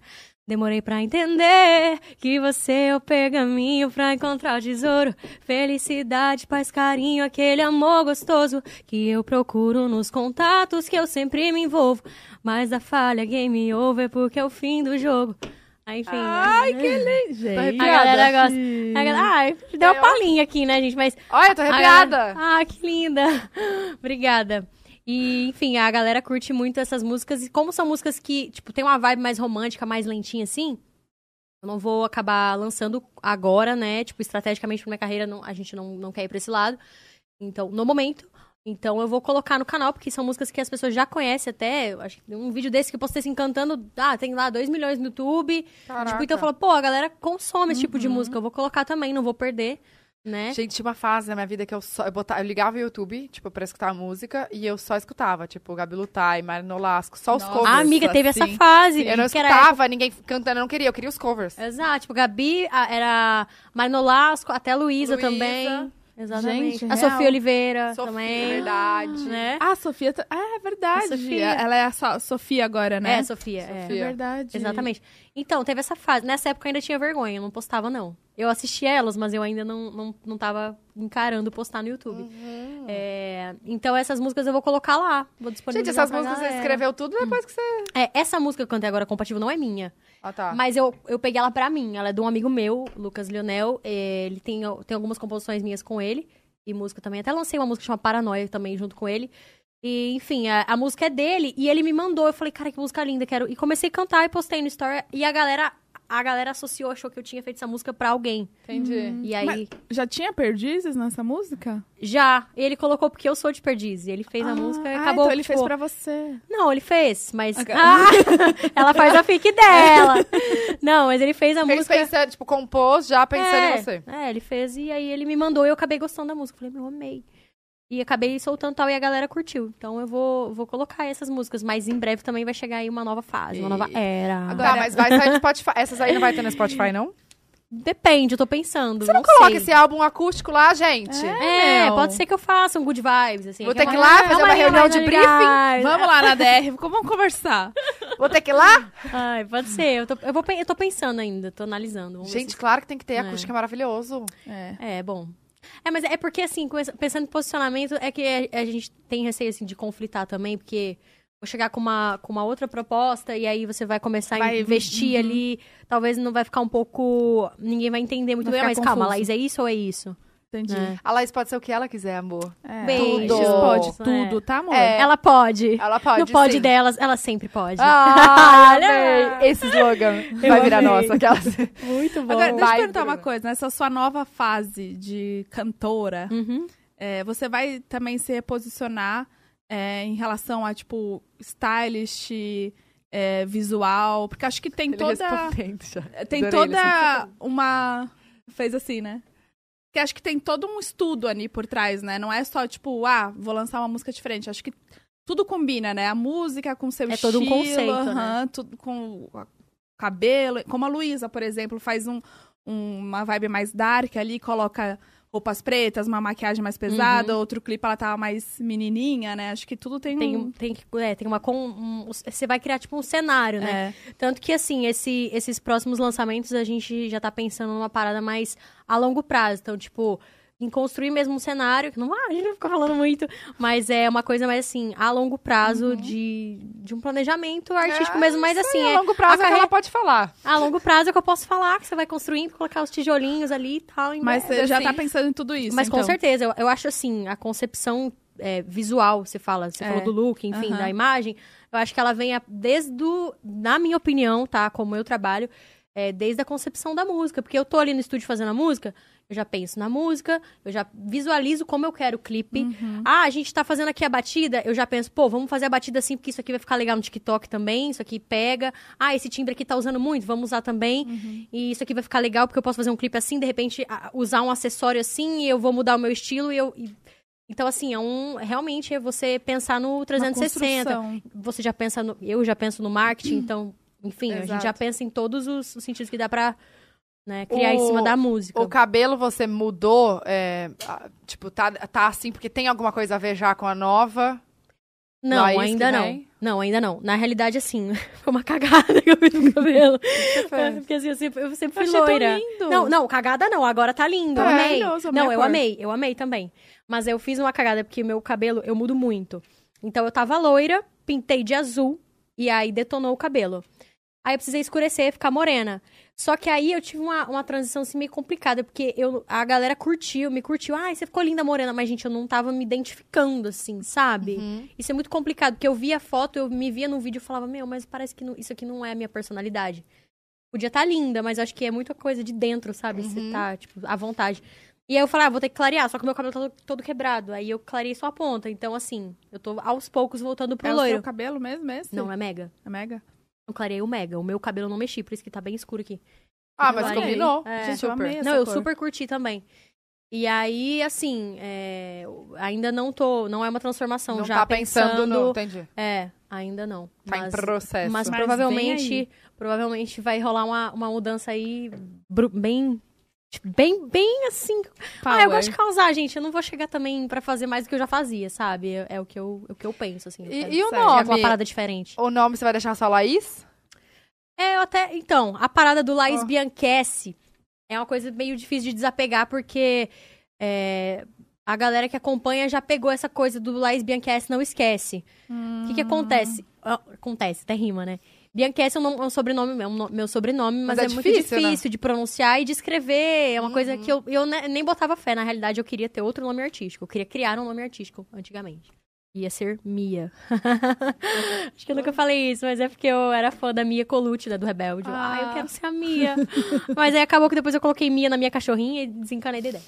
[SPEAKER 3] Demorei pra entender que você é o pergaminho pra encontrar o tesouro. Felicidade, paz, carinho, aquele amor gostoso que eu procuro nos contatos que eu sempre me envolvo. Mas a falha game over porque é o fim do jogo. Aí, enfim. Ai, que lindo!
[SPEAKER 2] Tá
[SPEAKER 1] Tô
[SPEAKER 3] A
[SPEAKER 1] arrepiada.
[SPEAKER 3] galera gosta. A galera, ai, deu uma
[SPEAKER 1] Eu-
[SPEAKER 3] palhinha aqui, né, gente? Mas
[SPEAKER 1] Olha, eu tô
[SPEAKER 3] a
[SPEAKER 1] arrepiada.
[SPEAKER 3] galera- Ah, que linda. Obrigada. E, enfim, a galera curte muito essas músicas. E como são músicas que, tipo, tem uma vibe mais romântica, mais lentinha, assim, eu não vou acabar lançando agora, né? Tipo, estrategicamente pra minha carreira, não- a gente não, não quer ir pra esse lado. Então, no momento. Então, eu vou colocar no canal, porque são músicas que as pessoas já conhecem até. Eu Acho que tem um vídeo desse que eu postei assim, cantando. Ah, tem lá 2 milhões no YouTube. Tipo, então eu falo, pô, a galera consome esse tipo de música. Eu vou colocar também, não vou perder, né?
[SPEAKER 1] Gente, tinha uma fase na minha vida que eu só. Eu, botava, eu ligava o YouTube, tipo, pra escutar a música, e eu só escutava, tipo, Gabi Lutai, Mari Nolasco, só os
[SPEAKER 2] Nossa.
[SPEAKER 1] covers.
[SPEAKER 3] A Ah, amiga teve essa
[SPEAKER 2] sim.
[SPEAKER 1] assim.
[SPEAKER 3] fase.
[SPEAKER 1] Eu não
[SPEAKER 3] que era-
[SPEAKER 1] escutava ninguém cantando, eu não queria, eu queria os covers.
[SPEAKER 3] Exato. Tipo, Gabi a- era Marnolasco, até Luísa
[SPEAKER 1] Luísa.
[SPEAKER 3] também. Exatamente.
[SPEAKER 2] Gente,
[SPEAKER 3] a
[SPEAKER 2] real.
[SPEAKER 3] Sofia Oliveira
[SPEAKER 1] Sofia,
[SPEAKER 3] também.
[SPEAKER 1] verdade.
[SPEAKER 3] Né?
[SPEAKER 2] Ah, a Sofia. tá- Ah, é verdade.
[SPEAKER 3] A Sofia.
[SPEAKER 2] Ela é a So- Sofia agora, né?
[SPEAKER 3] É, Sofia. é.
[SPEAKER 1] Sofia.
[SPEAKER 2] É verdade.
[SPEAKER 3] Exatamente. Então, teve essa fase. Nessa época eu ainda tinha vergonha, eu não postava, não. Eu assistia elas, mas eu ainda não, não, não tava encarando postar no YouTube. É, então, essas músicas eu vou colocar lá. Vou
[SPEAKER 1] Uhum. Gente,
[SPEAKER 3] disponibilizar
[SPEAKER 1] essas
[SPEAKER 3] pra
[SPEAKER 1] músicas você
[SPEAKER 3] galera.
[SPEAKER 1] escreveu tudo depois que você.
[SPEAKER 3] É, essa música que eu cantei agora, Compatível, não é minha.
[SPEAKER 1] Ah, tá.
[SPEAKER 3] Mas eu, eu peguei ela pra mim. Ela é de um amigo meu, Lucas Lionel. Eh, Ele tem, al- tem algumas composições minhas com ele. E música também. Até lancei uma música chamada Paranoia também, junto com ele. E, enfim, a, a música é dele. E ele me mandou. Eu falei, cara, que música linda, quero... E comecei a cantar e postei no Story. E a galera... A galera associou, achou que eu tinha feito essa música pra alguém.
[SPEAKER 1] Entendi.
[SPEAKER 3] E aí,
[SPEAKER 2] Hum, Mas- Já tinha perdizes nessa música?
[SPEAKER 3] já. Ele colocou porque eu sou de Perdiz. E ele fez a
[SPEAKER 2] Ah,
[SPEAKER 3] música e
[SPEAKER 2] ah,
[SPEAKER 3] acabou.
[SPEAKER 2] Então ele fez
[SPEAKER 3] tipo,
[SPEAKER 2] pra você.
[SPEAKER 3] Não, ele fez, mas...
[SPEAKER 2] Ah, cara.
[SPEAKER 3] Ah, ela faz a fic dela. Não, mas ele fez a
[SPEAKER 1] Fez
[SPEAKER 3] música...
[SPEAKER 1] pensando, tipo, compôs já pensando
[SPEAKER 3] é,
[SPEAKER 1] em você.
[SPEAKER 3] É, ele fez e aí ele me mandou e eu acabei gostando da música. Falei, meu, amei. E acabei soltando tal e a galera curtiu. Então eu vou, vou colocar essas músicas, mas em breve também vai chegar aí uma nova fase, uma nova
[SPEAKER 1] E-
[SPEAKER 3] era.
[SPEAKER 1] Tá, mas vai sair no Spotify. Essas aí não vai ter no Spotify, não?
[SPEAKER 3] Depende, eu tô pensando. Você não,
[SPEAKER 1] Coloca
[SPEAKER 3] sei.
[SPEAKER 1] esse álbum acústico lá, gente.
[SPEAKER 3] É,
[SPEAKER 2] Meu.
[SPEAKER 3] pode ser que eu faça um good vibes, assim.
[SPEAKER 1] Vou ter
[SPEAKER 3] aquela-
[SPEAKER 1] que ir lá fazer
[SPEAKER 3] Calma
[SPEAKER 1] uma
[SPEAKER 3] aí,
[SPEAKER 1] reunião
[SPEAKER 3] vai
[SPEAKER 1] de
[SPEAKER 3] dar
[SPEAKER 1] briefing.
[SPEAKER 3] ligado.
[SPEAKER 2] Vamos lá na DR, vamos conversar.
[SPEAKER 1] Vou ter que ir lá?
[SPEAKER 3] Ai, pode ser. Eu tô, eu, vou, pen- eu tô pensando ainda, tô analisando. vamos ver
[SPEAKER 1] Gente, claro que tem que ter.
[SPEAKER 3] É.
[SPEAKER 1] Acústico é maravilhoso.
[SPEAKER 2] É.
[SPEAKER 3] É, bom. É, mas é porque, assim, com essa- pensando em posicionamento, é que a, a gente tem receio, assim, de conflitar também, porque vou chegar com uma, com uma outra proposta e aí você vai começar
[SPEAKER 2] Vai,
[SPEAKER 3] a investir
[SPEAKER 1] uhum.
[SPEAKER 3] ali, talvez não vai ficar um pouco... Ninguém vai entender muito
[SPEAKER 2] Vai
[SPEAKER 3] bem,
[SPEAKER 2] ficar
[SPEAKER 3] mas calma,
[SPEAKER 2] confuso.
[SPEAKER 3] Laís, é isso ou é isso?
[SPEAKER 2] Entendi.
[SPEAKER 3] É.
[SPEAKER 1] A Laís pode ser o que ela quiser, amor.
[SPEAKER 2] É.
[SPEAKER 3] Beijos.
[SPEAKER 2] Tudo. Pode
[SPEAKER 3] É.
[SPEAKER 2] tudo, tá, amor?
[SPEAKER 1] É.
[SPEAKER 3] Ela pode.
[SPEAKER 1] Ela pode.
[SPEAKER 3] não pode
[SPEAKER 1] sim.
[SPEAKER 3] delas, ela sempre pode.
[SPEAKER 1] Ah,
[SPEAKER 3] Olha!
[SPEAKER 1] amei. Esse slogan vai virar
[SPEAKER 3] amei.
[SPEAKER 1] nossa. Aquelas...
[SPEAKER 3] Muito bom.
[SPEAKER 2] Agora, deixa
[SPEAKER 1] Vai,
[SPEAKER 2] eu perguntar uma
[SPEAKER 1] Bruna.
[SPEAKER 2] coisa. Nessa sua nova fase de cantora,
[SPEAKER 3] Uhum.
[SPEAKER 2] é, você vai também se reposicionar é, em relação a, tipo, stylist, é, visual? Porque acho que tem
[SPEAKER 1] Ele
[SPEAKER 2] toda...
[SPEAKER 1] respondendo já.
[SPEAKER 2] Tem
[SPEAKER 1] Adorei
[SPEAKER 2] toda uma... Fez assim, né? Que acho que tem todo um estudo ali por trás, né? Não é só, tipo, ah, vou lançar uma música diferente. Acho que tudo combina, né? A música com o seu
[SPEAKER 3] É
[SPEAKER 2] estilo.
[SPEAKER 3] todo um conceito, né?
[SPEAKER 2] aham, tudo com o cabelo. Como a Luísa, por exemplo, faz um, um- uma vibe mais dark ali, coloca roupas pretas, uma maquiagem mais pesada, outro clipe ela tava mais menininha, né? Acho que tudo tem,
[SPEAKER 3] Uhum. Tem,
[SPEAKER 1] Hum.
[SPEAKER 2] um...
[SPEAKER 3] um- tem, que- é, tem uma. com- um- você vai criar, tipo, um cenário, né?
[SPEAKER 2] É.
[SPEAKER 3] Tanto que, assim, esse- esses próximos lançamentos a gente já tá pensando numa parada mais a longo prazo. Então, tipo, em construir mesmo um cenário, que não, ah, a gente não fica falando muito, mas é uma coisa mais, assim, a longo prazo
[SPEAKER 2] Uhum.
[SPEAKER 3] de, de um planejamento artístico
[SPEAKER 2] Ah,
[SPEAKER 1] É,
[SPEAKER 3] mesmo. Mas, assim,
[SPEAKER 1] a
[SPEAKER 3] é
[SPEAKER 1] longo prazo é que
[SPEAKER 3] carre-
[SPEAKER 1] ela pode falar.
[SPEAKER 3] a longo prazo é que eu posso falar, que você vai construindo, colocar os tijolinhos ali e tal. e
[SPEAKER 2] Mas
[SPEAKER 3] vai-
[SPEAKER 2] você já tá
[SPEAKER 1] assim.
[SPEAKER 2] pensando em tudo isso,
[SPEAKER 3] mas com
[SPEAKER 2] então.
[SPEAKER 3] certeza, eu, eu acho assim, a concepção é, visual, você fala, você
[SPEAKER 2] É.
[SPEAKER 3] falou do look, enfim,
[SPEAKER 2] Aham.
[SPEAKER 3] da imagem, eu acho que ela vem a- desde o, na minha opinião, tá? Como eu trabalho, é, desde a concepção da música. Porque eu tô ali no estúdio fazendo a música, eu já penso na música, eu já visualizo como eu quero o clipe. Ah, a gente tá fazendo aqui a batida, eu já penso, pô, vamos fazer a batida assim, porque isso aqui vai ficar legal no TikTok também, isso aqui pega. Ah, esse timbre aqui tá usando muito, vamos usar também.
[SPEAKER 2] Uhum.
[SPEAKER 3] E isso aqui vai ficar legal, porque eu posso fazer um clipe assim, de repente a- usar um acessório assim, e eu vou mudar o meu estilo e eu... e- Então, assim, é um... Realmente, é você pensar no
[SPEAKER 2] Uma
[SPEAKER 3] 360.
[SPEAKER 2] construção. Uhum.
[SPEAKER 3] Você já pensa no... Eu já penso no marketing, então... Enfim, a gente
[SPEAKER 2] Exato.
[SPEAKER 3] já pensa em todos os, os sentidos que dá pra né, criar em
[SPEAKER 1] O-
[SPEAKER 3] cima da música.
[SPEAKER 1] O cabelo você mudou, é, a- tipo, tá, tá assim, porque tem alguma coisa a ver já com a nova.
[SPEAKER 3] Não,
[SPEAKER 1] Laís que
[SPEAKER 3] ainda não.
[SPEAKER 1] vem?
[SPEAKER 3] Não, ainda não. Na realidade, assim, foi uma cagada que eu fiz no cabelo.
[SPEAKER 1] Você
[SPEAKER 3] É,
[SPEAKER 1] fez.
[SPEAKER 3] Porque assim, eu sempre, eu sempre
[SPEAKER 2] Eu achei
[SPEAKER 3] fui loira.
[SPEAKER 2] tão lindo.
[SPEAKER 3] Não, não, cagada não, agora tá lindo.
[SPEAKER 2] Tá
[SPEAKER 3] Eu amei.
[SPEAKER 2] maravilhoso, a
[SPEAKER 3] Não,
[SPEAKER 2] minha
[SPEAKER 3] eu
[SPEAKER 2] cor.
[SPEAKER 3] amei, eu amei também. Mas eu fiz uma cagada porque meu cabelo, eu mudo muito. Então eu tava loira, pintei de azul e aí detonou o cabelo. Aí eu precisei escurecer, ficar morena. Só que aí eu tive uma, uma transição assim meio complicada, porque eu, a galera curtiu, me curtiu. Ai, você ficou linda morena, mas gente, eu não tava me identificando assim, sabe?
[SPEAKER 1] Uhum.
[SPEAKER 3] Isso é muito complicado, porque eu via a foto, eu me via no vídeo e falava, meu, mas parece que não- isso aqui não é a minha personalidade. Podia estar linda, mas eu acho que é muita coisa de dentro, sabe? Você
[SPEAKER 1] Uhum.
[SPEAKER 3] tá, tipo, à vontade. E aí eu falei, ah, vou ter que clarear, só que meu cabelo tá to- todo quebrado. Aí eu clarei só a ponta. Então, assim, eu tô aos poucos voltando pro
[SPEAKER 2] É o
[SPEAKER 3] loiro.
[SPEAKER 2] seu cabelo mesmo, esse?
[SPEAKER 3] Não, é mega.
[SPEAKER 2] É mega?
[SPEAKER 3] Eu clareei o mega. O meu cabelo eu não mexi, por isso que tá bem escuro aqui.
[SPEAKER 1] Ah, mas
[SPEAKER 3] Adorei.
[SPEAKER 1] combinou.
[SPEAKER 3] É.
[SPEAKER 2] Gente, eu amei
[SPEAKER 1] super.
[SPEAKER 2] essa
[SPEAKER 3] não, eu
[SPEAKER 2] cor.
[SPEAKER 3] super curti também. E aí, assim, é, ainda não tô. Não é uma transformação.
[SPEAKER 1] Não
[SPEAKER 3] já
[SPEAKER 1] tá pensando, não,
[SPEAKER 3] no.
[SPEAKER 1] entendi.
[SPEAKER 3] É, ainda não.
[SPEAKER 1] Tá em processo.
[SPEAKER 3] Mas
[SPEAKER 2] Mas vem
[SPEAKER 3] provavelmente, provavelmente vai rolar uma, uma mudança aí bru- bem. tipo, Bem, bem assim. Ah,
[SPEAKER 2] Power.
[SPEAKER 3] eu gosto de causar, gente. Eu não vou chegar também pra fazer mais do que eu já fazia, sabe? É, é o, que eu, é o que eu penso, assim. eu quero
[SPEAKER 1] E, e o
[SPEAKER 2] Sério, é
[SPEAKER 3] chegar com uma
[SPEAKER 1] nome?
[SPEAKER 3] parada diferente.
[SPEAKER 1] O nome você vai deixar só Laís?
[SPEAKER 3] É, eu até. Então, a parada do Laís
[SPEAKER 2] Ó.
[SPEAKER 3] Bianchessi é uma coisa meio difícil de desapegar, porque é, a galera que acompanha já pegou essa coisa do Laís Bianchessi, não esquece. O que, que
[SPEAKER 1] Hum.
[SPEAKER 3] acontece? Ah, Acontece, até rima, né? Bianchessi é um, nome- é um sobrenome, meu, um no- meu sobrenome, mas,
[SPEAKER 1] Mas é
[SPEAKER 3] é, muito
[SPEAKER 1] difícil,
[SPEAKER 3] difícil,
[SPEAKER 1] né? Uhum.
[SPEAKER 3] de pronunciar e de escrever. É uma coisa que eu, eu ne- nem botava fé. Na realidade, eu queria ter outro nome artístico. Eu queria criar um nome artístico antigamente. Ia ser Mia. Acho que eu nunca falei isso, mas é porque eu era fã da Mia Colucci, né, do Rebelde. Ah, eu
[SPEAKER 2] Ah.
[SPEAKER 3] quero ser a Mia. mas aí acabou que depois eu coloquei Mia na minha cachorrinha e desencanei da ideia.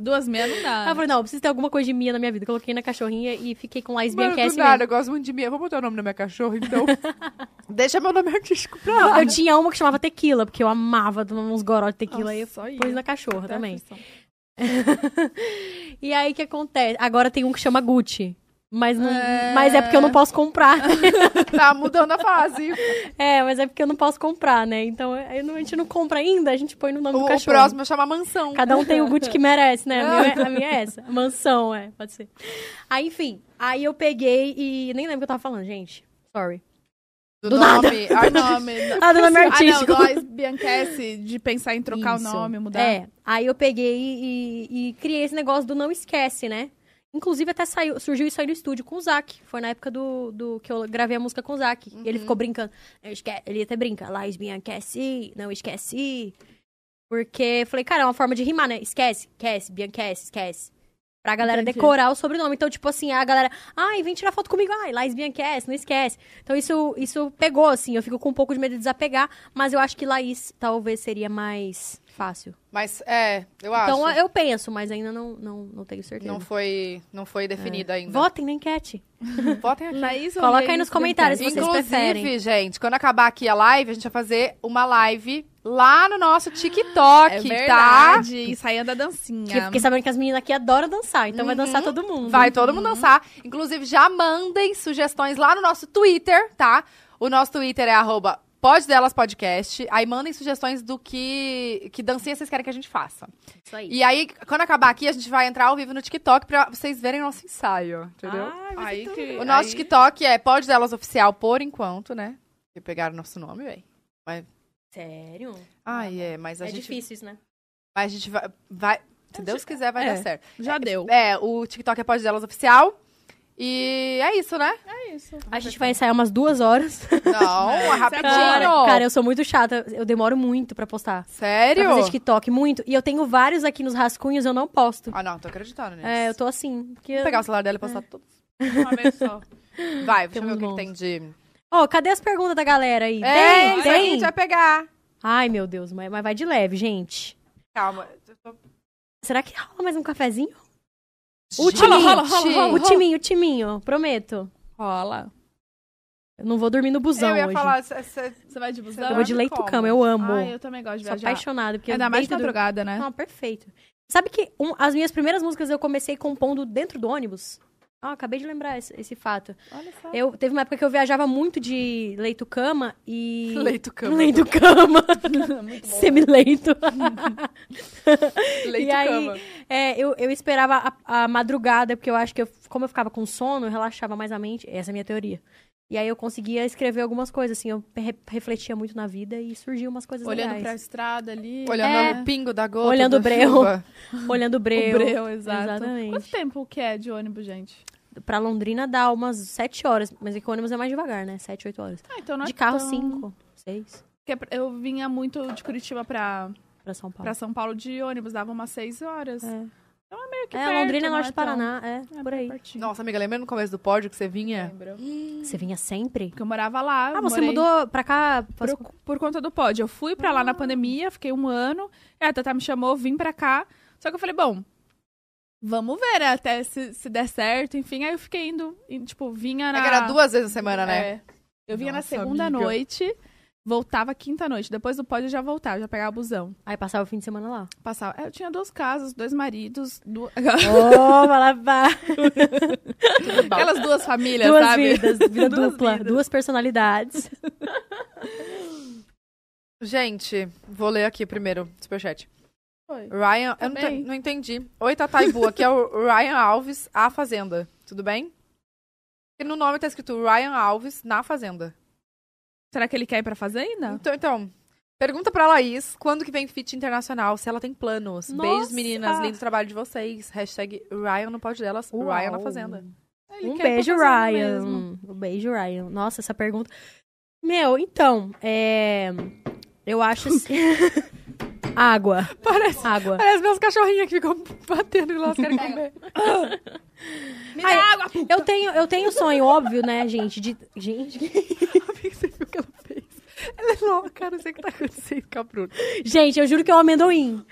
[SPEAKER 2] Duas meias não
[SPEAKER 3] Aí Ah,
[SPEAKER 2] dá.
[SPEAKER 3] eu
[SPEAKER 2] né?
[SPEAKER 3] falei, não, eu preciso ter alguma coisa de Mia na minha vida. Coloquei na cachorrinha e fiquei com Laís
[SPEAKER 1] Mano, do
[SPEAKER 3] Bianchessi
[SPEAKER 1] é nada,
[SPEAKER 3] mesmo.
[SPEAKER 1] eu gosto muito de mim. Eu vou botar o nome da minha cachorra, então. Deixa meu nome artístico pra
[SPEAKER 3] Não,
[SPEAKER 1] lá.
[SPEAKER 3] eu tinha uma que chamava tequila, porque eu amava tomar uns goró de tequila e eu
[SPEAKER 2] só
[SPEAKER 3] pus
[SPEAKER 2] ia. Tá
[SPEAKER 3] na cachorra
[SPEAKER 2] Até a
[SPEAKER 3] também.
[SPEAKER 2] aflição.
[SPEAKER 3] E aí o que acontece? Agora tem um que chama Gucci. Mas, não,
[SPEAKER 1] É.
[SPEAKER 3] mas é porque eu não posso comprar.
[SPEAKER 1] Tá mudando a fase.
[SPEAKER 3] é, mas é porque eu não posso comprar, né? Então eu não- a gente não compra ainda, a gente põe no nome
[SPEAKER 1] O,
[SPEAKER 3] do
[SPEAKER 1] o
[SPEAKER 3] cachorro.
[SPEAKER 1] próximo eu chamo a mansão.
[SPEAKER 3] Cada um tem o Gucci que merece, né? A minha, a minha é essa. Mansão, é, pode ser. Aí, enfim, aí eu peguei e. Nem lembro o que eu tava falando, gente. Sorry.
[SPEAKER 1] Do,
[SPEAKER 3] do
[SPEAKER 1] nome.
[SPEAKER 2] Ah,
[SPEAKER 1] Arnaldo.
[SPEAKER 2] nome. não.
[SPEAKER 3] Ah, do nome
[SPEAKER 2] Ah,
[SPEAKER 3] artístico.
[SPEAKER 2] não, nós, Bianchessi, de pensar em trocar
[SPEAKER 3] Isso.
[SPEAKER 2] o nome, mudar.
[SPEAKER 3] É, aí eu peguei e, e- e criei esse negócio do não esquece, né? Inclusive, até saiu, surgiu isso aí no estúdio com o Zac. Foi na época do, do que eu gravei a música com o Zac. E
[SPEAKER 2] Uhum.
[SPEAKER 3] ele ficou brincando. Não esque- Ele até brinca. Laís Bianca, esquece, não esquece. Porque, eu falei, cara, é uma forma de rimar, né? Esquece, esquece, Bianquece, esquece. Pra galera
[SPEAKER 2] Entendi.
[SPEAKER 3] decorar o sobrenome. Então, tipo assim, a galera... Ai, vem tirar foto comigo. Ai, Laís Bianquece, não esquece. Então, isso, isso pegou, assim. Eu fico com um pouco de medo de desapegar. Mas eu acho que Laís talvez seria mais fácil.
[SPEAKER 1] Mas, é, eu acho.
[SPEAKER 3] Então eu penso, mas ainda não, não, não tenho certeza.
[SPEAKER 1] Não foi, não foi definido ainda.
[SPEAKER 3] Votem na enquete.
[SPEAKER 1] Votem aqui.
[SPEAKER 2] Laís ou
[SPEAKER 3] Coloca
[SPEAKER 2] Laís
[SPEAKER 3] aí nos comentários
[SPEAKER 2] Bianchessi?
[SPEAKER 3] se vocês
[SPEAKER 1] Inclusive,
[SPEAKER 3] preferem.
[SPEAKER 1] gente, quando acabar aqui a live, a gente vai fazer uma live lá no nosso TikTok, tá?
[SPEAKER 2] É verdade, ensaiando a dancinha.
[SPEAKER 3] Porque eu fiquei sabendo que as meninas aqui adoram dançar, então vai dançar todo mundo.
[SPEAKER 1] Uhum. Vai todo mundo dançar. Inclusive, já mandem sugestões lá no nosso Twitter, tá? O nosso Twitter é arroba Pode delas podcast. Aí mandem sugestões do que, que dancinha vocês querem que a gente faça.
[SPEAKER 3] Isso aí.
[SPEAKER 1] E aí, quando acabar aqui, a gente vai entrar ao vivo no TikTok pra vocês verem o nosso ensaio, entendeu?
[SPEAKER 2] Ai, mas
[SPEAKER 4] Aí
[SPEAKER 2] então-
[SPEAKER 4] que-
[SPEAKER 1] o nosso
[SPEAKER 4] aí-
[SPEAKER 1] TikTok é Pode Delas Oficial por enquanto, né? Porque pegaram nosso nome, véi.
[SPEAKER 3] Sério?
[SPEAKER 1] Ai, é, mas a
[SPEAKER 3] é
[SPEAKER 1] gente.
[SPEAKER 3] difícil isso, né?
[SPEAKER 1] Mas a gente vai. vai- se Deus quiser, vai
[SPEAKER 2] é.
[SPEAKER 1] dar certo.
[SPEAKER 2] Já deu.
[SPEAKER 1] É, o TikTok é Pode Delas Oficial. E é isso, né?
[SPEAKER 2] É isso.
[SPEAKER 3] A gente vai ensaiar umas duas horas.
[SPEAKER 1] Não, é rapidinho.
[SPEAKER 3] Cara, eu sou muito chata. Eu demoro muito pra postar.
[SPEAKER 1] Sério?
[SPEAKER 3] Pra fazer TikTok, muito. E eu tenho vários aqui nos rascunhos, eu não posto.
[SPEAKER 1] Ah, não, tô acreditando nisso.
[SPEAKER 3] É, eu tô assim. Porque...
[SPEAKER 1] Vou pegar o celular dela e postar tudo.
[SPEAKER 4] Uma vez só.
[SPEAKER 1] Vai, deixa eu ver
[SPEAKER 3] Temos
[SPEAKER 1] o que, que
[SPEAKER 3] bons.
[SPEAKER 1] tem de.
[SPEAKER 3] Ó, cadê as perguntas da galera aí?
[SPEAKER 1] É,
[SPEAKER 3] tem,
[SPEAKER 1] isso aí a
[SPEAKER 3] tem.
[SPEAKER 1] gente vai pegar.
[SPEAKER 3] Ai, meu Deus, mas, mas vai de leve, gente.
[SPEAKER 1] Calma. eu tô-
[SPEAKER 3] Será que rola mais um cafezinho? O
[SPEAKER 1] Gente!
[SPEAKER 3] timinho, o
[SPEAKER 2] rola.
[SPEAKER 3] timinho, o timinho, prometo.
[SPEAKER 2] Rola.
[SPEAKER 3] Eu não vou dormir no busão
[SPEAKER 1] Eu ia
[SPEAKER 3] hoje.
[SPEAKER 1] falar. cê- cê-
[SPEAKER 2] Você vai de busão?
[SPEAKER 3] eu vou de
[SPEAKER 1] Sabe
[SPEAKER 3] leito
[SPEAKER 1] como?
[SPEAKER 3] cama, eu amo.
[SPEAKER 2] Ai, eu também gosto de
[SPEAKER 3] Sou
[SPEAKER 2] viajar.
[SPEAKER 3] apaixonada. Porque
[SPEAKER 2] Ainda mais de
[SPEAKER 3] dentro do-
[SPEAKER 2] madrugada, né?
[SPEAKER 3] Não, perfeito. Sabe que um- as minhas primeiras músicas eu comecei compondo dentro do ônibus? Ah, acabei de lembrar esse, esse fato.
[SPEAKER 2] Olha só.
[SPEAKER 3] Eu, teve uma época que eu viajava muito de leito-cama e...
[SPEAKER 1] Leito cama.
[SPEAKER 3] Leito-cama. Semi-leito.
[SPEAKER 1] Leito
[SPEAKER 3] e aí,
[SPEAKER 1] cama.
[SPEAKER 3] É, eu, eu esperava a, a madrugada, porque eu acho que, eu, como eu ficava com sono, eu relaxava mais a mente. Essa é a minha teoria. E aí eu conseguia escrever algumas coisas, assim. Eu re- refletia muito na vida e surgiam umas coisas
[SPEAKER 2] Olhando pra
[SPEAKER 3] legais.
[SPEAKER 2] estrada ali.
[SPEAKER 1] Olhando
[SPEAKER 3] É,
[SPEAKER 2] né?
[SPEAKER 1] o pingo da gota.
[SPEAKER 3] Olhando
[SPEAKER 1] o
[SPEAKER 3] o breu.
[SPEAKER 1] chuva.
[SPEAKER 3] Olhando o breu.
[SPEAKER 2] O breu, exato.
[SPEAKER 3] Exatamente.
[SPEAKER 2] Quanto tempo que é de ônibus, gente?
[SPEAKER 3] Pra Londrina dá umas 7 horas, mas é que o ônibus é mais devagar, né? 7, 8 horas.
[SPEAKER 2] Ah, então não é
[SPEAKER 3] De carro,
[SPEAKER 2] tão-
[SPEAKER 3] 5, 6
[SPEAKER 2] Porque Eu vinha muito de Curitiba pra,
[SPEAKER 3] pra São Paulo.
[SPEAKER 2] pra São Paulo de ônibus, dava umas 6 horas.
[SPEAKER 3] É,
[SPEAKER 2] Meio que
[SPEAKER 3] É,
[SPEAKER 2] perto,
[SPEAKER 3] Londrina é
[SPEAKER 2] não
[SPEAKER 3] norte do
[SPEAKER 2] tão-
[SPEAKER 3] Paraná, é,
[SPEAKER 2] É,
[SPEAKER 3] por aí.
[SPEAKER 2] pertinho.
[SPEAKER 1] Nossa, amiga, lembra no começo do pódio que você vinha?
[SPEAKER 2] Lembro.
[SPEAKER 3] Você vinha sempre?
[SPEAKER 2] Porque eu morava lá.
[SPEAKER 3] Ah, você
[SPEAKER 2] morei
[SPEAKER 3] mudou Ah. pra cá? faz-
[SPEAKER 2] Por, por conta do pod. Eu fui pra lá na pandemia, fiquei um ano. E a Tata me chamou, vim pra cá. Só que eu falei, bom, vamos ver né, até se, se der certo. Enfim, aí eu fiquei indo, e, tipo, vinha na...
[SPEAKER 1] É que
[SPEAKER 3] Ah.
[SPEAKER 1] era duas vezes na semana, né?
[SPEAKER 2] É. Eu vinha
[SPEAKER 1] Nossa,
[SPEAKER 2] na segunda
[SPEAKER 1] amiga.
[SPEAKER 2] noite, voltava quinta-noite. Depois do pod eu já voltava, já pegava busão.
[SPEAKER 3] Aí passava o fim de semana lá.
[SPEAKER 2] Passava. É, Eu tinha duas casas, dois maridos, du-
[SPEAKER 3] Ô, vai lá, vai.
[SPEAKER 2] aquelas duas
[SPEAKER 1] Né,
[SPEAKER 2] famílias,
[SPEAKER 3] Duas
[SPEAKER 2] sabe?
[SPEAKER 3] vidas, vida
[SPEAKER 2] Duas
[SPEAKER 3] dupla,
[SPEAKER 2] vidas.
[SPEAKER 3] duas personalidades.
[SPEAKER 1] Gente, vou ler aqui primeiro, superchat.
[SPEAKER 2] Oi.
[SPEAKER 1] Ryan,
[SPEAKER 2] Tá
[SPEAKER 1] eu não,
[SPEAKER 2] bem?
[SPEAKER 1] te- não entendi. Oi, Tata e Bu, aqui é o Ryan Alves, a Fazenda. Tudo bem? E no nome tá escrito Ryan Alves, na Fazenda.
[SPEAKER 2] Será que ele quer ir pra fazenda?
[SPEAKER 1] Então, então, pergunta pra Laís quando que vem fit internacional, se ela tem planos.
[SPEAKER 2] Nossa!
[SPEAKER 1] Beijos, meninas. Lindo trabalho de vocês. Hashtag Ryan no pódio delas, Ryan na
[SPEAKER 3] Uau.
[SPEAKER 1] Fazenda.
[SPEAKER 2] Ele quer ir
[SPEAKER 3] Um
[SPEAKER 2] pra
[SPEAKER 3] beijo,
[SPEAKER 2] fazenda
[SPEAKER 3] Ryan.
[SPEAKER 2] mesmo.
[SPEAKER 3] Um beijo, Ryan. Nossa, essa pergunta. Meu, então, é. Eu acho assim. Água.
[SPEAKER 1] Parece,
[SPEAKER 3] Água.
[SPEAKER 1] parece meus cachorrinhos que ficam batendo e lá elas querem comer.
[SPEAKER 2] Me
[SPEAKER 3] Ai,
[SPEAKER 2] dá água,
[SPEAKER 3] Eu tenho, eu tenho sonho, óbvio, né, gente? De... Gente,
[SPEAKER 1] Amiga, você viu o é que ela fez? Ela é louca, cara, não sei o que tá acontecendo com a Bruna.
[SPEAKER 3] gente, eu juro que é um amendoim.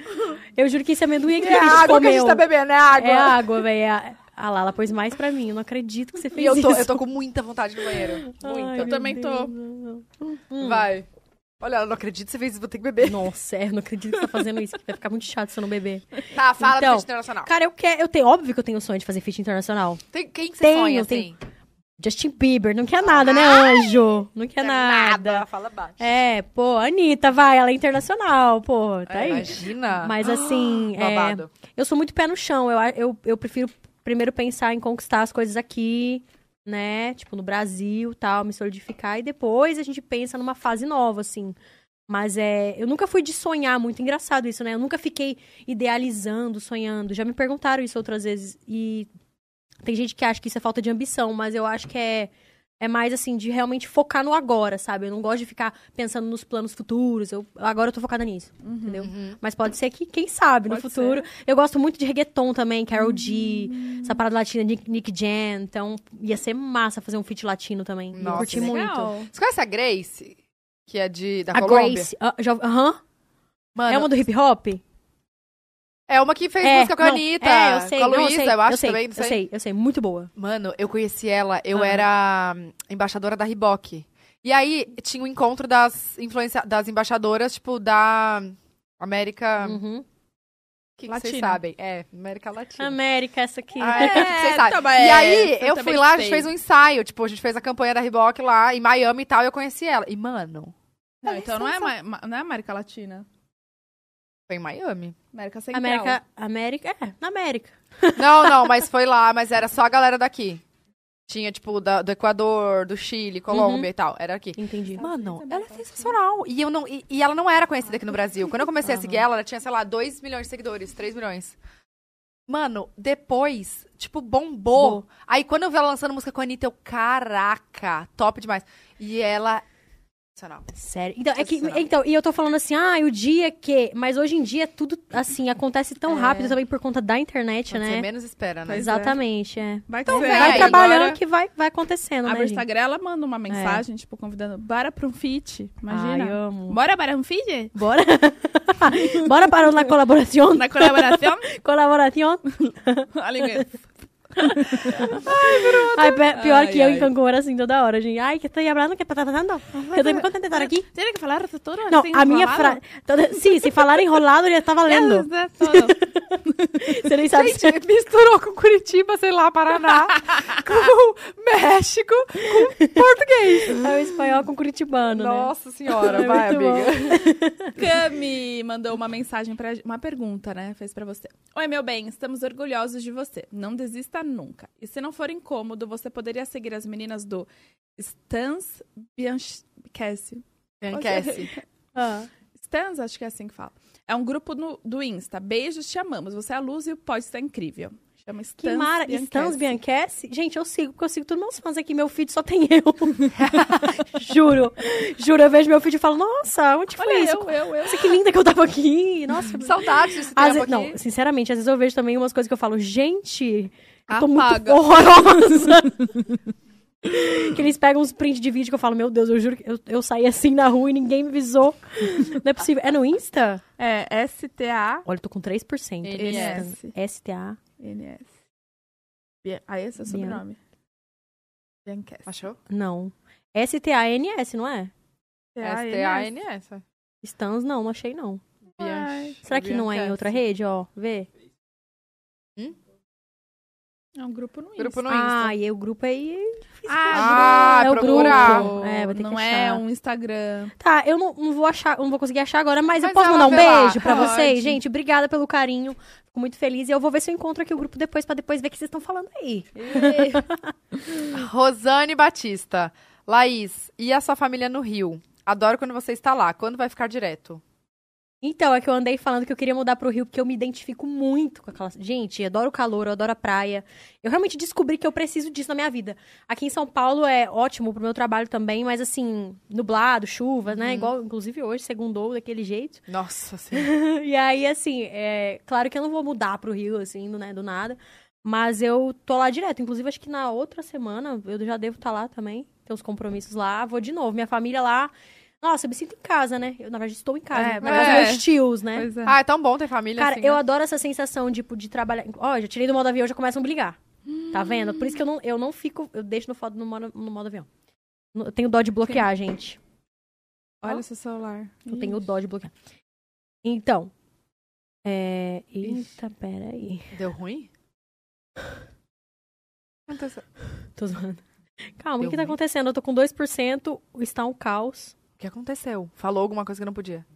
[SPEAKER 3] Eu juro que esse amendoim
[SPEAKER 1] É
[SPEAKER 3] aqui que a
[SPEAKER 1] a
[SPEAKER 3] gente
[SPEAKER 1] água
[SPEAKER 3] comeu.
[SPEAKER 1] que a gente tá bebendo, é água.
[SPEAKER 3] É água, velho. A Lala pôs mais pra mim. Eu não acredito que você
[SPEAKER 1] E
[SPEAKER 3] fez
[SPEAKER 1] eu tô,
[SPEAKER 3] isso.
[SPEAKER 1] eu tô com muita vontade no banheiro.
[SPEAKER 3] Ai,
[SPEAKER 1] Muita.
[SPEAKER 3] meu
[SPEAKER 2] também tô.
[SPEAKER 3] Deus.
[SPEAKER 1] Vai. Olha, eu não acredito que você fez isso, vou ter que beber.
[SPEAKER 3] Nossa, é, eu não acredito que você tá fazendo isso, que vai ficar muito chato se eu não beber.
[SPEAKER 1] Tá, fala
[SPEAKER 3] Então,
[SPEAKER 1] do fit internacional.
[SPEAKER 3] Cara, eu quero. Eu tenho, óbvio que eu tenho o sonho de fazer feat internacional.
[SPEAKER 1] Tem, quem que você
[SPEAKER 3] tenho,
[SPEAKER 1] sonha, assim?
[SPEAKER 3] tenho. Justin Bieber, não quer nada, né, anjo? Não quer nada.
[SPEAKER 1] Fala baixo.
[SPEAKER 3] É, pô, Anitta, vai, ela é internacional, pô, tá
[SPEAKER 1] É,
[SPEAKER 3] aí.
[SPEAKER 1] Imagina.
[SPEAKER 3] Mas assim, é,
[SPEAKER 1] Babado.
[SPEAKER 3] eu sou muito pé no chão. Eu, a- eu, eu prefiro primeiro pensar em conquistar as coisas aqui, né? Tipo, no Brasil tal, me solidificar. E depois a gente pensa numa fase nova, assim. Mas é. Eu nunca fui de sonhar, muito engraçado isso, né? Eu nunca fiquei idealizando, sonhando. Já me perguntaram isso outras vezes. E tem gente que acha que isso é falta de ambição, mas eu acho que é. É mais assim, de realmente focar no agora, sabe? Eu não gosto de ficar pensando nos planos futuros. Eu, agora eu tô focada nisso, entendeu?
[SPEAKER 1] Uhum.
[SPEAKER 3] Mas pode ser que, quem sabe, no
[SPEAKER 2] Pode
[SPEAKER 3] futuro. Eu gosto muito de reggaeton também, Carol G,
[SPEAKER 1] Hum.
[SPEAKER 2] Hum.
[SPEAKER 3] essa parada latina, Nick, Nick Jam. Então, ia ser massa fazer um feat latino também.
[SPEAKER 1] Nossa,
[SPEAKER 3] eu curti muito.
[SPEAKER 2] Legal.
[SPEAKER 1] Você conhece a Grace? Que é de, da
[SPEAKER 3] A
[SPEAKER 1] Colômbia? Ah,
[SPEAKER 3] Grace, ah, já- aham.
[SPEAKER 1] Mano,
[SPEAKER 3] é uma do hip hop?
[SPEAKER 1] é uma que fez
[SPEAKER 3] é,
[SPEAKER 1] música com a
[SPEAKER 3] não,
[SPEAKER 1] Anitta.
[SPEAKER 3] É, eu sei.
[SPEAKER 1] Com a
[SPEAKER 3] não,
[SPEAKER 1] Luísa,
[SPEAKER 3] eu, sei,
[SPEAKER 1] eu acho
[SPEAKER 3] eu sei,
[SPEAKER 1] também. Não sei.
[SPEAKER 3] Eu sei, eu sei. Muito boa.
[SPEAKER 1] Mano, eu conheci ela, eu
[SPEAKER 3] Ah.
[SPEAKER 1] era hum, embaixadora da Riboc. E aí tinha o encontro das influencia das embaixadoras, tipo, da América.
[SPEAKER 3] Uhum.
[SPEAKER 1] que que vocês
[SPEAKER 2] Latina.
[SPEAKER 1] sabem? É, América Latina.
[SPEAKER 3] América, essa aqui.
[SPEAKER 1] Ah, é, que que vocês
[SPEAKER 2] É,
[SPEAKER 1] sabem?
[SPEAKER 2] também-
[SPEAKER 1] e aí,
[SPEAKER 2] eu
[SPEAKER 1] eu
[SPEAKER 2] também
[SPEAKER 1] fui lá, a gente
[SPEAKER 2] sei.
[SPEAKER 1] fez um ensaio. Tipo, a gente fez a campanha da Riboc lá em Miami e tal, e eu conheci ela. E, mano,
[SPEAKER 2] Não, então não é, ma- ma- não é América Latina.
[SPEAKER 1] Foi em Miami.
[SPEAKER 2] América Central.
[SPEAKER 3] América, América, é, na América.
[SPEAKER 1] Não, não, mas foi lá, mas era só a galera daqui. Tinha, tipo, da- do Equador, do Chile,
[SPEAKER 2] Uhum.
[SPEAKER 1] Colômbia e tal. Era aqui.
[SPEAKER 3] Entendi.
[SPEAKER 1] Mano,
[SPEAKER 2] fez
[SPEAKER 1] ela é
[SPEAKER 2] América
[SPEAKER 1] sensacional. E, eu não, e, e ela não era conhecida aqui no Brasil. Quando eu comecei a seguir ela, ela tinha, sei lá, 2 milhões de seguidores, 3 milhões. Mano, depois, tipo, bombou. Aí quando eu vi ela lançando música com a Anitta, eu, caraca, top demais. E ela. Sensacional.
[SPEAKER 3] Sério. Então, é que,
[SPEAKER 1] Sensacional.
[SPEAKER 3] então, e eu tô falando assim, ah, o dia que. Mas hoje em dia tudo, assim, acontece tão
[SPEAKER 2] É.
[SPEAKER 3] rápido também por conta da internet,
[SPEAKER 1] Quando Você
[SPEAKER 3] né?
[SPEAKER 1] menos espera, né?
[SPEAKER 2] Pois é.
[SPEAKER 3] Exatamente, é.
[SPEAKER 2] Vai que
[SPEAKER 1] Então
[SPEAKER 2] você
[SPEAKER 1] vem.
[SPEAKER 3] Vai
[SPEAKER 1] aí,
[SPEAKER 3] trabalhando
[SPEAKER 1] agora-
[SPEAKER 3] que vai, vai acontecendo,
[SPEAKER 2] Abre
[SPEAKER 3] né?
[SPEAKER 2] o
[SPEAKER 3] gente?
[SPEAKER 2] Instagram, ela manda uma mensagem, tipo, convidando. Bora pra um feat? Imagina.
[SPEAKER 3] Ai, amo.
[SPEAKER 2] Bora para um feat?
[SPEAKER 3] Bora. Bora para uma colaboração.
[SPEAKER 2] Na colaboração?
[SPEAKER 3] Colaboração.
[SPEAKER 2] a língua. é
[SPEAKER 3] Ai, pe- pior
[SPEAKER 2] Ai,
[SPEAKER 3] que eu
[SPEAKER 2] ai.
[SPEAKER 3] em Cancún era assim toda hora, gente. Ai, que estoy hablando, que está pasando. Eu tô me contando de estar aqui.
[SPEAKER 2] Tem que falar tudo?
[SPEAKER 3] Não, a minha frase. Sim, se falar enrolado já estava lendo. Você nem sabe se. é
[SPEAKER 1] Gente, misturou com Curitiba, sei lá, Paraná, com México, com português.
[SPEAKER 3] É o espanhol com curitibano, né?
[SPEAKER 1] Nossa senhora,
[SPEAKER 3] É
[SPEAKER 1] vai,
[SPEAKER 3] muito bom.
[SPEAKER 1] amiga.
[SPEAKER 2] Cami mandou uma mensagem para uma pergunta, né? Fez pra você. Oi, meu bem, estamos orgulhosos de você. Não desista nunca. E se não for incômodo, você poderia seguir as meninas do Stans Bianchese.
[SPEAKER 1] Enquece.
[SPEAKER 3] Ah.
[SPEAKER 2] Stans, acho que é assim que fala. É um grupo no- do Insta. Beijos, te amamos. Você é a luz e o pós está incrível. Chama Stans
[SPEAKER 3] Que mara.
[SPEAKER 2] Bianchese.
[SPEAKER 3] Stans Bianchese? Gente, eu sigo, porque eu sigo todos meus fãs aqui. Meu feed só tem eu. Juro. Juro, eu vejo meu feed e falo, nossa, onde foi
[SPEAKER 2] Olha,
[SPEAKER 3] isso?
[SPEAKER 2] eu, eu, eu.
[SPEAKER 3] Nossa, que linda que eu tava aqui. Nossa,
[SPEAKER 1] Saudades desse
[SPEAKER 3] Às
[SPEAKER 1] tempo
[SPEAKER 3] ve- Não,
[SPEAKER 1] aqui.
[SPEAKER 3] sinceramente, às vezes eu vejo também umas coisas que eu falo, gente, eu tô
[SPEAKER 1] Apaga.
[SPEAKER 3] muito horrorosa. que eles pegam uns prints de vídeo que eu falo, meu Deus, eu juro que eu, eu saí assim na rua e ninguém me visou. Não é possível. É no Insta?
[SPEAKER 2] É STA
[SPEAKER 3] Olha, eu tô com 3%.
[SPEAKER 1] NS.
[SPEAKER 3] STA.
[SPEAKER 2] NS. Bia- Ah, esse é o sobrenome. Bianchese.
[SPEAKER 1] Achou?
[SPEAKER 3] Não. STANS, não é?
[SPEAKER 1] S-T-A-N-S.
[SPEAKER 3] Stans, não, não achei não.
[SPEAKER 2] Ai.
[SPEAKER 3] Será que não é em outra rede? Ó, vê.
[SPEAKER 2] É um grupo no Insta.
[SPEAKER 1] Grupo no Insta.
[SPEAKER 3] Ah, e aí o grupo aí.
[SPEAKER 1] Ah,
[SPEAKER 3] é o
[SPEAKER 1] procurar.
[SPEAKER 3] grupo. É, vou ter
[SPEAKER 2] não
[SPEAKER 3] que
[SPEAKER 2] é
[SPEAKER 3] achar.
[SPEAKER 2] um Instagram.
[SPEAKER 3] Tá, eu não, não vou achar, eu não vou conseguir achar agora, mas,
[SPEAKER 1] Mas
[SPEAKER 3] eu posso
[SPEAKER 1] ela
[SPEAKER 3] mandar um
[SPEAKER 1] vê lá. Ah,
[SPEAKER 3] beijo pra
[SPEAKER 2] Pode.
[SPEAKER 3] vocês, gente. Obrigada pelo carinho. Fico muito feliz e eu vou ver se eu encontro aqui o grupo depois pra depois ver o que vocês estão falando aí.
[SPEAKER 1] Rosane Batista. Laís, e a sua família no Rio? Adoro quando você está lá. Quando vai ficar direto?
[SPEAKER 3] Então, é que eu andei falando que eu queria mudar pro Rio porque eu me identifico muito com aquela, gente, eu adoro o calor, eu adoro a praia. Eu realmente descobri que eu preciso disso na minha vida. Aqui em São Paulo é ótimo pro meu trabalho também, mas assim, nublado, chuva,
[SPEAKER 1] Uhum.
[SPEAKER 3] né? Igual inclusive hoje, segundou daquele jeito.
[SPEAKER 1] Nossa senhora.
[SPEAKER 3] E aí, assim, é claro que eu não vou mudar pro Rio, assim, do, né, do nada. Mas eu tô lá direto. Inclusive, acho que na outra semana eu já devo estar lá também. Tem uns compromissos lá. Vou de novo. Minha família lá. Nossa, eu me sinto em casa, né? Eu, na verdade, estou em casa.
[SPEAKER 2] É,
[SPEAKER 3] na casa
[SPEAKER 1] é.
[SPEAKER 3] dos meus tios, né?
[SPEAKER 2] Pois é.
[SPEAKER 1] Ah, é tão bom ter família
[SPEAKER 3] Cara,
[SPEAKER 1] assim.
[SPEAKER 3] eu
[SPEAKER 1] né?
[SPEAKER 3] adoro essa sensação, tipo, de trabalhar. Ó, já tirei do modo avião, já começam a brigar. Tá vendo? Por isso que eu não, eu não fico. Eu deixo no, fodo- no, modo, no modo avião. No- Eu tenho dó de bloquear, gente.
[SPEAKER 2] Olha o seu celular.
[SPEAKER 3] Eu tenho dó de bloquear. Então. É. Eita, peraí.
[SPEAKER 1] Deu ruim? Aconteceu.
[SPEAKER 3] Tô zoando. Calma, o
[SPEAKER 1] Deu
[SPEAKER 3] que, que tá
[SPEAKER 1] ruim.
[SPEAKER 3] acontecendo? Eu tô com 2%, está um caos.
[SPEAKER 1] O que aconteceu? Falou alguma coisa que não podia.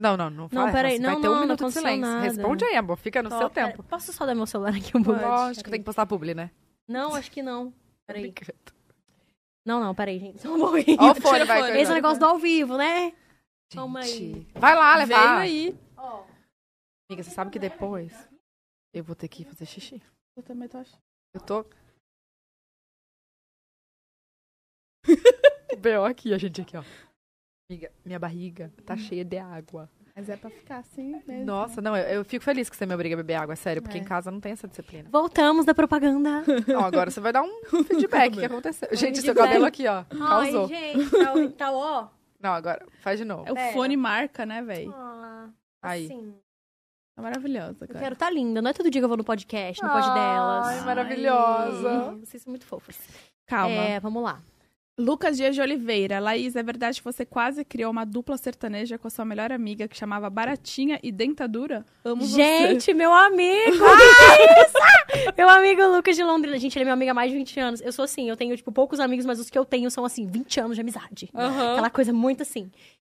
[SPEAKER 1] Não, não, não fala.
[SPEAKER 3] peraí,
[SPEAKER 1] Vai
[SPEAKER 3] não,
[SPEAKER 1] ter um
[SPEAKER 3] não, não
[SPEAKER 1] minuto de
[SPEAKER 3] aconteceu
[SPEAKER 1] silêncio.
[SPEAKER 3] nada.
[SPEAKER 1] Responde aí, amor. Fica no
[SPEAKER 3] Só-
[SPEAKER 1] É seu
[SPEAKER 3] pera-
[SPEAKER 1] tempo.
[SPEAKER 3] posso só dar meu celular aqui um pouco?
[SPEAKER 1] Lógico, tem que postar publi, né?
[SPEAKER 3] Não, acho que não. Peraí.
[SPEAKER 1] Obrigada.
[SPEAKER 3] Não, não, peraí, gente. Só um pouquinho.
[SPEAKER 1] Ó o fone,
[SPEAKER 2] Tira
[SPEAKER 1] vai.
[SPEAKER 2] o fone.
[SPEAKER 1] Fernanda.
[SPEAKER 3] Esse é o negócio do ao vivo, né? Calma aí.
[SPEAKER 1] Gente, Vai lá,
[SPEAKER 2] Veio
[SPEAKER 1] levar.
[SPEAKER 2] aí.
[SPEAKER 3] Ó.
[SPEAKER 1] Amiga, você sabe que depois eu vou ter que fazer xixi.
[SPEAKER 2] Eu também tô achando.
[SPEAKER 1] Eu tô. B.O. aqui, a gente aqui, ó. Amiga, minha barriga tá cheia de água.
[SPEAKER 2] Mas é pra ficar assim mesmo.
[SPEAKER 1] Nossa, não, eu, eu fico feliz que você me obriga a beber água, é sério, porque
[SPEAKER 2] É.
[SPEAKER 1] em casa não tem essa disciplina.
[SPEAKER 3] Voltamos da propaganda.
[SPEAKER 1] Ó, agora você vai dar um feedback que aconteceu. Gente, seu
[SPEAKER 3] feedback.
[SPEAKER 1] cabelo aqui, ó, causou.
[SPEAKER 3] Ai, gente, tá, o- tá ó.
[SPEAKER 1] Não, agora, faz de novo.
[SPEAKER 2] É, o
[SPEAKER 3] Pera.
[SPEAKER 2] fone marca, né, velho?
[SPEAKER 3] Ah,
[SPEAKER 1] Aí.
[SPEAKER 3] Assim,
[SPEAKER 2] Tá maravilhosa,
[SPEAKER 3] eu
[SPEAKER 2] cara.
[SPEAKER 3] quero tá linda. Não é todo dia que eu vou no podcast, no pod
[SPEAKER 1] Ai,
[SPEAKER 3] delas.
[SPEAKER 1] maravilhosa.
[SPEAKER 3] Ai, Vocês são muito fofos.
[SPEAKER 2] Calma.
[SPEAKER 3] É, vamos lá.
[SPEAKER 2] Lucas Dias de Oliveira. Laís, é verdade que você quase criou uma dupla sertaneja com a sua melhor amiga que chamava Baratinha e Dentadura? Amo você.
[SPEAKER 3] Gente, meu amigo! Meu amigo Lucas de Londrina. Gente, ele é meu amigo há mais de 20 anos. Eu sou assim, eu tenho, tipo, poucos amigos, mas os que eu tenho são, assim, 20 anos de amizade. Aquela coisa muito assim.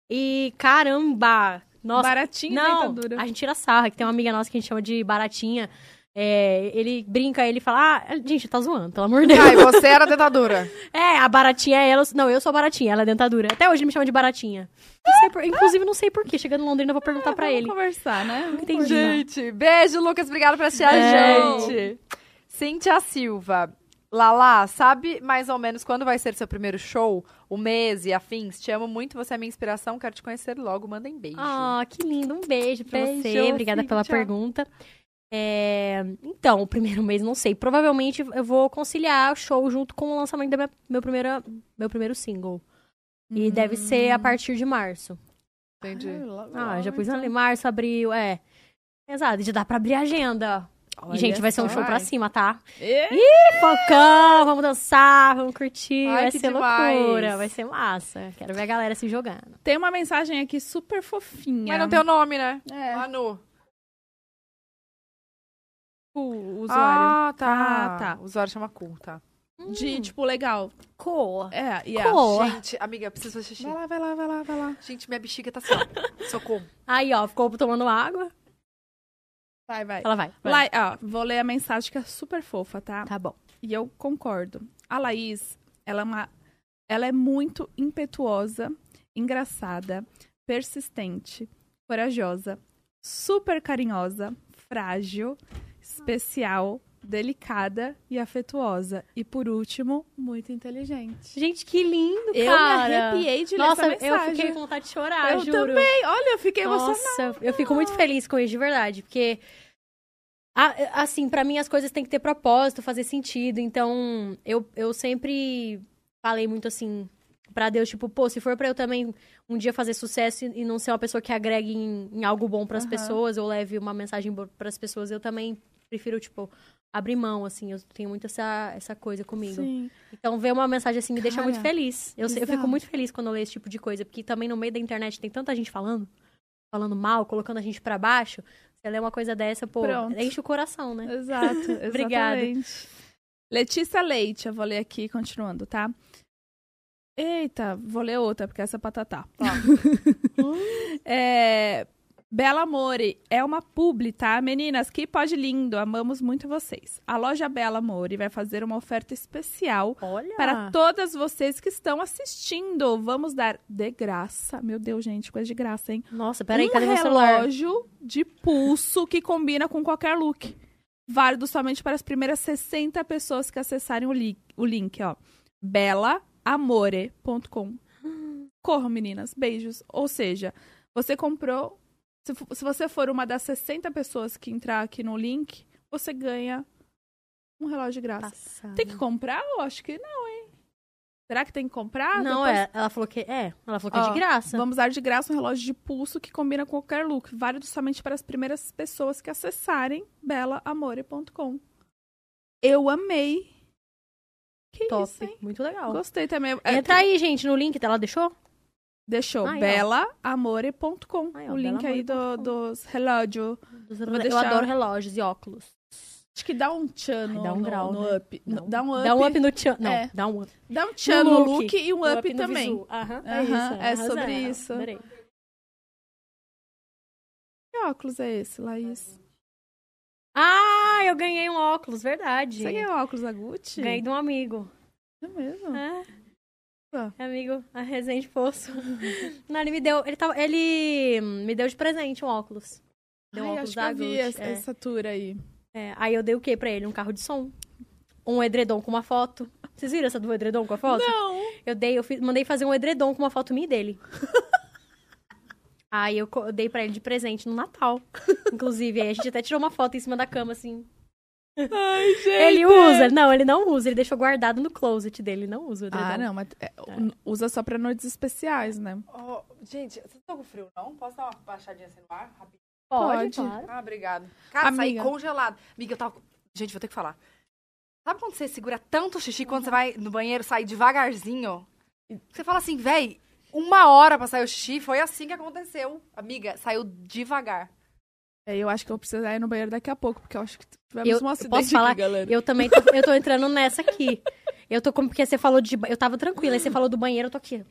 [SPEAKER 3] E caramba! Nossa,
[SPEAKER 2] Baratinho
[SPEAKER 3] não,
[SPEAKER 2] dentadura.
[SPEAKER 3] a gente tira sarra, que tem uma amiga nossa que a gente chama de baratinha. É, ele brinca, ele fala, ah, gente, tá zoando, pelo amor de Deus.
[SPEAKER 1] Ai, você era dentadura.
[SPEAKER 3] É, a baratinha é ela. Não, eu sou a baratinha, ela é dentadura. Até hoje ele me chama de baratinha. Não sei por- inclusive, não sei porquê. Chegando em Londrina, É, eu vou perguntar pra
[SPEAKER 2] Vamos
[SPEAKER 3] ele.
[SPEAKER 2] conversar, né? Vamos
[SPEAKER 3] Entendi.
[SPEAKER 1] Gente, beijo, Lucas. Obrigada por assistir a
[SPEAKER 3] Beijo.
[SPEAKER 1] gente. Cíntia Silva. Lala, sabe mais ou menos quando vai ser seu primeiro show? O mês e afins? Te amo muito, você é minha inspiração, quero te conhecer logo. Mandem beijo.
[SPEAKER 3] Ah, que lindo. Um beijo pra
[SPEAKER 2] Beijo,
[SPEAKER 3] você. Obrigada pela
[SPEAKER 2] Cíntia.
[SPEAKER 3] pergunta. É, Então, o primeiro mês, não sei. Provavelmente eu vou conciliar o show junto com o lançamento do meu, primeira, meu primeiro single.
[SPEAKER 2] Hum.
[SPEAKER 3] E deve ser
[SPEAKER 1] Hum.
[SPEAKER 3] a partir de março.
[SPEAKER 1] Entendi.
[SPEAKER 3] Ah, já pus ali. Março, abril, é. Exato, já dá pra abrir a agenda. E, gente, vai ser um
[SPEAKER 1] só,
[SPEAKER 3] show pra
[SPEAKER 1] vai.
[SPEAKER 3] cima, tá?
[SPEAKER 2] Ih,
[SPEAKER 3] Focão, vamos dançar, vamos curtir.
[SPEAKER 1] Ai,
[SPEAKER 3] vai
[SPEAKER 1] que
[SPEAKER 3] ser
[SPEAKER 1] demais.
[SPEAKER 3] loucura, vai ser massa. Quero ver a galera se jogando.
[SPEAKER 2] Tem uma mensagem aqui super fofinha.
[SPEAKER 1] Mas não tem o nome, né?
[SPEAKER 2] É,
[SPEAKER 1] Manu.
[SPEAKER 2] o usuário.
[SPEAKER 1] Ah, tá.
[SPEAKER 2] Ah, tá.
[SPEAKER 1] O usuário chama Cool, tá?
[SPEAKER 3] Ah.
[SPEAKER 2] De, tipo, legal.
[SPEAKER 3] Hum. Cor.
[SPEAKER 2] É, e
[SPEAKER 3] Cool. Ó.
[SPEAKER 1] Gente, amiga, eu preciso fazer xixi.
[SPEAKER 2] Vai lá, vai lá, vai lá, vai lá.
[SPEAKER 1] Gente, minha bexiga tá só. Socorro.
[SPEAKER 3] Aí, ó, ficou tomando água.
[SPEAKER 2] Vai, vai.
[SPEAKER 3] Ela vai. vai.
[SPEAKER 2] Lai, ó, vou ler a mensagem que é super fofa, tá?
[SPEAKER 3] Tá bom.
[SPEAKER 2] E eu concordo. A Laís, ela é, uma, ela é muito impetuosa, engraçada, persistente, corajosa, super carinhosa, frágil, especial, delicada e afetuosa. E por último, muito inteligente.
[SPEAKER 3] Gente, que lindo,
[SPEAKER 2] Eu
[SPEAKER 3] cara.
[SPEAKER 2] me arrepiei de ler
[SPEAKER 3] Nossa,
[SPEAKER 2] essa
[SPEAKER 3] eu
[SPEAKER 2] mensagem.
[SPEAKER 3] fiquei com vontade de chorar,
[SPEAKER 2] Eu
[SPEAKER 3] juro.
[SPEAKER 2] também, olha, eu fiquei emocionada.
[SPEAKER 3] Nossa, eu fico muito feliz com isso, de verdade, porque a- assim, pra mim as coisas têm que ter propósito, fazer sentido. Então, eu, eu sempre falei muito assim pra Deus, tipo, pô, se for pra eu também um dia fazer sucesso e e não ser uma pessoa que agregue em, em algo bom pras
[SPEAKER 2] Aham.
[SPEAKER 3] pessoas ou leve uma mensagem boa pras pessoas, eu também prefiro, tipo, abrir mão, assim, eu tenho muito essa, essa coisa comigo.
[SPEAKER 2] Sim.
[SPEAKER 3] Então, ver uma mensagem assim me deixa muito
[SPEAKER 2] Cara,
[SPEAKER 3] feliz. Eu, se- eu fico
[SPEAKER 2] exato.
[SPEAKER 3] muito feliz quando eu leio esse tipo de coisa, porque também no meio da internet tem tanta gente falando, falando mal, colocando a gente pra baixo. Você lê uma coisa dessa, pô,
[SPEAKER 2] Pronto.
[SPEAKER 3] enche o coração, né?
[SPEAKER 2] Exato,
[SPEAKER 3] Obrigada.
[SPEAKER 2] exatamente. Letícia Leite, eu vou ler aqui, continuando, tá? Eita, vou ler outra, porque essa é patatá. É, Bela Amore, é uma publi, tá? Meninas, que pode lindo, amamos muito vocês. A loja Bela Amore vai fazer uma oferta especial
[SPEAKER 3] Olha!
[SPEAKER 2] para todas vocês que estão assistindo. Vamos dar de graça. Meu Deus, gente, coisa de graça, hein?
[SPEAKER 3] Nossa, peraí,
[SPEAKER 2] um
[SPEAKER 3] cadê meu celular?
[SPEAKER 2] relógio de pulso que combina com qualquer look. Válido somente para as primeiras 60 pessoas que acessarem o, li- o link, ó. belaamore.com. Corram, meninas. Beijos. Ou seja, você comprou... Se, fo- se você for uma das 60 pessoas que entrar aqui no link, você ganha um relógio de graça.
[SPEAKER 3] Passada.
[SPEAKER 2] Tem que comprar? Eu acho que não, hein? Será que tem que comprar?
[SPEAKER 3] Não,
[SPEAKER 2] Depois-
[SPEAKER 3] é, ela falou que é, ela falou que é
[SPEAKER 2] Ó,
[SPEAKER 3] de graça.
[SPEAKER 2] Vamos dar de graça um relógio de pulso que combina com qualquer look, válido somente para as primeiras pessoas que acessarem belaamore.com. Eu amei. Que
[SPEAKER 3] Top,
[SPEAKER 2] isso, hein?
[SPEAKER 3] muito legal.
[SPEAKER 2] Gostei também. É,
[SPEAKER 3] Entra aí, gente, no link, ela deixou?
[SPEAKER 2] Deixou
[SPEAKER 3] Aí, ó.
[SPEAKER 2] belaamore.com.
[SPEAKER 3] Aí, ó,
[SPEAKER 2] o link aí do,
[SPEAKER 3] belaamore.com.
[SPEAKER 2] dos relógios.
[SPEAKER 3] Eu
[SPEAKER 2] deixar.
[SPEAKER 3] adoro relógios e óculos.
[SPEAKER 2] Acho que dá um tchan
[SPEAKER 3] Ai,
[SPEAKER 2] no,
[SPEAKER 3] dá um
[SPEAKER 2] no-
[SPEAKER 3] grau,
[SPEAKER 2] no
[SPEAKER 3] né?
[SPEAKER 2] up. No- Dá um up.
[SPEAKER 3] Dá um up no tchan. Não,
[SPEAKER 2] É.
[SPEAKER 3] dá um up.
[SPEAKER 2] dá um tchan
[SPEAKER 3] no
[SPEAKER 2] no
[SPEAKER 3] look.
[SPEAKER 2] look, e um up,
[SPEAKER 3] no
[SPEAKER 2] também.
[SPEAKER 3] visu. Aham, é
[SPEAKER 2] Aham,
[SPEAKER 3] isso.
[SPEAKER 2] é
[SPEAKER 3] arrasou,
[SPEAKER 2] sobre
[SPEAKER 3] ela.
[SPEAKER 2] isso.
[SPEAKER 3] Adorei.
[SPEAKER 2] Que óculos é esse, Laís?
[SPEAKER 3] Ah, eu ganhei um óculos, verdade.
[SPEAKER 2] Você ganhou óculos da Gucci?
[SPEAKER 3] Ganhei de um amigo.
[SPEAKER 2] É mesmo?
[SPEAKER 3] É.
[SPEAKER 2] Ah.
[SPEAKER 3] Amigo, a Resende Poço. Não, ele me deu. Ele, tava, ele me deu de presente um óculos. Deu um
[SPEAKER 2] Ai,
[SPEAKER 3] óculos
[SPEAKER 2] acho que
[SPEAKER 3] da
[SPEAKER 2] eu vi
[SPEAKER 3] Gucci.
[SPEAKER 2] essa,
[SPEAKER 3] é.
[SPEAKER 2] essa tour aí.
[SPEAKER 3] É, Aí eu dei o quê pra ele? Um carro de som. Um edredom com uma foto. Vocês viram essa do edredom com a foto?
[SPEAKER 2] Não!
[SPEAKER 3] Eu dei, eu fiz- mandei fazer um edredom com uma foto minha e dele. aí eu, co- eu dei pra ele de presente no Natal. Inclusive, aí a gente até tirou uma foto em cima da cama, assim.
[SPEAKER 2] Ai, gente!
[SPEAKER 3] Ele usa? Não, ele não usa. Ele deixou guardado no closet dele. Ele não usa o edredom.
[SPEAKER 2] Ah, não, mas é, usa só pra noites especiais, né?
[SPEAKER 1] Ó, gente, vocês estão com frio, não? Posso dar uma baixadinha assim no ar? Rapidinho.
[SPEAKER 3] Pode,
[SPEAKER 2] Pode.
[SPEAKER 3] claro.
[SPEAKER 1] Ah, obrigado. Cara,
[SPEAKER 2] Amiga.
[SPEAKER 1] saí congelado. Amiga, eu tava. com- Gente, vou ter que falar. Sabe quando você segura tanto o xixi quando você vai no banheiro, sai devagarzinho? Você fala assim, véi, uma hora pra sair o xixi, foi assim que aconteceu. Amiga, saiu devagar.
[SPEAKER 2] É, Eu acho que eu vou precisar ir no banheiro daqui a pouco, porque eu acho que tivemos
[SPEAKER 3] Eu-
[SPEAKER 2] um
[SPEAKER 3] eu
[SPEAKER 2] acidente
[SPEAKER 3] posso falar?
[SPEAKER 2] aqui, galera.
[SPEAKER 3] Eu também tô, eu tô entrando nessa aqui. Eu tô como porque você falou de. ba- Eu tava tranquila, aí você falou do banheiro, eu tô aqui.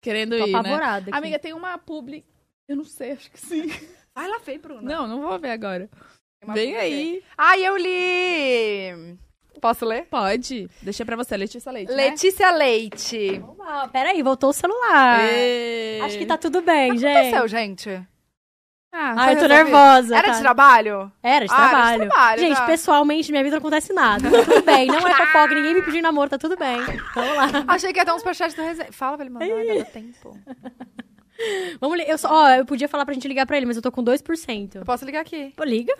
[SPEAKER 2] Querendo
[SPEAKER 3] Tô
[SPEAKER 2] ir, né?
[SPEAKER 3] apavorada. aqui.
[SPEAKER 2] Amiga, tem uma publi... Eu não sei, acho que sim.
[SPEAKER 1] Vai lá, Fê, Bruna.
[SPEAKER 2] Não, não vou ver agora.
[SPEAKER 1] Tem uma
[SPEAKER 2] Vem
[SPEAKER 1] publi dele.
[SPEAKER 2] aí.
[SPEAKER 1] Ai, eu li! Posso ler?
[SPEAKER 2] Pode. Deixei pra você, Letícia Leite, né?
[SPEAKER 1] Letícia Leite.
[SPEAKER 3] Opa, peraí, voltou o celular.
[SPEAKER 2] Ê.
[SPEAKER 3] Acho que tá tudo bem, gente.
[SPEAKER 1] Aconteceu, É gente.
[SPEAKER 2] Ah,
[SPEAKER 3] Ah,
[SPEAKER 2] tá
[SPEAKER 3] eu tô
[SPEAKER 2] resolvido.
[SPEAKER 3] nervosa.
[SPEAKER 1] Era
[SPEAKER 3] tá.
[SPEAKER 1] de trabalho? Ah, era de
[SPEAKER 3] Era de trabalho.
[SPEAKER 1] trabalho,
[SPEAKER 3] gente,
[SPEAKER 1] tá.
[SPEAKER 3] pessoalmente, minha vida não acontece nada. Tá tudo bem. Não é fofoca, ninguém me pediu namoro, tá tudo bem. Vamos lá.
[SPEAKER 1] Achei que ia dar uns superchat do resenha. Fala pra ele mandar, ainda dá tempo.
[SPEAKER 3] Vamos li- eu só, ó, eu podia falar pra gente ligar pra ele, mas eu tô com 2%.
[SPEAKER 1] Eu posso ligar aqui. Tipo, é
[SPEAKER 3] Pô, liga?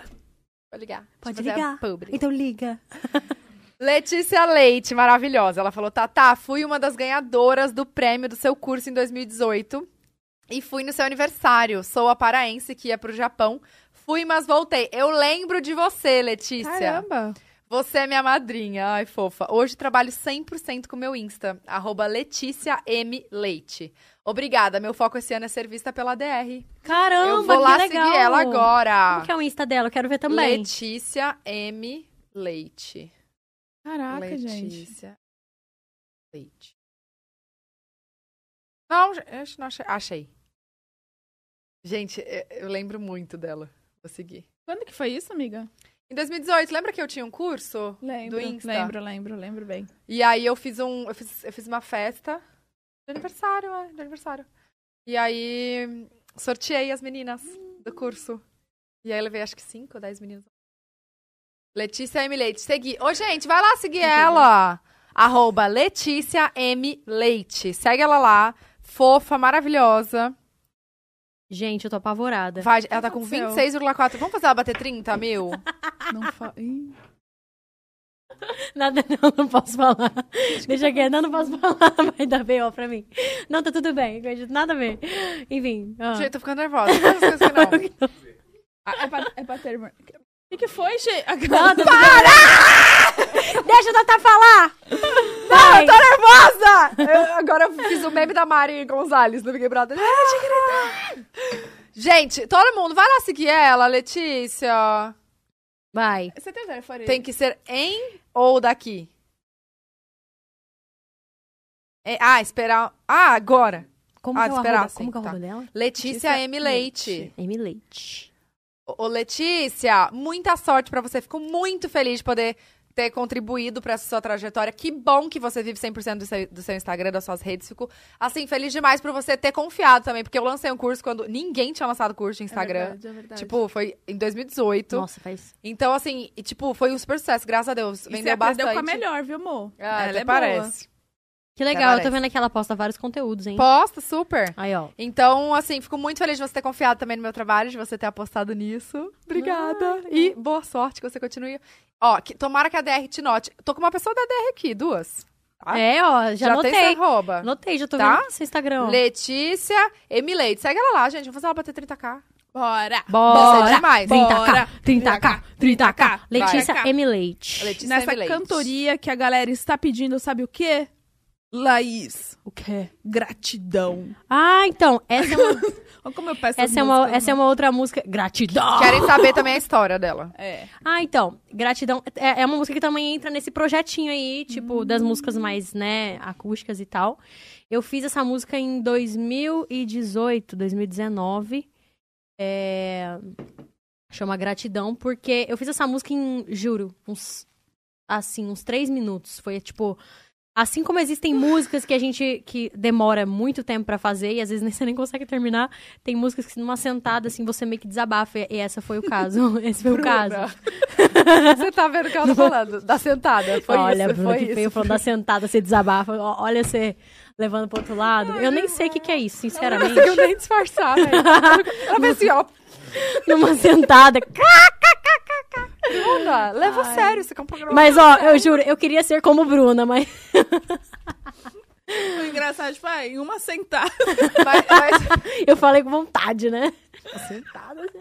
[SPEAKER 1] Vou ligar.
[SPEAKER 3] Pode
[SPEAKER 1] Deixa eu fazer a
[SPEAKER 3] ligar.
[SPEAKER 1] publi.
[SPEAKER 3] Então liga.
[SPEAKER 1] Letícia Leite, maravilhosa. Ela falou: Tatá, fui uma das ganhadoras do prêmio do seu curso em 2018 e fui no seu aniversário. Sou a paraense que ia pro Japão. Fui, mas voltei. Eu lembro de você, Letícia.
[SPEAKER 2] Caramba.
[SPEAKER 1] Você é minha madrinha. Ai, fofa. Hoje trabalho 100% com meu Insta, arroba Letícia M. Leite. Obrigada, meu foco esse ano é ser vista pela DR.
[SPEAKER 3] Caramba,
[SPEAKER 1] Eu vou lá
[SPEAKER 3] que legal.
[SPEAKER 1] seguir ela agora.
[SPEAKER 3] Como que é o Insta dela? Eu quero ver também.
[SPEAKER 1] Letícia M. Leite.
[SPEAKER 2] Caraca, gente.
[SPEAKER 1] Letícia. Leite. Não, eu acho- não achei. Achei. Gente, eu, eu lembro muito dela. Vou seguir.
[SPEAKER 2] Quando que foi isso, amiga?
[SPEAKER 1] Em 2018, lembra que eu tinha um curso?
[SPEAKER 2] Lembro.
[SPEAKER 1] Do Insta.
[SPEAKER 2] Lembro, lembro, lembro bem.
[SPEAKER 1] E aí eu fiz um. Eu fiz, eu fiz uma festa de aniversário, é, de aniversário. E aí sorteei as meninas do curso. E aí levei acho que 5 ou 10 meninas. Letícia M. Leite, segui. Ô, gente, vai lá seguir ela. Arroba Letícia M. Leite. Segue ela lá. Fofa, maravilhosa.
[SPEAKER 3] Gente, eu tô apavorada.
[SPEAKER 1] Vai, ela tá com
[SPEAKER 2] aconteceu?
[SPEAKER 1] 26,4. Vamos fazer ela bater 30 mil?
[SPEAKER 2] Não fa... Ih.
[SPEAKER 3] Nada, não, não posso falar. Deixa quieto, não, não posso falar. Vai dar B.O. pra mim. Não, tá tudo bem, acredito, nada a ver. Enfim. ó.
[SPEAKER 1] Gente, eu tô ficando nervosa. Não faz essas coisas que não.
[SPEAKER 2] Ah, é pra, é pra ter... O que, que foi, gente?
[SPEAKER 3] Não, tá tudo bem. Deixa eu tentar falar! Vai.
[SPEAKER 1] nervosa! Eu- agora eu fiz o meme da Mari Gonzalez do Big Brother. Ah, Gente, todo mundo, vai lá seguir ela, Letícia.
[SPEAKER 3] Vai.
[SPEAKER 2] Você tem o telefone?
[SPEAKER 1] Tem que ser em ou daqui? É- ah, esperar. Ah, agora.
[SPEAKER 3] Como
[SPEAKER 1] Ah,
[SPEAKER 3] que é o
[SPEAKER 1] esperar,
[SPEAKER 3] arroba?
[SPEAKER 1] sim,
[SPEAKER 3] Como que é o
[SPEAKER 1] tá.
[SPEAKER 3] arroba dela?
[SPEAKER 1] Letícia M. Leite.
[SPEAKER 3] Amy Leite.
[SPEAKER 1] Ô, ô, Letícia, muita sorte pra você. Fico muito feliz de poder ter contribuído pra essa sua trajetória. Que bom que você vive 100% do seu, do seu Instagram, das suas redes. Fico, assim, feliz demais por você ter confiado também, porque eu lancei um curso quando ninguém tinha lançado curso de
[SPEAKER 2] É
[SPEAKER 1] Instagram.
[SPEAKER 2] verdade, é verdade.
[SPEAKER 1] tipo, foi em 2018.
[SPEAKER 3] Nossa, faz.
[SPEAKER 1] Então, assim, e, tipo, foi um super sucesso, graças a Deus.
[SPEAKER 2] E você
[SPEAKER 1] Vendeu
[SPEAKER 2] aprendeu
[SPEAKER 1] bastante.
[SPEAKER 2] com a melhor, viu, amor?
[SPEAKER 1] Ah,
[SPEAKER 2] Ela
[SPEAKER 1] até
[SPEAKER 2] é
[SPEAKER 1] parece.
[SPEAKER 3] Que legal, eu
[SPEAKER 1] parece.
[SPEAKER 3] tô vendo que ela posta vários conteúdos, hein?
[SPEAKER 1] Posta, super.
[SPEAKER 3] Aí, ó.
[SPEAKER 1] Então, assim, fico muito feliz de você ter confiado também no meu trabalho, de você ter apostado nisso. Obrigada. e boa sorte que você continue. Ó, que, tomara que a DR te note. Tô com uma pessoa da DR aqui, duas. Ah,
[SPEAKER 3] É, ó, já,
[SPEAKER 1] tem
[SPEAKER 3] notei.
[SPEAKER 1] essa arroba.
[SPEAKER 3] Notei, já tô
[SPEAKER 1] Tá?
[SPEAKER 3] vendo seu Instagram. ó.
[SPEAKER 1] Letícia Emileite. Segue ela lá, gente. Vamos fazer ela bater 30k.
[SPEAKER 2] Bora!
[SPEAKER 1] Nossa, é
[SPEAKER 3] Bora!
[SPEAKER 1] demais.
[SPEAKER 2] Bora.
[SPEAKER 3] 30k, 30k, 30k. Letícia
[SPEAKER 2] Vai.
[SPEAKER 3] M. Leite.
[SPEAKER 1] Letícia
[SPEAKER 2] Nessa
[SPEAKER 1] Emileite.
[SPEAKER 2] cantoria que a galera está pedindo, sabe o quê? Laís.
[SPEAKER 3] O quê?
[SPEAKER 2] Gratidão.
[SPEAKER 3] Ah, então, essa é uma,
[SPEAKER 2] Olha como eu peço
[SPEAKER 3] essa é uma,
[SPEAKER 1] né?
[SPEAKER 3] essa é uma outra música. Gratidão!
[SPEAKER 1] Querem saber também a história dela.
[SPEAKER 2] É.
[SPEAKER 3] Ah, então, Gratidão é, é uma música que também entra nesse projetinho aí, tipo, das músicas mais, né, acústicas e tal. Eu fiz essa música em 2018, 2019. É... Chama Gratidão, porque eu fiz essa música em, juro, uns, assim, uns três minutos. Foi, tipo... Assim como existem músicas que a gente que demora muito tempo pra fazer e às vezes nem- você nem consegue terminar, tem músicas que numa sentada assim você meio que desabafa e e essa foi o caso, esse foi o caso.
[SPEAKER 1] Você tá vendo o que ela tá falando? Da sentada. Foi
[SPEAKER 3] olha,
[SPEAKER 1] isso.
[SPEAKER 3] Bruna,
[SPEAKER 1] foi
[SPEAKER 3] que
[SPEAKER 1] isso.
[SPEAKER 3] feio falando da sentada, você desabafa. ó, Olha você levando pro outro lado. eu nem sei o que, que é isso,
[SPEAKER 1] Não
[SPEAKER 3] sinceramente.
[SPEAKER 1] conseguiu nem disfarçar, velho. Ela fez assim, ó.
[SPEAKER 3] Numa sentada.
[SPEAKER 1] Bruna, leva a sério. Isso aqui é um programa
[SPEAKER 3] Mas, ó, eu juro, eu queria ser como Bruna, mas.
[SPEAKER 2] O engraçado, tipo, ah, em uma sentada.
[SPEAKER 1] Mas- mas-
[SPEAKER 3] Eu falei com vontade, né?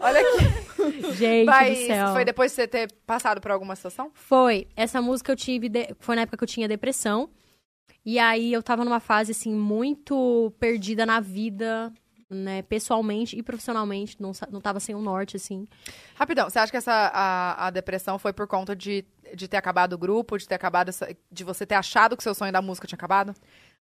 [SPEAKER 1] olha aqui.
[SPEAKER 3] Gente
[SPEAKER 1] Mas
[SPEAKER 3] do céu.
[SPEAKER 1] foi depois de você ter passado por alguma situação?
[SPEAKER 3] Foi. Essa música eu tive. de- Foi na época que eu tinha depressão. E aí eu tava numa fase, assim, muito perdida na vida. né, pessoalmente e profissionalmente, não, sa- não tava sem um norte, assim.
[SPEAKER 1] Rapidão, você acha que essa a, a depressão foi por conta de, de ter acabado o grupo, de ter acabado essa- de você ter achado que seu sonho da música tinha acabado?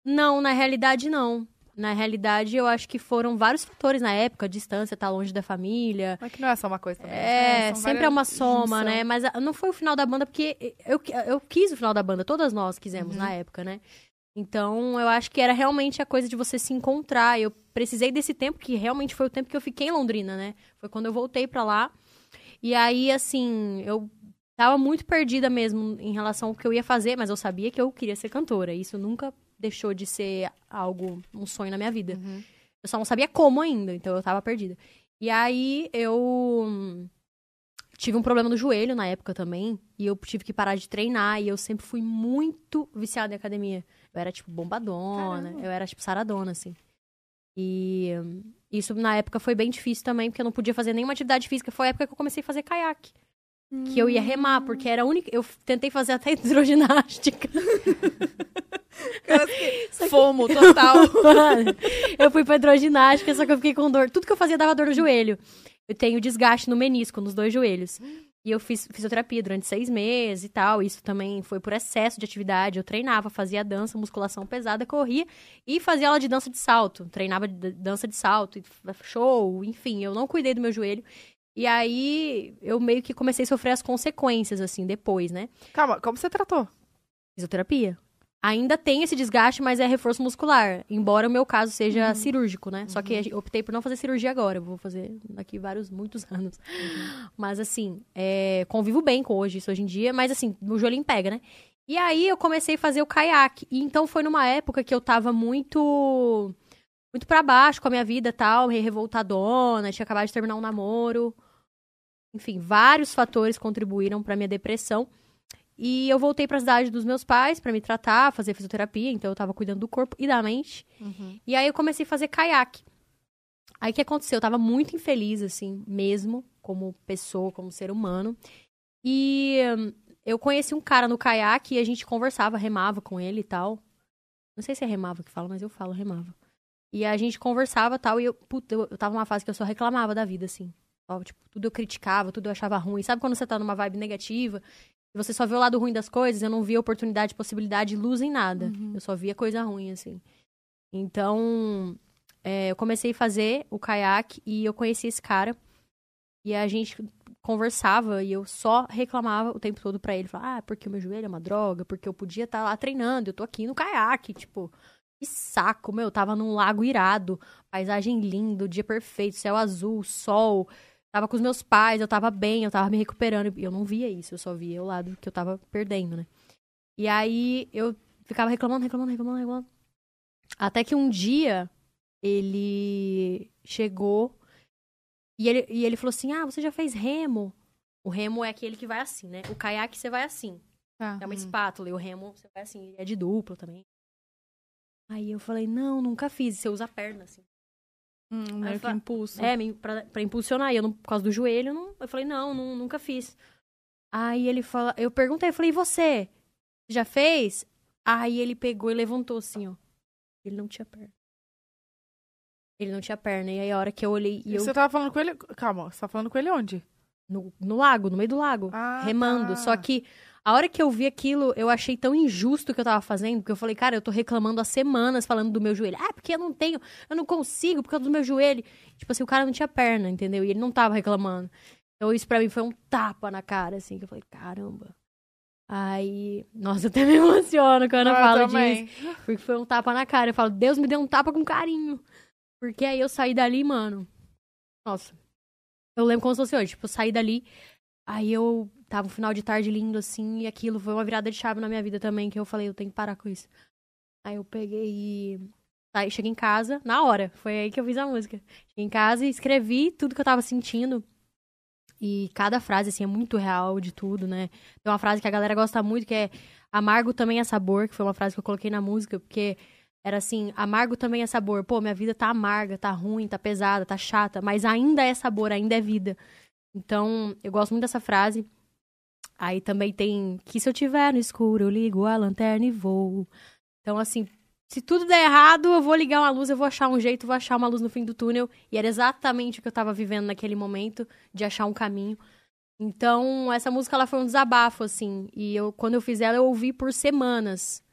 [SPEAKER 3] Não, na realidade, não. Na realidade, eu acho que foram vários fatores na época, distância, tá longe da família,
[SPEAKER 1] Mas que não é só uma coisa também.
[SPEAKER 3] É,
[SPEAKER 2] É, são
[SPEAKER 3] sempre é uma
[SPEAKER 2] várias
[SPEAKER 3] soma,
[SPEAKER 2] junção.
[SPEAKER 3] né? Mas ah, não foi o final da banda, porque eu, eu quis o final da banda, todas nós
[SPEAKER 2] Uhum.
[SPEAKER 3] quisemos na época, né? Então, eu acho que era realmente a coisa de você se encontrar. Eu precisei desse tempo, que realmente foi o tempo que eu fiquei em Londrina, né? Foi quando eu voltei pra lá. E aí, assim, eu tava muito perdida mesmo em relação ao que eu ia fazer, mas eu sabia que eu queria ser cantora. Isso nunca deixou de ser algo, um sonho na minha vida.
[SPEAKER 1] Uhum.
[SPEAKER 3] Eu só não sabia como ainda, então eu tava perdida. E aí eu hum, tive um problema no joelho na época também, e eu tive que parar de treinar, e eu sempre fui muito viciada em academia. Eu era tipo bombadona,
[SPEAKER 2] Caramba.
[SPEAKER 3] eu era tipo saradona assim. E hum, isso na época foi bem difícil também, porque eu não podia fazer nenhuma atividade física. Foi a época que eu comecei a fazer caiaque, que eu ia remar, porque era a única, eu tentei fazer até hidroginástica.
[SPEAKER 1] Fomo total.
[SPEAKER 3] Mano, eu fui pra hidroginástica, só que eu fiquei com dor. Tudo que eu fazia dava dor no joelho. Eu tenho desgaste no menisco, nos dois joelhos. E eu fiz fisioterapia durante seis meses e tal. Isso também foi por excesso de atividade. Eu treinava, fazia dança, musculação pesada, corria e fazia aula de dança de salto. Treinava de dança de salto, e f- show, enfim. Eu não cuidei do meu joelho. E aí eu meio que comecei a sofrer as consequências, assim, depois, né?
[SPEAKER 1] Calma, como você tratou?
[SPEAKER 3] Fisioterapia. Ainda tem esse desgaste, mas é reforço muscular. Embora o meu caso seja cirúrgico, né? Só que eu optei por não fazer cirurgia agora. eu Vou fazer daqui vários, muitos anos. Mas assim, é, convivo bem com hoje, isso hoje em dia. Mas assim, o joelhinho pega, né? E aí eu comecei a fazer o caiaque. E então foi numa época que eu tava muito... Muito pra baixo com a minha vida e tal. Meio revoltadona. Tinha acabado de terminar um namoro. Enfim, vários fatores contribuíram pra minha depressão. E eu voltei pra cidade dos meus pais pra me tratar, fazer fisioterapia, então eu tava cuidando do corpo e da mente.
[SPEAKER 1] Uhum.
[SPEAKER 3] E aí eu comecei a fazer caiaque. Aí o que aconteceu? Eu tava muito infeliz, assim, mesmo, como pessoa, como ser humano. E hum, eu conheci um cara no caiaque e a gente conversava, remava com ele e tal. Não sei se é remava que fala, mas eu falo remava. E a gente conversava e tal, e eu, puta, eu, eu tava numa fase que eu só reclamava da vida, assim. Ó, tipo, tudo eu criticava, tudo eu achava ruim. Sabe quando você tá numa vibe negativa? E você só vê o lado ruim das coisas, eu não via oportunidade, possibilidade, luz em nada. Eu só via coisa ruim, assim. Então, é, eu comecei a fazer o caiaque e eu conheci esse cara. E a gente conversava e eu só reclamava o tempo todo pra ele. Falava, ah, porque o meu joelho é uma droga, porque eu podia estar lá treinando, eu tô aqui no caiaque, tipo... Que saco, meu, eu tava num lago irado, paisagem linda, dia perfeito, céu azul, sol, Tava com os meus pais, eu tava bem, eu tava me recuperando. E eu não via isso, eu só via o lado que eu tava perdendo, né? E aí eu ficava reclamando, reclamando, reclamando, reclamando. Até que um dia ele chegou e ele, e ele falou assim: Ah, você já fez remo? O remo é aquele que vai assim, né? O caiaque você vai assim.
[SPEAKER 2] Tá.
[SPEAKER 3] É uma
[SPEAKER 1] Uhum.
[SPEAKER 3] espátula. E o remo, você vai assim, ele é de duplo também. Aí eu falei: Não, nunca fiz. Você usa a perna assim.
[SPEAKER 2] Hum, meio que
[SPEAKER 3] fa-
[SPEAKER 2] impulso.
[SPEAKER 3] É, me- pra, pra impulsionar. E eu, não, por causa do joelho, eu não, eu falei, não, não, nunca fiz. Aí ele fala, eu perguntei, eu falei, e você? Já fez? Aí ele pegou e levantou assim, ó. Ele não tinha perna. Ele não tinha perna. E aí a hora que eu olhei, e
[SPEAKER 1] E
[SPEAKER 3] eu
[SPEAKER 2] é
[SPEAKER 1] Você tava falando com ele. Calma, você tá falando com ele onde?
[SPEAKER 3] no, no lago, no meio do lago,
[SPEAKER 1] Ah,
[SPEAKER 3] remando.
[SPEAKER 1] tá.
[SPEAKER 3] Só que a hora que eu vi aquilo, eu achei tão injusto o que eu tava fazendo, porque eu falei, cara, eu tô reclamando há semanas falando do meu joelho. Ah, porque eu não tenho, eu não consigo por causa do meu joelho. Tipo assim, o cara não tinha perna, entendeu? E ele não tava reclamando. Então isso pra mim foi um tapa na cara, assim, que eu falei, caramba. Aí, nossa, eu até me emociono quando eu,
[SPEAKER 1] Eu
[SPEAKER 3] falo disso.
[SPEAKER 1] também.
[SPEAKER 3] Porque foi um tapa na cara. Eu falo, Deus me deu um tapa com carinho. Porque aí eu saí dali, mano. Nossa. Eu lembro como se fosse hoje. Tipo, eu saí dali. Aí eu tava um final de tarde lindo, assim. E aquilo foi uma virada de chave na minha vida também. Que eu falei, eu tenho que parar com isso. Aí eu peguei e. Aí cheguei em casa, na hora. Foi aí que eu fiz a música. Cheguei em casa e escrevi tudo que eu tava sentindo. E cada frase, assim, é muito real de tudo, né? Tem uma frase que a galera gosta muito, que é Amargo também é sabor, que foi uma frase que eu coloquei na música, porque era assim, amargo também é sabor. Pô, minha vida tá amarga, tá ruim, tá pesada, tá chata, mas ainda é sabor, ainda é vida. Então, eu gosto muito dessa frase. Aí também tem que se eu tiver no escuro, eu ligo a lanterna e vou. Então, assim, se tudo der errado, eu vou ligar uma luz, eu vou achar um jeito, vou achar uma luz no fim do túnel. E era exatamente o que eu tava vivendo naquele momento, de achar um caminho. Então, essa música, ela foi um desabafo, assim. E eu, quando eu fiz ela, eu ouvi por semanas.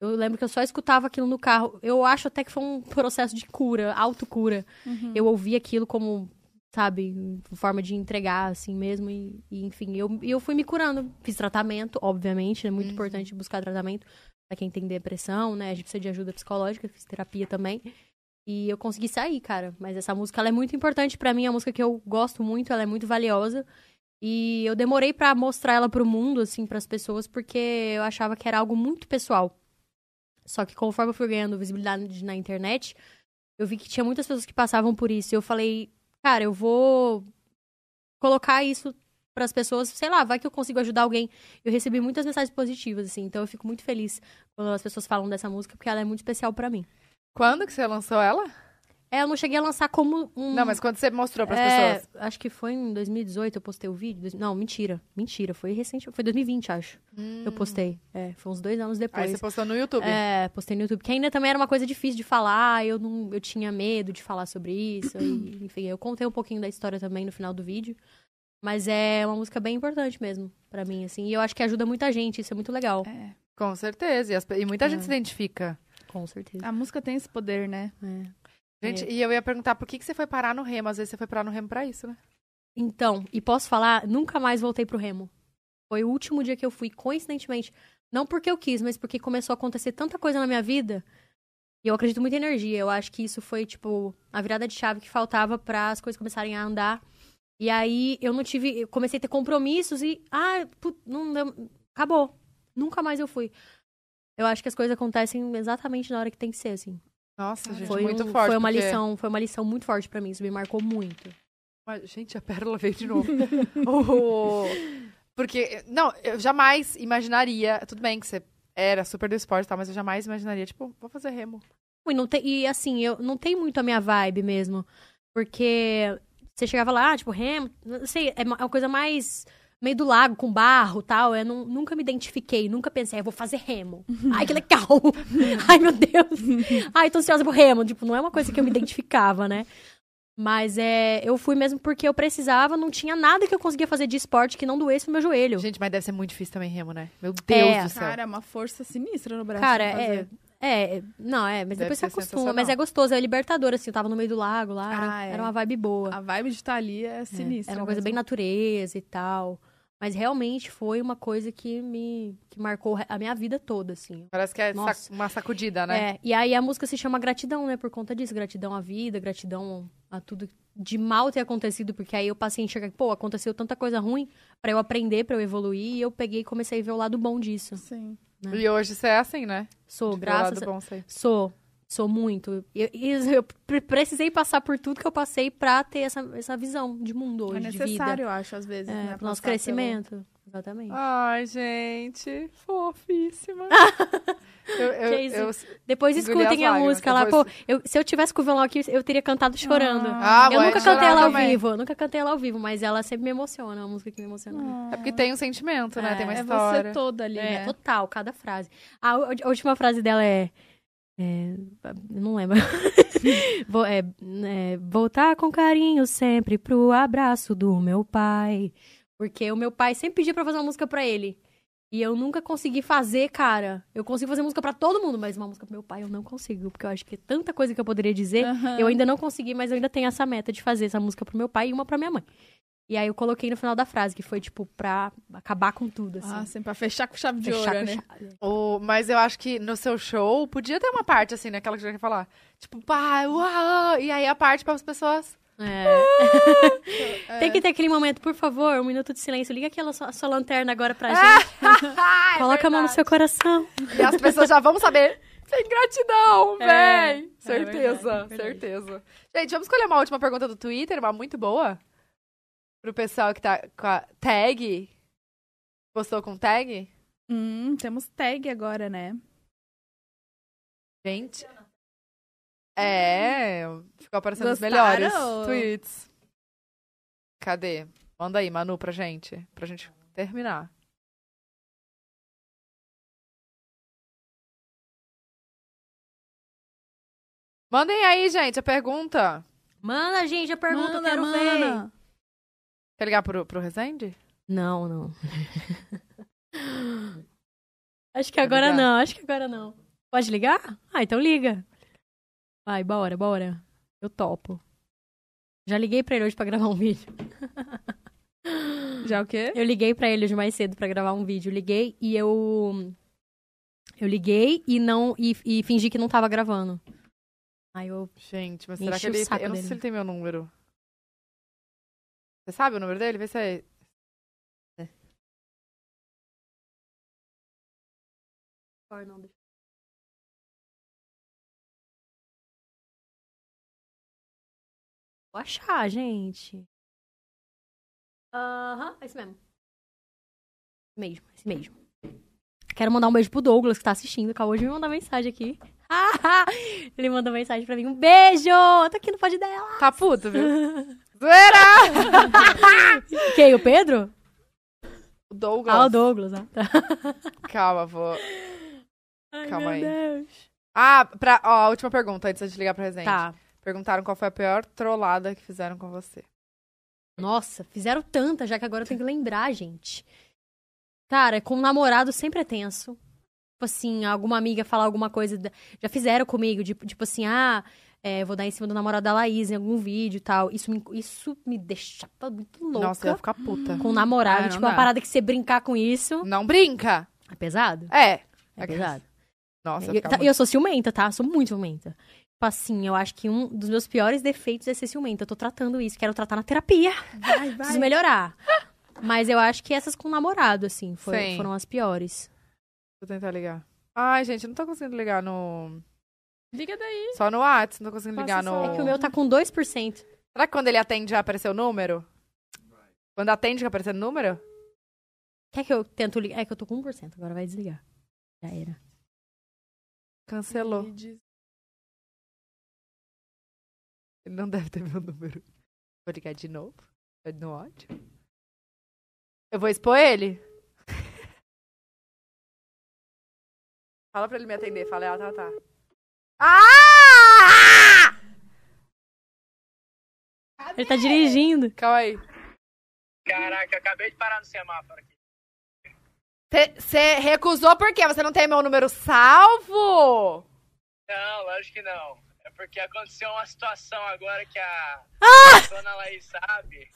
[SPEAKER 3] Eu lembro que eu só escutava aquilo no carro. Eu acho até que foi um processo de cura, autocura.
[SPEAKER 2] Uhum.
[SPEAKER 3] Eu ouvi aquilo como, sabe, forma de entregar, assim mesmo. E, e, enfim, eu, eu fui me curando. Fiz tratamento, obviamente, é muito
[SPEAKER 1] Uhum.
[SPEAKER 3] importante buscar tratamento pra quem tem depressão, né? A gente precisa de ajuda psicológica, fiz terapia também. E eu consegui sair, cara. Mas essa música, ela é muito importante pra mim. É uma música que eu gosto muito, ela é muito valiosa. E eu demorei pra mostrar ela pro mundo, assim, pras pessoas, porque eu achava que era algo muito pessoal. Só que conforme eu fui ganhando visibilidade na internet, eu vi que tinha muitas pessoas que passavam por isso. E eu falei, cara, eu vou colocar isso pras pessoas, sei lá, vai que eu consigo ajudar alguém. Eu recebi muitas mensagens positivas, assim, então eu fico muito feliz quando as pessoas falam dessa música, porque ela é muito especial pra mim.
[SPEAKER 1] Quando que você lançou ela?
[SPEAKER 3] É, eu não cheguei a lançar como um.
[SPEAKER 1] Não, mas quando você mostrou pras
[SPEAKER 3] É,
[SPEAKER 1] pessoas.
[SPEAKER 3] Acho que foi em 2018 eu postei o vídeo. dois- Não, mentira. Mentira. Foi recente. Foi 2020, acho.
[SPEAKER 1] Hum.
[SPEAKER 3] Eu postei. É, foi uns dois anos depois.
[SPEAKER 1] Aí você postou no YouTube.
[SPEAKER 3] É, postei no YouTube. Que ainda também era uma coisa difícil de falar, eu não, eu tinha medo de falar sobre isso. e, enfim, eu contei um pouquinho da história também no final do vídeo. Mas é uma música bem importante mesmo pra mim, assim. E eu acho que ajuda muita gente, isso é muito legal.
[SPEAKER 2] É.
[SPEAKER 1] Com certeza. E, as pe- e muita
[SPEAKER 3] É.
[SPEAKER 1] gente se identifica.
[SPEAKER 3] Com certeza.
[SPEAKER 2] A música tem esse poder, né?
[SPEAKER 3] É.
[SPEAKER 1] Gente, e eu ia perguntar por que, que você foi parar no remo. Às vezes você foi parar no remo pra isso, né?
[SPEAKER 3] Então, e posso falar, nunca mais voltei pro Remo. Foi o último dia que eu fui, coincidentemente. Não porque eu quis, mas porque começou a acontecer tanta coisa na minha vida. E eu acredito muito em energia. Eu acho que isso foi, tipo, a virada de chave que faltava pra as coisas começarem a andar. E aí eu não tive. Eu comecei a ter compromissos e. Ah, put, não deu- Acabou. Nunca mais eu fui. Eu acho que as coisas acontecem exatamente na hora que tem que ser, assim.
[SPEAKER 1] Nossa, gente,
[SPEAKER 3] Foi,
[SPEAKER 1] muito
[SPEAKER 3] um-
[SPEAKER 1] forte.
[SPEAKER 3] foi uma
[SPEAKER 1] porque-
[SPEAKER 3] lição, foi uma lição muito forte pra mim. Isso me marcou muito.
[SPEAKER 1] Mas, Gente, a pérola veio de novo. O- Porque, não, eu jamais imaginaria. Tudo bem que você era super do esporte e tal, mas eu jamais imaginaria, tipo, vou fazer remo.
[SPEAKER 3] E, não tem- e, assim, eu não tem muito a minha vibe mesmo. Porque você chegava lá, tipo, remo, não sei, é uma é uma coisa mais meio do lago, com barro tal. Eu não- nunca me identifiquei, nunca pensei, "Ah, eu vou fazer remo. Ai, que legal! Ai, meu Deus! Ai, tô ansiosa pro remo. Tipo, não é uma coisa que eu me identificava, né? Mas é, eu fui mesmo porque eu precisava, não tinha nada que eu conseguia fazer de esporte que não doesse o meu joelho.
[SPEAKER 1] Gente, mas deve ser muito difícil também remo, né? Meu Deus
[SPEAKER 3] É.
[SPEAKER 1] do céu.
[SPEAKER 2] Cara, é uma força sinistra no braço.
[SPEAKER 3] Cara,
[SPEAKER 2] pra fazer.
[SPEAKER 3] é, é. Não, é, mas
[SPEAKER 1] Deve
[SPEAKER 3] depois
[SPEAKER 1] ser
[SPEAKER 3] você acostuma.
[SPEAKER 1] sensacional.
[SPEAKER 3] Mas é gostoso, é libertador, assim. Eu tava no meio do lago lá. era-
[SPEAKER 2] Ah, é.
[SPEAKER 3] Era uma vibe boa.
[SPEAKER 2] A vibe de estar ali é
[SPEAKER 3] É,
[SPEAKER 2] sinistra.
[SPEAKER 3] Era uma coisa
[SPEAKER 2] mesmo.
[SPEAKER 3] bem natureza e tal. Mas realmente foi uma coisa que me que marcou re- a minha vida toda, assim.
[SPEAKER 1] Parece que é sac-
[SPEAKER 3] Nossa.
[SPEAKER 1] uma sacudida, né?
[SPEAKER 3] É, e aí a música se chama Gratidão, né? Por conta disso. Gratidão à vida, gratidão a tudo de mal ter acontecido, porque aí eu passei a enxergar que, pô, aconteceu tanta coisa ruim pra eu aprender, pra eu evoluir, e eu peguei e comecei a ver o lado bom disso.
[SPEAKER 2] Sim.
[SPEAKER 3] É.
[SPEAKER 1] E hoje você é assim, né?
[SPEAKER 3] Sou,
[SPEAKER 1] De ver o
[SPEAKER 3] graças
[SPEAKER 1] lado bom, você- é.
[SPEAKER 3] Sou. Sou muito. Eu, eu- eu pre- precisei passar por tudo que eu passei pra ter essa, essa visão de mundo hoje,
[SPEAKER 2] é
[SPEAKER 3] de vida.
[SPEAKER 2] necessário, eu acho, às vezes.
[SPEAKER 3] É,
[SPEAKER 2] né,
[SPEAKER 3] pro
[SPEAKER 2] passar pelo-
[SPEAKER 3] nosso
[SPEAKER 2] Ah,
[SPEAKER 3] crescimento. Exatamente.
[SPEAKER 1] Ai, gente, fofíssima. eu, eu,
[SPEAKER 3] Que é isso?
[SPEAKER 1] eu-
[SPEAKER 3] Depois
[SPEAKER 1] engolir
[SPEAKER 3] escutem
[SPEAKER 1] as
[SPEAKER 3] a
[SPEAKER 1] lágrimas,
[SPEAKER 3] música lá. Pô,
[SPEAKER 1] depois-
[SPEAKER 3] eu- se eu tivesse com o violão aqui, eu teria cantado chorando.
[SPEAKER 2] tá
[SPEAKER 1] Ah,
[SPEAKER 3] eu
[SPEAKER 1] vai
[SPEAKER 2] é
[SPEAKER 3] nunca
[SPEAKER 1] chorar
[SPEAKER 3] cantei ela ao
[SPEAKER 1] também.
[SPEAKER 3] vivo, eu nunca cantei ela ao vivo, mas ela sempre me emociona, é uma música que me emociona.
[SPEAKER 2] Ah.
[SPEAKER 3] muito.
[SPEAKER 1] É porque tem um sentimento, né?
[SPEAKER 3] É,
[SPEAKER 1] tem uma
[SPEAKER 2] É
[SPEAKER 1] história.
[SPEAKER 2] você toda ali,
[SPEAKER 3] É,
[SPEAKER 2] né?
[SPEAKER 3] total, cada frase. A, u- a última frase dela é. é, eu não lembro. Vou- é, é, voltar com carinho sempre pro abraço do meu pai. Porque o meu pai sempre pedia pra fazer uma música pra ele. E eu nunca consegui fazer, cara. Eu consigo fazer música pra todo mundo, mas uma música pro meu pai eu não consigo. Porque eu acho que é tanta coisa que eu poderia dizer.
[SPEAKER 2] Aham.
[SPEAKER 3] Eu ainda não consegui, mas eu ainda tenho essa meta de fazer essa música pro meu pai e uma pra minha mãe. E aí eu coloquei no final da frase, que foi, tipo, pra acabar com tudo, assim.
[SPEAKER 2] Ah, sim, pra fechar com chave de
[SPEAKER 3] Fechar
[SPEAKER 2] ouro,
[SPEAKER 3] com
[SPEAKER 2] né?
[SPEAKER 3] chave.
[SPEAKER 1] O- mas eu acho que no seu show podia ter uma parte assim, naquela que já quer falar. Tipo, pá, uau! E aí a parte para as pessoas.
[SPEAKER 3] É. Tem que ter aquele momento, por favor, um minuto de silêncio. Liga aquela sua, sua lanterna agora pra gente.
[SPEAKER 1] Ah, é
[SPEAKER 3] Coloca a mão no seu coração.
[SPEAKER 1] verdade. E as pessoas já vão saber. Sem gratidão,
[SPEAKER 3] É,
[SPEAKER 1] véi!
[SPEAKER 3] é
[SPEAKER 1] certeza,
[SPEAKER 3] verdade, é verdade.
[SPEAKER 1] certeza. Gente, vamos escolher uma última pergunta do Twitter, uma muito boa. Pro pessoal que tá com a tag. Postou com tag?
[SPEAKER 2] Hum, temos tag agora, né?
[SPEAKER 1] Gente. É, ficou aparecendo os
[SPEAKER 2] Gostaram?
[SPEAKER 1] melhores tweets. Cadê? Manda aí, Manu, pra gente. Pra gente terminar. Mandem aí, gente, a pergunta.
[SPEAKER 3] Manda, gente, a pergunta, eu quero ver.
[SPEAKER 1] Quer ligar pro, pro Resende?
[SPEAKER 3] Não, não. acho que
[SPEAKER 1] Quer
[SPEAKER 3] agora
[SPEAKER 1] ligar?
[SPEAKER 3] não, acho que agora não. Pode ligar? Ah, então liga. Vai, bora, bora. Eu topo. Já liguei pra ele hoje pra gravar um vídeo.
[SPEAKER 2] Já o quê?
[SPEAKER 3] Eu liguei pra ele hoje mais cedo pra gravar um vídeo. Liguei e eu. Eu liguei e não. E, e fingi que não tava gravando. Aí eu.
[SPEAKER 1] Gente, mas
[SPEAKER 3] Me
[SPEAKER 1] será que
[SPEAKER 3] enche o
[SPEAKER 1] ele.
[SPEAKER 3] saco
[SPEAKER 1] Eu não sei
[SPEAKER 3] dele.
[SPEAKER 1] se ele tem meu número. Você sabe o número dele? Vê se é.
[SPEAKER 3] Vou achar, gente. Aham, é esse mesmo. Mesmo, esse mesmo. Quero mandar um beijo pro Douglas que tá assistindo. Acabou de me mandar mensagem aqui. Ele mandou mensagem pra mim. Um beijo! Tô aqui no pod dela.
[SPEAKER 1] Tá puto, viu? Zoeira!
[SPEAKER 3] Quem? O Pedro?
[SPEAKER 1] O
[SPEAKER 3] Ah, o
[SPEAKER 1] Douglas.
[SPEAKER 3] Douglas. Ah, tá.
[SPEAKER 1] Calma, vou.
[SPEAKER 3] Ai,
[SPEAKER 1] Calma aí.
[SPEAKER 3] Deus.
[SPEAKER 1] Ah, pra... ó, a última pergunta antes de ligar pro Resende.
[SPEAKER 3] Tá.
[SPEAKER 1] Perguntaram qual foi a pior trollada que fizeram com você.
[SPEAKER 3] Nossa, fizeram tanta, já que agora eu tenho que lembrar, gente. Cara, com namorado sempre é tenso. Tipo assim, alguma amiga falar alguma coisa. da- Já fizeram comigo, tipo, tipo assim, ah, é, vou dar em cima do namorado da Laís em algum vídeo e tal. Isso me, isso me deixa muito louca.
[SPEAKER 1] Nossa, eu ia ficar puta.
[SPEAKER 3] Com namorado,
[SPEAKER 1] Ah, não
[SPEAKER 3] tipo, uma
[SPEAKER 1] dá.
[SPEAKER 3] parada que você brincar com isso.
[SPEAKER 1] Não brinca!
[SPEAKER 3] É pesado?
[SPEAKER 1] É.
[SPEAKER 3] É pesado.
[SPEAKER 1] Nossa, eu
[SPEAKER 3] eu,
[SPEAKER 1] ia
[SPEAKER 3] tá-
[SPEAKER 1] ficar
[SPEAKER 3] eu sou ciumenta, tá? Sou muito ciumenta. Tipo assim, eu acho que um dos meus piores defeitos é ser ciumenta. Eu tô tratando isso, quero tratar na terapia.
[SPEAKER 2] Vai,
[SPEAKER 3] Preciso melhorar. Mas eu acho que essas com namorado, assim, foi-
[SPEAKER 1] Sim.
[SPEAKER 3] foram as piores.
[SPEAKER 1] Vou tentar ligar. Ai, gente, eu não tô conseguindo ligar no.
[SPEAKER 2] Liga daí.
[SPEAKER 1] Só no WhatsApp, não tô conseguindo
[SPEAKER 2] Passa
[SPEAKER 1] ligar no.
[SPEAKER 2] só-
[SPEAKER 3] É que o meu tá com 2%.
[SPEAKER 1] Será que quando ele atende já apareceu o número? Quando atende que apareceu o número?
[SPEAKER 3] Quer que eu tento ligar? É que eu tô com 1%, agora vai desligar. Já era.
[SPEAKER 1] Cancelou. Ele não deve ter meu número. Vou ligar de novo. É no ódio. Eu vou expor ele? Fala pra ele me atender. Fala, ah, tá, tá. Ah!
[SPEAKER 3] Ele tá dirigindo.
[SPEAKER 1] Calma aí.
[SPEAKER 4] Caraca, acabei de parar no semáforo aqui.
[SPEAKER 1] Você recusou por quê? Você não tem meu número salvo?
[SPEAKER 4] Não, lógico que não. É porque aconteceu uma situação agora que a
[SPEAKER 3] Ah!
[SPEAKER 4] dona Laís sabe.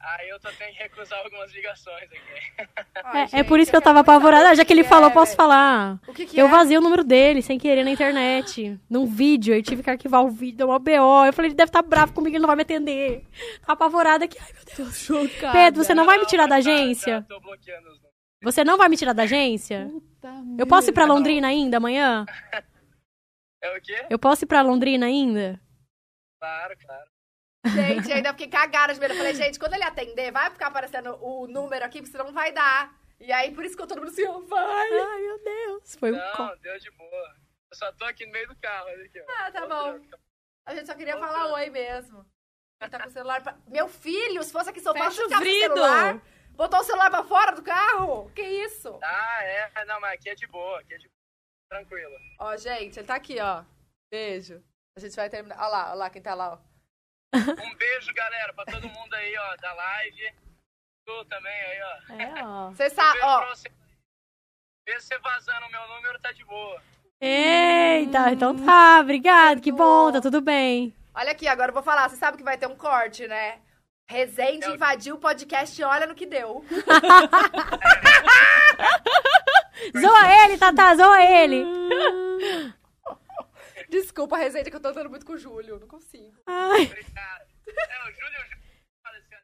[SPEAKER 4] Aí eu tô tendo que recusar algumas ligações aqui.
[SPEAKER 1] Ai,
[SPEAKER 3] é, é
[SPEAKER 1] gente,
[SPEAKER 3] por isso que eu
[SPEAKER 1] quero
[SPEAKER 3] tava
[SPEAKER 1] muito saber
[SPEAKER 3] apavorada.
[SPEAKER 1] o
[SPEAKER 3] Ah, Já que ele
[SPEAKER 1] é,
[SPEAKER 3] falou, posso
[SPEAKER 1] velho.
[SPEAKER 3] falar.
[SPEAKER 1] O que que
[SPEAKER 3] Eu
[SPEAKER 1] é?
[SPEAKER 3] vazei o número dele, sem querer, na internet. Num vídeo, eu tive que arquivar o vídeo, deu uma BO. Eu falei, ele deve estar tá bravo comigo, ele não vai me atender. Tá apavorada aqui. Ai, meu Deus.
[SPEAKER 2] Chocada.
[SPEAKER 3] Pedro, você não vai me tirar da
[SPEAKER 4] mas tá-
[SPEAKER 3] agência?
[SPEAKER 4] tá- tô bloqueando os números.
[SPEAKER 3] Você não vai me tirar da agência? Eu posso ir pra Londrina ainda amanhã?
[SPEAKER 4] É o quê?
[SPEAKER 3] Eu posso ir pra Londrina ainda?
[SPEAKER 4] Claro, claro.
[SPEAKER 1] Gente, eu ainda fiquei cagada de medo. Eu falei, gente, quando ele atender, vai ficar aparecendo o número aqui, porque senão não vai dar. E aí, por isso que eu todo mundo assim, ó, vai.
[SPEAKER 3] Ai, meu Deus. Foi um co-
[SPEAKER 4] Não, deu de boa. Eu só tô aqui no meio do carro. olha Aqui, ó.
[SPEAKER 1] Ah, tá bom. A gente só queria falar oi mesmo. Ele tá com o celular pra... Meu filho, se fosse aqui em São Paulo,
[SPEAKER 2] Fecha o
[SPEAKER 1] ficava com o
[SPEAKER 2] vidro.
[SPEAKER 1] celular. Botou o celular pra fora do carro? Que isso?
[SPEAKER 4] Ah, é. Não, mas aqui é de boa. Aqui é de boa. Tranquilo.
[SPEAKER 1] Ó, gente, ele tá aqui, ó. Beijo. A gente vai terminar. Ó lá, ó lá quem tá lá, ó.
[SPEAKER 4] Um beijo, galera, pra todo mundo aí, ó, da live. Tu também aí, ó.
[SPEAKER 2] É, ó.
[SPEAKER 1] Você sabe,
[SPEAKER 4] Beijo pra
[SPEAKER 1] Ah, ó.
[SPEAKER 4] você. Mesmo você vazando o meu número, tá de boa.
[SPEAKER 3] Eita, então tá, obrigado, que bom, tá tudo bem.
[SPEAKER 1] Olha aqui, agora eu vou falar. Você sabe que vai ter um corte, né? Resende
[SPEAKER 4] Eu-
[SPEAKER 1] invadiu o podcast e olha no que deu.
[SPEAKER 3] Zoa ele, Tata, zoa ele.
[SPEAKER 1] Desculpa, Resende, que eu tô andando muito com o Júlio. Não consigo.
[SPEAKER 3] Ai,
[SPEAKER 4] Obrigado. É, o Júlio, o Júlio faleceu.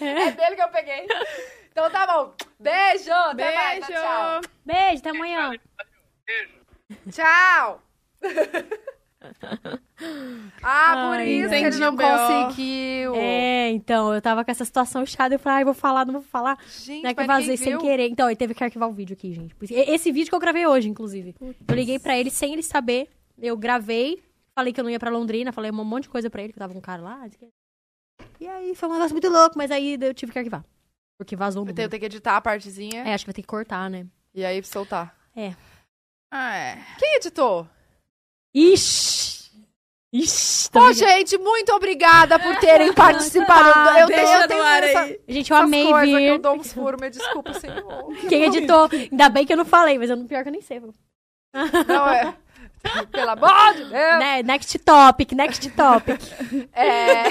[SPEAKER 1] É dele que eu peguei. Então tá bom. Beijo. Até mais.
[SPEAKER 2] Beijo.
[SPEAKER 1] Tchau.
[SPEAKER 3] beijo, até amanhã.
[SPEAKER 4] Beijo.
[SPEAKER 1] Tchau. Tchau. ah, por
[SPEAKER 3] Ai,
[SPEAKER 1] isso que ele
[SPEAKER 2] entendi
[SPEAKER 1] não
[SPEAKER 2] o B.O.
[SPEAKER 1] conseguiu.
[SPEAKER 3] É, então, eu tava com essa situação chata, eu falei, ai, vou falar, não vou falar.
[SPEAKER 1] Gente,
[SPEAKER 3] Não é que
[SPEAKER 1] mas
[SPEAKER 3] eu vazei
[SPEAKER 1] ninguém
[SPEAKER 3] sem
[SPEAKER 1] viu.
[SPEAKER 3] querer. Então, ele teve que arquivar o vídeo aqui, gente. Por isso- e- Esse vídeo que eu gravei hoje, inclusive. Eu liguei pra ele sem ele saber. Eu gravei, falei que eu não ia pra Londrina, falei um monte de coisa pra ele, que eu tava com um cara lá. não sei o quê. E aí, foi um negócio muito louco, mas aí eu tive que arquivar. Porque vazou
[SPEAKER 1] Eu
[SPEAKER 3] muito.
[SPEAKER 1] tenho, eu tenho que editar a partezinha
[SPEAKER 3] É, acho que vai ter que cortar, né?
[SPEAKER 1] e aí soltar.
[SPEAKER 2] Ah, é.
[SPEAKER 1] Quem editou?
[SPEAKER 3] Ixi! Ixi! tá
[SPEAKER 1] Pô,
[SPEAKER 3] ligado?
[SPEAKER 1] gente, muito obrigada por terem participado.
[SPEAKER 2] Ah,
[SPEAKER 1] eu,
[SPEAKER 2] deixa
[SPEAKER 1] eu tenho
[SPEAKER 2] no ar
[SPEAKER 1] essa-
[SPEAKER 2] aí.
[SPEAKER 3] Gente, eu
[SPEAKER 1] essas
[SPEAKER 3] amei
[SPEAKER 1] coisas que eu
[SPEAKER 3] vir.
[SPEAKER 1] dou uns furos, me desculpa, senhor.
[SPEAKER 3] Quem editou? Ainda bem que eu não falei, mas eu não pior que eu nem sei.
[SPEAKER 1] Não é. Pelo amor de Deus.
[SPEAKER 3] Né? Next topic, next topic.
[SPEAKER 1] É,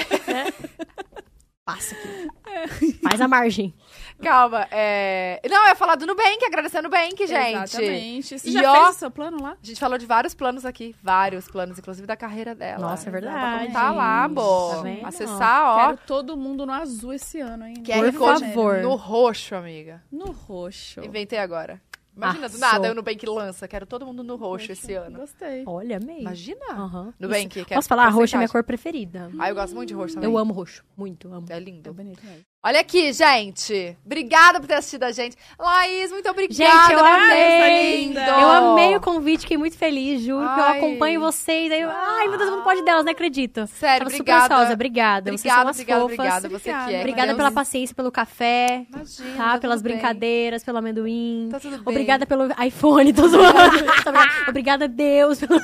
[SPEAKER 3] Passa aqui. Faz a margem.
[SPEAKER 1] calma. É... Não, eu ia falar do Nubank, agradecer o Nubank, gente.
[SPEAKER 2] Exatamente. Você
[SPEAKER 1] E
[SPEAKER 2] já
[SPEAKER 1] ó-
[SPEAKER 2] fez o seu plano lá?
[SPEAKER 1] A gente falou de vários planos aqui, vários planos, inclusive da carreira dela.
[SPEAKER 3] Nossa, é
[SPEAKER 1] Tá né? Dá pra
[SPEAKER 3] verdade.
[SPEAKER 1] contar lá,
[SPEAKER 3] Tá
[SPEAKER 1] bo.
[SPEAKER 3] vendo?
[SPEAKER 1] Acessar, ó.
[SPEAKER 2] Quero todo mundo no azul esse ano, hein?
[SPEAKER 1] QR
[SPEAKER 3] Por
[SPEAKER 1] Code
[SPEAKER 3] favor.
[SPEAKER 1] no roxo, amiga.
[SPEAKER 2] No roxo.
[SPEAKER 1] Inventei agora. Imagina, do
[SPEAKER 3] Arrasou.
[SPEAKER 1] nada, eu no Nubank lança. Quero todo mundo no roxo esse ano.
[SPEAKER 2] Gostei.
[SPEAKER 3] Olha, amei.
[SPEAKER 1] Imagina.
[SPEAKER 3] Aham.
[SPEAKER 1] Nubank, quero
[SPEAKER 3] Posso falar? Roxo é minha
[SPEAKER 1] porcentagem.
[SPEAKER 3] cor preferida.
[SPEAKER 1] Ah, eu gosto muito de roxo também.
[SPEAKER 3] Eu amo roxo. Muito, amo.
[SPEAKER 1] É
[SPEAKER 2] É
[SPEAKER 1] lindo.
[SPEAKER 2] bonito mesmo.
[SPEAKER 1] Olha aqui, gente. Obrigada por ter assistido a gente. Laís, muito obrigada.
[SPEAKER 3] Gente, eu
[SPEAKER 1] por ter
[SPEAKER 3] amei.
[SPEAKER 1] vindo.
[SPEAKER 3] Eu amei o convite, fiquei muito feliz, juro. que eu
[SPEAKER 1] Ai.
[SPEAKER 3] acompanho vocês. Aí, eu- ai, meu Deus, não pode Deus, não acredito.
[SPEAKER 1] Sério,
[SPEAKER 3] Tava super
[SPEAKER 1] obrigada.
[SPEAKER 3] ansiosa, obrada. Vocês são
[SPEAKER 1] Obrigada,
[SPEAKER 3] umas
[SPEAKER 1] obrigada,
[SPEAKER 3] fofas.
[SPEAKER 1] obrigada. Você que é.
[SPEAKER 3] Obrigada
[SPEAKER 1] Deus.
[SPEAKER 3] pela paciência, pelo café,
[SPEAKER 1] Imagina,
[SPEAKER 3] tá?
[SPEAKER 1] tudo
[SPEAKER 3] Pelas
[SPEAKER 1] bem.
[SPEAKER 3] brincadeiras, pelo amendoim.
[SPEAKER 1] Tá tudo bem.
[SPEAKER 3] Obrigada pelo iPhone, tô zoando. Tô brincando. obrigada, Deus. pelo-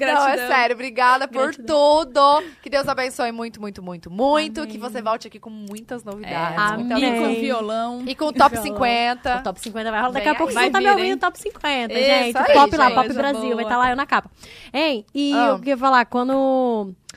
[SPEAKER 1] Não, é sério. Obrigada por tudo. Que Deus abençoe muito, muito, muito, muito.
[SPEAKER 2] Amém.
[SPEAKER 1] Que você volte aqui com muitas novidades.
[SPEAKER 2] É,
[SPEAKER 1] muita
[SPEAKER 3] amém.
[SPEAKER 2] e com
[SPEAKER 1] coisa.
[SPEAKER 2] o violão.
[SPEAKER 1] E com o top
[SPEAKER 3] Violão.
[SPEAKER 1] 50.
[SPEAKER 3] O top 50 vai rolar. Daqui
[SPEAKER 1] Vem
[SPEAKER 3] a
[SPEAKER 1] aí.
[SPEAKER 3] pouco
[SPEAKER 2] Vai
[SPEAKER 3] vocês vão
[SPEAKER 2] vir,
[SPEAKER 3] estar me ouvindo
[SPEAKER 2] hein?
[SPEAKER 3] no top 50,
[SPEAKER 2] Isso
[SPEAKER 3] gente.
[SPEAKER 1] aí,
[SPEAKER 3] pop lá,
[SPEAKER 1] gente.
[SPEAKER 3] Pop
[SPEAKER 2] Coisa
[SPEAKER 3] Brasil.
[SPEAKER 2] boa.
[SPEAKER 3] Vai estar lá eu na capa. Hein? E
[SPEAKER 1] Ah.
[SPEAKER 3] eu queria falar, quando.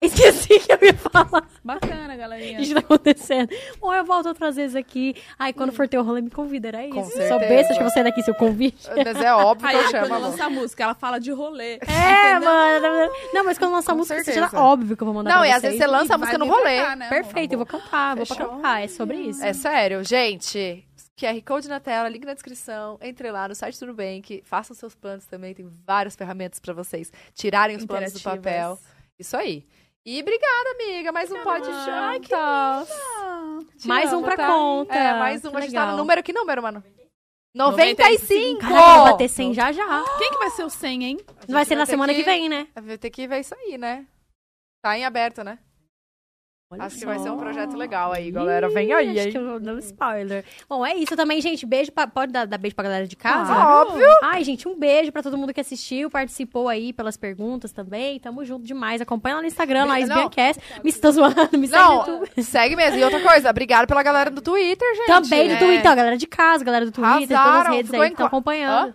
[SPEAKER 3] Esqueci que eu ia falar.
[SPEAKER 2] Bacana, galerinha.
[SPEAKER 3] Isso tá acontecendo. Ou eu volto outras vezes aqui. Ai, quando for ter o rolê, me convida. Era
[SPEAKER 1] Com
[SPEAKER 3] isso.
[SPEAKER 1] certeza.
[SPEAKER 3] Sou besta, acho que você é daqui, seu convite.
[SPEAKER 1] Mas é óbvio que
[SPEAKER 2] Aí
[SPEAKER 1] eu
[SPEAKER 2] ele,
[SPEAKER 1] chamo.
[SPEAKER 2] quando
[SPEAKER 1] amor.
[SPEAKER 2] lança a música, ela fala de rolê.
[SPEAKER 3] É, mano. Não, mas quando lançar
[SPEAKER 1] Com
[SPEAKER 3] música,
[SPEAKER 1] certeza.
[SPEAKER 3] seja óbvio que eu vou mandar
[SPEAKER 1] Não,
[SPEAKER 3] pra
[SPEAKER 1] e às
[SPEAKER 3] vocês.
[SPEAKER 1] vezes você lança a
[SPEAKER 2] E vai
[SPEAKER 1] música no
[SPEAKER 2] vir pra
[SPEAKER 1] rolê.
[SPEAKER 2] cá, né, amor?
[SPEAKER 3] Perfeito, eu vou cantar, vou pra
[SPEAKER 1] Fechou.
[SPEAKER 3] cantar. É sobre isso.
[SPEAKER 1] É sério, gente. QR Code na tela, link na descrição. Entre lá no site do Nubank. Façam seus planos também. Tem várias ferramentas pra vocês tirarem os planos do
[SPEAKER 2] Imperativas.
[SPEAKER 1] papel. Isso aí. E obrigada, amiga. Mais um pod
[SPEAKER 3] Ai,
[SPEAKER 1] Ai,
[SPEAKER 3] que
[SPEAKER 2] é. Ah.
[SPEAKER 3] Mais um pra conta.
[SPEAKER 1] É, mais um.
[SPEAKER 3] Que
[SPEAKER 1] A gente tá no
[SPEAKER 3] legal.
[SPEAKER 1] número. Que número, mano? 95!
[SPEAKER 2] 95.
[SPEAKER 3] Caraca, eu vou bater 100 já já. Não
[SPEAKER 2] Quem que vai ser o 100, hein?
[SPEAKER 1] A gente
[SPEAKER 3] vai ser na
[SPEAKER 1] ter
[SPEAKER 3] semana que... vem, né?
[SPEAKER 1] Vai ter que ver isso aí, né? Tá em aberto, né?
[SPEAKER 3] Olha
[SPEAKER 1] Acho que vai
[SPEAKER 3] só.
[SPEAKER 1] ser um projeto legal aí, galera. Vem aí,
[SPEAKER 3] Ih,
[SPEAKER 1] hein?
[SPEAKER 3] Acho que eu vou dar um spoiler. Bom, é isso também, gente. Beijo pra... Pode dar, dar beijo pra galera de casa?
[SPEAKER 2] Claro.
[SPEAKER 1] Ah, Óbvio!
[SPEAKER 3] Ai, gente, um beijo pra todo mundo que assistiu, participou aí pelas perguntas também. Tamo junto demais. Acompanha lá no Instagram,
[SPEAKER 1] Be-
[SPEAKER 3] Laís
[SPEAKER 1] não.
[SPEAKER 3] Biancass. Me está zoando, me segue no
[SPEAKER 1] Não,
[SPEAKER 3] YouTube.
[SPEAKER 1] segue mesmo. E outra coisa, obrigado pela galera do Twitter, gente.
[SPEAKER 3] Também do
[SPEAKER 1] É.
[SPEAKER 3] Twitter, ó, galera de casa, galera do Twitter, todas
[SPEAKER 1] Arrasaram,
[SPEAKER 3] as redes
[SPEAKER 1] ficou
[SPEAKER 3] aí
[SPEAKER 1] em
[SPEAKER 3] que estão
[SPEAKER 1] qua-
[SPEAKER 3] acompanhando.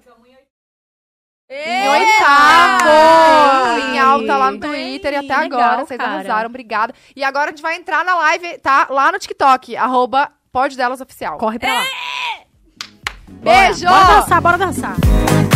[SPEAKER 1] Em
[SPEAKER 2] Eita!
[SPEAKER 1] oitavo! Em alta lá no
[SPEAKER 3] Bem,
[SPEAKER 1] Twitter e até
[SPEAKER 3] legal,
[SPEAKER 1] agora. Vocês
[SPEAKER 3] cara.
[SPEAKER 1] arrasaram, obrigada. E agora a gente vai entrar na live, tá? Lá no TikTok, arroba
[SPEAKER 2] É,
[SPEAKER 1] poddelas oficial.
[SPEAKER 3] Corre pra lá.
[SPEAKER 1] Beijo!
[SPEAKER 3] Bora dançar, bora dançar.